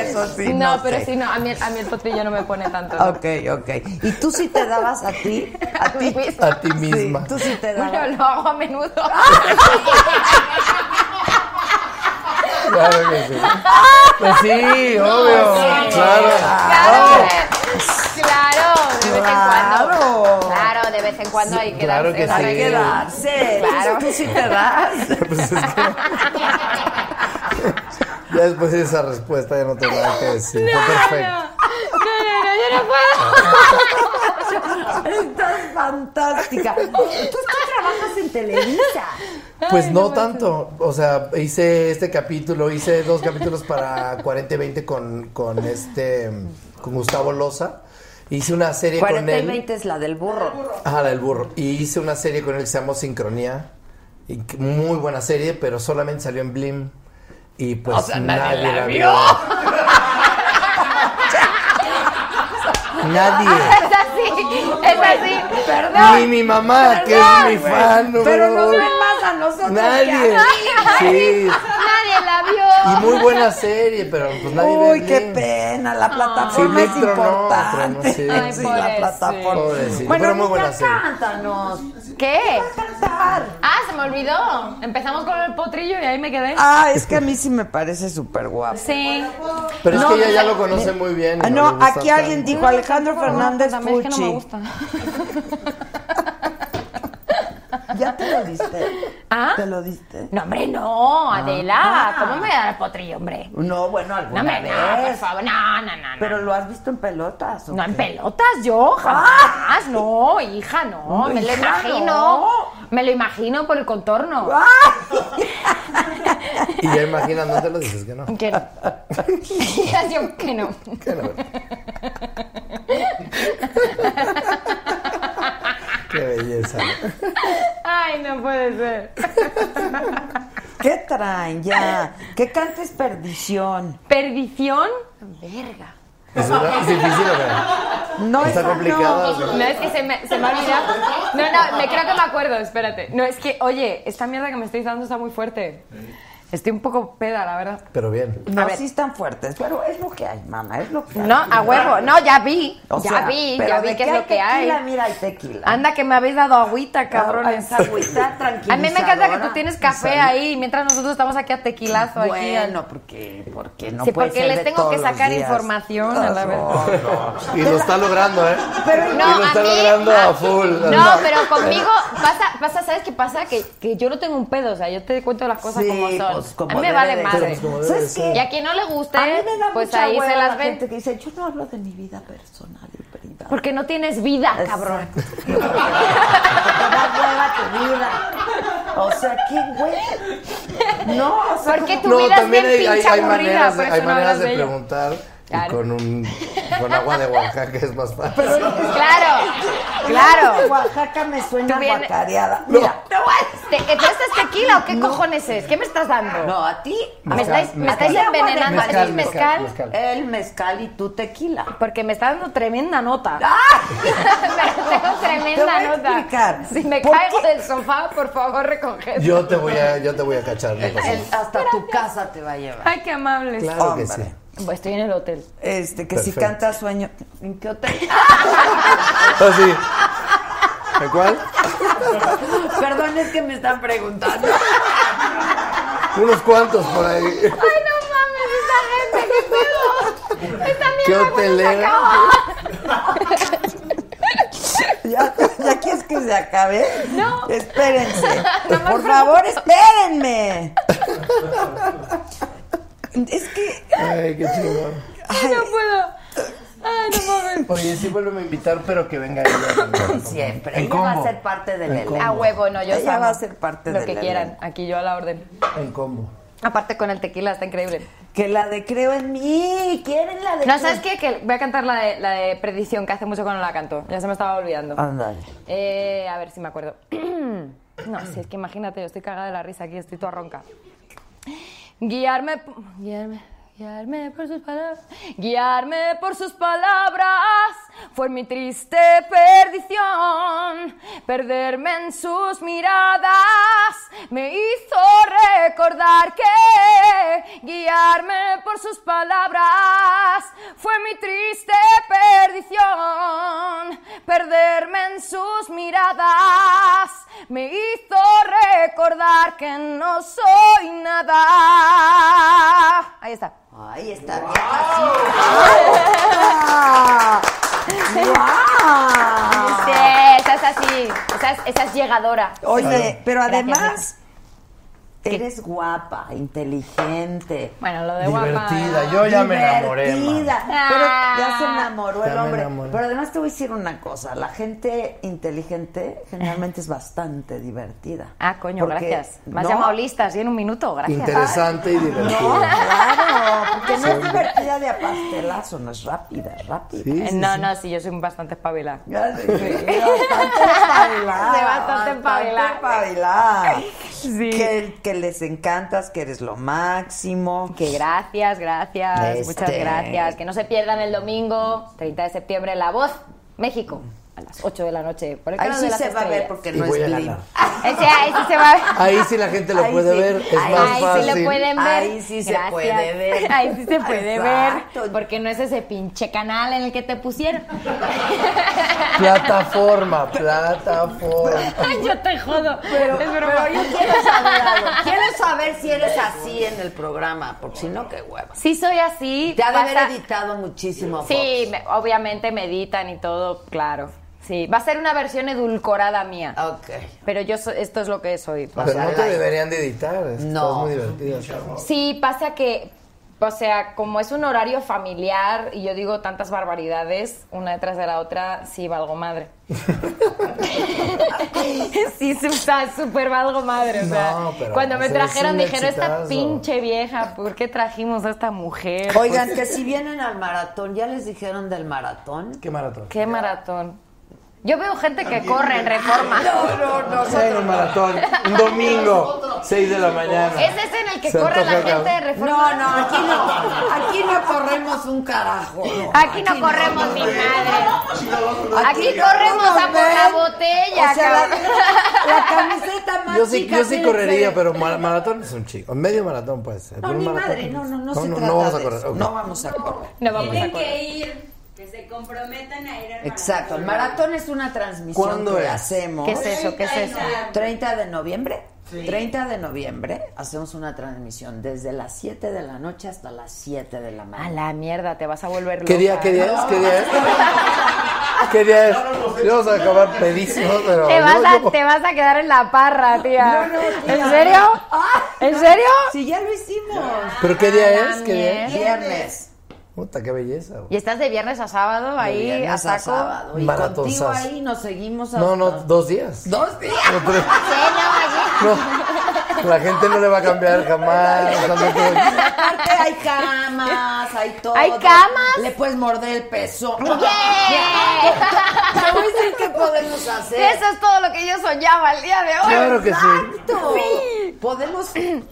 [SPEAKER 1] Eso sí, no,
[SPEAKER 2] no, pero
[SPEAKER 1] sé.
[SPEAKER 2] sí, no, a mí, a mí el potrillo no me pone tanto. ¿no?
[SPEAKER 1] Ok, ok. ¿Y tú sí te dabas a ti? A
[SPEAKER 2] mí
[SPEAKER 1] ti
[SPEAKER 2] misma.
[SPEAKER 11] A ti misma.
[SPEAKER 1] Sí, tú sí te dabas.
[SPEAKER 2] Bueno, lo hago a menudo.
[SPEAKER 11] Claro que sí. Pues sí, obvio. Claro.
[SPEAKER 2] Claro, que- claro, de vez en cuando. Claro, de
[SPEAKER 1] Claro.
[SPEAKER 2] vez en cuando hay que
[SPEAKER 11] Claro
[SPEAKER 2] darse.
[SPEAKER 11] que
[SPEAKER 2] esa
[SPEAKER 11] sí.
[SPEAKER 1] Hay que
[SPEAKER 2] regla.
[SPEAKER 1] darse.
[SPEAKER 2] Claro.
[SPEAKER 1] Tú sí te das.
[SPEAKER 11] Pues es que. Ya después de esa respuesta ya no tengo nada que decir. Fue perfecto.
[SPEAKER 2] No, no, no, yo no puedo.
[SPEAKER 1] Estás fantástica. Tú, tú trabajas en Televisa.
[SPEAKER 8] Pues no tanto. O sea, hice este capítulo, hice dos capítulos para 40 y 20 con, con este con Gustavo Loza. Hice una serie con
[SPEAKER 1] 40 y
[SPEAKER 8] él.
[SPEAKER 1] 20 es la del burro.
[SPEAKER 8] Ah, la del burro. Y hice una serie con él que se llamó Sincronía. Y que- muy buena serie, pero solamente salió en Blim. Y pues
[SPEAKER 1] O sea, nadie la vio.
[SPEAKER 8] nadie.
[SPEAKER 2] Es así, es así. Perdón.
[SPEAKER 8] Ni mi mamá, que es mi fan. número
[SPEAKER 1] Pero nos
[SPEAKER 8] uno.
[SPEAKER 1] ven más a nosotros
[SPEAKER 8] Nadie.
[SPEAKER 1] que a ti.
[SPEAKER 8] Sí.
[SPEAKER 2] Nadie la vio.
[SPEAKER 8] Y muy buena serie, pero pues nadie ve
[SPEAKER 1] Uy, qué
[SPEAKER 8] Blink.
[SPEAKER 1] pena, la
[SPEAKER 8] Sí,
[SPEAKER 1] plataforma
[SPEAKER 8] Blink
[SPEAKER 1] es
[SPEAKER 8] tronó,
[SPEAKER 1] importante.
[SPEAKER 8] tronó, sí. Ay,
[SPEAKER 1] Sí, la
[SPEAKER 2] pobrecito.
[SPEAKER 1] plataforma.
[SPEAKER 8] Pobrecito,
[SPEAKER 1] Bueno,
[SPEAKER 8] pero muy buena
[SPEAKER 1] niña,
[SPEAKER 8] serie.
[SPEAKER 1] cántanos.
[SPEAKER 2] ¿Qué? Ah, se me olvidó. Empezamos con el potrillo y ahí me quedé.
[SPEAKER 1] Ah, es que a mí sí me parece súper guapo.
[SPEAKER 2] Sí.
[SPEAKER 8] Pero es
[SPEAKER 1] No,
[SPEAKER 8] que ella ya
[SPEAKER 2] me-
[SPEAKER 8] lo conoce
[SPEAKER 1] me-
[SPEAKER 8] muy bien. y
[SPEAKER 1] Ah, No,
[SPEAKER 8] le gusta
[SPEAKER 1] aquí
[SPEAKER 8] tanto.
[SPEAKER 1] alguien dijo Alejandro Fernández
[SPEAKER 2] También es que no me
[SPEAKER 1] Pucci.
[SPEAKER 2] gusta.
[SPEAKER 1] Ya te lo diste.
[SPEAKER 2] ¿Ah?
[SPEAKER 1] Te lo diste.
[SPEAKER 2] No, hombre, no,
[SPEAKER 1] Ah,
[SPEAKER 2] Adela. ¿Cómo me voy a dar el potrillo, hombre?
[SPEAKER 1] No, bueno,
[SPEAKER 2] No,
[SPEAKER 1] alguna
[SPEAKER 2] hombre, no, por
[SPEAKER 1] vez.
[SPEAKER 2] favor. No, no, no. no.
[SPEAKER 1] Pero lo has visto en pelotas. ¿o
[SPEAKER 2] No, en
[SPEAKER 1] qué?
[SPEAKER 2] pelotas, yo jamás. No, hija, no.
[SPEAKER 1] No,
[SPEAKER 2] me lo
[SPEAKER 1] hija,
[SPEAKER 2] imagino.
[SPEAKER 1] no. Ah.
[SPEAKER 2] Me lo imagino por el contorno.
[SPEAKER 8] Y ya imagina, no te lo dices que no.
[SPEAKER 2] Que no. Ya sé que no.
[SPEAKER 8] Que no. Qué belleza.
[SPEAKER 2] Ay, no puede ser.
[SPEAKER 1] ¿Qué traen ya? ¿Qué cantes perdición?
[SPEAKER 2] Perdición. Verga.
[SPEAKER 8] Es, una- es difícil, o qué?
[SPEAKER 1] No
[SPEAKER 8] Está
[SPEAKER 1] esa no.
[SPEAKER 8] complicado.
[SPEAKER 2] No, es que se me, se me ha olvidado. No, no, me creo que me acuerdo, espérate. No, es que, oye, esta mierda que me estáis dando está muy fuerte. Estoy un poco peda, la verdad.
[SPEAKER 8] Pero bien.
[SPEAKER 1] No,
[SPEAKER 2] A ver.
[SPEAKER 1] sí están fuertes, pero es lo que hay, mamá, es lo que hay.
[SPEAKER 2] No, a huevo. No, ya vi.
[SPEAKER 1] O
[SPEAKER 2] ya
[SPEAKER 1] sea,
[SPEAKER 2] vi,
[SPEAKER 1] pero
[SPEAKER 2] ya
[SPEAKER 1] de
[SPEAKER 2] vi qué es lo que hay.
[SPEAKER 1] Tequila, mira, hay tequila.
[SPEAKER 2] Anda, que me habéis dado agüita, cabrones.
[SPEAKER 1] esa agüita tranquilizadora.
[SPEAKER 2] A mí me encanta que tú tienes café
[SPEAKER 1] Sal-
[SPEAKER 2] ahí, mientras nosotros estamos aquí a tequilazo. aquí, al-
[SPEAKER 1] Bueno, porque, porque no
[SPEAKER 2] Sí,
[SPEAKER 1] puede
[SPEAKER 2] porque
[SPEAKER 1] ser
[SPEAKER 2] les
[SPEAKER 1] de
[SPEAKER 2] tengo que
[SPEAKER 1] todos los
[SPEAKER 2] sacar
[SPEAKER 1] días.
[SPEAKER 2] información, a la
[SPEAKER 1] No, no.
[SPEAKER 8] Y lo está logrando, ¿eh?
[SPEAKER 1] Pero
[SPEAKER 8] y
[SPEAKER 2] No,
[SPEAKER 8] lo
[SPEAKER 2] a
[SPEAKER 8] está
[SPEAKER 2] mí-
[SPEAKER 8] logrando a full.
[SPEAKER 2] No, pero conmigo pasa, pasa ¿sabes qué pasa? Que, que yo no tengo un pedo, o sea, yo te cuento las cosas
[SPEAKER 1] Sí,
[SPEAKER 2] como son.
[SPEAKER 1] pues, como
[SPEAKER 2] a mí me
[SPEAKER 1] debe
[SPEAKER 2] vale
[SPEAKER 1] de ser.
[SPEAKER 2] madre.
[SPEAKER 1] Pero, pues, como debe ¿Sabes de qué? ser.
[SPEAKER 2] Y a quien no le guste,
[SPEAKER 1] A mí me da
[SPEAKER 2] pues
[SPEAKER 1] mucha
[SPEAKER 2] ahí
[SPEAKER 1] hueva
[SPEAKER 2] se
[SPEAKER 1] la
[SPEAKER 2] las
[SPEAKER 1] gente
[SPEAKER 2] ven.
[SPEAKER 1] que dice, yo no hablo de mi vida personal y privada.
[SPEAKER 2] Porque no tienes vida, cabrón.
[SPEAKER 1] Exacto. Me da hueva tu vida. O sea, qué güey. No, o sea,
[SPEAKER 2] ¿Por qué
[SPEAKER 1] como-
[SPEAKER 2] tu vida es bien pinche aburrida,
[SPEAKER 8] maneras,
[SPEAKER 2] por
[SPEAKER 8] de,
[SPEAKER 2] eso
[SPEAKER 8] hay
[SPEAKER 2] no
[SPEAKER 8] maneras
[SPEAKER 2] hablas
[SPEAKER 8] de
[SPEAKER 2] de ella.
[SPEAKER 8] preguntar y
[SPEAKER 2] Claro.
[SPEAKER 8] con un con agua de Oaxaca que es más fácil.
[SPEAKER 2] Claro,
[SPEAKER 1] De
[SPEAKER 2] claro.
[SPEAKER 1] Oaxaca me suena
[SPEAKER 2] Tú vienes-
[SPEAKER 1] guacareada.
[SPEAKER 8] No.
[SPEAKER 1] Mira,
[SPEAKER 2] Te voy a- ¿Te, ¿Pero este es tequila o qué cojones es? ¿Qué me estás dando?
[SPEAKER 1] no, a ti.
[SPEAKER 2] Me estáis, me estáis
[SPEAKER 1] Mezcal.
[SPEAKER 2] envenenando. ¿Este
[SPEAKER 1] Mezcal,
[SPEAKER 2] es mezcal?
[SPEAKER 8] mezcal.
[SPEAKER 1] El mezcal y tu tequila.
[SPEAKER 2] Porque me está dando tremenda nota. Pero tengo
[SPEAKER 1] Te voy
[SPEAKER 2] tremenda
[SPEAKER 1] a explicar.
[SPEAKER 2] nota. Si me
[SPEAKER 1] ¿Por
[SPEAKER 2] caigo
[SPEAKER 1] qué?
[SPEAKER 2] del sofá, por favor, recoged.
[SPEAKER 8] Yo te voy a, yo te voy a cachar. no pasa
[SPEAKER 1] El-
[SPEAKER 8] nada.
[SPEAKER 1] hasta tu casa te va a llevar.
[SPEAKER 2] Ay, qué amables.
[SPEAKER 8] Claro que sí.
[SPEAKER 1] Hombre.
[SPEAKER 2] Pues estoy en el hotel.
[SPEAKER 1] Este, que si
[SPEAKER 8] Perfecto.
[SPEAKER 1] cantas sueño. ¿En qué hotel?
[SPEAKER 8] Así. Ah, ¿De cuál?
[SPEAKER 1] Perdón, es que me están preguntando.
[SPEAKER 8] Unos cuantos por ahí.
[SPEAKER 2] Ay, no mames, esta gente, qué pedo. Esta
[SPEAKER 8] ¿Qué
[SPEAKER 2] mierda cuando se
[SPEAKER 8] hotelera?
[SPEAKER 2] acaba.
[SPEAKER 1] ¿Ya, ya quieres que se acabe?
[SPEAKER 2] No.
[SPEAKER 1] Espérense.
[SPEAKER 2] Nada más
[SPEAKER 1] Por
[SPEAKER 2] pregunto.
[SPEAKER 1] favor, espérenme. Es que.
[SPEAKER 8] Ay, qué chingón.
[SPEAKER 2] Ay, no puedo. Ay, no mames.
[SPEAKER 8] Oye, sí vuelvo a invitar, pero que venga ella. también.
[SPEAKER 1] Siempre.
[SPEAKER 8] En
[SPEAKER 1] Ella va a
[SPEAKER 8] combo.
[SPEAKER 1] ser parte del
[SPEAKER 8] En
[SPEAKER 1] elenco.
[SPEAKER 8] combo.
[SPEAKER 2] A Ah, huevo, no, yo
[SPEAKER 1] Ella
[SPEAKER 2] os amo.
[SPEAKER 1] va a ser parte
[SPEAKER 2] Lo
[SPEAKER 1] del
[SPEAKER 2] que quieran, aquí yo a la orden.
[SPEAKER 8] En combo.
[SPEAKER 2] Aparte con el tequila, está increíble.
[SPEAKER 1] Que la de creo en mí. ¿Quieren la de
[SPEAKER 2] No,
[SPEAKER 1] creo-
[SPEAKER 2] ¿sabes qué? Que voy a cantar la de, la de Perdición, que hace mucho que no la canto. Ya se me estaba olvidando.
[SPEAKER 1] Ándale.
[SPEAKER 2] Eh, a ver si me acuerdo. No, si es que imagínate, yo estoy cagada de la risa aquí, estoy toda ronca. Guiarme, p- guiarme, guiarme por sus palabras. Guiarme por sus palabras fue mi triste perdición. Perderme en sus miradas me hizo recordar que guiarme por sus palabras fue mi triste perdición. Perderme en sus miradas me hizo recordar que no soy nada. Ahí está.
[SPEAKER 1] Ahí está. Así. ¡Guau!
[SPEAKER 2] Sí, esa es así. Esa es, esa es llegadora.
[SPEAKER 1] Oye, pero
[SPEAKER 2] Gracias,
[SPEAKER 1] además, Eres guapa, inteligente.
[SPEAKER 2] Bueno, lo de
[SPEAKER 8] Divertida, yo ya me enamoré, man.
[SPEAKER 1] Divertida. Pero ya
[SPEAKER 2] Ah.
[SPEAKER 1] se enamoró
[SPEAKER 8] Ya
[SPEAKER 1] el
[SPEAKER 8] me
[SPEAKER 1] hombre.
[SPEAKER 8] enamoré.
[SPEAKER 1] Pero además te voy a decir una cosa. La gente inteligente generalmente es bastante divertida.
[SPEAKER 2] Ah, coño,
[SPEAKER 1] Porque-
[SPEAKER 2] gracias. Me has
[SPEAKER 1] No,
[SPEAKER 2] llamado lista, sí, en un minuto, gracias.
[SPEAKER 8] Interesante y
[SPEAKER 1] No,
[SPEAKER 8] divertido.
[SPEAKER 1] claro. Porque no
[SPEAKER 8] Sí.
[SPEAKER 1] es divertida de a pastelazo, no es rápida, es rápida.
[SPEAKER 2] Eh, no, no, sí, yo soy bastante espabila.
[SPEAKER 1] Bastante espabilada.
[SPEAKER 2] Sí, bastante espabilada.
[SPEAKER 1] espabilada.
[SPEAKER 2] Sí.
[SPEAKER 1] Que, que les encantas, que eres lo máximo.
[SPEAKER 2] Que gracias, gracias,
[SPEAKER 1] Este-
[SPEAKER 2] muchas gracias. Que no se pierdan el domingo, 30 de septiembre, La Voz, México, a las 8 de la noche. Por el
[SPEAKER 1] Ahí
[SPEAKER 2] canal
[SPEAKER 1] sí
[SPEAKER 2] de las
[SPEAKER 1] se va a ver
[SPEAKER 2] estrellas.
[SPEAKER 1] porque
[SPEAKER 8] Y
[SPEAKER 1] no
[SPEAKER 8] voy
[SPEAKER 1] es
[SPEAKER 8] a
[SPEAKER 1] Blim.
[SPEAKER 8] ganar.
[SPEAKER 2] Ese, ahí sí se va a ver.
[SPEAKER 8] Ahí sí la gente lo
[SPEAKER 1] Ahí
[SPEAKER 8] puede
[SPEAKER 1] sí.
[SPEAKER 8] ver, es
[SPEAKER 1] Ahí
[SPEAKER 8] más
[SPEAKER 2] Ahí
[SPEAKER 8] fácil.
[SPEAKER 2] sí lo pueden ver.
[SPEAKER 1] Ahí sí se puede ver.
[SPEAKER 2] Ahí sí se puede
[SPEAKER 1] Exacto.
[SPEAKER 2] ver. Porque no es ese pinche canal en el que te pusieron.
[SPEAKER 8] Plataforma, plataforma.
[SPEAKER 2] Yo te jodo.
[SPEAKER 1] Pero,
[SPEAKER 2] es broma.
[SPEAKER 1] pero yo quiero saber algo. Quiero saber si eres así en el programa, porque si no, qué hueva.
[SPEAKER 2] Sí soy así.
[SPEAKER 1] Te ha de haber
[SPEAKER 2] pasa-
[SPEAKER 1] editado muchísimo. Fox.
[SPEAKER 2] Sí, me- obviamente meditan y todo, claro. Sí, va a ser una versión edulcorada mía.
[SPEAKER 1] Ok.
[SPEAKER 2] Pero yo so- esto es lo que soy.
[SPEAKER 8] Pero no te
[SPEAKER 1] Pasarla.
[SPEAKER 8] deberían de editar, es
[SPEAKER 1] No.
[SPEAKER 8] muy divertido.
[SPEAKER 2] Sí, pasa que, o sea, como es un horario familiar y yo digo tantas barbaridades una detrás de la otra, sí valgo madre. sí, sí, o sea, súper valgo madre. O sea,
[SPEAKER 8] No, pero
[SPEAKER 2] cuando me
[SPEAKER 8] es
[SPEAKER 2] trajeron
[SPEAKER 8] un
[SPEAKER 2] dijeron, esta
[SPEAKER 8] exitazo".
[SPEAKER 2] pinche vieja, ¿por qué trajimos a esta mujer?
[SPEAKER 1] Oigan, que si vienen al maratón, ¿ya les dijeron del maratón?
[SPEAKER 8] ¿Qué maratón?
[SPEAKER 2] Qué maratón. Yo veo gente que corre en reforma.
[SPEAKER 1] No, no,
[SPEAKER 8] Sí, un maratón, un domingo, 6 de la mañana.
[SPEAKER 2] Ese es en el que
[SPEAKER 8] Se
[SPEAKER 2] corre la
[SPEAKER 8] antoja,
[SPEAKER 2] gente de
[SPEAKER 8] cabrón.
[SPEAKER 2] reforma.
[SPEAKER 1] No, no, aquí no, aquí no corremos un carajo. no.
[SPEAKER 2] Aquí no corremos ni madre. Aquí corremos a por la
[SPEAKER 1] ven.
[SPEAKER 2] botella,
[SPEAKER 1] O sea,
[SPEAKER 2] cabrón.
[SPEAKER 1] la, la camiseta más
[SPEAKER 8] Yo sí,
[SPEAKER 1] chica
[SPEAKER 8] yo sí
[SPEAKER 1] tiene
[SPEAKER 8] correría,
[SPEAKER 1] que-
[SPEAKER 8] pero ma- maratón es un chico. Medio maratón puede ser.
[SPEAKER 1] No,
[SPEAKER 8] pero un
[SPEAKER 1] ni
[SPEAKER 8] maratón,
[SPEAKER 1] madre,
[SPEAKER 8] pues,
[SPEAKER 1] no, no, no, se
[SPEAKER 8] no,
[SPEAKER 1] trata
[SPEAKER 8] no vamos
[SPEAKER 1] de
[SPEAKER 8] a correr.
[SPEAKER 1] eso,
[SPEAKER 8] ok.
[SPEAKER 1] No vamos a correr.
[SPEAKER 2] No vamos a
[SPEAKER 7] Tienen
[SPEAKER 2] correr.
[SPEAKER 7] que ir, que se comprometan a ir al
[SPEAKER 1] Exacto, el maratón es una transmisión
[SPEAKER 8] ¿Cuándo
[SPEAKER 1] que
[SPEAKER 8] es?
[SPEAKER 1] hacemos.
[SPEAKER 2] ¿Qué es eso? ¿Qué es eso?
[SPEAKER 1] 30 de noviembre. 30 de noviembre hacemos una transmisión desde las 7 de la noche hasta las 7 de la
[SPEAKER 2] A
[SPEAKER 1] mañana.
[SPEAKER 2] la mierda, te vas a volver loca.
[SPEAKER 8] ¿Qué día, qué día es? ¿Qué día es? ¿Qué día es? Ya Vamos a acabar pedísimos, pero.
[SPEAKER 2] Te vas,
[SPEAKER 8] yo-
[SPEAKER 2] a,
[SPEAKER 8] yo-
[SPEAKER 2] te vas a quedar en la parra, tía.
[SPEAKER 1] No, no, tía.
[SPEAKER 2] ¿En serio?
[SPEAKER 1] Ah,
[SPEAKER 2] ¿En
[SPEAKER 1] no,
[SPEAKER 2] serio?
[SPEAKER 1] Sí, ya lo hicimos.
[SPEAKER 8] ¿Pero qué día
[SPEAKER 2] A la
[SPEAKER 8] es? ¿Qué día es?
[SPEAKER 2] mierda.
[SPEAKER 1] Viernes.
[SPEAKER 8] Puta, qué belleza,
[SPEAKER 2] Y
[SPEAKER 8] güey.
[SPEAKER 2] estás de viernes a sábado ahí
[SPEAKER 1] De viernes
[SPEAKER 2] a
[SPEAKER 1] a
[SPEAKER 2] saco.
[SPEAKER 1] sábado. Y
[SPEAKER 8] Maratonzazo.
[SPEAKER 1] contigo ahí nos seguimos hasta...
[SPEAKER 8] No, no, dos días.
[SPEAKER 1] ¿Dos días?
[SPEAKER 8] No, tres.
[SPEAKER 2] Sí, no,
[SPEAKER 8] No, la gente no le va a cambiar jamás. o sea, no creo-
[SPEAKER 1] Aparte hay camas, hay todo.
[SPEAKER 2] ¿Hay camas?
[SPEAKER 1] Le puedes morder el peso.
[SPEAKER 2] allí. ¡Yeah!
[SPEAKER 1] Te voy a decir qué podemos hacer.
[SPEAKER 2] Eso es todo lo que yo soñaba el día de hoy.
[SPEAKER 8] Claro que sí.
[SPEAKER 1] Exacto. Podemos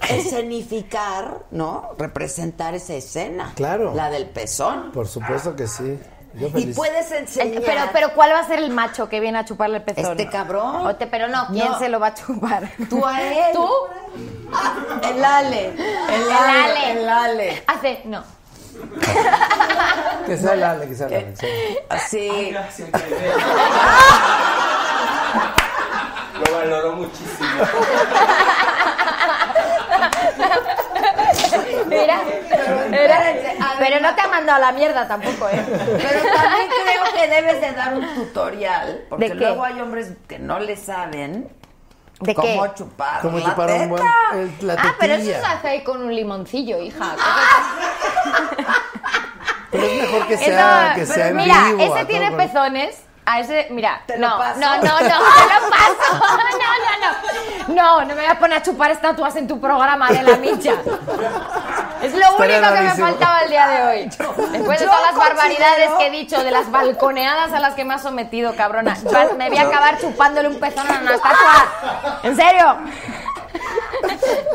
[SPEAKER 1] escenificar, ¿no? Representar esa escena.
[SPEAKER 8] Claro.
[SPEAKER 1] La del pezón.
[SPEAKER 8] Por supuesto que sí. Yo
[SPEAKER 1] Y
[SPEAKER 8] feliz.
[SPEAKER 1] puedes
[SPEAKER 2] El-
[SPEAKER 1] enseñar.
[SPEAKER 2] Este, pero, pero, ¿cuál va a ser el macho que viene a chuparle el pezón?
[SPEAKER 1] Este cabrón.
[SPEAKER 2] O te- pero no, ¿quién
[SPEAKER 1] No.
[SPEAKER 2] se lo va a chupar?
[SPEAKER 1] Tú a él.
[SPEAKER 2] ¿Tú?
[SPEAKER 1] Ah, el Ale. El
[SPEAKER 2] El
[SPEAKER 1] Ale.
[SPEAKER 2] Ale.
[SPEAKER 1] El Ale.
[SPEAKER 2] Hace, Ah, no.
[SPEAKER 8] Que sea el Ale, que sea el ¿eh? Ale. sí.
[SPEAKER 1] Sí.
[SPEAKER 15] Lo valoró muchísimo.
[SPEAKER 2] Mira,
[SPEAKER 1] espérense, a ver,
[SPEAKER 2] pero no te ha mandado a la mierda tampoco, ¿eh?
[SPEAKER 1] Pero también creo que debes de dar un tutorial. Porque
[SPEAKER 2] ¿De qué?
[SPEAKER 1] luego hay hombres que no le saben
[SPEAKER 2] ¿De qué?
[SPEAKER 1] cómo chupar.
[SPEAKER 8] Cómo
[SPEAKER 1] la
[SPEAKER 8] chupar un buen-
[SPEAKER 1] teta.
[SPEAKER 8] el- la
[SPEAKER 2] ah, pero eso
[SPEAKER 8] tetilla.
[SPEAKER 2] se hace ahí con un limoncillo, hija.
[SPEAKER 8] Pero es mejor que
[SPEAKER 2] Eso-
[SPEAKER 8] sea, que
[SPEAKER 2] pero
[SPEAKER 8] sea en
[SPEAKER 2] mira,
[SPEAKER 8] vivo. a
[SPEAKER 2] ese
[SPEAKER 8] todo
[SPEAKER 2] tiene
[SPEAKER 8] color.
[SPEAKER 2] pezones. A ese, mira,
[SPEAKER 1] Te lo
[SPEAKER 2] no,
[SPEAKER 1] paso.
[SPEAKER 2] no, no, no, te lo paso. No, no, no. No, no me voy a poner a chupar estatuas en tu programa de la micha. Es lo
[SPEAKER 8] Estaría
[SPEAKER 2] único que me
[SPEAKER 8] rarísimo.
[SPEAKER 2] faltaba el día de hoy. Después de
[SPEAKER 1] yo
[SPEAKER 2] todas las
[SPEAKER 1] considero-
[SPEAKER 2] barbaridades que he dicho, de las balconeadas a las que me has sometido, cabrona. Vas- Me voy a acabar chupándole un pezón a una estatua. ¿En serio?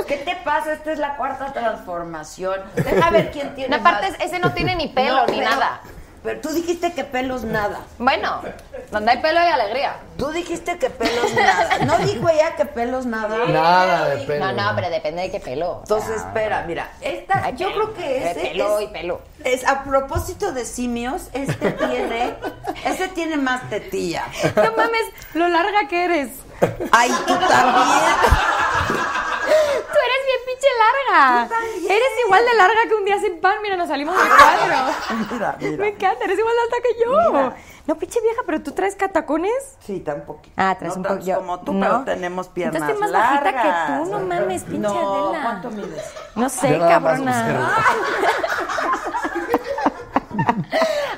[SPEAKER 1] ¿Qué te pasa? Esta es la cuarta transformación. Deja ver quién tiene.
[SPEAKER 2] No, aparte,
[SPEAKER 1] más.
[SPEAKER 2] ese no tiene ni pelo
[SPEAKER 1] No,
[SPEAKER 2] ni
[SPEAKER 1] pero-
[SPEAKER 2] nada.
[SPEAKER 1] Pero tú dijiste que pelos nada.
[SPEAKER 2] Bueno, donde hay pelo hay alegría.
[SPEAKER 1] Tú dijiste que pelos nada. No dijo ella que pelos nada.
[SPEAKER 8] Nada de
[SPEAKER 2] No,
[SPEAKER 8] pelo.
[SPEAKER 2] no, pero depende de qué pelo.
[SPEAKER 1] Entonces, espera, mira, esta,
[SPEAKER 2] Hay
[SPEAKER 1] yo
[SPEAKER 2] pelo,
[SPEAKER 1] creo que
[SPEAKER 2] hay
[SPEAKER 1] este
[SPEAKER 2] pelo
[SPEAKER 1] es,
[SPEAKER 2] y pelo.
[SPEAKER 1] es a propósito de simios, este tiene, este tiene más tetilla.
[SPEAKER 2] No mames, lo larga que eres.
[SPEAKER 1] Ay, tú también.
[SPEAKER 2] Tú eres bien pinche larga. Eres igual de larga que un día sin pan. Mira, nos salimos de cuadro.
[SPEAKER 1] Mira, mira.
[SPEAKER 2] Me encanta, eres igual de alta que yo.
[SPEAKER 1] Mira.
[SPEAKER 2] No, pinche vieja, pero tú traes catacones.
[SPEAKER 1] Sí, tampoco.
[SPEAKER 2] Ah, traes
[SPEAKER 1] No
[SPEAKER 2] un
[SPEAKER 1] tantos
[SPEAKER 2] poco. yo-
[SPEAKER 1] como tú,
[SPEAKER 2] no.
[SPEAKER 1] pero tenemos piernas
[SPEAKER 2] Entonces, más bajita que
[SPEAKER 1] largas.
[SPEAKER 2] tú, no mames, pinche
[SPEAKER 1] No,
[SPEAKER 2] Adela.
[SPEAKER 1] ¿cuánto mides?
[SPEAKER 2] No sé,
[SPEAKER 11] Yo nada más
[SPEAKER 2] cabrona.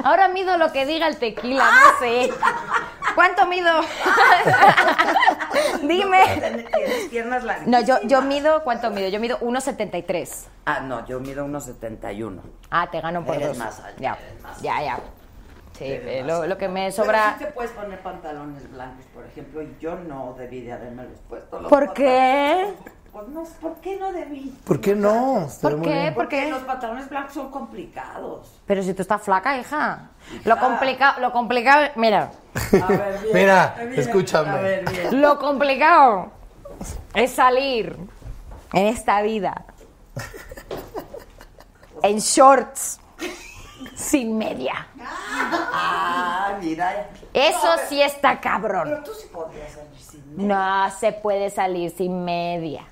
[SPEAKER 2] Ahora mido lo que diga el tequila, no sé. ¿Cuánto mido? Dime.
[SPEAKER 1] Tienes piernas largas.
[SPEAKER 2] No, yo, yo mido, ¿cuánto mido? Yo mido 1,73.
[SPEAKER 1] Ah, no, yo mido 1.71.
[SPEAKER 2] Ah, te gano por
[SPEAKER 1] Eres
[SPEAKER 2] dos.
[SPEAKER 1] más alta,
[SPEAKER 2] ya,
[SPEAKER 1] eres más
[SPEAKER 2] ya, ya. Sí, eh,
[SPEAKER 1] más
[SPEAKER 2] lo,
[SPEAKER 1] alta.
[SPEAKER 2] lo que me
[SPEAKER 1] Pero
[SPEAKER 2] sobra.
[SPEAKER 1] sí te puedes poner pantalones blancos, por ejemplo, y yo no debí de haberme los puesto. Los
[SPEAKER 2] ¿Por qué?
[SPEAKER 1] pantalones- Pues no, ¿por qué no debí?
[SPEAKER 11] ¿Por qué no? Se ve
[SPEAKER 2] ¿Por
[SPEAKER 11] muy
[SPEAKER 2] qué?
[SPEAKER 11] bien.
[SPEAKER 2] ¿Eh? ¿Por
[SPEAKER 1] Porque
[SPEAKER 2] qué?
[SPEAKER 1] los pantalones blancos son complicados.
[SPEAKER 2] Pero si tú estás flaca, hija. Lo complicado, lo complicado, mira,
[SPEAKER 1] A ver, bien,
[SPEAKER 11] Mira,
[SPEAKER 1] bien,
[SPEAKER 11] escúchame.
[SPEAKER 1] A ver, bien.
[SPEAKER 2] lo complicado es salir en esta vida en shorts sin media.
[SPEAKER 1] Ah, mira.
[SPEAKER 2] Eso sí está cabrón.
[SPEAKER 1] Pero tú sí podrías salir sin
[SPEAKER 2] No se puede salir sin media.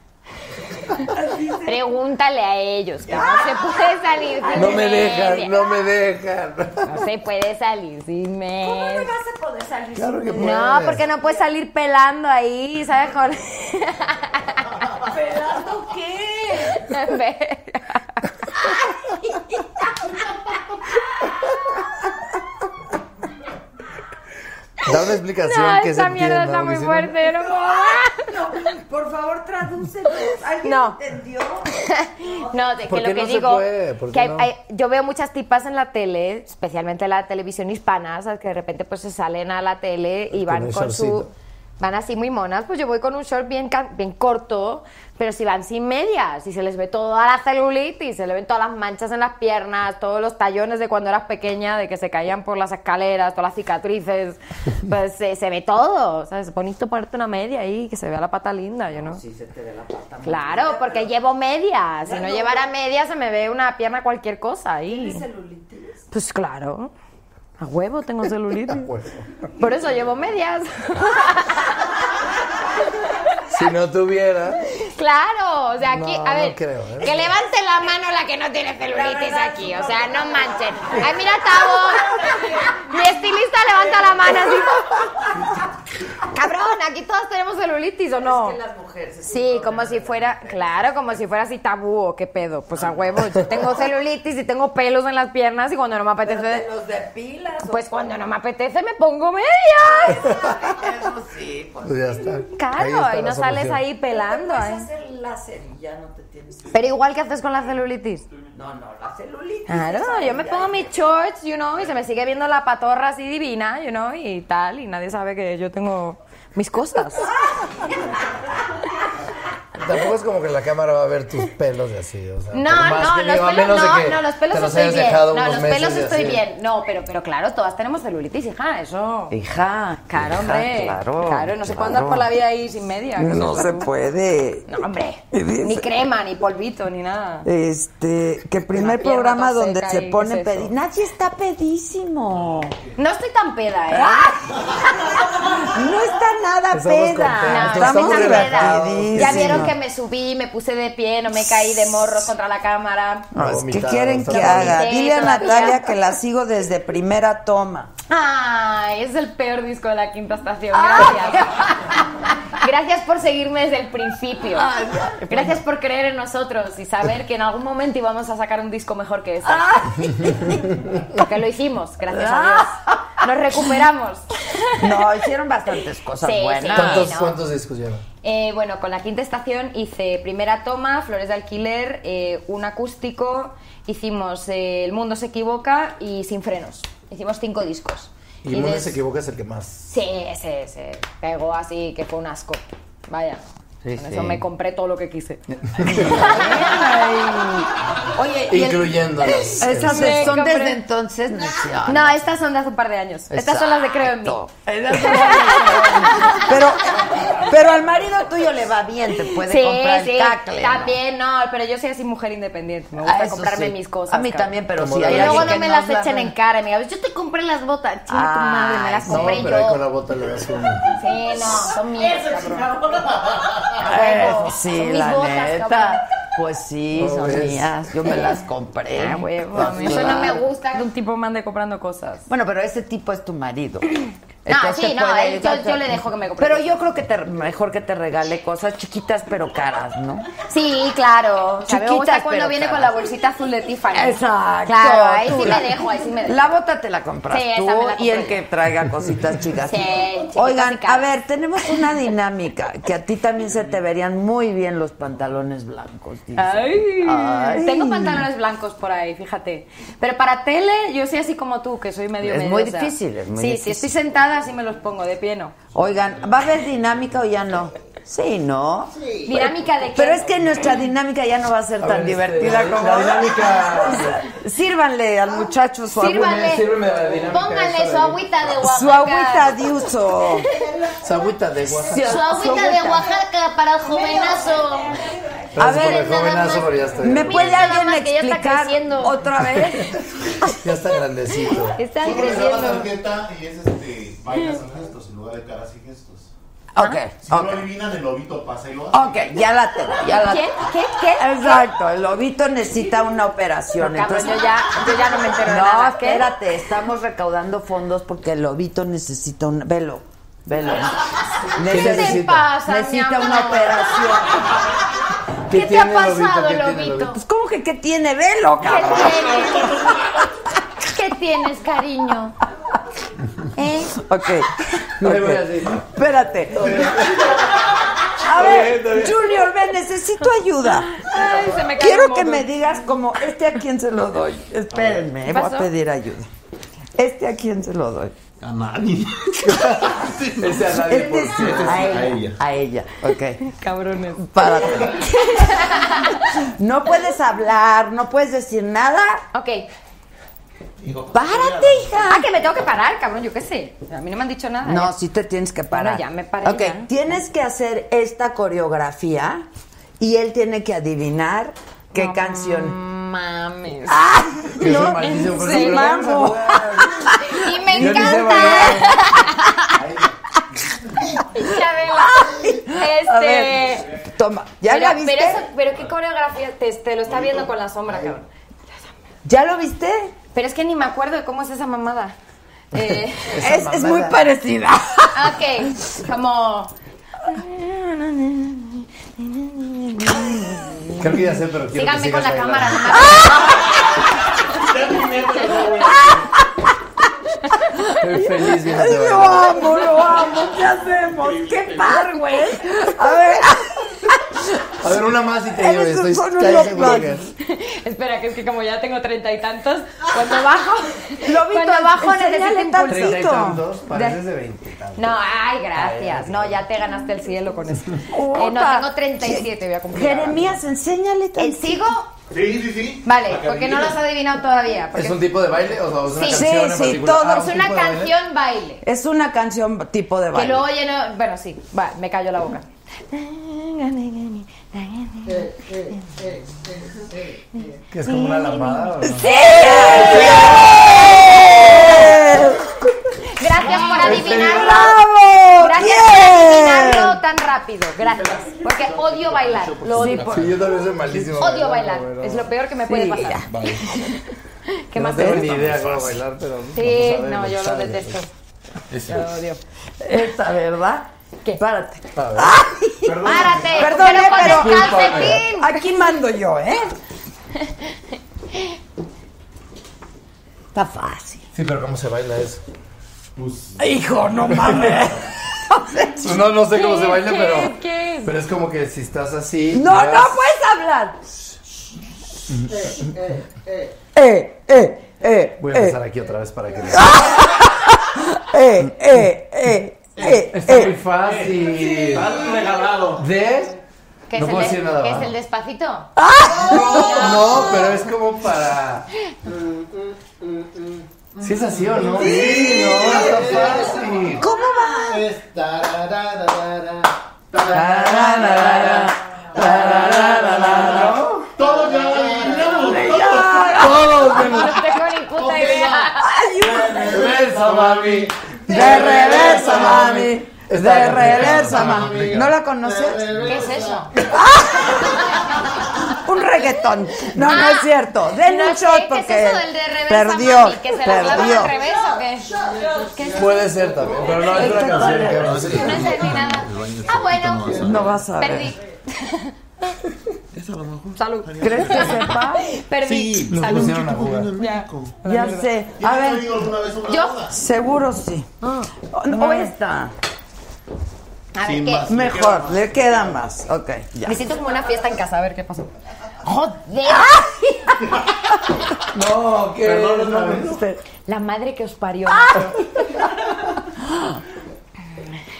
[SPEAKER 2] Pregúntale a ellos que no se puede salir sin
[SPEAKER 11] No me
[SPEAKER 2] media.
[SPEAKER 11] dejan, no me dejan.
[SPEAKER 2] No se puede salir sin
[SPEAKER 1] ¿Cómo
[SPEAKER 2] media.
[SPEAKER 1] no vas a poder salir
[SPEAKER 11] Claro
[SPEAKER 1] sin
[SPEAKER 11] que
[SPEAKER 1] media?
[SPEAKER 2] No, porque no puedes salir pelando ahí, ¿sabes? Con...
[SPEAKER 1] ¿Pelando qué?
[SPEAKER 11] Da una explicación
[SPEAKER 2] no,
[SPEAKER 11] que se
[SPEAKER 2] esa
[SPEAKER 11] entienda.
[SPEAKER 2] mierda está muy
[SPEAKER 11] porque si no-
[SPEAKER 2] fuerte, no puedo más.
[SPEAKER 1] No, por favor, tradúcelo. ¿Alguien
[SPEAKER 2] No.
[SPEAKER 1] entendió?
[SPEAKER 2] No, de que
[SPEAKER 11] ¿Por
[SPEAKER 2] lo
[SPEAKER 11] qué
[SPEAKER 2] que
[SPEAKER 11] no se
[SPEAKER 2] digo,
[SPEAKER 11] puede? ¿Por
[SPEAKER 2] que
[SPEAKER 11] qué
[SPEAKER 2] hay-
[SPEAKER 11] no?
[SPEAKER 2] hay- yo veo muchas tipas en la tele, especialmente en la televisión hispana, ¿sabes? que de repente pues se salen a la tele y
[SPEAKER 11] Con
[SPEAKER 2] van
[SPEAKER 11] un
[SPEAKER 2] con su
[SPEAKER 11] shortcito.
[SPEAKER 2] van así muy monas, pues yo voy con un short bien ca- bien corto, pero si van sin medias y se les ve toda la celulitis, se le ven todas las manchas en las piernas, todos los tallones de cuando eras pequeña, de que se caían por las escaleras, todas las cicatrices, pues se, se ve todo, ¿sabes? Es bonito ponerte una media ahí, que se vea la pata linda, yo no.
[SPEAKER 1] Sí, se te ve la pata. muy
[SPEAKER 2] Claro,
[SPEAKER 1] bien,
[SPEAKER 2] porque
[SPEAKER 1] pero-
[SPEAKER 2] llevo media. Si
[SPEAKER 1] Ya
[SPEAKER 2] no
[SPEAKER 1] no,
[SPEAKER 2] llevara
[SPEAKER 1] pero-
[SPEAKER 2] media, se me ve una pierna cualquier cosa ahí.
[SPEAKER 1] ¿Tienes celulitis?
[SPEAKER 2] Pues claro. A huevo tengo celulitis.
[SPEAKER 11] Pues,
[SPEAKER 2] Por eso llevo medias.
[SPEAKER 11] si no tuviera,
[SPEAKER 2] claro. O sea, aquí,
[SPEAKER 11] No,
[SPEAKER 2] a ver.
[SPEAKER 11] no creo, ¿eh?
[SPEAKER 2] Que levante la mano la que no tiene celulitis aquí. O sea, no manchen. Ay, mira, Tavo. Mi estilista levanta la mano así. Cabrón, aquí todos tenemos celulitis, ¿o no?
[SPEAKER 1] Es que las mujeres.
[SPEAKER 2] Sí, como si fuera, claro, como si fuera así tabú o qué pedo. Pues a huevo, yo tengo celulitis y tengo pelos en las piernas y cuando no me
[SPEAKER 1] Pero te
[SPEAKER 2] apetece,
[SPEAKER 1] los depilas. o-
[SPEAKER 2] pues cuando no me apetece me pongo medias.
[SPEAKER 1] Eso sí, pues.
[SPEAKER 11] pues ya está. Ahí está
[SPEAKER 2] Claro,
[SPEAKER 11] la
[SPEAKER 2] y no sales
[SPEAKER 11] solución.
[SPEAKER 2] ahí pelando.
[SPEAKER 1] Puedes
[SPEAKER 2] ¿eh?
[SPEAKER 1] hacer láser y ya no te tienes que...
[SPEAKER 2] Pero igual que haces con la celulitis.
[SPEAKER 1] No, no, la celulitis.
[SPEAKER 2] Claro,
[SPEAKER 1] esa
[SPEAKER 2] yo me
[SPEAKER 1] ya-
[SPEAKER 2] pongo mis shorts, you know, y se me sigue viendo la patorra así divina, you know, y tal, y nadie sabe que yo tengo mis cosas.
[SPEAKER 11] Tampoco es como que la cámara va a ver tus pelos y así, o sea.
[SPEAKER 2] No,
[SPEAKER 11] por más
[SPEAKER 2] no,
[SPEAKER 11] que
[SPEAKER 2] los
[SPEAKER 11] digo, a
[SPEAKER 2] pelos,
[SPEAKER 11] menos de
[SPEAKER 2] no,
[SPEAKER 11] que
[SPEAKER 2] no, los pelos
[SPEAKER 11] te los
[SPEAKER 2] estoy
[SPEAKER 11] hayas
[SPEAKER 2] bien.
[SPEAKER 11] dejado
[SPEAKER 2] No,
[SPEAKER 11] unos
[SPEAKER 2] los pelos
[SPEAKER 11] meses y
[SPEAKER 2] estoy
[SPEAKER 11] así.
[SPEAKER 2] bien. No, pero, pero claro, todas tenemos celulitis, hija, eso.
[SPEAKER 1] Hija,
[SPEAKER 2] Claro,
[SPEAKER 1] hija,
[SPEAKER 2] hombre.
[SPEAKER 1] Claro,
[SPEAKER 2] no se
[SPEAKER 1] claro.
[SPEAKER 2] puede andar por la vida ahí sin media.
[SPEAKER 1] No se puede.
[SPEAKER 2] No, hombre. Ni crema, ni polvito, ni nada.
[SPEAKER 1] Este, que primer
[SPEAKER 2] Una pierna
[SPEAKER 1] programa
[SPEAKER 2] toda
[SPEAKER 1] donde
[SPEAKER 2] seca
[SPEAKER 1] se
[SPEAKER 2] ahí,
[SPEAKER 1] pone
[SPEAKER 2] ¿qué es eso?
[SPEAKER 1] pedi- Nadie está pedísimo.
[SPEAKER 2] No estoy tan peda, ¿eh?
[SPEAKER 1] No está nada
[SPEAKER 11] Estamos
[SPEAKER 1] peda.
[SPEAKER 11] contentos,
[SPEAKER 2] Ah, No, no
[SPEAKER 1] ah, Estamos
[SPEAKER 2] estoy tan peda.
[SPEAKER 1] divertidísimos.
[SPEAKER 2] Ya vieron que me subí, me puse de pie, no me caí de morros contra la cámara.
[SPEAKER 1] No, es que
[SPEAKER 11] Vomitado,
[SPEAKER 1] Pues, quieren
[SPEAKER 11] está
[SPEAKER 1] que
[SPEAKER 11] bonito.
[SPEAKER 1] haga?
[SPEAKER 2] Sí,
[SPEAKER 1] Dile a
[SPEAKER 2] todavía.
[SPEAKER 1] Natalia que la sigo desde primera toma.
[SPEAKER 2] Ay, es el peor disco de la quinta estación. Gracias. Gracias por seguirme desde el principio. Gracias por creer en nosotros y saber que en algún momento íbamos a sacar un disco mejor que este. Porque lo hicimos, gracias a Dios. Nos recuperamos.
[SPEAKER 1] No, hicieron bastantes cosas
[SPEAKER 2] Sí,
[SPEAKER 1] buenas.
[SPEAKER 2] sí.
[SPEAKER 11] ¿Cuántos,
[SPEAKER 2] Ay, no.
[SPEAKER 11] ¿Cuántos discos llevan?
[SPEAKER 2] Eh, bueno, con la quinta estación hice primera toma, flores de alquiler, eh, un acústico, hicimos eh, El mundo se equivoca y sin frenos. Hicimos cinco discos.
[SPEAKER 11] Y el lunes
[SPEAKER 2] des-
[SPEAKER 11] se equivoca es el que más.
[SPEAKER 2] Sí, ese, se Pegó así que fue un asco. Vaya.
[SPEAKER 11] Sí,
[SPEAKER 2] con
[SPEAKER 11] sí.
[SPEAKER 2] eso me compré todo lo que quise.
[SPEAKER 1] Oye, y el-
[SPEAKER 11] Incluyendo a los-
[SPEAKER 1] esas
[SPEAKER 2] Me
[SPEAKER 1] son
[SPEAKER 2] compré-
[SPEAKER 1] desde entonces, no sé, ay,
[SPEAKER 2] No, estas son de hace un par de años. Estas son las de Creo en mí.
[SPEAKER 1] Exacto. Pero, pero al marido tuyo le va bien, te puede comprar el tacle. ¿no?
[SPEAKER 2] también, no, pero yo soy así mujer independiente. Me
[SPEAKER 1] Ah,
[SPEAKER 2] gusta
[SPEAKER 1] eso
[SPEAKER 2] comprarme
[SPEAKER 1] sí.
[SPEAKER 2] mis cosas.
[SPEAKER 1] A mí
[SPEAKER 2] cabrón.
[SPEAKER 1] también, pero
[SPEAKER 11] Como
[SPEAKER 1] sí.
[SPEAKER 11] la
[SPEAKER 2] Y
[SPEAKER 1] hay
[SPEAKER 11] Ay,
[SPEAKER 2] luego
[SPEAKER 1] alguien
[SPEAKER 2] no
[SPEAKER 1] que
[SPEAKER 2] me las
[SPEAKER 1] la
[SPEAKER 2] echen
[SPEAKER 1] ve.
[SPEAKER 2] en cara, amiga. Pues Yo te compré las botas. Chinga tu madre, me las
[SPEAKER 1] Ay, no,
[SPEAKER 11] No,
[SPEAKER 2] compré
[SPEAKER 11] pero ahí
[SPEAKER 2] yo.
[SPEAKER 11] con la bota le das uno.
[SPEAKER 2] Sí, no, son mías, cabrón. A
[SPEAKER 1] Eso
[SPEAKER 2] huevo,
[SPEAKER 1] Eh, sí,
[SPEAKER 2] son mis
[SPEAKER 1] la
[SPEAKER 2] botas,
[SPEAKER 1] neta.
[SPEAKER 2] cabrón.
[SPEAKER 1] Pues sí,
[SPEAKER 2] No
[SPEAKER 1] son
[SPEAKER 2] ves.
[SPEAKER 1] mías. Yo me las compré.
[SPEAKER 2] Ah, huevo, a mí eso no me gusta que un tipo me ande comprando cosas.
[SPEAKER 1] Bueno, pero ese tipo es tu marido.
[SPEAKER 2] sí,
[SPEAKER 1] te
[SPEAKER 2] no,
[SPEAKER 1] puede
[SPEAKER 2] él- yo-
[SPEAKER 1] ayudar.
[SPEAKER 2] yo le dejo que me compre
[SPEAKER 1] Pero yo creo que te, mejor que te regale cosas chiquitas pero caras, ¿no?
[SPEAKER 2] Sí, claro. O sea, me
[SPEAKER 1] Chiquitas,
[SPEAKER 2] gusta cuando
[SPEAKER 1] pero
[SPEAKER 2] viene con
[SPEAKER 1] caras.
[SPEAKER 2] la bolsita azul de Tiffany.
[SPEAKER 1] Exacto.
[SPEAKER 2] Claro, ahí
[SPEAKER 1] tú
[SPEAKER 2] sí
[SPEAKER 1] la-
[SPEAKER 2] me dejo, ahí sí me dejo.
[SPEAKER 1] La bota te la compras
[SPEAKER 2] Sí, esa
[SPEAKER 1] tú
[SPEAKER 2] me la
[SPEAKER 1] y
[SPEAKER 2] compré
[SPEAKER 1] el que traiga cositas chicas.
[SPEAKER 2] Sí, chiquitas
[SPEAKER 1] Oigan,
[SPEAKER 2] y
[SPEAKER 1] a
[SPEAKER 2] caras.
[SPEAKER 1] ver, tenemos una dinámica que a ti también se te verían muy bien los pantalones blancos. dice.
[SPEAKER 2] Ay.
[SPEAKER 1] Ay.
[SPEAKER 16] Tengo pantalones blancos por ahí, fíjate. Pero para tele, yo soy así como tú, que soy medio
[SPEAKER 1] Es
[SPEAKER 16] medio,
[SPEAKER 1] muy
[SPEAKER 16] o sea.
[SPEAKER 1] difícil, es muy
[SPEAKER 16] Sí, si
[SPEAKER 1] difícil.
[SPEAKER 16] estoy sentada, así me los pongo, de pie no.
[SPEAKER 1] Oigan, ¿va a haber dinámica o ya no? Sí, ¿no?
[SPEAKER 16] Dinámica de qué?
[SPEAKER 1] Pero es que nuestra dinámica ya no va a ser tan divertida
[SPEAKER 8] este, la-
[SPEAKER 1] como
[SPEAKER 8] la dinámica-
[SPEAKER 1] Sírvanle al muchacho su
[SPEAKER 8] Sírvale. Sírveme la
[SPEAKER 1] agüita.
[SPEAKER 8] dinámica Póngale esa de- su agüita
[SPEAKER 2] de
[SPEAKER 1] Su agüita de uso.
[SPEAKER 8] Sagüita de
[SPEAKER 1] Sí,
[SPEAKER 8] Oaxaca.
[SPEAKER 1] Su agüita de
[SPEAKER 2] Oaxaca para el jovenazo.
[SPEAKER 8] A ver, jovenazo, pero ya está,
[SPEAKER 1] ¿me
[SPEAKER 8] grande.
[SPEAKER 1] puede alguien
[SPEAKER 2] que ya está
[SPEAKER 1] explicar
[SPEAKER 2] creciendo.
[SPEAKER 1] otra vez?
[SPEAKER 8] Ya está grandecito.
[SPEAKER 2] Está
[SPEAKER 5] Solo le da la
[SPEAKER 2] creciendo.
[SPEAKER 5] tarjeta y es este, bailas con gestos en lugar de caras y gestos.
[SPEAKER 2] ¿Ah?
[SPEAKER 1] Ok,
[SPEAKER 5] Si no
[SPEAKER 1] ok.
[SPEAKER 5] lo adivinan, el lobito pasa y lo hace.
[SPEAKER 1] Ok, ya la tengo, ya la
[SPEAKER 2] ¿Qué?
[SPEAKER 1] tengo.
[SPEAKER 2] ¿Qué? ¿Qué?
[SPEAKER 1] Exacto, el lobito necesita una operación.
[SPEAKER 2] No, cabrón,
[SPEAKER 1] entonces,
[SPEAKER 2] yo ya- yo ya no me entero de
[SPEAKER 1] No,
[SPEAKER 2] nada, ¿qué?
[SPEAKER 1] espérate, estamos recaudando fondos porque el lobito necesita un... Velo, velo.
[SPEAKER 8] ¿Qué te
[SPEAKER 2] pasa, mi
[SPEAKER 1] necesita
[SPEAKER 2] amor?
[SPEAKER 1] una operación.
[SPEAKER 8] ¿Qué,
[SPEAKER 2] te ha
[SPEAKER 8] tiene Lobito?
[SPEAKER 2] pasado,
[SPEAKER 8] ¿Qué tiene
[SPEAKER 2] Lobito?
[SPEAKER 1] Pues, ¿cómo que qué tiene velo,
[SPEAKER 2] ¿Qué
[SPEAKER 1] cabrón?
[SPEAKER 2] tienes? ¿Qué tienes, cariño? ¿Eh?
[SPEAKER 1] Ok.
[SPEAKER 8] Ahí voy
[SPEAKER 1] ok.
[SPEAKER 8] así.
[SPEAKER 1] Espérate. A ver, Junior, ven, necesito ayuda.
[SPEAKER 16] Ay, se Ah, me cae
[SPEAKER 1] Quiero
[SPEAKER 16] un
[SPEAKER 1] que
[SPEAKER 16] moco.
[SPEAKER 1] me digas como, ¿este a quién se lo doy? Espérenme,
[SPEAKER 16] ¿Qué
[SPEAKER 1] voy a
[SPEAKER 16] pasó?
[SPEAKER 1] pedir ayuda. ¿Este a quién se lo doy?
[SPEAKER 8] A nadie. Ese a nadie
[SPEAKER 1] Este
[SPEAKER 8] por
[SPEAKER 1] sí,
[SPEAKER 8] ti, ese sí,
[SPEAKER 1] a
[SPEAKER 8] a
[SPEAKER 1] ella.
[SPEAKER 8] ella.
[SPEAKER 1] A ella, ok.
[SPEAKER 16] Cabrones.
[SPEAKER 1] Párate. No puedes hablar, no puedes decir nada.
[SPEAKER 2] Ok.
[SPEAKER 1] Párate, hija.
[SPEAKER 2] Ah, que me tengo que parar, cabrón, yo qué sé. A mí no me han dicho nada.
[SPEAKER 1] No,
[SPEAKER 2] ¿eh?
[SPEAKER 1] sí te tienes que parar.
[SPEAKER 2] Bueno, ya me paré,
[SPEAKER 1] Ok,
[SPEAKER 2] ya.
[SPEAKER 1] tienes que hacer esta coreografía y él tiene que adivinar qué
[SPEAKER 2] Mm.
[SPEAKER 1] canción.
[SPEAKER 2] Mames.
[SPEAKER 1] Ah.
[SPEAKER 8] Que soy
[SPEAKER 1] No,
[SPEAKER 8] malísimo, pero
[SPEAKER 1] sí,
[SPEAKER 8] no lo vamos a
[SPEAKER 1] mamo.
[SPEAKER 8] jugar.
[SPEAKER 2] Y me
[SPEAKER 8] Yo ni sé
[SPEAKER 2] encanta.
[SPEAKER 8] bailar.
[SPEAKER 2] Chabela.
[SPEAKER 1] A
[SPEAKER 2] Este.
[SPEAKER 1] ver, toma, ¿ya
[SPEAKER 2] pero,
[SPEAKER 1] la viste?
[SPEAKER 2] Pero, eso- pero qué coreografía, te, te lo está viendo con la sombra, cabrón.
[SPEAKER 1] ¿Ya lo viste?
[SPEAKER 2] Pero es que ni me acuerdo de cómo es esa mamada. Eh,
[SPEAKER 1] Es, es muy
[SPEAKER 8] mamada.
[SPEAKER 1] parecida.
[SPEAKER 2] ok, como...
[SPEAKER 8] Creo que ya sé, pero quiero que
[SPEAKER 2] Síganme con
[SPEAKER 8] sigas
[SPEAKER 2] la
[SPEAKER 8] bailando.
[SPEAKER 2] cámara, no me acuerdo.
[SPEAKER 8] Estoy feliz viéndote
[SPEAKER 1] Lo
[SPEAKER 8] bailar.
[SPEAKER 1] amo, lo amo. ¿Qué hacemos? ¡Qué par, güey! A ver,
[SPEAKER 8] A ver, una más y te digo,
[SPEAKER 1] eres un
[SPEAKER 8] estoy
[SPEAKER 1] son
[SPEAKER 8] casi
[SPEAKER 1] unos
[SPEAKER 8] seguro que-
[SPEAKER 1] locos.
[SPEAKER 2] Espera, que es que como ya tengo treinta y tantos, cuando bajo,
[SPEAKER 1] Lo vi,
[SPEAKER 2] cuando bajo
[SPEAKER 1] enséñale
[SPEAKER 2] necesito
[SPEAKER 1] tanto.
[SPEAKER 2] impulso.
[SPEAKER 8] Treinta y tantos, pareces
[SPEAKER 2] De-
[SPEAKER 8] de veinte y tantos.
[SPEAKER 2] No, ay, gracias. No, ya te ganaste el cielo con eso. Eh, no,
[SPEAKER 1] Ota.
[SPEAKER 2] tengo 37, voy a cumplir.
[SPEAKER 1] Jeremías, enséñale
[SPEAKER 2] ¿Eh,
[SPEAKER 1] tantito.
[SPEAKER 2] ¿Sigo?
[SPEAKER 5] Sí, sí, sí.
[SPEAKER 2] Vale, porque no lo has adivinado todavía. Porque
[SPEAKER 8] ¿Es un tipo de baile o sea,
[SPEAKER 2] Sí.
[SPEAKER 8] es una canción en
[SPEAKER 1] Sí, sí,
[SPEAKER 8] particular?
[SPEAKER 1] todo.
[SPEAKER 8] Ah,
[SPEAKER 2] es
[SPEAKER 8] ¿un
[SPEAKER 2] una
[SPEAKER 8] tipo de baile?
[SPEAKER 2] canción baile.
[SPEAKER 1] Es una canción tipo de
[SPEAKER 2] Que
[SPEAKER 1] baile.
[SPEAKER 2] luego lleno. Bueno, sí, va, me cayó la boca.
[SPEAKER 8] Que es como una lambada. ¿o no?
[SPEAKER 2] Gracias por
[SPEAKER 8] Este
[SPEAKER 2] adivinarlo.
[SPEAKER 1] ¡Bravo!
[SPEAKER 2] Gracias por
[SPEAKER 1] ¡Bien!
[SPEAKER 2] adivinarlo tan rápido. Gracias. Porque odio bailar. Lo odio.
[SPEAKER 8] Sí, yo también soy malísimo.
[SPEAKER 2] Odio bailar. Es lo peor que me puede
[SPEAKER 1] Sí,
[SPEAKER 2] pasar.
[SPEAKER 1] ya.
[SPEAKER 2] ¿Qué
[SPEAKER 8] No
[SPEAKER 2] más
[SPEAKER 8] tengo
[SPEAKER 2] te
[SPEAKER 8] ni
[SPEAKER 2] gusta?
[SPEAKER 8] idea cómo bailar, pero.
[SPEAKER 2] Sí,
[SPEAKER 8] vamos a ver
[SPEAKER 2] no,
[SPEAKER 8] lo
[SPEAKER 2] yo
[SPEAKER 8] que
[SPEAKER 2] lo
[SPEAKER 8] sale.
[SPEAKER 2] detesto.
[SPEAKER 8] Ese.
[SPEAKER 2] Lo odio.
[SPEAKER 1] Esta, ¿verdad?
[SPEAKER 2] ¿Qué?
[SPEAKER 1] Párate.
[SPEAKER 8] A ver.
[SPEAKER 2] Párate.
[SPEAKER 1] Perdone,
[SPEAKER 2] con
[SPEAKER 1] pero-
[SPEAKER 2] el calcetín.
[SPEAKER 1] Aquí mando yo, ¿eh? Está fácil.
[SPEAKER 8] Sí, pero ¿cómo se baila eso?
[SPEAKER 1] Hijo, no mames.
[SPEAKER 8] Pues No, no sé cómo se baila,
[SPEAKER 2] ¿Qué?
[SPEAKER 8] pero.
[SPEAKER 2] ¿Qué?
[SPEAKER 8] Pero es como que si estás así.
[SPEAKER 1] No,
[SPEAKER 8] miras-
[SPEAKER 1] no puedes hablar. Eh, eh, eh.
[SPEAKER 8] Voy a
[SPEAKER 1] Eh,
[SPEAKER 8] empezar aquí otra vez para que.
[SPEAKER 1] eh, eh, eh, eh,
[SPEAKER 8] Está muy
[SPEAKER 1] eh.
[SPEAKER 8] fácil. regalado. ¿De?
[SPEAKER 2] ¿Qué
[SPEAKER 8] no
[SPEAKER 2] es
[SPEAKER 8] puedo
[SPEAKER 2] el de-
[SPEAKER 8] decir nada
[SPEAKER 2] ¿Qué
[SPEAKER 8] más.
[SPEAKER 2] es el despacito?
[SPEAKER 8] No, pero es como para. Si es así o no. Sí, no, está fácil.
[SPEAKER 1] ¿Cómo va?
[SPEAKER 5] Es tarararara,
[SPEAKER 8] Tarararara, tarararara, ¿no?
[SPEAKER 5] Todos ya adivinamos.
[SPEAKER 8] Todos de
[SPEAKER 2] No tengo ni puta idea.
[SPEAKER 1] Ayúdame.
[SPEAKER 8] reversa, mami.
[SPEAKER 1] De reversa, mami. De
[SPEAKER 8] Está-
[SPEAKER 1] reversa, mami. ¿No la conoces?
[SPEAKER 2] ¿Qué es eso?
[SPEAKER 1] un reggaetón. No, no es cierto. Den
[SPEAKER 2] Ah, No
[SPEAKER 1] un
[SPEAKER 2] sé,
[SPEAKER 1] shot
[SPEAKER 2] ¿qué es
[SPEAKER 1] porque
[SPEAKER 2] eso del de reversa,
[SPEAKER 1] perdió,
[SPEAKER 2] mami? ¿Que se la clavan
[SPEAKER 1] perdió.
[SPEAKER 2] al revés o qué? ¿Qué es eso?
[SPEAKER 8] Puede ser también, pero no es una canción que
[SPEAKER 2] No sé ni nada. Ah, bueno.
[SPEAKER 1] No vas a ver.
[SPEAKER 2] Perdí.
[SPEAKER 8] Es a lo mejor.
[SPEAKER 2] Salud.
[SPEAKER 1] ¿Crees que sepa?
[SPEAKER 2] Perdí.
[SPEAKER 8] Sí, nos
[SPEAKER 2] Salud.
[SPEAKER 8] pusieron a jugar.
[SPEAKER 2] Ya.
[SPEAKER 1] Ya sé. A ver.
[SPEAKER 2] Yo.
[SPEAKER 1] Seguro sí.
[SPEAKER 17] Ah.
[SPEAKER 1] O, o esta.
[SPEAKER 2] A ver, ¿qué?
[SPEAKER 1] Mejor, le queda más. Ok, ya.
[SPEAKER 2] Me siento como una fiesta en casa. A ver qué pasó. Ah. ¡Joder!
[SPEAKER 8] No, que. Perdón, otra vez.
[SPEAKER 2] La madre que os parió.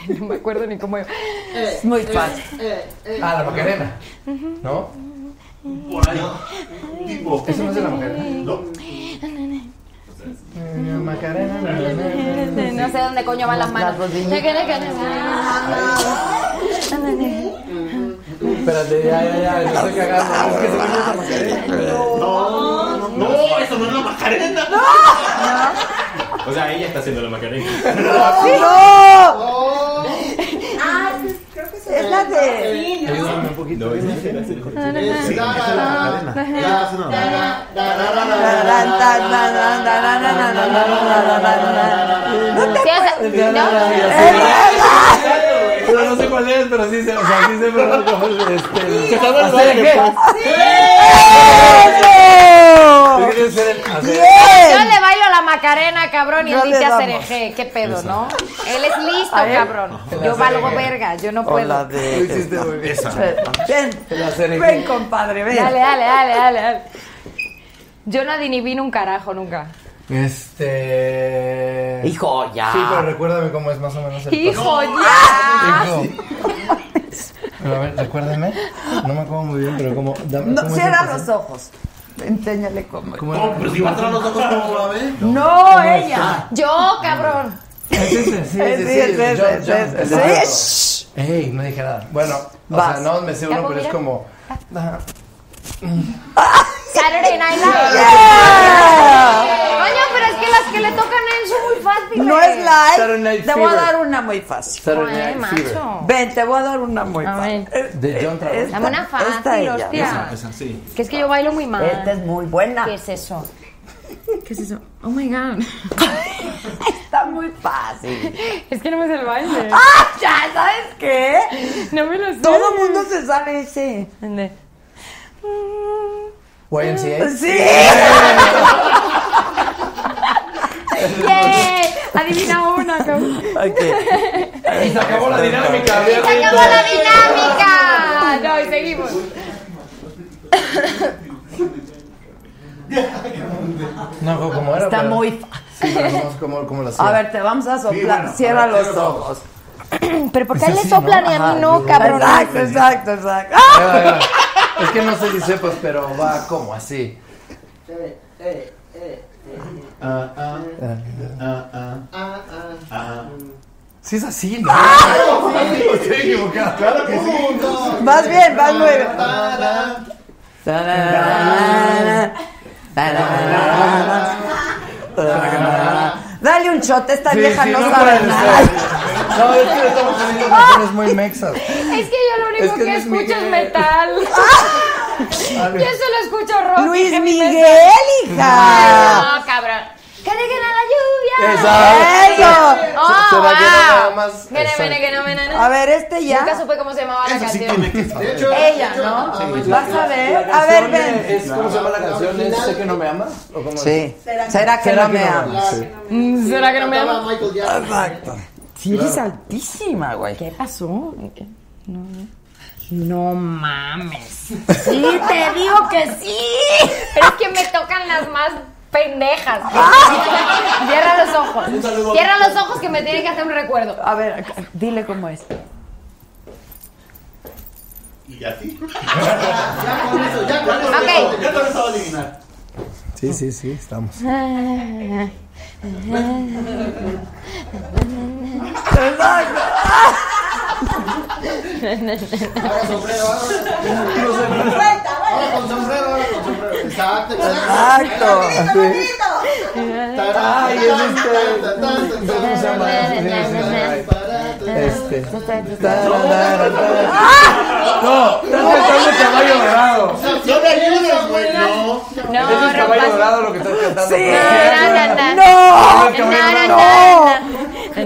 [SPEAKER 2] No me acuerdo ni cómo.
[SPEAKER 1] Es muy fácil.
[SPEAKER 8] Ah, la Macarena. ¿No?
[SPEAKER 5] Por ahí. Tipo.
[SPEAKER 8] Eso no es de la Macarena.
[SPEAKER 5] No.
[SPEAKER 2] No sé dónde coño van las manos. Ah.
[SPEAKER 8] Espérate, ya, ya, ya. Me estoy cagando. Es que se me hizo la Macarena.
[SPEAKER 5] No, no, no, eso no es la Macarena.
[SPEAKER 18] O sea, ella está haciendo la macarena.
[SPEAKER 1] ¡No!
[SPEAKER 17] Oh. Ah, sí, creo que se
[SPEAKER 1] Es la de.
[SPEAKER 17] Sí, ¿no?
[SPEAKER 8] Ayúdame un poquito.
[SPEAKER 5] Sí, esa es la Macarena. Ya, esa es la Macarena.
[SPEAKER 1] No te puedes-
[SPEAKER 2] Eh,
[SPEAKER 8] Pero no sé cuál es, pero sí se, o sea, sí se me lo este. ¿Qué tal
[SPEAKER 5] hacer el
[SPEAKER 8] qué?
[SPEAKER 1] ¡Eso!
[SPEAKER 8] ¿Quieres ser el hacer?
[SPEAKER 2] Yo
[SPEAKER 1] ¡Bien!
[SPEAKER 2] le bailo a la Macarena, cabrón, y
[SPEAKER 1] No
[SPEAKER 2] él
[SPEAKER 1] le
[SPEAKER 2] dice
[SPEAKER 1] damos.
[SPEAKER 2] hacer ¿Qué pedo, no? Él es listo,
[SPEAKER 1] A él.
[SPEAKER 2] cabrón. Yo valgo verga, yo no
[SPEAKER 1] O la
[SPEAKER 2] puedo.
[SPEAKER 8] Lo
[SPEAKER 1] de.
[SPEAKER 8] hiciste muy bien.
[SPEAKER 1] Ven,
[SPEAKER 8] La cereje.
[SPEAKER 1] ven, compadre, ven.
[SPEAKER 2] Dale, dale, dale, dale. dale. Yo no adiviné un carajo nunca.
[SPEAKER 8] Este.
[SPEAKER 1] Hijo, ya.
[SPEAKER 8] Sí, pero recuérdame cómo es más o menos el
[SPEAKER 2] ¡Hijo, ya!
[SPEAKER 1] Ah,
[SPEAKER 8] paso. Hijo. Pero a ver, recuérdame. No me acuerdo muy bien, pero como. Dame,
[SPEAKER 1] No,
[SPEAKER 8] ¿cómo es el
[SPEAKER 1] cierra
[SPEAKER 8] paso?
[SPEAKER 1] los ojos. Enséñale cómo.
[SPEAKER 8] ¿Cómo
[SPEAKER 5] No, pero si va a cerrar los ojos, ¿cómo la ve?
[SPEAKER 1] No, ella.
[SPEAKER 2] Yo, cabrón.
[SPEAKER 8] Es ese, sí,
[SPEAKER 1] Sí,
[SPEAKER 8] sí, sí.
[SPEAKER 1] sí,
[SPEAKER 8] el jump,
[SPEAKER 1] sí,
[SPEAKER 8] jump, el
[SPEAKER 1] sí.
[SPEAKER 8] salto.
[SPEAKER 1] Sí, shh.
[SPEAKER 8] Ey, no dije nada. Bueno, o
[SPEAKER 1] Vas.
[SPEAKER 8] sea, no me sé uno, pero es
[SPEAKER 2] mira.
[SPEAKER 8] como.
[SPEAKER 2] Saturday Night Live. Coño, pero es que las que le tocan a él son muy fáciles.
[SPEAKER 1] No es
[SPEAKER 8] Saturday
[SPEAKER 1] live.
[SPEAKER 8] Night
[SPEAKER 1] Te voy a
[SPEAKER 8] Fever.
[SPEAKER 1] dar una muy fácil.
[SPEAKER 8] Saturday
[SPEAKER 2] Ay,
[SPEAKER 8] Night Fever.
[SPEAKER 2] macho.
[SPEAKER 1] Ven, te voy a dar una muy
[SPEAKER 2] A
[SPEAKER 1] fácil.
[SPEAKER 2] ver.
[SPEAKER 8] De John Travolta.
[SPEAKER 2] Dame una
[SPEAKER 1] Esta-
[SPEAKER 2] fácil,
[SPEAKER 1] esta ella,
[SPEAKER 2] hostia.
[SPEAKER 5] Esa, sí.
[SPEAKER 2] Que es que yo bailo muy mal.
[SPEAKER 1] Esta es muy buena.
[SPEAKER 2] ¿Qué es eso? ¿Qué es eso? Oh my god.
[SPEAKER 1] Está muy fácil.
[SPEAKER 2] Es que no me sé el baile.
[SPEAKER 1] ¡Ah! Ya, ¿sabes qué?
[SPEAKER 2] No me lo sé.
[SPEAKER 1] Todo el mundo se sabe ese.
[SPEAKER 2] ¿Dónde?
[SPEAKER 8] YMCA.
[SPEAKER 1] ¡Sí!
[SPEAKER 2] ¡Yay! Adivina una, cabrón.
[SPEAKER 8] Y se acabó la dinámica.
[SPEAKER 2] ¡Se acabó la dinámica! No, y seguimos.
[SPEAKER 8] No, como era.
[SPEAKER 1] Está
[SPEAKER 8] pero-
[SPEAKER 1] muy fácil.
[SPEAKER 8] Sí, pero no sé cómo, cómo lo hacía.
[SPEAKER 1] A ver, te vamos a
[SPEAKER 8] Sí,
[SPEAKER 1] soplar.
[SPEAKER 8] bueno,
[SPEAKER 1] Cierra
[SPEAKER 8] a ver,
[SPEAKER 1] los
[SPEAKER 8] cierra los
[SPEAKER 1] ojos.
[SPEAKER 2] Pero ¿por qué a él le
[SPEAKER 8] Sí,
[SPEAKER 2] soplan
[SPEAKER 8] ¿no?
[SPEAKER 2] y a mí
[SPEAKER 8] Ajá,
[SPEAKER 2] no,
[SPEAKER 8] yo-
[SPEAKER 2] cabrón?
[SPEAKER 1] Exacto, exacto, exacto.
[SPEAKER 8] Ahí
[SPEAKER 1] ¡Ah!
[SPEAKER 8] va, ahí va. Es que no sé si sepas, pero va como así.
[SPEAKER 5] Ah, ah, ah, ah, ah.
[SPEAKER 8] Si es así, ¿no? Estoy equivocado. Claro que sí.
[SPEAKER 1] Vas bien, vas muy bien. Dale un shot, esta
[SPEAKER 8] Sí,
[SPEAKER 1] vieja
[SPEAKER 8] sí,
[SPEAKER 1] no,
[SPEAKER 8] puede
[SPEAKER 1] sabe
[SPEAKER 8] ser.
[SPEAKER 1] nada.
[SPEAKER 8] No, es que le estamos poniendo canciones muy mexas.
[SPEAKER 2] Es que yo lo único
[SPEAKER 8] Es que
[SPEAKER 2] que,
[SPEAKER 8] Luis
[SPEAKER 2] escucho es
[SPEAKER 8] Miguel.
[SPEAKER 2] metal.
[SPEAKER 8] A
[SPEAKER 2] Yo
[SPEAKER 8] ver.
[SPEAKER 2] solo escucho rock. y
[SPEAKER 1] Luis
[SPEAKER 2] heavy
[SPEAKER 1] Miguel,
[SPEAKER 2] metal.
[SPEAKER 1] hija.
[SPEAKER 8] Ah.
[SPEAKER 2] No, cabrón. ¡Que dejen a la lluvia!
[SPEAKER 8] Exacto.
[SPEAKER 1] Eso.
[SPEAKER 2] ¡Oh,
[SPEAKER 8] Se va que no nada
[SPEAKER 2] wow.
[SPEAKER 8] más. Ah,
[SPEAKER 2] Que no mene,
[SPEAKER 8] Exacto.
[SPEAKER 2] que no mene, no.
[SPEAKER 1] A ver, este
[SPEAKER 2] Nunca
[SPEAKER 1] ya.
[SPEAKER 2] supe cómo se llamaba la
[SPEAKER 5] Eso sí
[SPEAKER 2] canción.
[SPEAKER 5] tiene que ser.
[SPEAKER 2] Ella, ¿no?
[SPEAKER 1] Vas a ver. A ver, ven.
[SPEAKER 8] Es, ¿Cómo se llama la canción? ¿Es ¿Sé que no me amas? ¿O cómo es?
[SPEAKER 1] Sí. ¿Será que no me amas?
[SPEAKER 8] Sí.
[SPEAKER 2] Mm, ¿Será que no me
[SPEAKER 5] Estaba
[SPEAKER 2] llama?
[SPEAKER 5] Michael Jackson.
[SPEAKER 1] Exacto. Sí, eres altísima, güey.
[SPEAKER 2] ¿Qué pasó? No mames. Sí, te digo que sí. Pero es que me tocan las más pendejas. Cierra los ojos. Cierra los ojos que me tiene que hacer un recuerdo.
[SPEAKER 1] A ver, acá, dile cómo es.
[SPEAKER 5] Y a ti. Ya con eso, ya con eso.
[SPEAKER 2] Ok.
[SPEAKER 5] Ya con eso va a adivinar.
[SPEAKER 8] Sí, sí, sí, estamos.
[SPEAKER 5] Ahora sombrero, ahora. Ahora con sombrero, ahora con sombrero. Exacto, exacto.
[SPEAKER 1] Exacto.
[SPEAKER 5] Tarán,
[SPEAKER 8] Ay, es
[SPEAKER 5] tan,
[SPEAKER 8] este.
[SPEAKER 5] tan, tan, tan,
[SPEAKER 8] ¿Cómo se llama?
[SPEAKER 5] tan,
[SPEAKER 8] Sí, sí, sí.
[SPEAKER 5] tan, tan, tan, tan.
[SPEAKER 8] este. No, estás cantando caballo dorado.
[SPEAKER 5] No me ayudes, güey. No.
[SPEAKER 8] Ese es caballo dorado lo que estás cantando.
[SPEAKER 5] Sí.
[SPEAKER 8] No,
[SPEAKER 5] No, no,
[SPEAKER 8] Caballo
[SPEAKER 5] no.
[SPEAKER 8] Dorado.
[SPEAKER 1] Este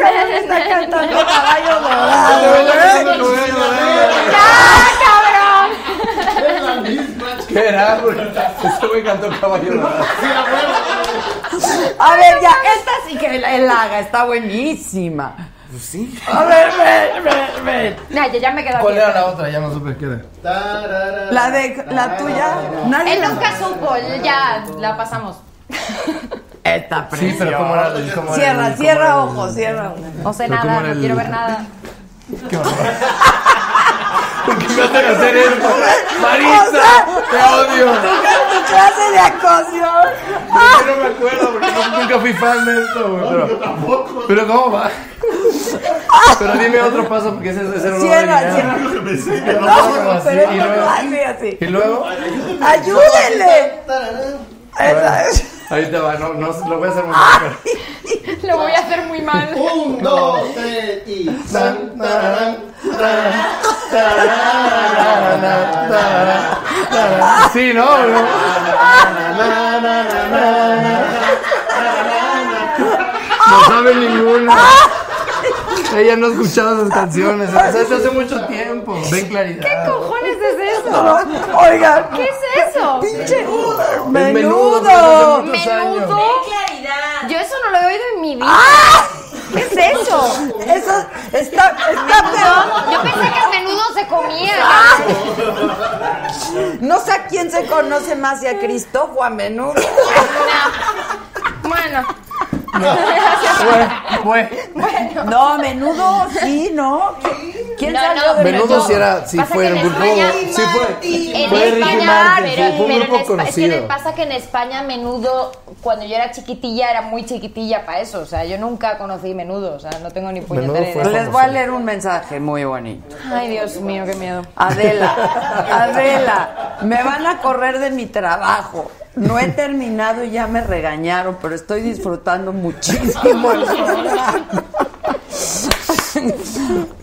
[SPEAKER 1] cabrón está cantando caballo dorado.
[SPEAKER 5] Es la misma.
[SPEAKER 8] ¿Qué era? güey? Ese güey cantó caballo dorado.
[SPEAKER 1] A ver, ya, esta sí que él, él haga, está buenísima. Pues sí. A ver, ven, ven, ven.
[SPEAKER 2] Nah, yo ya me quedo
[SPEAKER 8] ¿Cuál
[SPEAKER 2] aquí.
[SPEAKER 8] era la otra? Ya no supe qué era.
[SPEAKER 1] La de la tuya. Nadie
[SPEAKER 2] Él
[SPEAKER 1] nos-
[SPEAKER 2] nunca supo, él ya la pasamos.
[SPEAKER 1] Está
[SPEAKER 8] Sí, pero ¿cómo era? el- ¿Cómo era
[SPEAKER 1] Cierra,
[SPEAKER 8] el- cómo era
[SPEAKER 1] cierra
[SPEAKER 8] el-
[SPEAKER 1] ojos, cierra ojos.
[SPEAKER 2] No sé
[SPEAKER 8] Pero ¿cómo
[SPEAKER 2] nada,
[SPEAKER 8] era
[SPEAKER 2] no
[SPEAKER 8] el-
[SPEAKER 2] quiero ver nada.
[SPEAKER 8] ¿Qué hacen hacer esto?
[SPEAKER 1] O sea,
[SPEAKER 8] Marisa, te odio.
[SPEAKER 1] Tu, tu clase de acoso.
[SPEAKER 8] Yo no me acuerdo porque no- nunca fui fan de esto, güey. Pero,
[SPEAKER 5] tampoco.
[SPEAKER 8] pero ¿cómo va? Pero dime otro paso porque ese, ese no lo voy a
[SPEAKER 1] Cierra,
[SPEAKER 8] adivinar.
[SPEAKER 1] cierra.
[SPEAKER 8] Pero
[SPEAKER 1] No,
[SPEAKER 8] no, como así,
[SPEAKER 1] pero
[SPEAKER 8] y
[SPEAKER 1] esto
[SPEAKER 8] luego-
[SPEAKER 1] no así, así.
[SPEAKER 8] Y luego,
[SPEAKER 1] ¡Ayúdenle!
[SPEAKER 8] ahí te va, no, no, lo voy a hacer muy
[SPEAKER 1] Ah,
[SPEAKER 8] mal. pero-
[SPEAKER 2] Lo voy a hacer muy mal.
[SPEAKER 5] Un, dos, tres y. Tan, tararán, tararán,
[SPEAKER 8] Sí, no, no. No sabe ninguna. Ella no ha escuchado esas canciones. O sea, eso hace mucho tiempo. Ven claridad.
[SPEAKER 2] ¿Qué cojones es eso?
[SPEAKER 1] Oigan.
[SPEAKER 2] ¿Qué es eso?
[SPEAKER 1] Pinche
[SPEAKER 8] menudo,
[SPEAKER 1] menudo.
[SPEAKER 8] menudo.
[SPEAKER 2] Menudo.
[SPEAKER 19] claridad.
[SPEAKER 2] Yo eso no lo he oído en mi vida. ¿Qué es eso?
[SPEAKER 1] Eso está, está
[SPEAKER 2] Yo pensé que el menudo se comía.
[SPEAKER 1] peor. No sé a quién se conoce más, si a Cristo o a menudo.
[SPEAKER 2] Bueno,
[SPEAKER 8] Fue,
[SPEAKER 1] No, menudo, sí, ¿no? ¿Quién
[SPEAKER 2] No,
[SPEAKER 1] salió
[SPEAKER 2] no,
[SPEAKER 1] de
[SPEAKER 8] Menudo
[SPEAKER 1] menudo?
[SPEAKER 8] sí era, sí
[SPEAKER 2] Pasa
[SPEAKER 8] fue
[SPEAKER 2] que en
[SPEAKER 8] un grupo,
[SPEAKER 2] España-
[SPEAKER 8] sí fue,
[SPEAKER 2] en
[SPEAKER 8] fue Ricky
[SPEAKER 2] España,
[SPEAKER 8] Martin,
[SPEAKER 2] pero,
[SPEAKER 8] sí, fue un
[SPEAKER 2] pero en
[SPEAKER 8] grupo
[SPEAKER 2] Espa- es que me
[SPEAKER 8] conocido.
[SPEAKER 2] pasa que en España menudo, cuando yo era chiquitilla, era muy chiquitilla para eso. O sea, yo nunca conocí menudo. O sea, no tengo ni puñetera
[SPEAKER 8] Menudo fue
[SPEAKER 2] idea.
[SPEAKER 1] Les voy a leer un mensaje muy bonito.
[SPEAKER 2] Ay, Dios mío, qué miedo.
[SPEAKER 1] Adela, Adela, me van a correr de mi trabajo. No he terminado y ya me regañaron, pero estoy disfrutando muchísimo.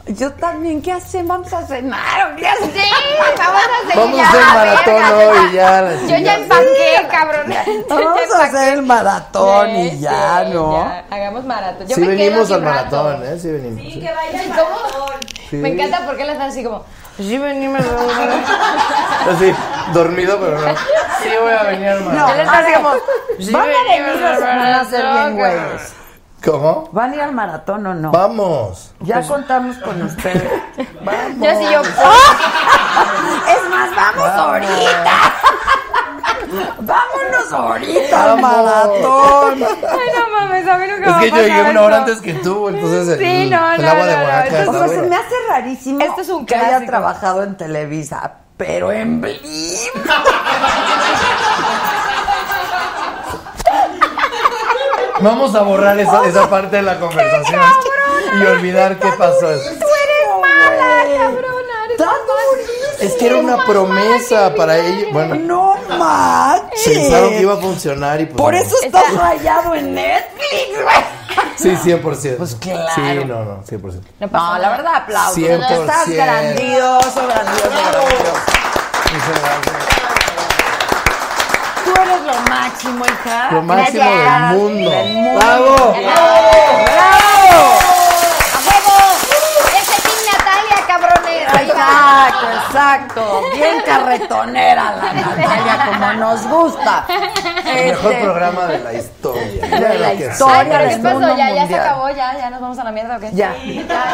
[SPEAKER 1] Yo también, ¿qué hacen? Vamos a cenar. ¿o ¿Qué hacen?
[SPEAKER 2] Sí, vamos a seguir.
[SPEAKER 8] Vamos a
[SPEAKER 2] ya,
[SPEAKER 8] hacer
[SPEAKER 2] la verga,
[SPEAKER 8] maratón hoy, ya, la
[SPEAKER 2] Yo ya
[SPEAKER 8] chingada.
[SPEAKER 2] empaqué, cabrón. Yo ya
[SPEAKER 1] Vamos a
[SPEAKER 2] empaqué.
[SPEAKER 1] hacer el maratón
[SPEAKER 2] Sí,
[SPEAKER 1] y Oh, ya,
[SPEAKER 2] sí,
[SPEAKER 1] ¿no?
[SPEAKER 2] ya, Hagamos maratón. Yo
[SPEAKER 8] Sí
[SPEAKER 2] me quedo
[SPEAKER 8] venimos
[SPEAKER 2] aquí
[SPEAKER 8] al
[SPEAKER 2] un rato.
[SPEAKER 8] maratón, ¿eh? Sí venimos.
[SPEAKER 19] Sí,
[SPEAKER 8] sí.
[SPEAKER 19] que baila el
[SPEAKER 2] ¿Cómo?
[SPEAKER 19] maratón.
[SPEAKER 8] Sí.
[SPEAKER 2] Me encanta porque las hacen así como. Sí, venimos.
[SPEAKER 8] Así, dormido, pero no. Sí voy a venir, hermano.
[SPEAKER 1] No,
[SPEAKER 2] les
[SPEAKER 1] a ver,
[SPEAKER 2] hacemos,
[SPEAKER 1] Van a
[SPEAKER 2] venimos
[SPEAKER 1] venir
[SPEAKER 2] al
[SPEAKER 1] las van a ser bien
[SPEAKER 2] maratón,
[SPEAKER 1] güeyes.
[SPEAKER 8] ¿Cómo?
[SPEAKER 1] ¿Van a ir al maratón o no?
[SPEAKER 8] Vamos.
[SPEAKER 1] Ya contamos con ustedes. Vamos.
[SPEAKER 2] Yo sí, yo.
[SPEAKER 1] Es más, vamos ahorita. Vámonos ahorita al
[SPEAKER 8] Vamos.
[SPEAKER 1] maratón.
[SPEAKER 2] Ay, no mames, a mí nunca
[SPEAKER 8] Es
[SPEAKER 2] me
[SPEAKER 8] que
[SPEAKER 2] va
[SPEAKER 8] yo
[SPEAKER 2] a
[SPEAKER 8] llegué
[SPEAKER 2] pasar
[SPEAKER 8] una hora
[SPEAKER 2] eso.
[SPEAKER 8] antes que tú, entonces el,
[SPEAKER 2] Sí, no,
[SPEAKER 8] el
[SPEAKER 2] no,
[SPEAKER 8] agua de
[SPEAKER 2] no, no,
[SPEAKER 8] Oaxaca
[SPEAKER 2] entonces-
[SPEAKER 8] está
[SPEAKER 1] O sea, se
[SPEAKER 8] buena.
[SPEAKER 1] me hace rarísimo
[SPEAKER 2] Esto es un
[SPEAKER 1] que haya
[SPEAKER 2] clásico.
[SPEAKER 1] trabajado en Televisa, pero en Blim.
[SPEAKER 8] Vamos a borrar esa, esa parte de la conversación y olvidar qué pasó.
[SPEAKER 2] Cabrona, eres
[SPEAKER 1] Tan
[SPEAKER 2] mamá.
[SPEAKER 8] Es que era una promesa para ella. Bueno,
[SPEAKER 1] No manches.
[SPEAKER 8] pensaron que iba a funcionar y pues.
[SPEAKER 1] Por
[SPEAKER 8] no.
[SPEAKER 1] eso estás rayado en Netflix, güey.
[SPEAKER 8] Sí, 100%. Pues
[SPEAKER 1] claro.
[SPEAKER 8] Sí, no, no, 100%.
[SPEAKER 2] No pasa
[SPEAKER 1] No, la
[SPEAKER 2] nada.
[SPEAKER 1] verdad, aplausos.
[SPEAKER 8] 100%.
[SPEAKER 1] Estás grandioso, grandioso, grandioso.
[SPEAKER 8] Muchas gracias.
[SPEAKER 1] Tú eres lo máximo, hija.
[SPEAKER 8] Lo máximo
[SPEAKER 1] Gracias.
[SPEAKER 8] del mundo.
[SPEAKER 1] Del mundo.
[SPEAKER 8] ¡Bravo!
[SPEAKER 1] ¡Bravo!
[SPEAKER 2] ¡A huevo! ¡Ese Team Natalia, cabrones! Ahí va.
[SPEAKER 1] Exacto, exacto. Bien carretonera la Natalia, como nos gusta.
[SPEAKER 8] El mejor
[SPEAKER 1] Este,
[SPEAKER 8] programa de la historia. Ya
[SPEAKER 1] De la
[SPEAKER 8] lo que
[SPEAKER 1] historia.
[SPEAKER 8] sea.
[SPEAKER 2] Pero ¿qué
[SPEAKER 1] del mundo
[SPEAKER 2] pasó? pues, Ya, ya se
[SPEAKER 1] mundial.
[SPEAKER 2] acabó, ya, ya nos vamos a la mierda, ¿o qué?
[SPEAKER 1] Ya.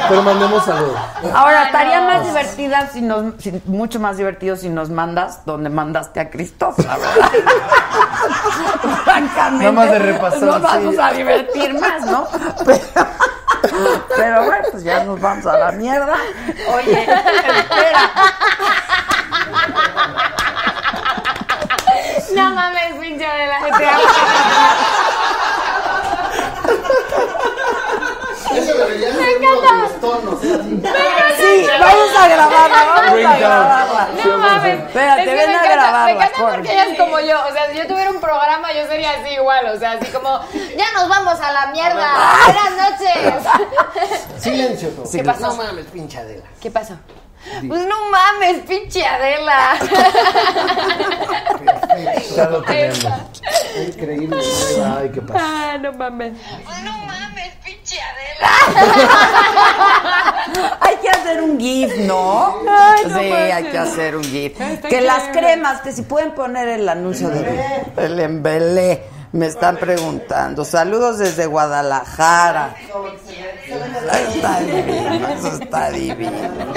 [SPEAKER 8] Pero mandemos saludos.
[SPEAKER 1] Ahora, estaría más divertida, si nos, si- mucho más divertido si nos mandas donde mandaste a Cristóbal, la verdad. Francamente.
[SPEAKER 8] Nada más de repasar,
[SPEAKER 1] Nos
[SPEAKER 8] sí.
[SPEAKER 1] vamos a divertir más, ¿no? Pero, pero bueno, pues ya nos vamos a la mierda. Oye, espera.
[SPEAKER 2] No mames, pinche de la gente.
[SPEAKER 5] Eso de deberías hacer uno de los tonos. así.
[SPEAKER 1] Sí, vamos a grabarla, vamos a grabarla.
[SPEAKER 2] No mames.
[SPEAKER 1] Espérate,
[SPEAKER 2] Es que
[SPEAKER 1] ven
[SPEAKER 2] me
[SPEAKER 1] a
[SPEAKER 2] encanta,
[SPEAKER 1] grabarla,
[SPEAKER 2] Me encanta
[SPEAKER 1] corre.
[SPEAKER 2] porque ella es como yo. O sea, si yo tuviera un programa, yo sería así igual. O sea, así como, ya nos vamos a la mierda. Buenas noches.
[SPEAKER 3] Silencio todo.
[SPEAKER 2] ¿Qué pasó?
[SPEAKER 3] No mames, pinchadela.
[SPEAKER 2] ¿Qué pasó? Pues no mames, pinche Adela.
[SPEAKER 8] Ya lo tenemos.
[SPEAKER 3] Increíble.
[SPEAKER 8] Ay, qué pasa.
[SPEAKER 2] Ah, no mames.
[SPEAKER 1] Hay que hacer un GIF, ¿no?
[SPEAKER 3] Ay,
[SPEAKER 1] sí,
[SPEAKER 3] no puede
[SPEAKER 1] hay
[SPEAKER 3] ser.
[SPEAKER 1] que hacer un GIF.
[SPEAKER 3] Está
[SPEAKER 1] Que las
[SPEAKER 3] increíble.
[SPEAKER 1] cremas, que si pueden poner el anuncio de el embelé, me están preguntando. Saludos desde Guadalajara. Está divino, eso está divino.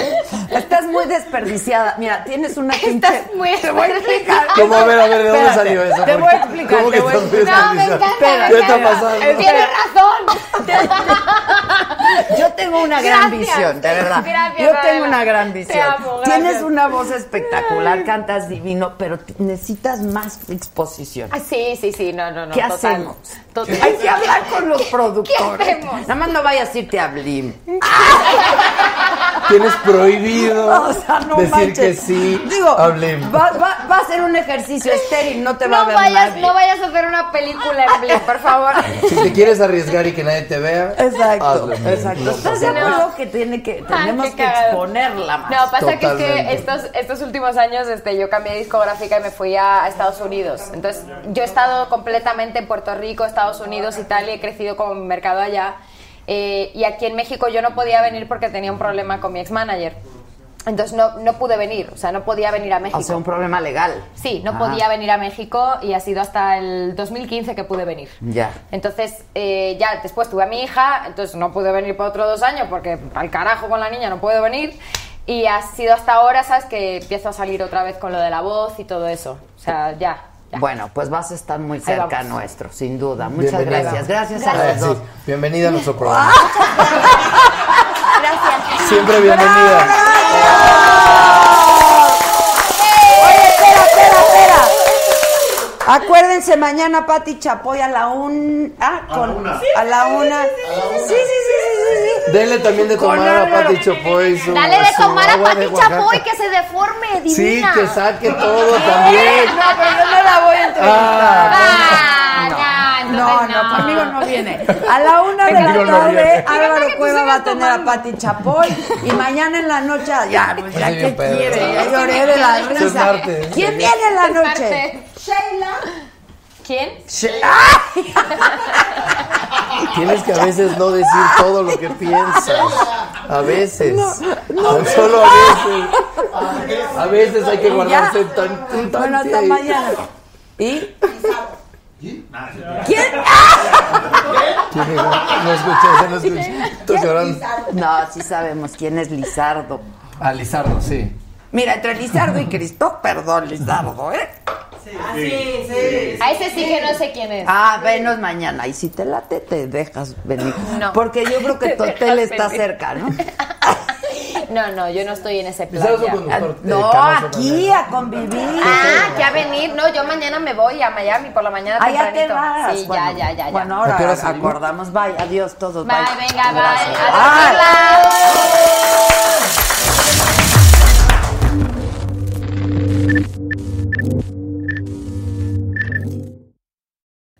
[SPEAKER 1] Estás muy desperdiciada. Mira, tienes una pinche... Estás
[SPEAKER 2] muy
[SPEAKER 1] Te voy a explicar.
[SPEAKER 8] ¿Cómo? A ver, a ver, ¿de dónde
[SPEAKER 1] Espérate,
[SPEAKER 8] salió eso?
[SPEAKER 1] Te
[SPEAKER 8] ¿Por
[SPEAKER 1] voy a
[SPEAKER 8] qué?
[SPEAKER 1] explicar.
[SPEAKER 8] ¿Cómo
[SPEAKER 1] te
[SPEAKER 8] que
[SPEAKER 1] voy a
[SPEAKER 8] estás muy
[SPEAKER 1] explicar.
[SPEAKER 2] No, me encanta.
[SPEAKER 1] Espérate,
[SPEAKER 2] me encanta.
[SPEAKER 1] espérate.
[SPEAKER 2] Tienes razón.
[SPEAKER 1] Yo tengo una gran visión, de verdad.
[SPEAKER 2] Gracias,
[SPEAKER 1] Yo tengo
[SPEAKER 2] Adela.
[SPEAKER 1] una gran
[SPEAKER 2] Te
[SPEAKER 1] visión.
[SPEAKER 2] amo, gracias.
[SPEAKER 1] Tienes una voz espectacular, cantas divino, pero t- necesitas más exposición.
[SPEAKER 2] Ah, sí, sí, sí, no, no, no.
[SPEAKER 1] ¿Qué
[SPEAKER 2] total.
[SPEAKER 1] hacemos?
[SPEAKER 2] Total.
[SPEAKER 1] Hay que hablar con los productores.
[SPEAKER 2] hacemos?
[SPEAKER 1] Nada más no vayas a irte a Blim.
[SPEAKER 8] Tienes prohibido
[SPEAKER 1] O sea, no
[SPEAKER 8] decir
[SPEAKER 1] manches.
[SPEAKER 8] que sí.
[SPEAKER 1] Digo,
[SPEAKER 8] hablemos.
[SPEAKER 1] Va, va- va a ser un ejercicio estéril, no te va a
[SPEAKER 2] No
[SPEAKER 1] ver
[SPEAKER 2] vayas,
[SPEAKER 1] nadie.
[SPEAKER 2] no vayas a hacer una película en Blim, por favor.
[SPEAKER 8] Si te quieres arriesgar y que nadie te vea,
[SPEAKER 1] Exacto,
[SPEAKER 8] hazlo.
[SPEAKER 1] Exacto. ¿Estás de
[SPEAKER 2] pasa nada.
[SPEAKER 1] acuerdo que tiene que
[SPEAKER 2] Ah,
[SPEAKER 1] tenemos
[SPEAKER 2] qué
[SPEAKER 1] que
[SPEAKER 2] cagado.
[SPEAKER 1] exponerla más?
[SPEAKER 2] No, pasa que es que
[SPEAKER 8] Totalmente.
[SPEAKER 2] estos, estos últimos años este, yo cambié de discográfica y me fui a, a Estados Unidos. Entonces, yo he estado completamente en Puerto Rico, Estados Unidos, Italia, he crecido como mercado allá. Eh, y aquí en México yo no podía venir porque tenía un problema con mi ex-manager. Entonces, no, no pude venir, o sea, no podía venir a México.
[SPEAKER 1] O sea, un problema legal.
[SPEAKER 2] Sí, no
[SPEAKER 1] Ajá.
[SPEAKER 2] podía venir a México y ha sido hasta el 2015 que pude venir.
[SPEAKER 1] Ya.
[SPEAKER 2] Entonces, eh, ya después tuve a mi hija, entonces no pude venir por otros dos años porque al carajo con la niña no puedo venir. Y ha sido hasta ahora, ¿sabes? Que empiezo a salir otra vez con lo de la voz y todo eso. O sea, ya.
[SPEAKER 1] Bueno, pues vas a estar muy
[SPEAKER 2] Ahí
[SPEAKER 1] cerca
[SPEAKER 2] vamos.
[SPEAKER 1] nuestro, sin duda. Muchas
[SPEAKER 8] Bienvenida.
[SPEAKER 1] gracias. Gracias, a
[SPEAKER 8] Ah,
[SPEAKER 1] los
[SPEAKER 8] sí.
[SPEAKER 1] dos.
[SPEAKER 8] Bienvenida a nuestro programa.
[SPEAKER 1] Ah.
[SPEAKER 2] Gracias.
[SPEAKER 8] Siempre bienvenida.
[SPEAKER 1] Oye, espera, espera, espera. Acuérdense, mañana Pati Chapoy a la un... ah, con- A la una. Sí, sí, sí, sí, sí, sí.
[SPEAKER 8] Denle también de
[SPEAKER 1] Con
[SPEAKER 8] tomar a
[SPEAKER 1] Álvaro.
[SPEAKER 8] Pati Chapoy su
[SPEAKER 2] Dale de
[SPEAKER 8] su
[SPEAKER 2] tomar a
[SPEAKER 8] agua de
[SPEAKER 2] Pati
[SPEAKER 8] Oaxaca.
[SPEAKER 2] Chapoy que se deforme, divina.
[SPEAKER 8] Sí, que saque todo también.
[SPEAKER 1] No, pero yo no la voy a entrevistar.
[SPEAKER 2] Ah, no,
[SPEAKER 1] No,
[SPEAKER 2] entonces
[SPEAKER 1] no, conmigo no viene. A la una de la
[SPEAKER 8] Conmigo no
[SPEAKER 1] tarde,
[SPEAKER 8] viene.
[SPEAKER 1] Álvaro
[SPEAKER 2] Fíjate que
[SPEAKER 1] Cueva
[SPEAKER 2] tú
[SPEAKER 1] va a
[SPEAKER 2] sigas
[SPEAKER 1] tener a Pati Chapoy. Y mañana en la noche, ya, pues ya
[SPEAKER 8] Sí,
[SPEAKER 1] que
[SPEAKER 8] bien pedo.
[SPEAKER 1] quiere,
[SPEAKER 8] Sí,
[SPEAKER 1] ya
[SPEAKER 8] sí,
[SPEAKER 1] lloré de la
[SPEAKER 8] Es
[SPEAKER 1] risa.
[SPEAKER 8] martes.
[SPEAKER 1] ¿Quién viene en la noche?
[SPEAKER 7] Sheila.
[SPEAKER 2] ¿Quién?
[SPEAKER 1] She- ¡Ah!
[SPEAKER 8] Tienes que a veces no decir todo lo que piensas. A veces. Tan solo a veces. A veces hay que guardarse tan, un tante
[SPEAKER 1] Bueno, hasta
[SPEAKER 8] ahí.
[SPEAKER 1] mañana. ¿Y? ¿Quién?
[SPEAKER 8] Tiene- No escuché, se no escuché. Estoy llorando.
[SPEAKER 1] No, sí sabemos quién es Lizardo.
[SPEAKER 8] A Lizardo, sí.
[SPEAKER 1] Mira, entre Lizardo y Cristo, perdón, Lizardo, ¿eh?
[SPEAKER 2] A ese sí que no sé quién es.
[SPEAKER 1] Ah, venos mañana. Y si te late, te dejas venir.
[SPEAKER 2] No.
[SPEAKER 1] Porque yo creo que
[SPEAKER 2] Te
[SPEAKER 1] tu
[SPEAKER 2] dejas
[SPEAKER 1] hotel está
[SPEAKER 2] venir.
[SPEAKER 1] cerca, ¿no?
[SPEAKER 2] No, no, yo no estoy en ese plan.
[SPEAKER 8] Lizardo
[SPEAKER 2] ya.
[SPEAKER 8] con- Mejor te
[SPEAKER 1] Ah, No,
[SPEAKER 8] canoso
[SPEAKER 1] aquí
[SPEAKER 8] mañana.
[SPEAKER 1] a convivir.
[SPEAKER 2] Ah, que a venir. No, yo mañana me voy a Miami por la mañana
[SPEAKER 1] Ah, ya te
[SPEAKER 2] tempranito.
[SPEAKER 1] vas.
[SPEAKER 2] Sí,
[SPEAKER 1] Bueno,
[SPEAKER 2] ya, ya, ya. ya.
[SPEAKER 1] Bueno,
[SPEAKER 8] ¿A qué
[SPEAKER 1] ahora
[SPEAKER 8] hora salimos?
[SPEAKER 1] acordamos. Bye, adiós todos.
[SPEAKER 2] Bye, venga, bye.
[SPEAKER 1] Gracias.
[SPEAKER 2] A
[SPEAKER 1] Bye.
[SPEAKER 2] lado.